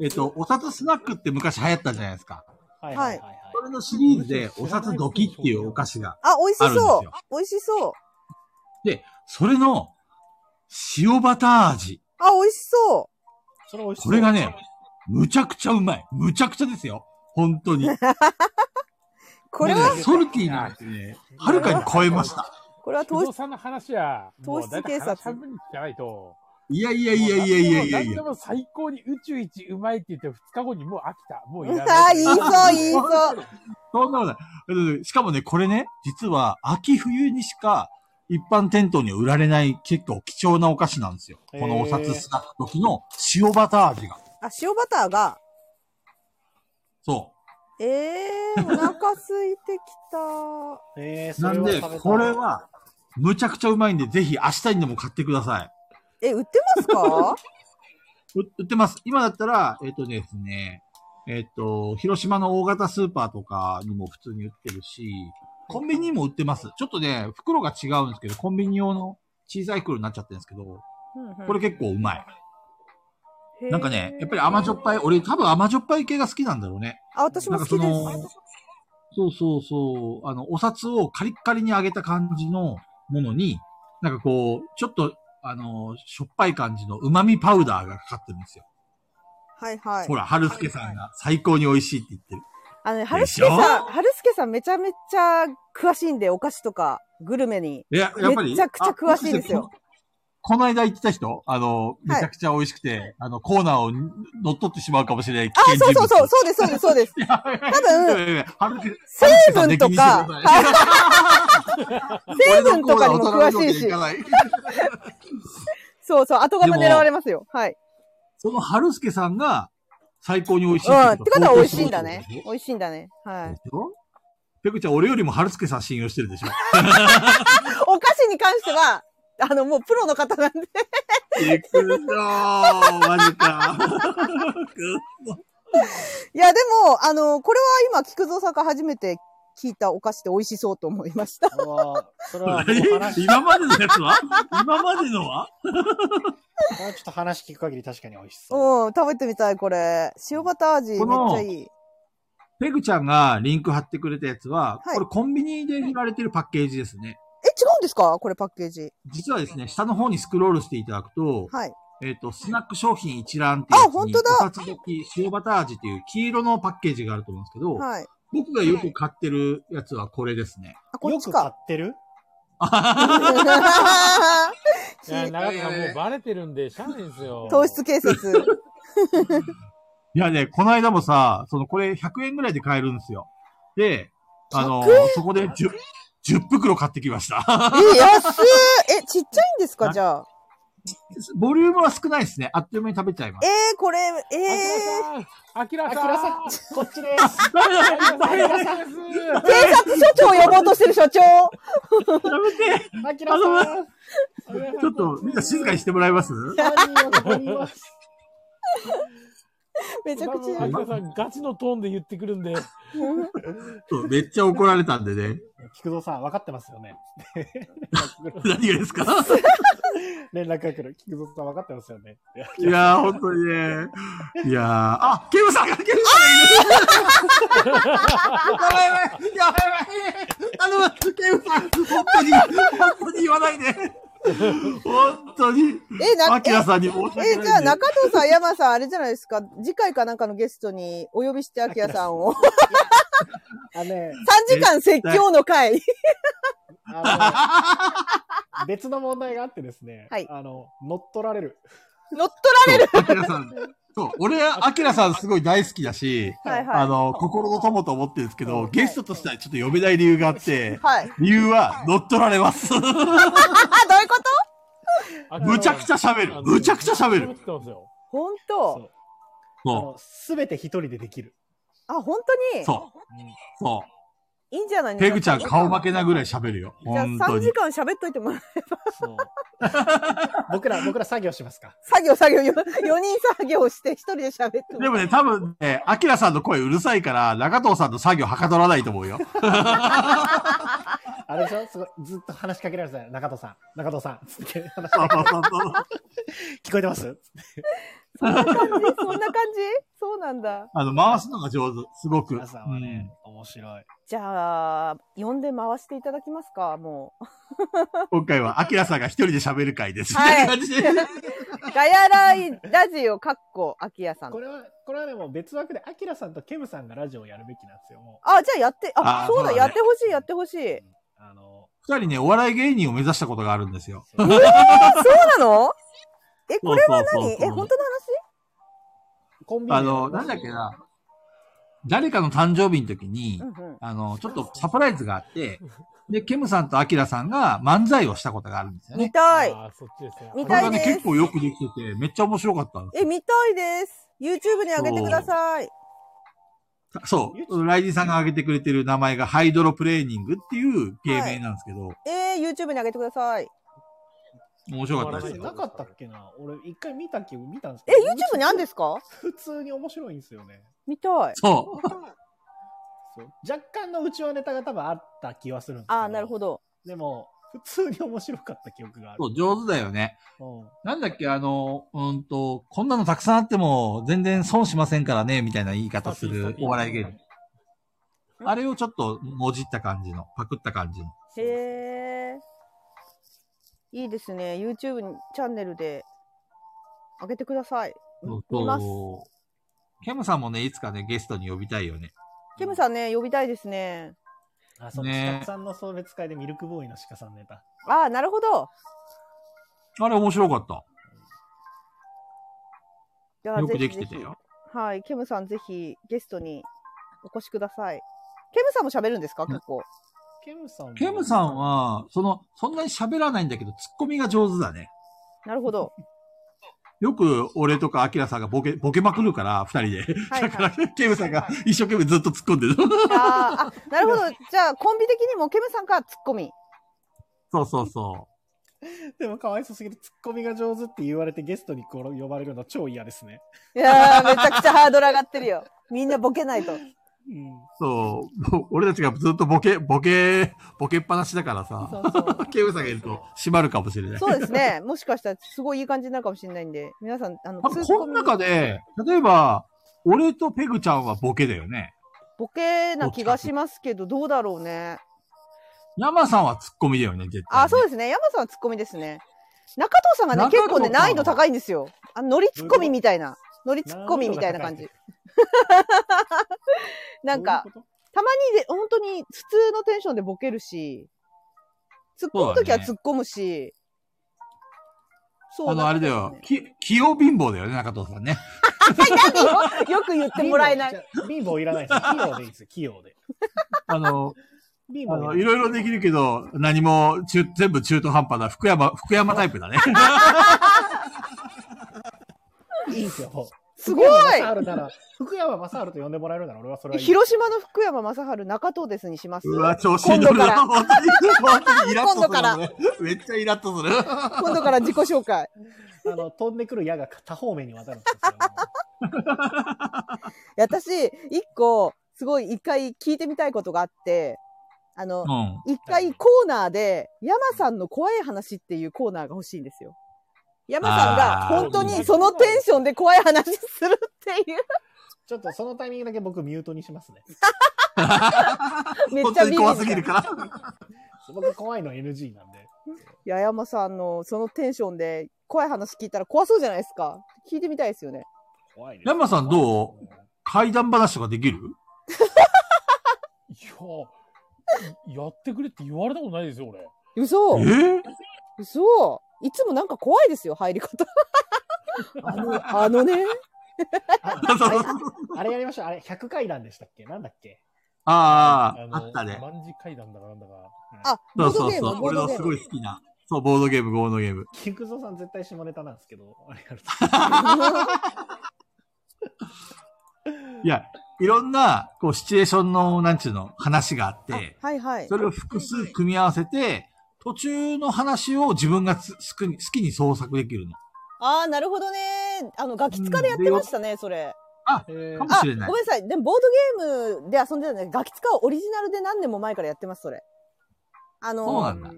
Speaker 13: えっと、お札スナックって昔流行ったじゃないですか。
Speaker 4: はいはいはい、はい。
Speaker 13: それのシリーズで、お札ドキっていうお菓子が
Speaker 1: あ、美味
Speaker 13: あ
Speaker 1: し
Speaker 13: るんで
Speaker 1: そう
Speaker 13: すよ。
Speaker 1: 美味しそう
Speaker 13: で、それの、塩バター味。
Speaker 1: あ、美味しそ
Speaker 4: それ美味しそ
Speaker 13: こ
Speaker 4: う
Speaker 13: れがね、むちゃくちゃうまい。むちゃくちゃですよ。本当に。
Speaker 1: うこれは、
Speaker 13: もうねソルティーなんですね。はるかに超えました。
Speaker 1: これは
Speaker 3: 不
Speaker 1: 糖
Speaker 3: 動
Speaker 1: 質、
Speaker 3: 産の話や。
Speaker 1: 糖質警察
Speaker 3: もうだいたい話半分に聞かないと。
Speaker 13: いやいやいやいやいやい
Speaker 3: もう
Speaker 13: や
Speaker 3: 何
Speaker 13: い
Speaker 3: で
Speaker 13: や。
Speaker 3: も最高に宇宙一うまいって言って2日後にもう飽きた。もういら
Speaker 1: あ
Speaker 3: な
Speaker 1: あ、
Speaker 3: い。
Speaker 1: 言いそう、言いそう。
Speaker 13: そんなことないうん。しかもね、これね、実は秋冬にしか一般店頭には売られない結構貴重なお菓子なんですよ。このお
Speaker 4: へー
Speaker 13: 札スナック時の塩バター味が。
Speaker 1: あ、塩バターが、
Speaker 13: そ
Speaker 1: ええー、お腹空いてきた。
Speaker 4: えー、
Speaker 13: う。
Speaker 4: そ
Speaker 13: な
Speaker 4: れ
Speaker 13: ん
Speaker 4: は
Speaker 13: で、
Speaker 4: 食べたい
Speaker 13: これは、むちゃくちゃうまいんで、ぜひ明日にでも買ってください。
Speaker 1: え、売ってますか
Speaker 13: う売ってます。今だったら、えっ、とですね、えっ、と、広島の大型スーパーとかにも普通に売ってるし、コンビニにも売ってます。ちょっとね、袋が違うんですけど、コンビニ用の小さい袋になっちゃってるんですけど、 これ結構うまい。
Speaker 1: へー
Speaker 13: なんかね、やっぱり甘じょっぱい、俺多分甘じょっぱい系が好きなんだろうね。
Speaker 1: あ、私
Speaker 13: な
Speaker 1: も
Speaker 13: んか
Speaker 1: 好
Speaker 13: そ
Speaker 1: き
Speaker 13: の
Speaker 1: です。、
Speaker 13: そうそうそう、あの、お札をカリッカリに揚げた感じのものに、なんかこう、ちょっと、あの、しょっぱい感じの旨味パウダーがかかってるんですよ。
Speaker 1: はいはい
Speaker 13: ほ。ら、春助さんが最高に美味しいって言ってる。
Speaker 1: あのね、春
Speaker 13: でし
Speaker 1: 助
Speaker 13: ょ
Speaker 1: さん、春助さんめちゃめちゃ詳しいんで、お菓子とか、グルメに。
Speaker 13: いや、やっぱり。
Speaker 1: めちゃくちゃ詳しいですよ
Speaker 13: あ。もしかしてこのこの間言ってた人、あの、
Speaker 1: はい
Speaker 13: めちゃくちゃ美味しくて、あの、コーナーを乗っ取ってしまうかもしれない危
Speaker 1: あ、
Speaker 13: 険
Speaker 1: そう
Speaker 13: 人
Speaker 1: そう
Speaker 13: 物。
Speaker 1: そう、そうです、そうです、そうです。
Speaker 13: い やいやい
Speaker 1: 多
Speaker 13: やい
Speaker 1: 分、
Speaker 13: やいや春助
Speaker 1: 成
Speaker 13: さん
Speaker 1: 分と
Speaker 13: 出禁にして
Speaker 1: か
Speaker 13: ください、
Speaker 1: 成分とかにも詳しいし
Speaker 13: 俺のコーナー大人の料理で行か、ない
Speaker 1: そうそう、後方狙われますよ。はい。
Speaker 13: その春助さんが最高に美味しい
Speaker 1: うん。ってことは美味しいんだ
Speaker 13: 相当すご
Speaker 1: ね
Speaker 13: いっ。てこ
Speaker 1: 美味しいんだね。
Speaker 13: と
Speaker 1: は
Speaker 13: で
Speaker 1: い。
Speaker 13: しょペクちゃん、俺よりも春助さん信用して るでしょ
Speaker 1: お菓子に関しては、 あの、もうプロの方なんで。
Speaker 13: びっくりしたーマジか。
Speaker 1: いや、でも、あの、これは今、菊蔵さんから初めて聞いたお菓子で美味しそうと思いました。
Speaker 4: うわそれはも う話、
Speaker 13: 今までのやつは今までのは
Speaker 4: これはちょっと話聞く限り確かに美味しそう。
Speaker 1: うん、食べてみたい、これ。塩バター味、めっ
Speaker 13: この
Speaker 1: ちゃいい。
Speaker 13: ペグちゃんがリンク貼ってくれたやつは、
Speaker 1: はい
Speaker 13: これコンビニで売られてるパッケージですね。
Speaker 1: え、違うんですかこれパッケージ。
Speaker 13: 実はですね、下の方にスクロールしていただくと、
Speaker 1: はい。
Speaker 13: えっ、と、スナック商品一覧っていうやつに、
Speaker 1: あ本当だ
Speaker 13: お札時塩バター味っていう黄色のパッケージがあると思うんですけど、
Speaker 1: はい。
Speaker 13: 僕がよく買ってるやつはこれですね。
Speaker 1: あ、こ
Speaker 4: よ
Speaker 1: っち
Speaker 4: く買
Speaker 1: か。
Speaker 4: ってる
Speaker 3: いや、長田さんもうバレてるんで、しゃあないんですよ。
Speaker 1: 糖質警察。
Speaker 13: いやね、この間もさ、そのこれ100円ぐらいで買えるんですよ。で、あの、そこで 10, 10袋買ってきました。
Speaker 1: え、安いえ、ちっちゃいんですかじゃあ。
Speaker 13: ボリュームは少ないですね。あっという間に食べちゃいま
Speaker 1: え
Speaker 13: す。
Speaker 1: ー、これ、
Speaker 3: え
Speaker 1: えー、
Speaker 3: ー、あきら
Speaker 4: あき
Speaker 3: さん。
Speaker 4: らさん、こっちです。
Speaker 3: あきらさんです。
Speaker 1: 警察署長を呼ぼうとしてる所長。
Speaker 13: やめて
Speaker 4: あきらさん、
Speaker 13: ちょっとみんな静かにしてもらえます
Speaker 4: 三人男にいます。
Speaker 1: めちゃく ちゃ
Speaker 3: あきらさん、ガチのトーンで言ってくるんで。
Speaker 13: そうめっちゃ怒られたんでね。
Speaker 4: 菊蔵さん、分かってますよね。
Speaker 13: 何がですか
Speaker 4: 連絡が来る。菊蔵さん、分かってますよね。
Speaker 13: いやー、本当にね。いやー、あ、ケムさんが、ケムさんがいるやばいやばいやばいやばい頼む、ケムさん、本当に、本当に言わないで。本当に、
Speaker 1: え、な
Speaker 13: ア、キラさんに申し訳ないん
Speaker 1: え、
Speaker 13: で。
Speaker 1: じゃあ中藤さん、山さん、あれじゃないですか。次回かなんかのゲストにお呼びして、アキラさんを。3
Speaker 4: あね、
Speaker 1: 時間説教の回。
Speaker 4: あ の、別の問題があってですね、
Speaker 1: はい
Speaker 4: あの、乗っ取られる。
Speaker 1: 乗っ
Speaker 13: そうアキラさん。そう、俺、アキラさんすごい大好きだし、
Speaker 1: 取られる。はい
Speaker 13: あ
Speaker 1: はい。
Speaker 13: の、心の友と思ってるんですけど、ゲストとしてはちょっと呼べない理由があって、
Speaker 1: はい。
Speaker 13: 理由は乗っ取られます。
Speaker 1: あ、どういうこと
Speaker 13: むちゃくちゃ喋る。むちゃくちゃ喋
Speaker 3: 喋っ
Speaker 13: る。
Speaker 3: てますよ。
Speaker 1: 本当
Speaker 4: そうあの、すべて一人でできる。
Speaker 1: あ、本当に
Speaker 13: そう。そ。
Speaker 1: いいんじゃないうの
Speaker 13: ペグちゃん顔負けなぐらい喋るよ。
Speaker 1: じゃあ
Speaker 13: 本当
Speaker 1: 3
Speaker 13: に
Speaker 1: 時。間喋っといてもらう。
Speaker 4: そう。僕ら、僕ら作業しますか。
Speaker 1: 作業作業、4人作業して1人で喋っても
Speaker 13: で
Speaker 1: らう。
Speaker 13: もね、多分ね、アキラさんの声うるさいから、中藤さんの作業はかどらないと 思うよ。
Speaker 4: あれでしょすごい、ずっと話しかけられて たよ。中藤さん、中藤さん、つって話し
Speaker 13: そ
Speaker 4: か
Speaker 13: うそうそう
Speaker 4: け聞こえてます
Speaker 1: そんな感じそんな感じそうなんだ。
Speaker 13: あの、回すのが上手。すごく。
Speaker 4: 皆さんはね、面白い。
Speaker 1: じゃあ、呼んで回していただきますか、もう。
Speaker 13: うん今回は、アキラさんが一人で喋る回です。
Speaker 1: はい
Speaker 13: みたいな感じで
Speaker 1: ガヤライラジオ、かっこ、秋屋さん
Speaker 4: こ。れは、これはでも別枠で、アキラさんとケムさんがラジオをやるべきなんですよ、も
Speaker 1: あ、じゃあやって、あ、
Speaker 13: あー
Speaker 1: そうだ、
Speaker 13: そうだね
Speaker 1: やってほしい、やってほしい。
Speaker 4: う。あの、
Speaker 13: 二人ね、お笑い芸人を目指したことがあるんですよ。
Speaker 4: そう
Speaker 1: そうなのえ、これは何
Speaker 13: そうそうそうそう
Speaker 1: え、本当の話
Speaker 4: コンビ名
Speaker 13: あの、なんだっけな。誰かの誕生日の時に、
Speaker 1: うんうん。
Speaker 13: あの、ちょっとサプライズがあって、で、ケムさんとアキラさんが漫才をしたことがあるんですよ
Speaker 1: 見
Speaker 13: ね。
Speaker 1: たい。
Speaker 3: あーそっちですね。
Speaker 1: 見
Speaker 13: こ
Speaker 1: た
Speaker 13: れ
Speaker 1: い
Speaker 13: が
Speaker 1: で
Speaker 13: ね、
Speaker 1: す
Speaker 13: 結構よくできてて、めっちゃ面白かったんです
Speaker 1: え、
Speaker 13: よ
Speaker 1: 見たいです。YouTube に上げてください。
Speaker 13: そう。ライジンさんが挙げてくれてる名前がハイドロプレーニングっていう芸名なんですけど、
Speaker 1: えー、YouTube に上げてください。
Speaker 13: 面白かった
Speaker 4: あ
Speaker 13: で
Speaker 4: れ
Speaker 13: す
Speaker 4: な
Speaker 13: よ。
Speaker 4: かったっけな俺、一回見た気分見たんです
Speaker 1: え、
Speaker 4: けど。
Speaker 1: YouTube 何ですか
Speaker 4: 普通に面白いんですよね。
Speaker 1: 見たい。
Speaker 13: そう。
Speaker 4: そう若干のうちわネタが多分あった気はするんですけ
Speaker 1: あー、なるほ
Speaker 4: ど。
Speaker 1: ど。
Speaker 4: でも、普通に面白かった記憶がある。
Speaker 13: そう、上手だよね。
Speaker 4: うん
Speaker 13: なんだっけ、あの、うんと、こんなのたくさんあっても全然損しませんからね、みたいな言い方するお笑い芸人。あれをちょっともじった感じの、パクった感じの。
Speaker 1: へえ。いいですね。YouTube にチャンネルで上げてください。見ます。
Speaker 13: ケムさんもね、いつかね、ゲストに呼びたいよね。
Speaker 1: ケムさんね、呼びたいですね。
Speaker 4: あ、そう、
Speaker 13: ね
Speaker 4: 鹿さんの送別会でミルクボーイの鹿さんネタ。
Speaker 1: ああ、なるほど。
Speaker 13: あれ面白かった。
Speaker 1: じゃあ
Speaker 13: よく
Speaker 1: ぜ
Speaker 13: で
Speaker 1: ひ
Speaker 13: き
Speaker 1: ぜ
Speaker 13: て
Speaker 1: ひ
Speaker 13: たよ。
Speaker 1: はい。ケムさん、ぜひゲストにお越しください。ケムさんも喋るんですか結構。
Speaker 4: ケムさんも
Speaker 13: ケムさん、は、その、そんなに喋らないんだけど、ツッコミが上手だね。
Speaker 1: なるほ ど。
Speaker 13: よく俺とかアキラさんがボケ、ボケまくるから、二人で。
Speaker 1: はいはい
Speaker 13: だから、ケムさんが一生懸命ずっと突っ込んでる。
Speaker 1: あーあ、なるほど。じゃあ、コンビ的にもケムさんかツッコミ。
Speaker 13: そうそうそ
Speaker 4: でもかわいそうすぎる。ツッコミが上手って言われてゲストにこう呼ばれるの超嫌ですね。
Speaker 1: いやー、めちゃくちゃハードル上がってるよ。みんなボケないと。
Speaker 4: うん。
Speaker 13: う。そう。もう俺たちがずっとボケ、ボケ、ボケっぱなしだから
Speaker 1: そ
Speaker 13: さ。
Speaker 1: うそう。
Speaker 13: ケムさんがいると閉まるかもしれない。
Speaker 1: そうですね。もしかしたら、すごいいい感じになるかもしれないんで、皆さん、あの、
Speaker 13: 多分この中
Speaker 1: で
Speaker 13: で、例えば、俺とペグちゃんはボケだよね。
Speaker 1: ボケな気がしますけど、どうだろうね。
Speaker 13: 山さんはツッコミだよね、絶対。
Speaker 1: あ、そう
Speaker 13: う
Speaker 1: ですね。山さんはツッコミですね。中藤さんがね、
Speaker 13: 中藤
Speaker 1: 結
Speaker 13: さん
Speaker 1: 構ね、難易度高いんですよ。あの、ノリツッコミみたいな。ノリツッコミみたいな感じ。なんか
Speaker 4: ど、ういうこ
Speaker 1: たまにで、本当に普通のテンションでボケるし、突っ込むときは
Speaker 13: そ
Speaker 1: 突っ込むし、そう,、
Speaker 13: あの、あれだよ。き、器用貧乏だよね、中藤さんね。
Speaker 1: 何を よく言っ
Speaker 4: と
Speaker 1: てもらえな。
Speaker 4: じ
Speaker 1: い。
Speaker 4: ゃあ貧乏いらないです。器用でいいです。器用で。
Speaker 13: あの、
Speaker 4: 貧乏
Speaker 13: あの、いろいろできるけど、何も、中、全部中途半端な、福山、福山タイ プだね。
Speaker 4: いいですよ。
Speaker 1: すごい
Speaker 4: 福山雅治なら、福山雅治と呼んでもらえるなら俺はそれはいい。
Speaker 1: 広島の福山雅治、中藤ですにします。
Speaker 13: うわ、調子に乗る
Speaker 1: 今
Speaker 13: な。
Speaker 1: 度
Speaker 13: 本当に、本当にイラッとする
Speaker 1: 今
Speaker 13: よね。めっちゃイラッとする。
Speaker 1: 今度から自己紹介。
Speaker 4: あの、飛んでくる矢が他方面に渡るんですよ。
Speaker 1: いや私、一個、すごい一回聞いてみたいことがあって、あの
Speaker 13: う、ん。
Speaker 1: 一回コーナーで、山さんの怖い話っていうコーナーが欲しいんですよ。山さんが
Speaker 13: あー
Speaker 1: 本当にそのテンションで怖い話するっていう、
Speaker 4: ちょっとそのタイミングだけ僕ミュートにしますね。
Speaker 1: めっ
Speaker 13: 本
Speaker 1: ちゃ
Speaker 13: 当
Speaker 1: ビビる
Speaker 13: に怖すぎるから。
Speaker 4: 僕怖いの NG なんで。
Speaker 1: いや、山さんのそのテンションで怖い話聞いたら怖そうじゃないですか。聞いてみたいですよね。
Speaker 4: 怖いです。
Speaker 13: 山さんどう怪談話とかできる
Speaker 3: いや、やってくれって言われたことないですよ、俺。
Speaker 13: え
Speaker 1: 嘘
Speaker 13: ー
Speaker 1: 嘘いつもなんか怖いですよ、入り方。あの、あのね。
Speaker 4: あ
Speaker 13: そうそう
Speaker 4: あれやりましょう。あれ、100回なんでしたっけなんだっけ
Speaker 13: ああ、
Speaker 3: の
Speaker 13: あったね。
Speaker 3: 万事階段だかなんだか。
Speaker 1: あ、ボ
Speaker 13: そ
Speaker 1: ード
Speaker 13: うそう
Speaker 1: ゲー
Speaker 13: そ
Speaker 1: ム、
Speaker 13: う。
Speaker 1: ボー
Speaker 13: 俺
Speaker 1: ド
Speaker 13: の
Speaker 1: ゲー
Speaker 13: す
Speaker 1: ム
Speaker 13: ご。い好きな。そう、ボードゲーム、ボードゲーム。
Speaker 4: 菊蔵さん絶対下ネタなんですけど、あれやると。
Speaker 13: いや、いろんな、こう、シチュエーションの、なんちゅうの、話があって、
Speaker 1: はいはい
Speaker 13: そ。れを複数組み合わせて、途中の話を自分がつすく好きに創作できるの。
Speaker 1: ああ、なるほどね。あの、ガキツカでやってましたね、それ。
Speaker 4: え
Speaker 13: かも
Speaker 1: あ、
Speaker 13: し
Speaker 1: ごめ
Speaker 13: れ
Speaker 1: ん
Speaker 13: な。
Speaker 1: ないさい。でも、ボードゲームで遊んでたんで、ガキツカはオリジナルで何年も前からやってます、それ。あ
Speaker 13: そう
Speaker 1: の
Speaker 13: なん、だ。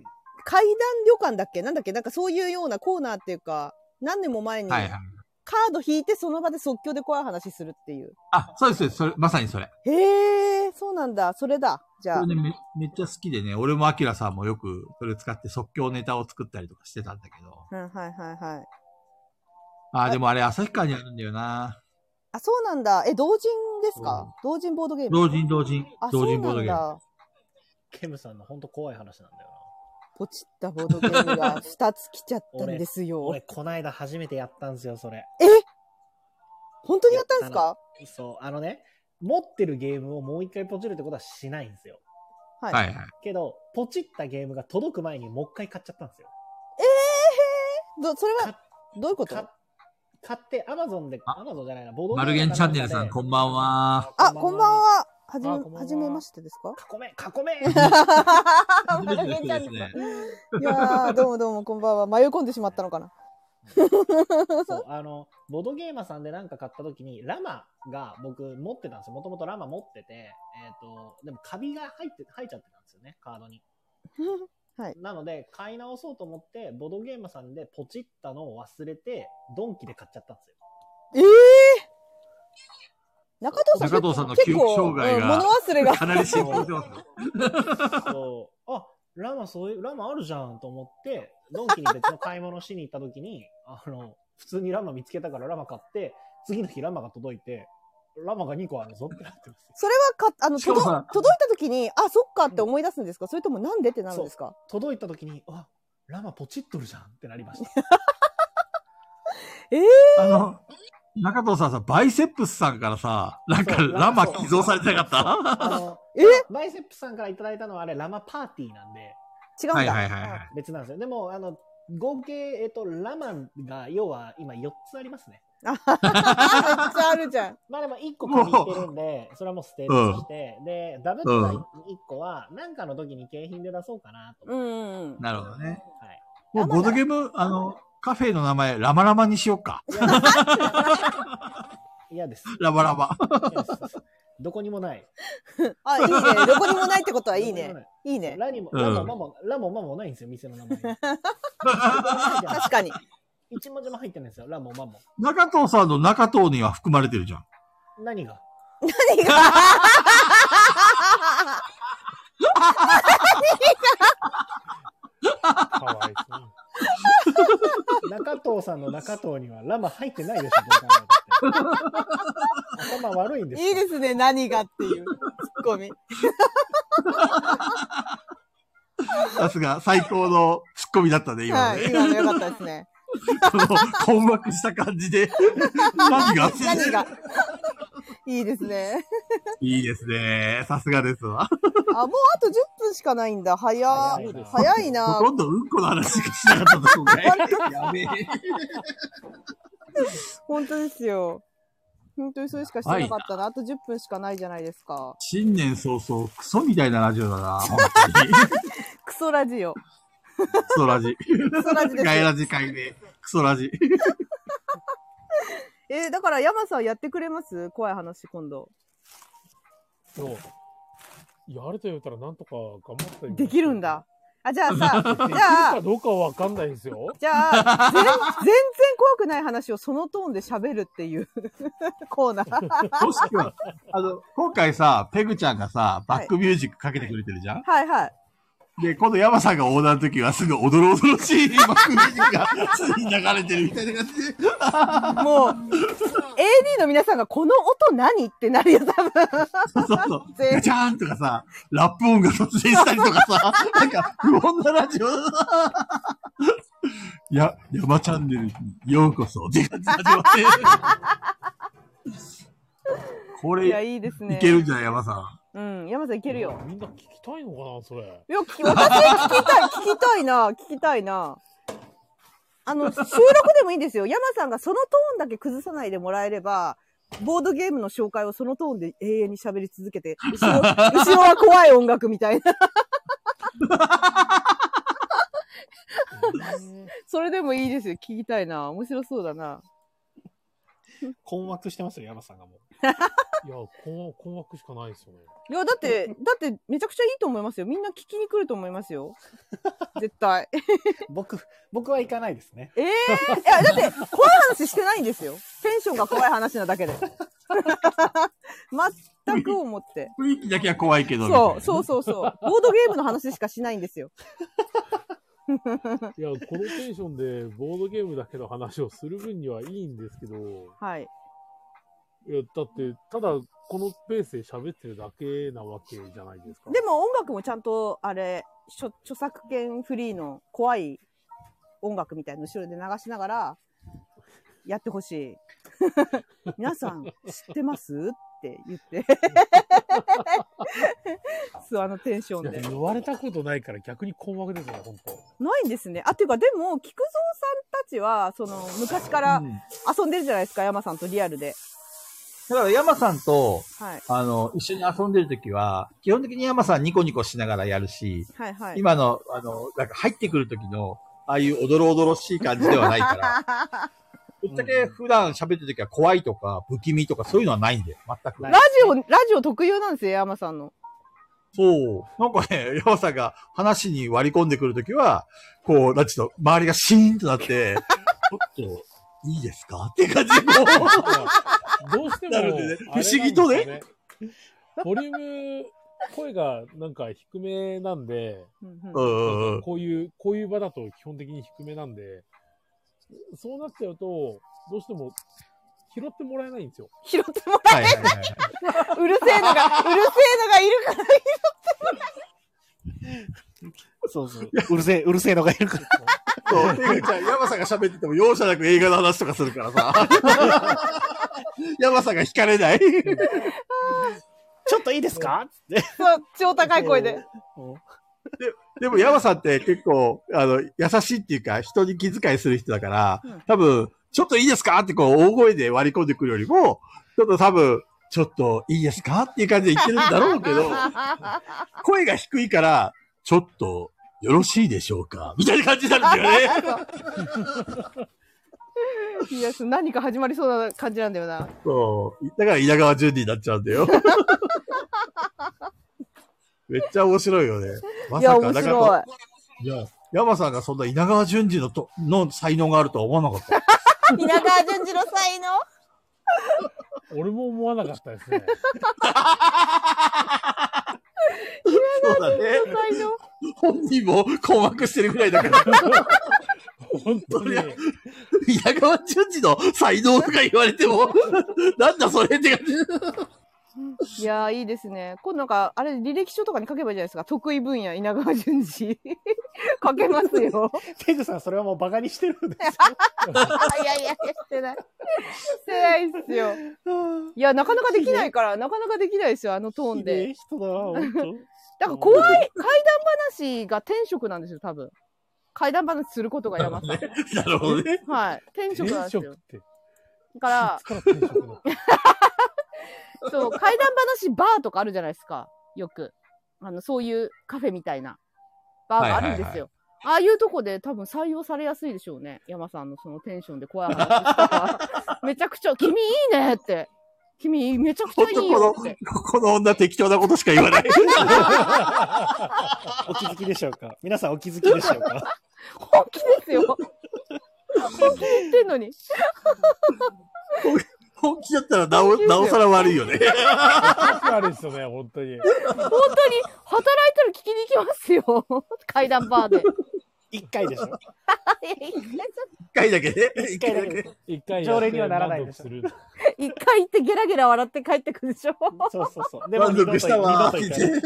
Speaker 1: 階段旅館だっけなんだっけなんかそういうようなコーナーっていうか、何年も前に
Speaker 13: はいはい。
Speaker 1: カード引いてその場で即興で怖い話するっていう。
Speaker 13: あ、そうです、そうですそれ、まさにそれ。
Speaker 1: へえ、そうなんだ。それだ。じゃ
Speaker 13: そ
Speaker 1: あ
Speaker 13: れ。ねめめっちゃ好きでね、俺もアキラさんもよくそれ使って即興ネタを作ったりとかしてたんだけど。
Speaker 1: うん、はいはいはい。
Speaker 13: あー、でもあれ、旭川にあるんだよな。
Speaker 1: あ、そうなんだ。え、同人ですか同人ボードゲーム。
Speaker 13: 同人同人
Speaker 1: あ、、そ
Speaker 13: 同
Speaker 1: う
Speaker 13: 人ボ
Speaker 1: な
Speaker 13: ード
Speaker 1: ん
Speaker 13: ゲーム。
Speaker 1: だ。
Speaker 4: ケムさんのほんと怖い話なんだよな。
Speaker 1: ポチったボードゲームが2つ来ちゃったんですよ
Speaker 4: 俺、。こないだ初めてやったんですよ、それ。
Speaker 1: 本当にやったんですか
Speaker 4: そう、あのね、持ってるゲームをもう一回ポチるってことはしないんですよ。
Speaker 1: はい。
Speaker 13: はいはい。
Speaker 4: けど、ポチったゲームが届く前にもう一回買っちゃったんですよ。
Speaker 1: どそれ
Speaker 4: 買
Speaker 1: は、どういうこと
Speaker 4: か買って、アマゾンで、
Speaker 13: あ
Speaker 4: アマゾンじゃないな、ボード
Speaker 13: マルゲンチャンネルさん、こんばんは。
Speaker 1: あ、こんばん。は。はじめ
Speaker 4: あこんばん、は
Speaker 1: はじめましてですか
Speaker 4: 囲め、囲め
Speaker 1: マルゲンチャンネル
Speaker 13: ね。
Speaker 1: いやー、どうもどうも、こんばんは。迷い込んでしまったの かな。
Speaker 4: そう、あの、ボードゲーマーさんでなんか買った時に、ラマが僕持ってたんですよ。もともとラマ持ってて、えっ、と、でもカビが入って、入っちゃってたんですよね、カードに。なので、買い直そうと思って、ボードゲーマーさんでポチったのを忘れて、ドンキで買っちゃったんですよ。
Speaker 1: ええ中藤さん
Speaker 13: 中藤さんの
Speaker 1: 結構
Speaker 13: 記憶障害が
Speaker 1: うん物忘れが。
Speaker 13: かなり進行し てますね。
Speaker 4: そう、あ、ラマそういう、ラマあるじゃんと思って、ドンキに別の買い物しに行った時に、あの、普通にラマ見つけたからラマ買って、次の日ラマが届いて、ラマが2個あるぞってなってますよ。
Speaker 1: それはか、あの、
Speaker 13: しかも
Speaker 1: 届
Speaker 13: さ
Speaker 1: 届いた時に、あ、そっかって思い出すんですかそれともなんでってなるんですか
Speaker 4: 届いた時に、あ、ラマポチっとるじゃんってなりました。
Speaker 13: あの、中藤さんさ、バイセップスさんからさ、なんか
Speaker 4: そう
Speaker 13: ラマ寄贈されてなかった
Speaker 4: あの、
Speaker 1: え
Speaker 4: バイセップさんからいただいたのはあれ、ラマパーティーなんで、
Speaker 1: 違うんだ。
Speaker 13: はいはいはいはい。
Speaker 4: 別なんですよ。でも、あの、合計、えっと、ラマが、要は今4つありますね。
Speaker 1: あめっちゃあるじゃん。
Speaker 4: まあでも1個借りてるんで、それはもう捨てるとして、で、ダブった1個は、なんかの時に景品で出そうかなと
Speaker 1: う
Speaker 4: 思っ
Speaker 1: んうんうん。
Speaker 13: なるほどね。
Speaker 4: はい
Speaker 13: もうボードゲーム、あの、カフェの名前、ラマラマにしようか。
Speaker 4: て。嫌です。
Speaker 13: ラバラバ。
Speaker 4: 嫌ですどこにもない。
Speaker 1: あ、いいね。どこにもないってことはいい
Speaker 4: ど
Speaker 1: ね
Speaker 4: こにも。
Speaker 1: いい
Speaker 4: ない
Speaker 1: ね。
Speaker 4: ラにも、
Speaker 13: うん
Speaker 4: ラもマも、ラもマもないんですよ、店の名前に。
Speaker 1: 確かに。
Speaker 4: 一文字も入ってないんですよ、ラもマも。
Speaker 13: 中藤さんの中藤には含まれてるじゃん。
Speaker 4: 何が
Speaker 1: 何が
Speaker 3: かわいそうに。
Speaker 4: 中藤さんの中藤にはラマ入ってないでしょ、どう考えたって頭悪いんです よ
Speaker 1: いいですね。何がっていう。ツッコミ。
Speaker 13: さすが、最高のツッコミだったね、今
Speaker 1: はい。
Speaker 13: ね。
Speaker 1: 今の良かったですね。
Speaker 13: この困惑した感 じで。何が
Speaker 1: 何がいいですね。
Speaker 13: いいですね。さすがですわ。
Speaker 1: あ、もうあと10分しかないんだ。早
Speaker 4: 早
Speaker 1: い
Speaker 4: いな
Speaker 1: 早い
Speaker 13: ほ
Speaker 1: な
Speaker 13: と。んどうんこの話がしなかったと今回。やべえ。
Speaker 1: 本当ですよ。本当にそれしかしてなかったな。あと10分しかないじゃないですか。
Speaker 13: 新年早々、クソみたいなラジオだな、本当に。
Speaker 1: クソラジオ。
Speaker 13: クソラジ。
Speaker 1: クソラジです
Speaker 13: ガイ
Speaker 1: よ。
Speaker 13: ラジ会で。クソラジ。
Speaker 1: えーだから山さんやってくれます怖い話今度。
Speaker 3: そう。やると言ったらなんとか頑張ったりも
Speaker 1: できるんだ。。あ、じゃあさ、じゃ
Speaker 3: か
Speaker 1: あ、
Speaker 3: どうかはわかんないですよ。
Speaker 1: じゃあ、全全然怖くない話をそのトーンで喋るっていう コーナー。
Speaker 13: もしくは、あの、今回さ、ペグちゃんがさ、バックミュージックかけてくれてるじゃん、
Speaker 1: はいはい。
Speaker 13: で、今度山さんがオーダーの時はすぐおどろおどろしいバックミュージックが 常に流れてるみたいな感じで。
Speaker 1: もう、AD の皆さんがこの音何ってなるよ、多分。
Speaker 13: そうそう。
Speaker 1: 全
Speaker 13: ガチャーンとかさ、ラップ音が突然したりとか さ、なんか不穏なラジオ だな。や、山チャンネルにようこそ。って感じで始まって。 こ
Speaker 1: いや、
Speaker 13: れ、
Speaker 1: いいですね。
Speaker 13: いけるんじゃない山さん。
Speaker 1: うん、山さんいけるよ。
Speaker 3: みんな聞きたいのかな、それ。
Speaker 1: いや、聞き、私聞きたい、聞きたいな、聞きたいな。あの、収録でもいいんですよ。山さんがそのトーンだけ崩さないでもらえれば、ボードゲームの紹介をそのトーンで永遠に喋り続けて、後ろ、後ろは怖い音楽みたいな。それでもいいですよ。聞きたいな。面白そうだな。
Speaker 4: 困惑してますよ、山さんがもう。
Speaker 3: いや、困困惑しかないですよね。
Speaker 1: いや、だって、だってめちゃくちゃいいと思いますよ。みんな聞きに来ると思います よ。絶対。
Speaker 4: 僕、僕は行かないですね。
Speaker 1: ええいや、だって怖い話してないんですよ。テンションが怖い話なだけで。 全く思って。
Speaker 13: 雰囲気だけは怖いけど。
Speaker 1: そう、
Speaker 13: う。
Speaker 1: そうそうそう。ボードゲームの話しかしないんですよ。
Speaker 3: いや、このテンションでボードゲームだけの話をする分にはいいんですけど、
Speaker 1: はい。
Speaker 3: いや、だって、ただ、このペースで喋ってるだけなわけじゃないですか。
Speaker 1: でも音楽もちゃんと、あれ、著著作権フリーの怖い音楽みたいなの後ろで流しながら、やってほしい。 皆さん、知ってますって言って。 そう、あのテンション
Speaker 3: いや
Speaker 1: で。
Speaker 3: 言われたことないから逆に困惑ですよね、本当。
Speaker 1: ないんですね。あ、ていうか、でも、菊蔵さんたちは、その、昔から
Speaker 13: ん、
Speaker 1: 遊んでるじゃないですか、山さんとリアルで。
Speaker 13: だから山さんと、
Speaker 1: はい。
Speaker 13: あの、一緒に遊んでるときは、基本的に山さんニコニコしながらやるし、
Speaker 1: はいはい。
Speaker 13: 今の、あの、なんか入ってくるときの、ああいうおどろおどろしい感じではないから、ぶっちゃけ普段喋ってるときは怖いとか、不気味とかそういうのはないんで、全く。
Speaker 4: な
Speaker 1: ラ
Speaker 4: い
Speaker 1: ジオ、ラジオ特有なんですよ、山さんの。
Speaker 13: そう。なんかね、山さんが話に割り込んでくるときは、こう、なんちゅうの、周りがシーンとなって、 ちょっと、いいですかっていう感じで、こう
Speaker 3: どうしても、
Speaker 13: なるんでね
Speaker 3: あれなんですよ
Speaker 13: 不思議とね。
Speaker 3: ボリューム、声がなんか低めなんで、
Speaker 1: うんうん
Speaker 13: うんうんうん。
Speaker 3: こういう、こういう場だと基本的に低めなんで、そうなっちゃうと、どうしても拾ってもらえないんですよ。
Speaker 1: 拾っても
Speaker 13: はいはいはい。
Speaker 1: らう、うるせえのが、うるせえのがいるから。
Speaker 4: そうそう。うるせえ、うるせえのがいるから。
Speaker 13: そう。ていうか、じゃあ山さんが喋ってても容赦なく映画の話とかするからさ。山さんが惹かれない。
Speaker 4: ちょっといいですかって。
Speaker 1: そう、超高い声で。
Speaker 13: でも山さんって結構、あの、優しいっていうか、人に気遣いする人だから
Speaker 1: うん、
Speaker 13: 多分、ちょっといいですかってこう、大声で割り込んでくるよりも、ちょっと多分、ちょっといいですかっていう感じで言ってるんだろう けど、声が低いから、ちょっと、よろしいでしょうかみたいな感じになるんだよ ね。
Speaker 1: いや、そう何か始まりそうな感じなんだよな。
Speaker 13: そう。だから稲川淳二になっちゃうんだよ。 めっちゃ面白いよね。ま
Speaker 1: いや、
Speaker 13: さ
Speaker 1: 面
Speaker 13: か、だから、
Speaker 1: 白い。
Speaker 14: いや、
Speaker 13: 山さんがそんな稲川淳二のと、の才能があるとは思わなか った。
Speaker 1: 稲川淳二の才能
Speaker 3: 俺も思わなかったですね。
Speaker 13: そうだね。
Speaker 1: 才能
Speaker 13: 本人も困惑してるぐらいだ から、
Speaker 3: 本当に。
Speaker 13: 稲川淳二の才能とか言われても、 なんだそれって感じ。
Speaker 1: いや、いいですね。今度なんか、あれ、履歴書とかに書けばいいじゃないですか。得意分野、稲川淳二。 書けますよ。
Speaker 4: テグさん、それはもうバカにしてるんですよ。
Speaker 1: いやいやいや、してない。してないっすよ。いや、なかなかできないから、なかなかできないですよ、あのトーン
Speaker 4: ひで
Speaker 1: で。
Speaker 4: え人だな、本当。
Speaker 1: だから怖い、怪談話が天職なんですよ、多分。怪談話することが山さん。
Speaker 13: なるほどね。
Speaker 1: はい。天職なんです
Speaker 3: 職
Speaker 1: よ。
Speaker 3: って。い
Speaker 1: だから
Speaker 3: つ、から転職の。
Speaker 1: そう、怪談話バーとかあるじゃないですか。よく。あの、そういうカフェみたいなバーがあるんですよ。ああいうとこで多分採用されやすいでしょうね。山さんのそのテンションで怖い話した ら。めちゃくちゃ、君いいねって。君めちゃくちゃいいよって。
Speaker 13: この女適当なことしか言わない。
Speaker 4: お気づきでしょうか皆さんお気づきでしょうか
Speaker 1: 本気ですよ。本気で言ってんのに。
Speaker 13: 本気だったらなお、なおさら悪いよね。
Speaker 3: あれですよね、本当に。
Speaker 1: 本当に働いてる聞きに行きますよ。階段バーで。
Speaker 4: 一回でしょ
Speaker 13: 一回だけね。
Speaker 4: 一回だけ。
Speaker 3: 一回
Speaker 4: 常連にはならないで
Speaker 3: ですする。
Speaker 1: 一回行ってゲラゲラ笑って帰ってくるで しょ。
Speaker 4: そうそうそう。でも
Speaker 13: 満
Speaker 4: 二度と
Speaker 13: 足したわ。
Speaker 4: 二度と行かない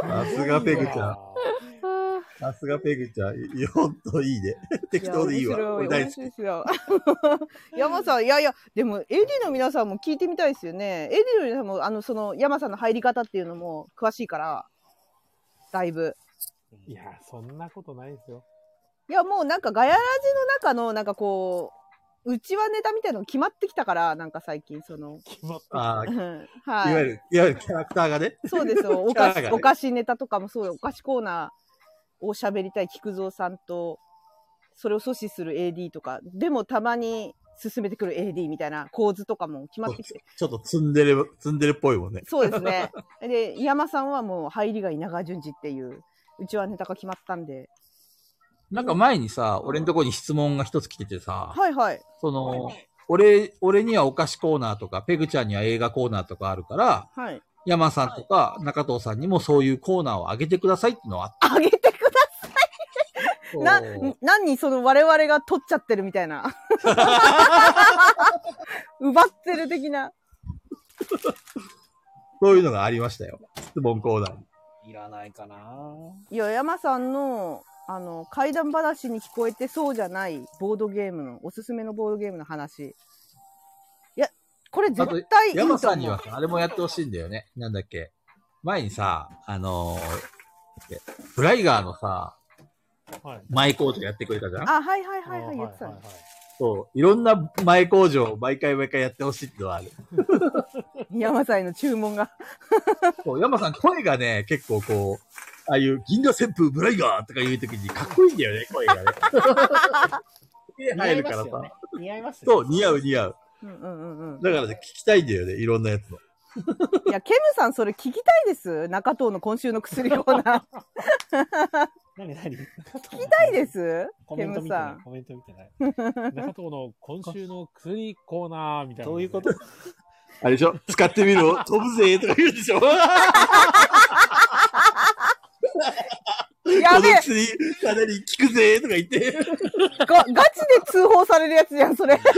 Speaker 13: さすがペグちゃん。さすがペグちゃん。いやほんといいね。適当でいいわ。俺
Speaker 1: 面白い
Speaker 13: 大
Speaker 1: 面
Speaker 13: 好き。
Speaker 1: 白いですよ。 山さん、いやいや、でも AD の皆さんも聞いてみたいですよね。AD の皆さんも、あの、その山さんの入り方っていうのも詳しいから、だいぶ。
Speaker 3: いや、そんなことないですよ。
Speaker 1: いや、もうなんかガヤラジの中の、なんかこう、うちはネタみたいなの決まってきたから、なんか最近、その、
Speaker 3: 決まった。
Speaker 13: あ
Speaker 1: うん
Speaker 13: あ、いわ
Speaker 1: は
Speaker 13: ゆ
Speaker 1: い。
Speaker 13: る、いわゆるキャラクターが ね。
Speaker 1: そうですよ。お菓
Speaker 13: キ
Speaker 1: 子、
Speaker 13: ャラがね
Speaker 1: お菓子ネタとかもそうよお菓子コーナーを喋りたい菊蔵さんと、それを阻止する AD とか、でもたまに
Speaker 15: 進めてくる AD みたいな構図とかも決まってきて、
Speaker 13: ちょっとツンデレ、ツンデレっぽいもんね。
Speaker 15: そうですね。 で、山さんはもう入りが稲川淳二っていう、うちはネタが決まったんで。
Speaker 13: なんか前にさ、俺のとこに質問が一つ来ててさ、
Speaker 15: はいはい。
Speaker 13: その、俺、俺にはお菓子コーナーとか、ペグちゃんには映画コーナーとかあるから、
Speaker 15: はい。
Speaker 13: 山さんとか中藤さんにもそういうコーナーをあげてくださいってのはあっ
Speaker 15: あげてく
Speaker 13: た。
Speaker 15: な、何その我々が取っちゃってるみたいな。奪ってる的な。
Speaker 13: そういうのがありましたよ。質問コーナーに。
Speaker 4: いらないかない
Speaker 15: や、山さんの、あの、怪談話に聞こえてそうじゃないボードゲームの、おすすめのボードゲームの話。いや、これ絶対いいと思
Speaker 13: 山
Speaker 15: う。
Speaker 13: さんにはさあれもやってほしいんだよね。なんだっけ。前にさ、あのー、フライガーのさ、
Speaker 3: はい。
Speaker 13: 前工場やってくれたじゃん
Speaker 15: あ、はいはいはいはい、言ってたね。
Speaker 13: そう。いろんな前工場を毎回毎回やってほしいってのはある。
Speaker 15: 山さんへの注文が。
Speaker 13: そう、山さん声がね、結構こう、ああいう銀河旋風ブライガーとかいう時にかっこいいんだよね、声がね。手入るからさ。
Speaker 4: 似合います
Speaker 13: そ
Speaker 4: よ
Speaker 13: う、似合う似合う。
Speaker 15: うんうんうんうん。
Speaker 13: だからね、聞きたいんだよね、いろんなやつの。
Speaker 15: いや、ケムさんそれ聞きたいです。中藤の今週の薬コーナー。聞
Speaker 4: 何何聞き
Speaker 15: きたいです。
Speaker 4: コ
Speaker 15: ケ
Speaker 4: メント
Speaker 15: ム
Speaker 4: 見て
Speaker 15: さ
Speaker 4: ない
Speaker 15: ん。
Speaker 4: コメント見てない。
Speaker 3: 中藤の今週の薬コーナーみたいな。
Speaker 4: どういうこと
Speaker 13: あれでしょ使ってみろ飛ぶぜとか言うでしょ
Speaker 15: やべえ
Speaker 13: 薬、かなり効くぜとか言って。
Speaker 15: が、ガチで通報されるやつじゃん、それ。やば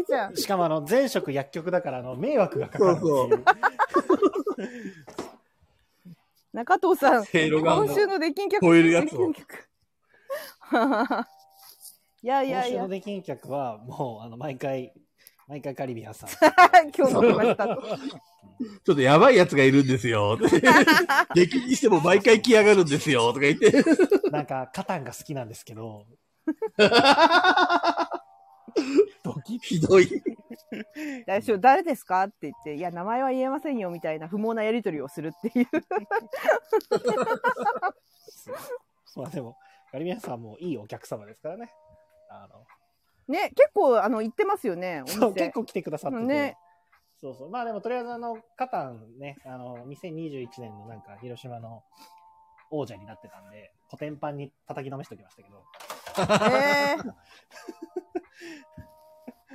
Speaker 15: いじゃん。
Speaker 4: しかもあの、前職薬局だから、あの、迷惑がかかるっていう。
Speaker 13: そうそう
Speaker 15: 中藤さん、
Speaker 13: せいろがんの
Speaker 15: 今週の出禁客。
Speaker 13: 超えるやつを
Speaker 15: 出禁客 いやい
Speaker 4: 今
Speaker 15: やい
Speaker 4: 週
Speaker 15: や
Speaker 4: の、出禁客は、もう、あの、毎回、毎回カリビアンさん。
Speaker 15: 今日も来ましたと。
Speaker 13: ちょっとやばいやつがいるんです よ。激にしても毎回来やがるんですよ。とか言って。
Speaker 4: なんか、カタンが好きなんですけど、
Speaker 3: ドキッ
Speaker 13: ひどい。
Speaker 15: 大将、誰ですかって言って、いや、名前は言えませんよ、みたいな不毛なやりとりをするっていう。
Speaker 4: まあでも、カリビアンさんもいいお客様ですからね。あの、
Speaker 15: ね、結構、あの、行ってますよね、お店。
Speaker 4: そう、結構来てくださってて。
Speaker 15: ね
Speaker 4: そうそう。まあでも、とりあえずあの、カタンね、あの、2021年のなんか、広島の王者になってたんで、コテンパンに叩きのめしておきましたけど、
Speaker 15: えー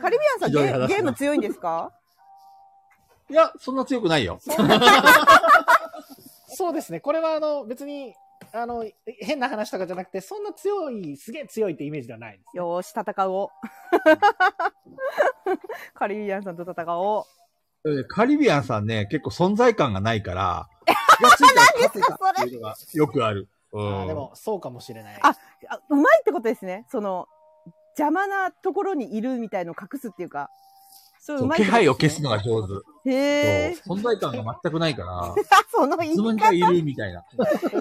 Speaker 15: カリビアンさん
Speaker 13: ひどい話だ
Speaker 15: ゲ、ゲーム強いんですか
Speaker 13: いや、そんな強くないよ。
Speaker 4: そうですね。これはあの、別に、あの、変な話とかじゃなくて、そんな強い、すげえ強いってイメージではないです。
Speaker 15: よーし、戦おう。 カリビアンさんと戦おう。
Speaker 13: カリビアンさんね、結構存在感がない から、気がついたら勝ってたっていうのがよくある。う
Speaker 4: あー
Speaker 13: ん
Speaker 4: でも、そうかもしれない。
Speaker 15: ああうまいってことですね。その、邪魔なところにいるみたいのを隠すっていうか。そう、
Speaker 13: そうう
Speaker 15: まい
Speaker 13: 気配を消
Speaker 15: す。
Speaker 13: すのが上手。
Speaker 15: へえ。
Speaker 13: そう存在感が全くないから、
Speaker 15: あ、 その言
Speaker 13: い
Speaker 15: い
Speaker 13: つの間に
Speaker 15: 方。
Speaker 13: かいるみたいな。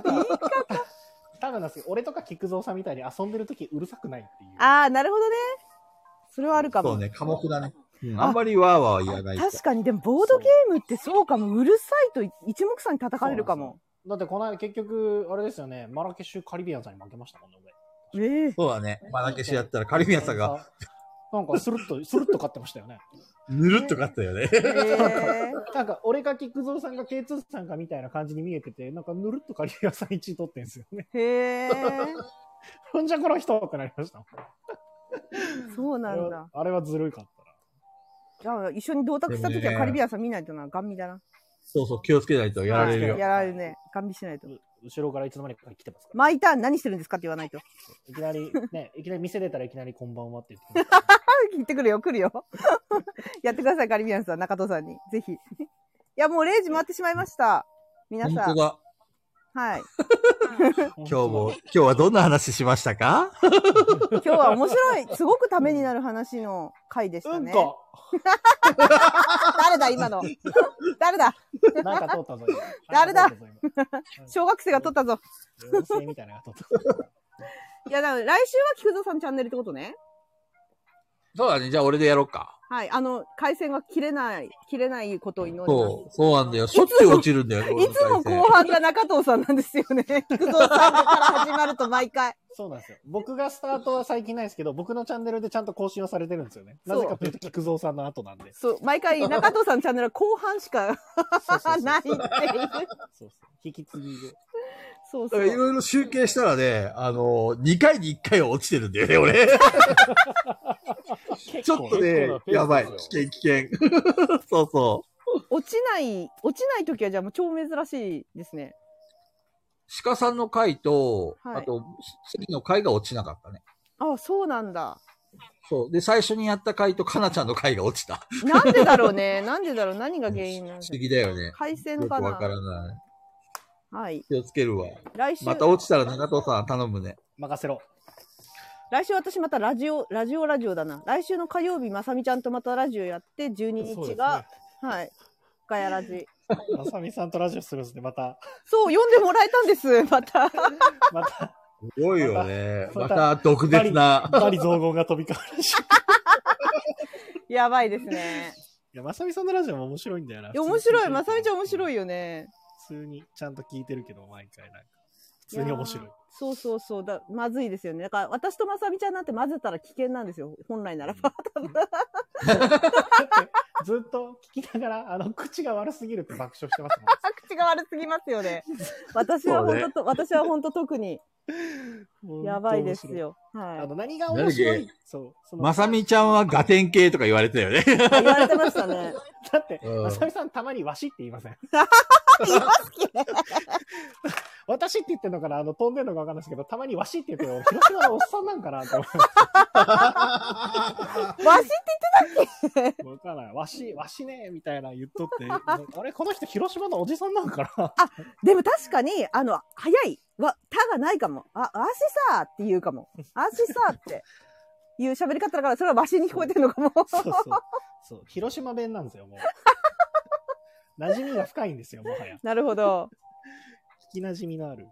Speaker 4: 多分なんですけど、俺とか菊蔵さんみたいに遊んでる時うるさくないっていう。
Speaker 15: ああ、なるほどね。それはあるか
Speaker 13: そう
Speaker 15: も。
Speaker 13: ね、科目だね。うんあんまりわーわー言わない。
Speaker 15: 確かに、でも、ボードゲームってそうかも。うるさいと一目散に叩かれるかも。
Speaker 4: だってこの間結局、あれですよね、マラケシュカリビアンさんに負けましたもんね、俺。
Speaker 15: え え
Speaker 13: そうだね。マラケシやったらカリビアンさんが、
Speaker 4: なんか、なんかスルッと、スルッと勝ってましたよね。
Speaker 13: ぬるっと勝ったよね。
Speaker 15: えー
Speaker 4: なんか、俺か菊蔵さんが K2 さんかみたいな感じに見えてて、なんか、ぬるっとカリビアンさん1位取ってんですよね。
Speaker 15: へえ。
Speaker 4: ほんじゃこの人ってなりましたもん。
Speaker 15: そうな
Speaker 4: あれ
Speaker 15: ん
Speaker 4: は
Speaker 15: だ。
Speaker 4: あれはずるいかったな。
Speaker 15: じゃあ一緒に同卓した時
Speaker 13: でも
Speaker 15: は
Speaker 13: ね
Speaker 15: カリビアンさん見ないとな、ガン見だな。
Speaker 13: そうそう、気をつけないとやられるよ。
Speaker 15: やられるね。ガン見しないと。
Speaker 4: う後ろからいつの間にか来てますから。
Speaker 15: 毎ターン何してるんですかって言わないと。
Speaker 4: いきな り、ね、いきなり店出たらいきなりこんばんはって言ってくるから。
Speaker 15: 聞いてくるよ、来るよ。 やってください、カリビアンさん、中藤さんに。ぜひ。いや、もう0時回ってしまいました。皆
Speaker 13: 本
Speaker 15: さ
Speaker 13: 当
Speaker 15: ん。
Speaker 13: だ。
Speaker 15: はい。
Speaker 4: 今
Speaker 13: 今日も、今日はどんな話しましたか
Speaker 15: 今日は面白い、すごくためになる話の回でした
Speaker 4: うん
Speaker 15: ね。
Speaker 4: こ
Speaker 15: 誰だ、今の。 誰だ
Speaker 4: なんか通ったぞ。今
Speaker 15: 誰
Speaker 4: な
Speaker 15: だ
Speaker 4: んか通ったぞ
Speaker 15: 小学生が撮ったぞ。
Speaker 4: 今妖精みたいなのが通ったぞ。
Speaker 15: いや、だから来週は菊蔵さんチャンネルってことね。
Speaker 13: そうだね。じゃあ俺でやろうか。
Speaker 15: はい。あの、回線が切れない、切れないことを祈ります。
Speaker 13: そう、そうなんだよ。しょっちゅう落ちるんだよ。
Speaker 15: いつも後半が中藤さんなんですよね。 菊蔵さんから始まると毎回。
Speaker 4: そうなんですよ。僕がスタートは最近ないですけど、僕のチャンネルでちゃんと更新はされてるんですよね。
Speaker 15: そ
Speaker 4: な
Speaker 15: う
Speaker 4: ぜかというと、菊蔵さんの後なん で。
Speaker 15: そう、毎回中藤さんのチャンネルは後半しか
Speaker 4: そうそうそう
Speaker 15: ないっていう。
Speaker 4: そうそう。引き継ぎで。
Speaker 15: そう
Speaker 13: だ
Speaker 15: そ。
Speaker 13: からいうろいろ集計したらね、あの、2回に1回は落ちてるんだよね、 俺。ちょっと
Speaker 3: 結構な、ペー
Speaker 13: ね
Speaker 3: スですよ
Speaker 13: やばい。危険、危険。 そうそ
Speaker 15: 落ちない、落ちない時はじゃあもう超珍しいですね。
Speaker 13: う。鹿さんの回と、
Speaker 15: はい
Speaker 13: あと、次の回が落ちなかったね。
Speaker 15: あ、そうなんだ。
Speaker 13: そう。で、最初にやった回と、かなちゃんの回が落ちた。
Speaker 15: なんでだろう ね。なんでだろう。何が原因なん
Speaker 13: 不
Speaker 15: だ
Speaker 13: 思議だよね。
Speaker 15: 回線
Speaker 13: よく
Speaker 15: か
Speaker 13: わか
Speaker 15: な。
Speaker 13: らない。
Speaker 15: はい。
Speaker 13: 気をつけるわ。
Speaker 15: 来週、
Speaker 13: また落ちたら長藤さん頼むね。
Speaker 4: 任せろ。
Speaker 15: 来週私またラジオ、ラジオラジオだな。来週の火曜日、まさみちゃんとまたラジオやって、12
Speaker 3: そうで
Speaker 15: 日
Speaker 3: す
Speaker 15: が
Speaker 3: ね、
Speaker 15: はい。ガヤラジ。
Speaker 4: まさみさんとラジオするんですね。また、
Speaker 15: そう、読んでもらえたんです。また。
Speaker 4: また、
Speaker 13: すごいよね。ま
Speaker 4: ま
Speaker 13: た
Speaker 4: た
Speaker 13: 毒舌な。
Speaker 4: バリ雑言が飛び交うらしい。い
Speaker 15: やばいですね。
Speaker 4: や、まさみさんのラジオも面白いんだよな。
Speaker 15: いや面白い。まさみちゃん面白い
Speaker 4: よ。
Speaker 15: よね。
Speaker 4: 普通にちゃんと聞いてるけど、毎回なんか。普通に面白い。
Speaker 15: やーそうそうそうだ。まずいですよね。だから私とまさみちゃんなんて混ぜたら危険なんですよ。本来ならば。
Speaker 4: ずっと聞きながら、あの、口が悪すぎるって爆笑してますもん。
Speaker 15: 口が悪すぎますよね。私は本当と、私は本当特に やばいですよ。
Speaker 4: あ
Speaker 15: は
Speaker 4: の、何が面白いそう。その
Speaker 13: まさみちゃんはガテン系とか言われてたよね。
Speaker 15: い。言われてましたね。
Speaker 4: だって、
Speaker 13: うん
Speaker 4: まさみさんたまにわしって言いません。
Speaker 15: 言いますっけ
Speaker 4: 私って言ってんのかなあの、飛んでんのかわかんないですけど、たまにわしって言ってるの。広島のおっさんなんかなって思
Speaker 15: わしって
Speaker 4: う。わからない。わし、わしねみたいな言っとって。あれこの人広島のおじさんなんかな
Speaker 15: でも確かに、あの、早い。わ、たがないかも。あ、あしさーって言うかも。あしさーって。いう喋り方だから、それはわしに聞こえてるのかも。
Speaker 4: そうそう。そう。広島弁なんですよ、もう。馴染みが深いんですよ、もはや。
Speaker 15: なるほど。
Speaker 4: 聞き馴染みのある。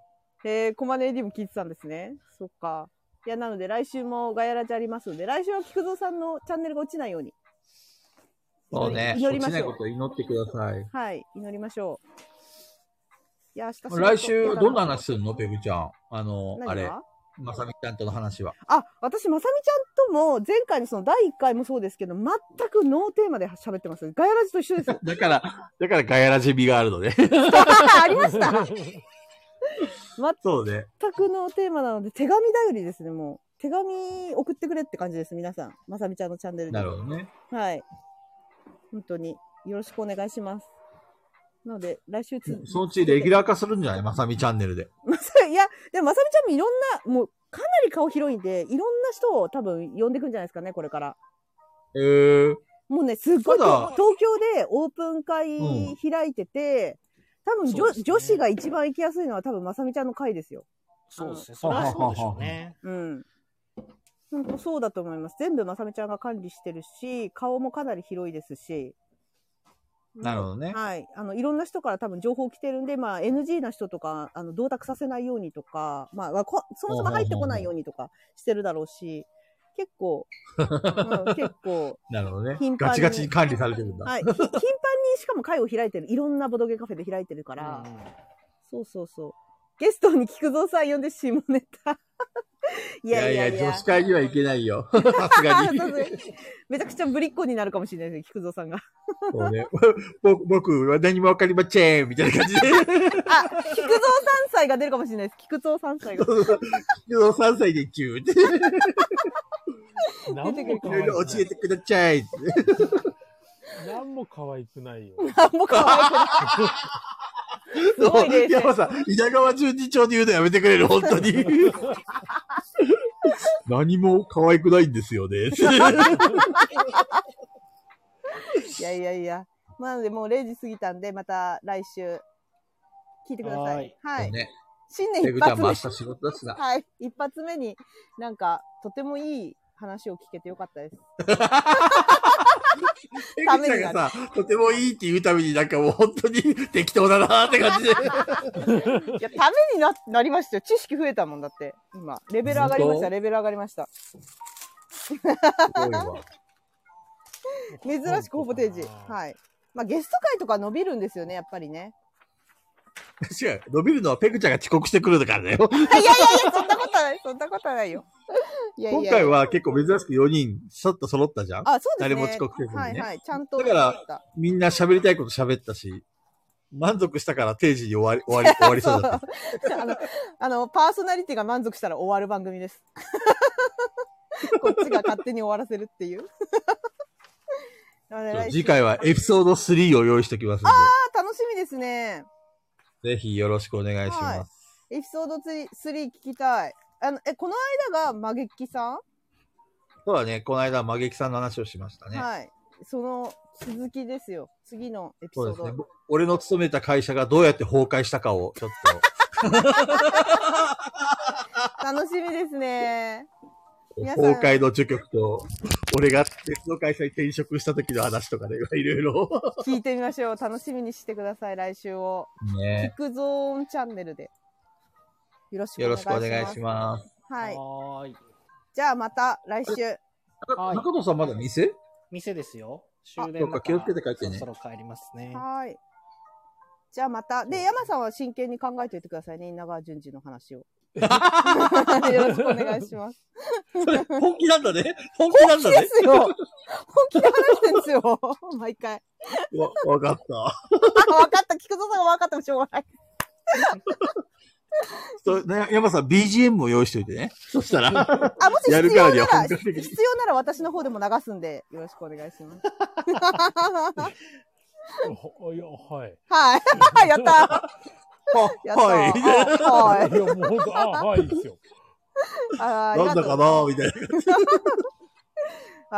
Speaker 15: えー、コマネ AD も聞いてたんですね。そっか。いや、なので来週もガヤラジありますので、来週は菊蔵さんのチャンネルが落ちないように。
Speaker 13: そうね。
Speaker 15: 祈り
Speaker 13: 落
Speaker 15: ま
Speaker 13: ちな
Speaker 15: し
Speaker 13: い
Speaker 15: ょう
Speaker 13: ことを祈ってください。
Speaker 15: はい、祈りましょう。いや、明日仕事
Speaker 13: 来週、どんな話するのペグちゃん。あの
Speaker 15: 何、が
Speaker 13: あれ、まさみちゃんとの話は。
Speaker 15: あ、私、まさみちゃんとも、前回のその第1回もそうですけど、全くノーテーマで喋ってます。ガヤラジと一緒です
Speaker 13: 。
Speaker 15: よ
Speaker 13: だから、だからガヤラジ味があるのね。
Speaker 15: ありました
Speaker 13: そうね。
Speaker 15: 全くノーテーマなので、手紙だよりですね、もう。手紙送ってくれって感じです、皆さん。まさみちゃんのチャンネルで。
Speaker 13: なるほどね。
Speaker 15: はい。本当に、よろしくお願いします。なので、来週つ、
Speaker 13: そのうちレギュラー化するんじゃないまさみチャンネルで。
Speaker 15: まさ、 いや、でも、まさみちゃんもいろんな、もう、かなり顔広いんで、いろんな人を多分呼んでくんじゃないですかね、これから。
Speaker 13: えー、
Speaker 15: もうね、すっごい、
Speaker 13: ただ
Speaker 15: 東京でオープン会開いてて、多分
Speaker 4: そう
Speaker 15: 女、
Speaker 4: ですね
Speaker 15: 女子が一番行きやすいのは多分、まさみちゃんの会ですよ。
Speaker 4: そうですね。
Speaker 13: あ
Speaker 4: そ
Speaker 13: の
Speaker 4: れはそうでしょうね。
Speaker 15: うん。本当そうだと思います。全部まさみちゃんが管理してるし、顔もかなり広いですし。
Speaker 13: なるほどね。
Speaker 15: はい。あの、いろんな人から多分情報来てるんで、まあ NG な人とか、あの、同卓させないようにとか、まあ、こそもそも入ってこないようにとかしてるだろうし、結構、うん結構、
Speaker 13: なるほどね
Speaker 15: 頻繁。
Speaker 13: ガ
Speaker 15: に
Speaker 13: チガチに管理されてるんだ。
Speaker 15: はい。ひ頻繁にしかも会を開いてる。いろんなボドゲカフェで開いてるから、
Speaker 4: うん
Speaker 15: そうそうそう。ゲストに菊蔵さん呼んで下ネ タ。い
Speaker 13: いや
Speaker 15: や
Speaker 13: い
Speaker 15: いや
Speaker 13: や
Speaker 15: いや。
Speaker 13: 女子会にはいけない よ。さす
Speaker 15: あ
Speaker 13: がに。
Speaker 15: そうそう めちゃくちゃぶりっ子になるかもしれないですね、 菊蔵さんが。
Speaker 13: そうね。僕、僕は何もわかりませんみたいな感じで。
Speaker 15: あ、菊蔵3歳が出るかもしれないです。菊蔵3歳が。
Speaker 13: 3歳で急って。い
Speaker 3: 何
Speaker 15: 出てく
Speaker 3: も可
Speaker 15: るか
Speaker 3: 愛
Speaker 13: ろいろ
Speaker 3: く
Speaker 13: 教えてくださいって。
Speaker 3: ない。何も可愛くないよ。
Speaker 15: あ、もう可愛いけど。すごい冷静。
Speaker 13: 山さん、稲川十二町で言うのやめてくれる、本当 に。何も可愛くないんですよね。
Speaker 15: いやいやいや。まあなので、もう0時過ぎたんで、また来週、聞いてください。はい。
Speaker 13: ね、
Speaker 15: 新年
Speaker 13: ペ
Speaker 15: 一
Speaker 13: グちゃん
Speaker 15: 発
Speaker 13: も明
Speaker 15: 目。
Speaker 13: 日仕事だしな。
Speaker 15: はい。 一発目に、なんか、とてもいい話を聞けてよか ったです。
Speaker 13: ペ
Speaker 15: ダ
Speaker 13: グ
Speaker 15: メ
Speaker 13: ちゃん
Speaker 15: になる
Speaker 13: がさ、とてもいいって言うためになんかもう本当に 適当だなーって感じで。
Speaker 15: いや、ためにな、なりましたよ。知識増えたもんだって。今。レベル上がりまし
Speaker 13: 本
Speaker 15: た。
Speaker 13: 当
Speaker 15: レベル上がりました。
Speaker 13: すごいわ
Speaker 15: 珍しくホームページ。はい。まあ、ゲスト会とか伸びるんですよね、やっぱりね。
Speaker 13: 違う、伸びるのはペグちゃんが遅刻してくるからだよ。
Speaker 15: いやいやいや、そんなことはない、そんなことはないよ。 いやいやい
Speaker 13: 今
Speaker 15: や
Speaker 13: 回は結構珍しく4人、ちょっと揃ったじゃん
Speaker 15: あ、そうです
Speaker 13: 誰
Speaker 15: ね。
Speaker 13: も遅刻せずにね
Speaker 15: はいはい。ちゃんと。
Speaker 13: だから、みんな喋りたいこと喋ったし、満足したから定時に終わり、終 わり、終わりそうだった。
Speaker 15: あの、あの、パーソナリティが満足したら終わる番組です。 こっちが勝手に終わらせるっていう。なので
Speaker 13: そう
Speaker 15: 来週
Speaker 13: 次回はエピソード3を用意しておきますん
Speaker 15: あ楽しみですね。
Speaker 13: で、ぜひよろしくお願いします。
Speaker 15: エピソード3 3聞きたい。あの、え、この間がマゲッキさん、
Speaker 13: そうだね、この間、マゲキさんの話をしましたね。
Speaker 15: はい。その続きですよ。次のエピ
Speaker 13: そう
Speaker 15: ソ
Speaker 13: で
Speaker 15: ー
Speaker 13: す
Speaker 15: ド。
Speaker 13: ね。ぼ俺の勤めた会社がどうやって崩壊したかを、ちょっと。
Speaker 15: 楽しみですね。皆さん
Speaker 13: 崩壊の除去と、俺が別の会社に転職した時の話とかね、いろい ろ。
Speaker 15: 聞いてみましょう。楽しみにしてください、来週を。
Speaker 13: ね
Speaker 15: 聞くゾーンチャンネルで。よろしく
Speaker 13: よろ
Speaker 15: お願い
Speaker 13: し
Speaker 15: し
Speaker 13: くお
Speaker 15: ます。
Speaker 13: 願いします。
Speaker 15: はい。
Speaker 4: はーい。
Speaker 15: じゃあまた来週。
Speaker 4: はい
Speaker 13: 中藤さんまだ店
Speaker 4: 店ですよ。終
Speaker 13: そ
Speaker 4: 電
Speaker 13: う
Speaker 4: だ
Speaker 13: か
Speaker 4: から
Speaker 13: 気をつけて帰ってね
Speaker 4: そろそろ帰りますね。
Speaker 15: はい。じゃあまた。で、山さんは真剣に考えておいてくださいね。稲川淳二の話を。 よろしくお願いします。
Speaker 13: それ、本気なんだね。本気なんだ
Speaker 15: で
Speaker 13: ね。
Speaker 15: すよ。本気で話してんですよ。毎回。
Speaker 13: わ、わかった。
Speaker 15: あ、わかった。菊蔵さんがわかってもしょうがない。
Speaker 13: そう、ね、山さん BGM も用意しといてね。そしたら、
Speaker 15: あ、もし
Speaker 13: や
Speaker 15: 必
Speaker 13: るから
Speaker 15: 要
Speaker 13: に
Speaker 15: な
Speaker 13: は本
Speaker 15: ら、
Speaker 13: 格的に。
Speaker 15: 必要なら私の方でも流すんで、よろしくお願いします。
Speaker 3: ほいや、はい。
Speaker 15: はい。やったやった
Speaker 13: はい。
Speaker 15: はい
Speaker 3: や、もう本当、あ、はい、いいですよ。
Speaker 15: い。あー
Speaker 13: なんだかなみたいな。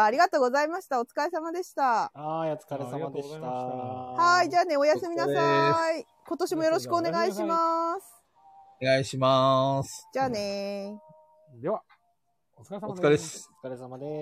Speaker 15: あありがとうございました。お疲れ様でした。
Speaker 4: はい、お疲れ様でし
Speaker 3: ありがとうござい
Speaker 4: た。
Speaker 3: ました
Speaker 15: はい、じ
Speaker 4: ゃ
Speaker 15: ゃあね、おやすみなさい。今年もよろしくお願いします。
Speaker 13: お願いします。
Speaker 15: じゃあねー。
Speaker 3: では、お疲れ様
Speaker 13: お疲れっす。
Speaker 4: お疲れ様です。